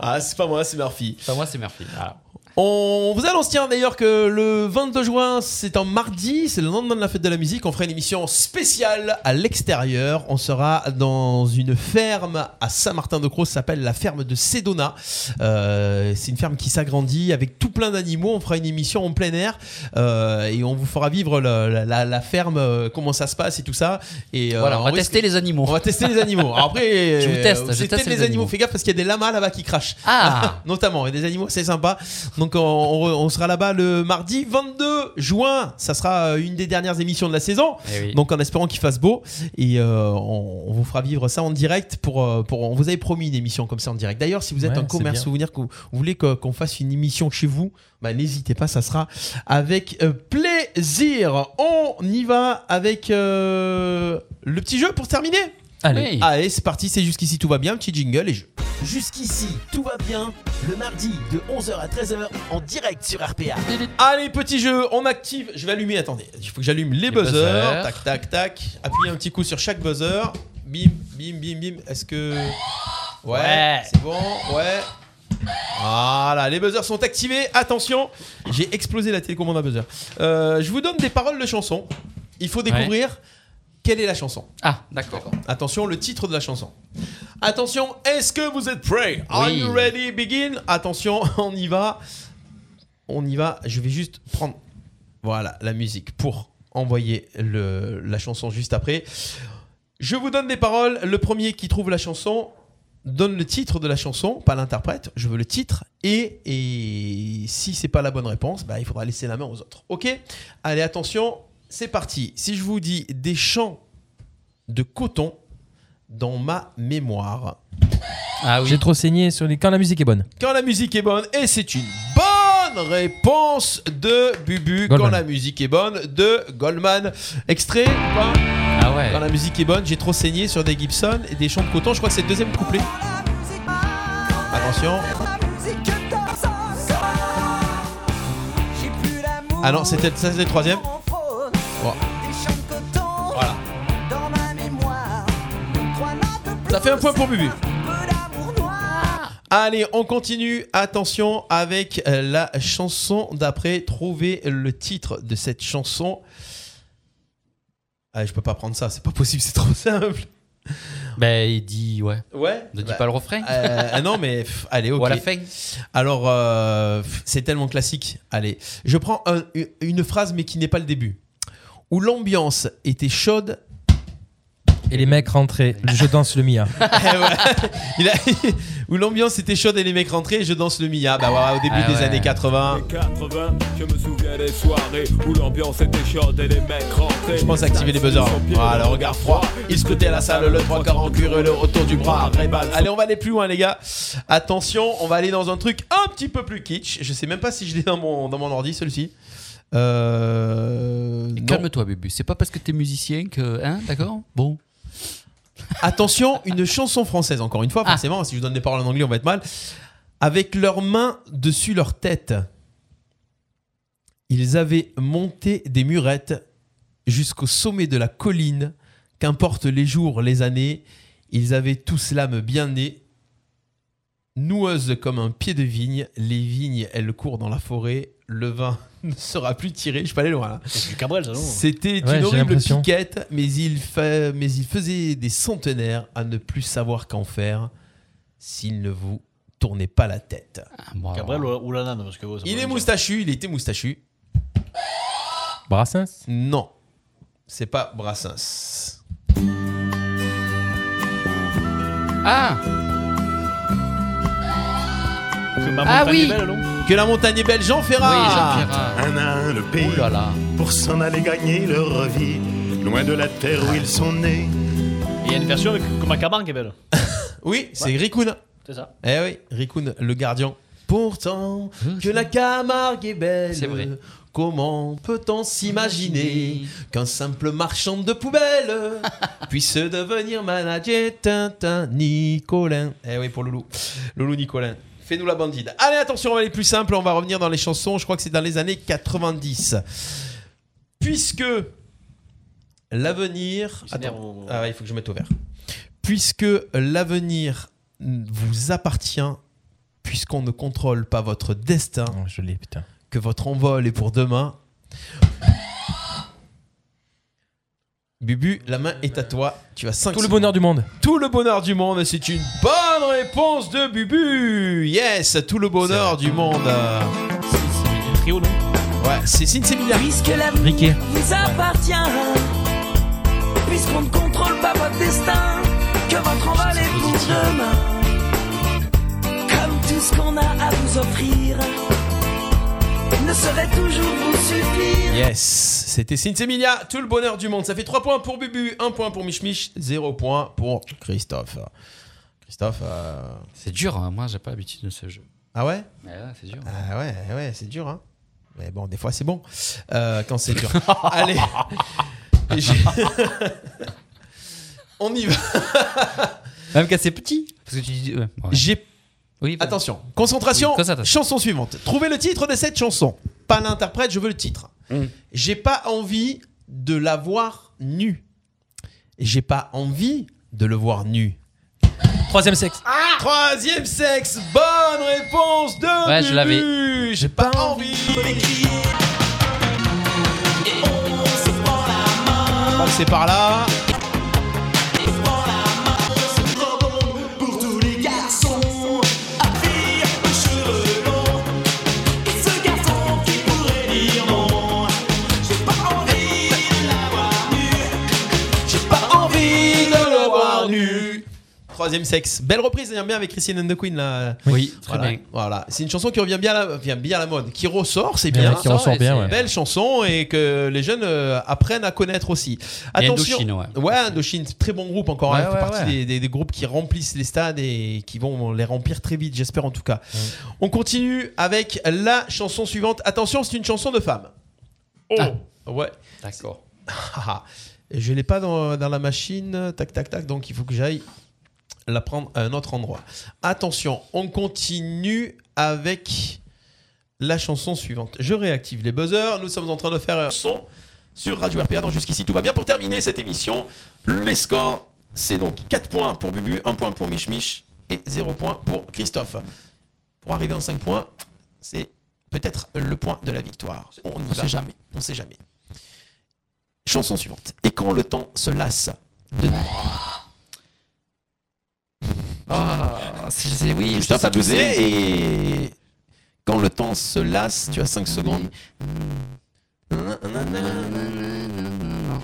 Speaker 3: Ah, c'est pas moi, c'est Murphy.
Speaker 4: Pas moi, c'est Murphy. Voilà.
Speaker 3: On vous annonce tiens d'ailleurs que le 22 juin, c'est un mardi, c'est le lendemain de la fête de la musique, on fera une émission spéciale à l'extérieur. On sera dans une ferme à Saint-Martin-de-Croix, ça s'appelle la ferme de Sedona. Euh, c'est une ferme qui s'agrandit avec tout plein d'animaux. On fera une émission en plein air euh, et on vous fera vivre la, la- la- la ferme, euh, comment ça se passe et tout ça. Et, euh,
Speaker 4: Voilà, on va
Speaker 3: risque-
Speaker 4: tester les animaux.
Speaker 3: On va tester les animaux. Alors après,
Speaker 4: Je vous teste,
Speaker 3: euh,
Speaker 4: je
Speaker 3: c'est
Speaker 4: teste
Speaker 3: peut-être
Speaker 4: les
Speaker 3: les animaux.
Speaker 4: animaux.
Speaker 3: Fais gaffe parce qu'il y a des lamas là-bas qui crachent.
Speaker 4: Ah
Speaker 3: Notamment, et des animaux, c'est sympa. Donc on, on re- on sera là-bas le mardi 22 juin. Ça sera euh, une des dernières émissions de la saison.
Speaker 4: Eh oui.
Speaker 3: Donc en espérant qu'il fasse beau. Et euh, on, on vous fera vivre ça en direct. Pour, euh, pour, on vous avait promis une émission comme ça en direct. D'ailleurs, si vous êtes
Speaker 5: Ouais,
Speaker 3: un
Speaker 5: c'est
Speaker 3: commerce
Speaker 5: bien.
Speaker 3: souvenir, que vous vous voulez que- qu'on fasse une émission chez vous, bah, n'hésitez pas, ça sera avec euh, plaisir. On y va avec euh, le petit jeu pour terminer.
Speaker 1: Allez. Oui.
Speaker 3: Allez, c'est parti, c'est jusqu'ici, tout va bien. Petit jingle et jeu.
Speaker 1: Jusqu'ici, tout va bien. Le mardi de 11h à 13h en direct sur RPA.
Speaker 3: Allez, petit jeu, on active. Je vais allumer, attendez, il faut que j'allume les, buzzers.
Speaker 1: buzzers.
Speaker 3: Tac, tac, tac. Appuyez un petit coup sur chaque buzzer. Bim, bim, bim, bim. Est-ce que. Ouais,
Speaker 1: Ouais.
Speaker 3: c'est bon, ouais. Voilà, les buzzers sont activés. Attention, j'ai explosé la télécommande à buzzer. Euh, je vous donne des paroles de chansons. Il faut découvrir quelle est la chanson.
Speaker 4: Ah, d'accord.
Speaker 3: Attention, le titre de la chanson. Attention, est-ce que vous êtes prêts Are
Speaker 4: Oui.
Speaker 3: you ready? Begin. Attention, on y va. On y va. Je vais juste prendre, voilà, la musique pour envoyer le- la chanson juste après. Je vous donne des paroles. Le premier qui trouve la chanson donne le titre de la chanson, pas l'interprète. Je veux le titre. Et, et si c'est pas la bonne réponse, bah, il faudra laisser la main aux autres. Ok Allez, attention, c'est parti. Si je vous dis des chants de coton dans ma mémoire.
Speaker 5: Ah J'ai trop saigné sur les. Quand la musique est bonne.
Speaker 3: Quand la musique est bonne, et c'est une bonne réponse de Bubu.
Speaker 5: Goldman.
Speaker 3: Quand la musique est bonne, de Goldman. Extrait quand, Quand la musique est bonne, j'ai trop saigné sur des Gibson et des chants de coton. Je crois que c'est le deuxième couplet. Attention. Ah non, c'était ça, c'était le troisième. Bon. Voilà. Ça fait un point pour Bubu. Allez, on continue. Attention avec euh, la chanson d'après. Trouvez le titre de cette chanson. Ah, je peux pas prendre ça, c'est pas possible, c'est trop simple.
Speaker 4: Ben, il dit, ouais.
Speaker 3: Ouais.
Speaker 4: Ne dis
Speaker 3: Bah,
Speaker 4: pas le refrain.
Speaker 3: euh, ah non, mais pff, allez, ok.
Speaker 4: Ou à la fin.
Speaker 3: Alors, euh, pff, c'est tellement classique. Allez, je prends un- une phrase, mais qui n'est pas le début. Où l'ambiance était chaude.
Speaker 5: Et les mecs rentraient. Je danse le Mia.
Speaker 3: Eh ouais. Il a- Où l'ambiance était chaude et les mecs rentraient, et je danse le Mia. Bah, voilà, au début
Speaker 5: Ah
Speaker 3: des
Speaker 5: ouais.
Speaker 3: années 80.
Speaker 18: Les 80, je me souviens des soirées où l'ambiance était chaude et les mecs rentraient.
Speaker 3: Je pense activer les buzzers. Voilà, le regard froid. Il scrutait la salle, le trois quarts en cuir et le autour du bras. Ray-Ban. Allez, on va aller plus loin, les gars. Attention, on va aller dans un truc un petit peu plus kitsch. Je sais même pas si je l'ai dans mon, dans mon ordi, celui-ci. Euh. non.
Speaker 4: Calme-toi, Bubu. C'est pas parce que t'es musicien que. Hein, d'accord Bon.
Speaker 3: Attention, une chanson française, encore une fois, forcément. Si je vous donne des paroles en anglais, on va être mal. Avec leurs mains dessus leur tête, ils avaient monté des murettes jusqu'au sommet de la colline. Qu'importe les jours, les années, ils avaient tous l'âme bien née. Noueuse comme un pied de vigne, les vignes, elles courent dans la forêt. Le vin ne sera plus tiré. Je suis pas allé loin là.
Speaker 6: C'est du Cabrel, ça, non
Speaker 3: C'était
Speaker 6: Ouais,
Speaker 3: une
Speaker 6: j'ai
Speaker 3: horrible
Speaker 6: l'impression.
Speaker 3: piquette, mais il, fa- mais il faisait des centenaires à ne plus savoir qu'en faire s'il ne vous tournait pas la tête.
Speaker 6: Cabrel ou, ou la nana, parce que ouais, ça
Speaker 3: Ah,
Speaker 6: peut
Speaker 3: Il est
Speaker 6: le dire.
Speaker 3: moustachu, il était moustachu.
Speaker 5: Brassens
Speaker 3: Non, c'est pas Brassens.
Speaker 4: Ah
Speaker 8: Ah oui.
Speaker 3: Que la montagne est belle, Jean Ferrat
Speaker 19: Un à un le pays pour s'en aller gagner leur vie, loin de la terre où ils sont nés.
Speaker 6: Il y a une version avec Kumacaban qui est belle.
Speaker 3: Oui, c'est Ricoun.
Speaker 6: C'est ça.
Speaker 3: Eh oui, Ricoun, le gardien. Pourtant, que la Camargue est belle.
Speaker 4: C'est vrai.
Speaker 3: Comment peut-on s'imaginer qu'un simple marchand de poubelles puisse devenir manager Tintin Nicolin Eh oui, pour Loulou. Loulou Nicolin. Fais-nous la bandide. Allez, attention, on va aller plus simple. On va revenir dans les chansons. Je crois que c'est dans les années 90. Puisque l'avenir. Attends. Ah ouais, il faut que je mette au vert. Puisque l'avenir vous appartient, puisqu'on ne contrôle pas votre destin, que votre envol est pour demain. Bubu, la main est à toi. Tu as 5
Speaker 5: Tout le bonheur du monde.
Speaker 3: Tout le bonheur du monde, c'est une bonne réponse de Bubu. Yes, tout le bonheur du monde.
Speaker 6: Trio, non
Speaker 3: Ouais, c'est Cine Séminaire.
Speaker 8: Puisque l'avenir
Speaker 5: Riquet.
Speaker 8: vous appartient, puisqu'on ne contrôle pas votre destin, que votre envol est pour demain. Comme tout ce qu'on a à vous offrir, ne saurait toujours vous suffire.
Speaker 3: Yes, c'était Cynthia Emilia, tout le bonheur du monde. Ça fait 3 points pour Bubu, 1 point pour Michmich, 0 point pour Christophe. Christophe. euh,
Speaker 4: C'est dur, hein, moi j'ai pas l'habitude de ce jeu.
Speaker 3: Ah ouais
Speaker 4: Mais ouais, c'est dur.
Speaker 3: Ah ouais, ouais, c'est dur, hein. Mais bon, des fois c'est bon euh, quand c'est dur. Allez, j'ai- on y va.
Speaker 4: Même quand c'est petit. Parce que tu dis. ouais, ouais.
Speaker 3: J'ai.
Speaker 4: Oui, vas-y.
Speaker 3: Attention, concentration,
Speaker 4: Oui, concentration.
Speaker 3: chanson suivante. Trouvez le titre de cette chanson. Pas l'interprète, je veux le titre. J'ai pas envie de la voir nue. J'ai pas envie de le voir nu. Troisième sexe. Troisième sexe, bonne réponse de
Speaker 4: Ouais, je
Speaker 3: Bubu.
Speaker 4: l'avais.
Speaker 3: J'ai pas envie. Je crois que c'est par là.
Speaker 8: Pour tous les garçons, à pire, aux cheveux longs. Et ce garçon qui pourrait dire non, j'ai pas envie de l'avoir nu.
Speaker 3: J'ai pas envie de le voir nu. Troisième sexe. Belle reprise, d'ailleurs, bien avec Christine and the Queen là.
Speaker 4: Oui, très
Speaker 3: voilà.
Speaker 4: bien.
Speaker 3: Voilà. c'est une chanson qui revient bien, à la, vient bien à la mode, qui ressort, c'est
Speaker 5: Ouais,
Speaker 3: bien.
Speaker 5: qui ressort bien, ouais.
Speaker 3: Belle chanson et que les jeunes euh, apprennent à connaître aussi.
Speaker 4: Et
Speaker 3: Attention.
Speaker 4: Indochine, ouais.
Speaker 3: Indochine, très bon groupe encore.
Speaker 4: Ouais,
Speaker 3: hein, fait
Speaker 4: ouais,
Speaker 3: partie
Speaker 4: ouais.
Speaker 3: Des, des- des groupes qui remplissent les stades et qui vont les remplir très vite, j'espère en tout cas. On continue avec la chanson suivante. Attention, c'est une chanson de femme.
Speaker 11: Oh.
Speaker 3: Ah, Ouais.
Speaker 4: D'accord.
Speaker 3: Je l'ai pas dans, dans la machine, tac tac tac, donc il faut que j'aille la prendre à un autre endroit. Attention, on continue avec la chanson suivante. Je réactive les buzzers, nous sommes en train de faire un son sur Radio RPA, donc jusqu'ici tout va bien. Pour terminer cette émission, les scores, c'est donc 4 points pour Bubu, 1 point pour Mich Mich et 0 point pour Christophe. Pour arriver en 5 points, c'est peut-être le point de la victoire. On ne
Speaker 4: On
Speaker 3: sait
Speaker 4: sait
Speaker 3: jamais, on ne sait jamais. Chanson suivante. Et quand le temps se lasse de... Ah, c'est oui, je tape à et quand le temps se lasse, tu as 5 secondes.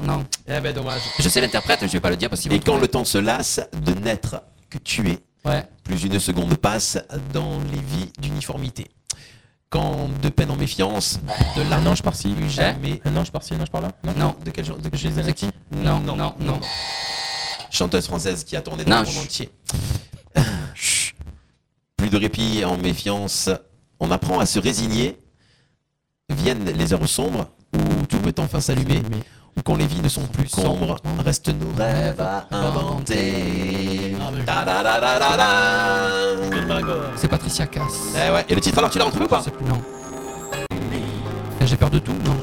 Speaker 3: Non. Eh ben dommage.
Speaker 4: Je sais l'interprète, mais je vais pas le dire parce qu'il va
Speaker 3: Et
Speaker 4: le
Speaker 3: quand
Speaker 4: trouver.
Speaker 3: le temps se lasse de naître que tu es,
Speaker 4: Ouais.
Speaker 3: plus une seconde passe dans les vies d'uniformité. Quand de peine en méfiance, de la non je par-ci, plus jamais. Un ange par-ci, un ange par-là Non. De quel genre De chez les qui
Speaker 4: Non, non, non, non.
Speaker 3: Chanteuse française qui a tourné dans
Speaker 4: Non,
Speaker 3: le monde
Speaker 4: chut.
Speaker 3: entier. Chut. Plus de répit en méfiance, on apprend à se résigner. Viennent les heures sombres où tout peut enfin s'allumer, ou quand les vies ne sont plus sombres, restent nos rêves à inventer.
Speaker 4: Ah,
Speaker 3: Ta da da da da da.
Speaker 4: C'est Patricia Cass.
Speaker 3: Eh ouais, et le titre alors tu l'as retrouvé ou pas
Speaker 4: Non. Eh, J'ai peur de tout, non.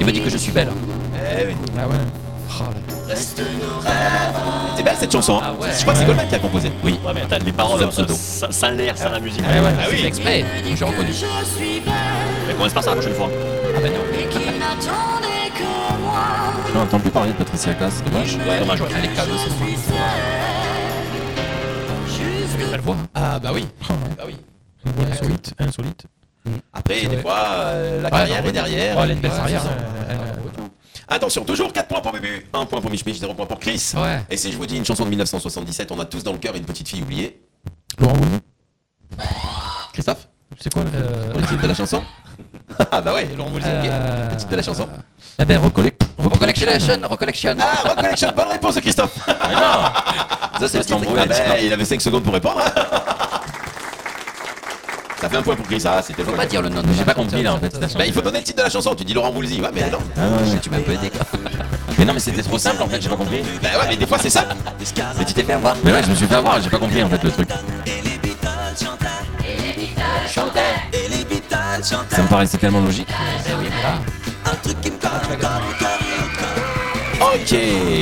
Speaker 4: Il me dit que je suis belle.
Speaker 3: Eh oui.
Speaker 4: Ah ouais.
Speaker 3: C'est belle cette chanson. hein.
Speaker 4: Ah ouais.
Speaker 3: Je crois que c'est Goldman qui a composé. Oui.
Speaker 6: Ouais, mais attends, les paroles,
Speaker 3: Sous un
Speaker 6: ça,
Speaker 3: pseudo.
Speaker 6: ça, ça l'air, ça la musique.
Speaker 4: Ah ouais,
Speaker 6: Ah
Speaker 4: c'est
Speaker 6: oui.
Speaker 4: fait exprès. J'ai reconnu.
Speaker 6: Mais commence par ça la prochaine fois.
Speaker 4: Ah bah non.
Speaker 3: Je n'entends plus parler de Patricia Cass, c'est dommage.
Speaker 4: Ouais, dommage, ouais. Elle est cadeau, c'est
Speaker 3: Belle voix. Ah bah oui. Bah oui.
Speaker 6: Insolite, insolite.
Speaker 3: Après, des fois, euh, la
Speaker 4: Ouais, non,
Speaker 3: carrière est
Speaker 4: ouais,
Speaker 3: derrière.
Speaker 4: ouais, elle a une belle
Speaker 3: Ouais,
Speaker 4: carrière,
Speaker 3: c'est ça.
Speaker 4: euh,
Speaker 3: Attention, toujours 4 points pour Bubu, 1 point pour Michmich, 0 point pour Chris.
Speaker 4: Ouais.
Speaker 3: Et si je vous dis une chanson de 1977, on a tous dans le cœur une petite fille oubliée.
Speaker 4: Laurent
Speaker 3: Christophe
Speaker 4: C'est quoi euh,
Speaker 3: Le titre de la chanson Ah bah ouais, Laurent Voulzy, ok.
Speaker 4: Euh,
Speaker 3: Le titre de la chanson.
Speaker 4: Eh ben, recollect. Recollection, recollection.
Speaker 3: Ah, Recollection, bonne réponse de Christophe
Speaker 4: Ça, c'est le
Speaker 3: Ah
Speaker 4: titre.
Speaker 3: bah, Il avait 5 secondes pour répondre. hein. Ça fait un point pour Chris, ah, c'était
Speaker 4: Faut pas dire le nom de
Speaker 3: J'ai pas
Speaker 4: la
Speaker 3: compris là en fait.
Speaker 4: chanson.
Speaker 3: Bah, il faut donner le titre de la chanson, tu dis Laurent Voulzy, ouais, mais non.
Speaker 4: Ah
Speaker 3: tu m'as un peu aidé Mais non, mais c'était trop simple en fait, j'ai pas compris. Bah ouais, mais des fois c'est ça. Mais tu t'es fait avoir. Mais ouais, je me suis fait avoir, j'ai pas compris en fait le truc.
Speaker 8: Et les Beatles chantaient
Speaker 20: Ça me paraissait tellement logique.
Speaker 4: Ah, ben
Speaker 8: un truc qui me colle encore, encore,
Speaker 3: Ok,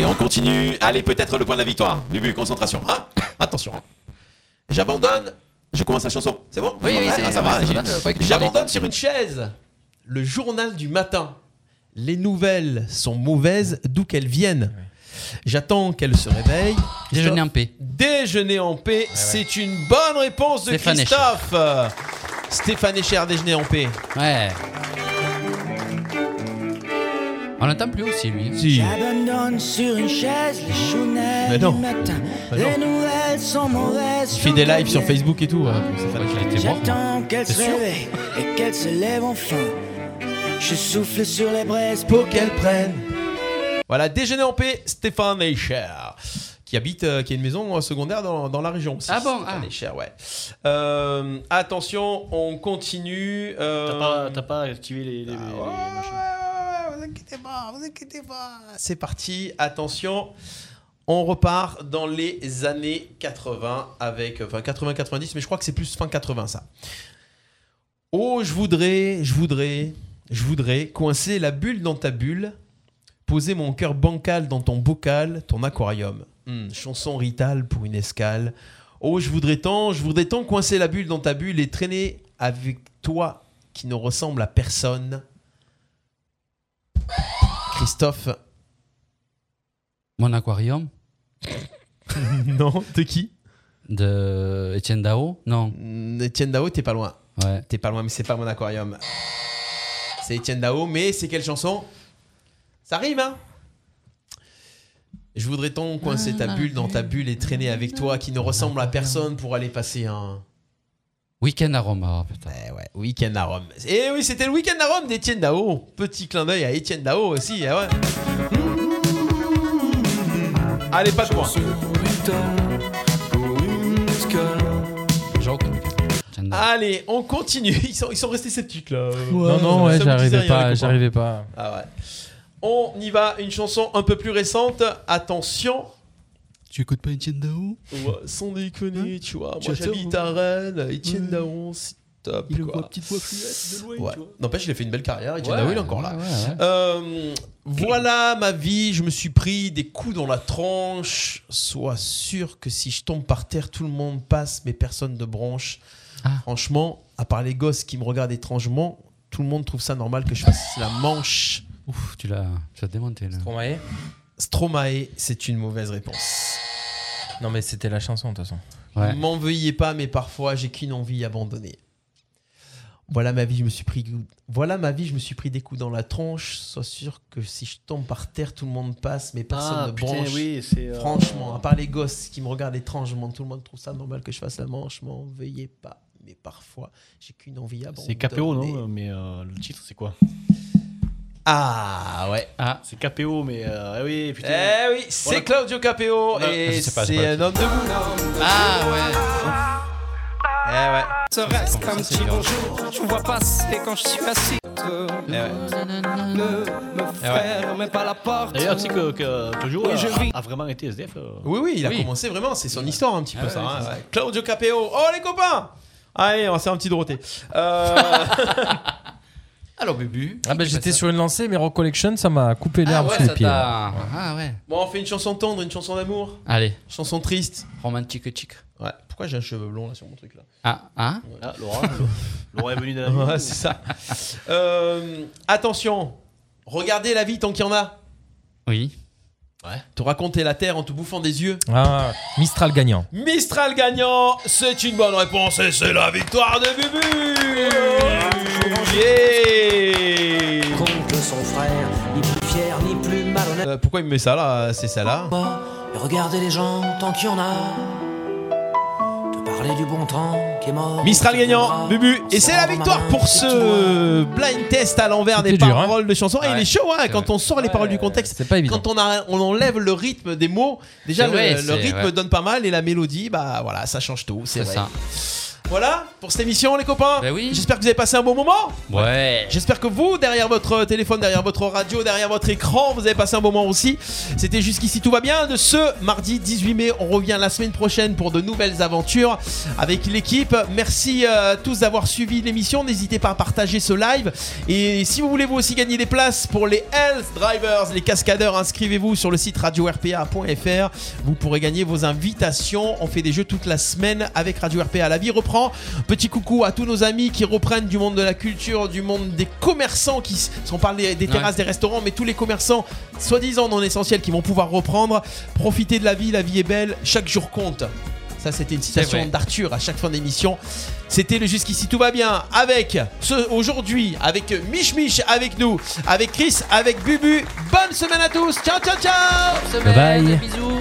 Speaker 3: on continue. Allez, peut-être le point de la victoire. Bubu, concentration. hein. Attention. J'abandonne. Je commence la chanson. C'est bon
Speaker 4: Oui, oui,
Speaker 3: Ah,
Speaker 4: c'est-
Speaker 3: ça va.
Speaker 4: ouais,
Speaker 3: j'ai-
Speaker 4: ça va, je croyais que tu
Speaker 3: J'abandonne
Speaker 4: parlais.
Speaker 3: sur une chaise. Le journal du matin. Les nouvelles sont mauvaises d'où qu'elles viennent. J'attends qu'elles se réveillent.
Speaker 4: Déjeuner en paix.
Speaker 3: Déjeuner en paix, c'est une bonne réponse de
Speaker 4: Stéphane Echer.
Speaker 3: Christophe. Stéphane Echer, déjeuner en paix.
Speaker 4: Ouais. On l'entend plus aussi, lui. hein.
Speaker 8: J'abandonne sur une chaise les chounets
Speaker 3: Mais non.
Speaker 8: du matin.
Speaker 3: Mais
Speaker 8: les
Speaker 3: non.
Speaker 8: nouvelles sont mauvaises.
Speaker 3: Il fait des lives sur Facebook et tout. hein.
Speaker 8: J'attends qu'elle se
Speaker 3: C'est sûr.
Speaker 8: réveille et qu'elle se lève enfin. Je souffle sur les braises pour qu'elle prenne.
Speaker 3: Voilà, déjeuner en paix, Stéphane Eicher, qui habite, euh, qui a une maison euh, secondaire dans, dans la région. Ah bon Stéphane Eicher, ouais. Euh, attention, on continue. euh, Ah T'as pas, activé les,
Speaker 20: Ah,
Speaker 8: Vous inquiétez pas, vous inquiétez pas.
Speaker 3: C'est parti, attention. On repart dans les années 80 avec euh, enfin 80 90 mais je crois que c'est plus fin 80 ça. Oh, je voudrais, je voudrais, je voudrais coincer la bulle dans ta bulle, poser mon cœur bancal dans ton bocal, ton aquarium. Hmm, chanson ritale pour une escale. Oh, je voudrais tant, je voudrais tant coincer la bulle dans ta bulle et traîner avec toi qui ne ressemble à personne. Christophe.
Speaker 4: Mon aquarium
Speaker 3: Non, de qui
Speaker 4: De Etienne Dao Non.
Speaker 3: Etienne Mm, Dao, t'es pas loin.
Speaker 4: Ouais.
Speaker 3: T'es pas loin, mais c'est pas mon aquarium. C'est Etienne Dao, mais c'est quelle chanson Ça arrive, hein Je voudrais tant coincer ta bulle dans ta bulle et traîner avec toi qui ne ressemble à personne pour aller passer un. Eh
Speaker 4: Week-end à Rome. ah, putain.
Speaker 3: Week-end à Rome. Eh oui, c'était le week-end à Rome d'Etienne Dao. Petit clin d'œil à Etienne Dao aussi, ah ouais. Allez, pas de points. Allez, on continue. Ils sont, ils sont restés sceptiques là.
Speaker 5: non, non, ouais,
Speaker 3: Ça me disait
Speaker 5: j'arrivais
Speaker 3: rien,
Speaker 5: pas,
Speaker 3: les copains.
Speaker 5: j'arrivais pas.
Speaker 3: Ah ouais. On y va, une chanson un peu plus récente. Attention.
Speaker 4: Tu écoutes pas Etienne Dao
Speaker 3: Ouais, sans déconner, tu vois.
Speaker 4: Tu
Speaker 3: Moi,
Speaker 4: as tort,
Speaker 3: j'habite
Speaker 4: hein.
Speaker 3: à Rennes. Etienne Daon, c'est top.
Speaker 4: Il le
Speaker 3: quoi.
Speaker 4: voit petite voix fluette de loin,
Speaker 3: Ouais.
Speaker 4: tu vois.
Speaker 3: N'empêche, il a fait une belle carrière. Etienne
Speaker 4: Ouais,
Speaker 3: Daon, il est encore là.
Speaker 4: ouais, ouais, ouais.
Speaker 3: Euh, voilà ma vie. Je me suis pris des coups dans la tranche. Sois sûr que si je tombe par terre, tout le monde passe, mais personne ne bronche.
Speaker 4: Ah.
Speaker 3: Franchement, à part les gosses qui me regardent étrangement, tout le monde trouve ça normal que je fasse la manche.
Speaker 4: Ouf, tu l'as tu l'as démonté là.
Speaker 5: Stromae
Speaker 3: Stromae, c'est une mauvaise réponse.
Speaker 5: Non, mais c'était la chanson, de toute façon.
Speaker 4: Ouais.
Speaker 3: M'en veuillez pas, mais parfois j'ai qu'une envie abandonnée. Voilà ma vie, je me suis pris. Voilà ma vie, je me suis pris des coups dans la tronche. Sois sûr que si je tombe par terre, tout le monde passe, mais personne
Speaker 6: Ah,
Speaker 3: ne
Speaker 6: putain,
Speaker 3: branche.
Speaker 6: oui, c'est, euh,
Speaker 3: Franchement, à part les gosses qui me regardent étrangement, tout le monde trouve ça normal que je fasse la manche. M'en veuillez pas, mais parfois j'ai qu'une envie abandonnée.
Speaker 6: C'est KPO, non Mais euh, le titre, c'est quoi
Speaker 3: Ah ouais.
Speaker 6: C'est KPO, mais euh, eh oui, putain.
Speaker 3: Eh oui, c'est
Speaker 6: Voilà.
Speaker 3: Claudio Capéo
Speaker 6: Ouais.
Speaker 3: et
Speaker 6: Je sais pas, je sais
Speaker 3: c'est
Speaker 6: pas.
Speaker 3: un homme debout.
Speaker 4: Ah ouais.
Speaker 3: Eh ouais.
Speaker 20: Serait-ce qu'un petit bonjour, je vois passer quand je suis assis.
Speaker 3: Eh
Speaker 20: Ne me ferme pas la porte.
Speaker 6: D'ailleurs, tu sais que, que Claudio
Speaker 20: Oui, je vis.
Speaker 6: a, a vraiment été SDF. euh. Ah
Speaker 3: Oui, oui, il a commencé vraiment, c'est son histoire un petit peu ça. hein, ouais. Claudio Capéo. Oh les copains Allez, on va se faire un petit Dorothée. Euh... Alors, Bubu.
Speaker 5: Ah, bah j'étais sur une lancée, mais Rock Collection, ça m'a coupé l'herbe
Speaker 3: Ah ouais,
Speaker 5: sous les
Speaker 3: ça
Speaker 5: pieds.
Speaker 3: t'a-
Speaker 5: Ouais.
Speaker 4: Ah ouais.
Speaker 3: Bon, on fait une chanson tendre, une chanson d'amour.
Speaker 4: Allez.
Speaker 3: Chanson triste.
Speaker 4: Romantique chic.
Speaker 3: Ouais. Pourquoi j'ai un cheveu blond là sur mon truc là
Speaker 4: Ah, ah.
Speaker 6: Ah, Laura, Laura est venue de la
Speaker 3: Ouais, c'est ça. Euh, attention, regardez la vie tant qu'il y en a.
Speaker 4: Oui.
Speaker 3: Ouais. Te raconter la terre en te bouffant des yeux.
Speaker 5: Ah, Mistral gagnant.
Speaker 3: Mistral gagnant, c'est une bonne réponse et c'est la victoire de Bubu. Yeah
Speaker 20: Contre son frère, ni plus fier, ni plus malhonnête.
Speaker 3: Euh, pourquoi il me met ça là C'est ça là.
Speaker 20: Et regardez les gens tant qu'il y en a. Te parler du bon temps qui est mort.
Speaker 3: Mistral
Speaker 1: Oh.
Speaker 3: gagnant, Bubu, et c'est la victoire pour ce blind test à l'envers des
Speaker 5: C'était dur, hein.
Speaker 3: paroles de chansons. Et il
Speaker 5: Ouais,
Speaker 3: est chaud hein,
Speaker 5: c'est
Speaker 3: quand
Speaker 5: vrai.
Speaker 3: on sort les paroles du contexte.
Speaker 5: C'est pas évident.
Speaker 3: Quand on, a- on enlève le rythme des mots, déjà
Speaker 5: C'est
Speaker 3: le,
Speaker 5: vrai,
Speaker 3: le
Speaker 5: c'est-
Speaker 3: rythme
Speaker 5: ouais.
Speaker 3: donne pas mal et la mélodie, bah voilà, ça change tout. C'est
Speaker 4: C'est
Speaker 3: vrai.
Speaker 4: ça.
Speaker 3: Voilà pour cette émission, les copains.
Speaker 5: Bah
Speaker 3: J'espère que vous avez passé un bon moment.
Speaker 4: Ouais.
Speaker 3: J'espère que vous, derrière votre téléphone, derrière votre radio, derrière votre écran, vous avez passé un bon moment aussi. C'était jusqu'ici, tout va bien. De ce mardi 18 mai, on revient la semaine prochaine pour de nouvelles aventures avec l'équipe. Merci euh, tous d'avoir suivi l'émission. N'hésitez pas à partager ce live. Et si vous voulez vous aussi gagner des places pour les Health Drivers, les cascadeurs, inscrivez-vous sur le site radio-rpa.fr. Vous pourrez gagner vos invitations. On fait des jeux toute la semaine avec Radio RPA. La vie reprend. Petit coucou à tous nos amis qui reprennent du monde de la culture, du monde des commerçants qui s- on parle des, des
Speaker 4: Ouais.
Speaker 3: terrasses, des restaurants, mais tous les commerçants soi-disant non essentiels qui vont pouvoir reprendre. Profitez de la vie, la vie est belle, chaque jour compte. Ça, c'était une
Speaker 4: C'est
Speaker 3: citation
Speaker 4: vrai.
Speaker 3: d'Arthur à chaque fin d'émission. C'était le Jusqu'ici tout va bien avec ce aujourd'hui, avec Mich Mich avec nous, avec Chris, avec Bubu. Bonne semaine à tous. Ciao, ciao, ciao.
Speaker 4: Bye bye.
Speaker 21: Bisous.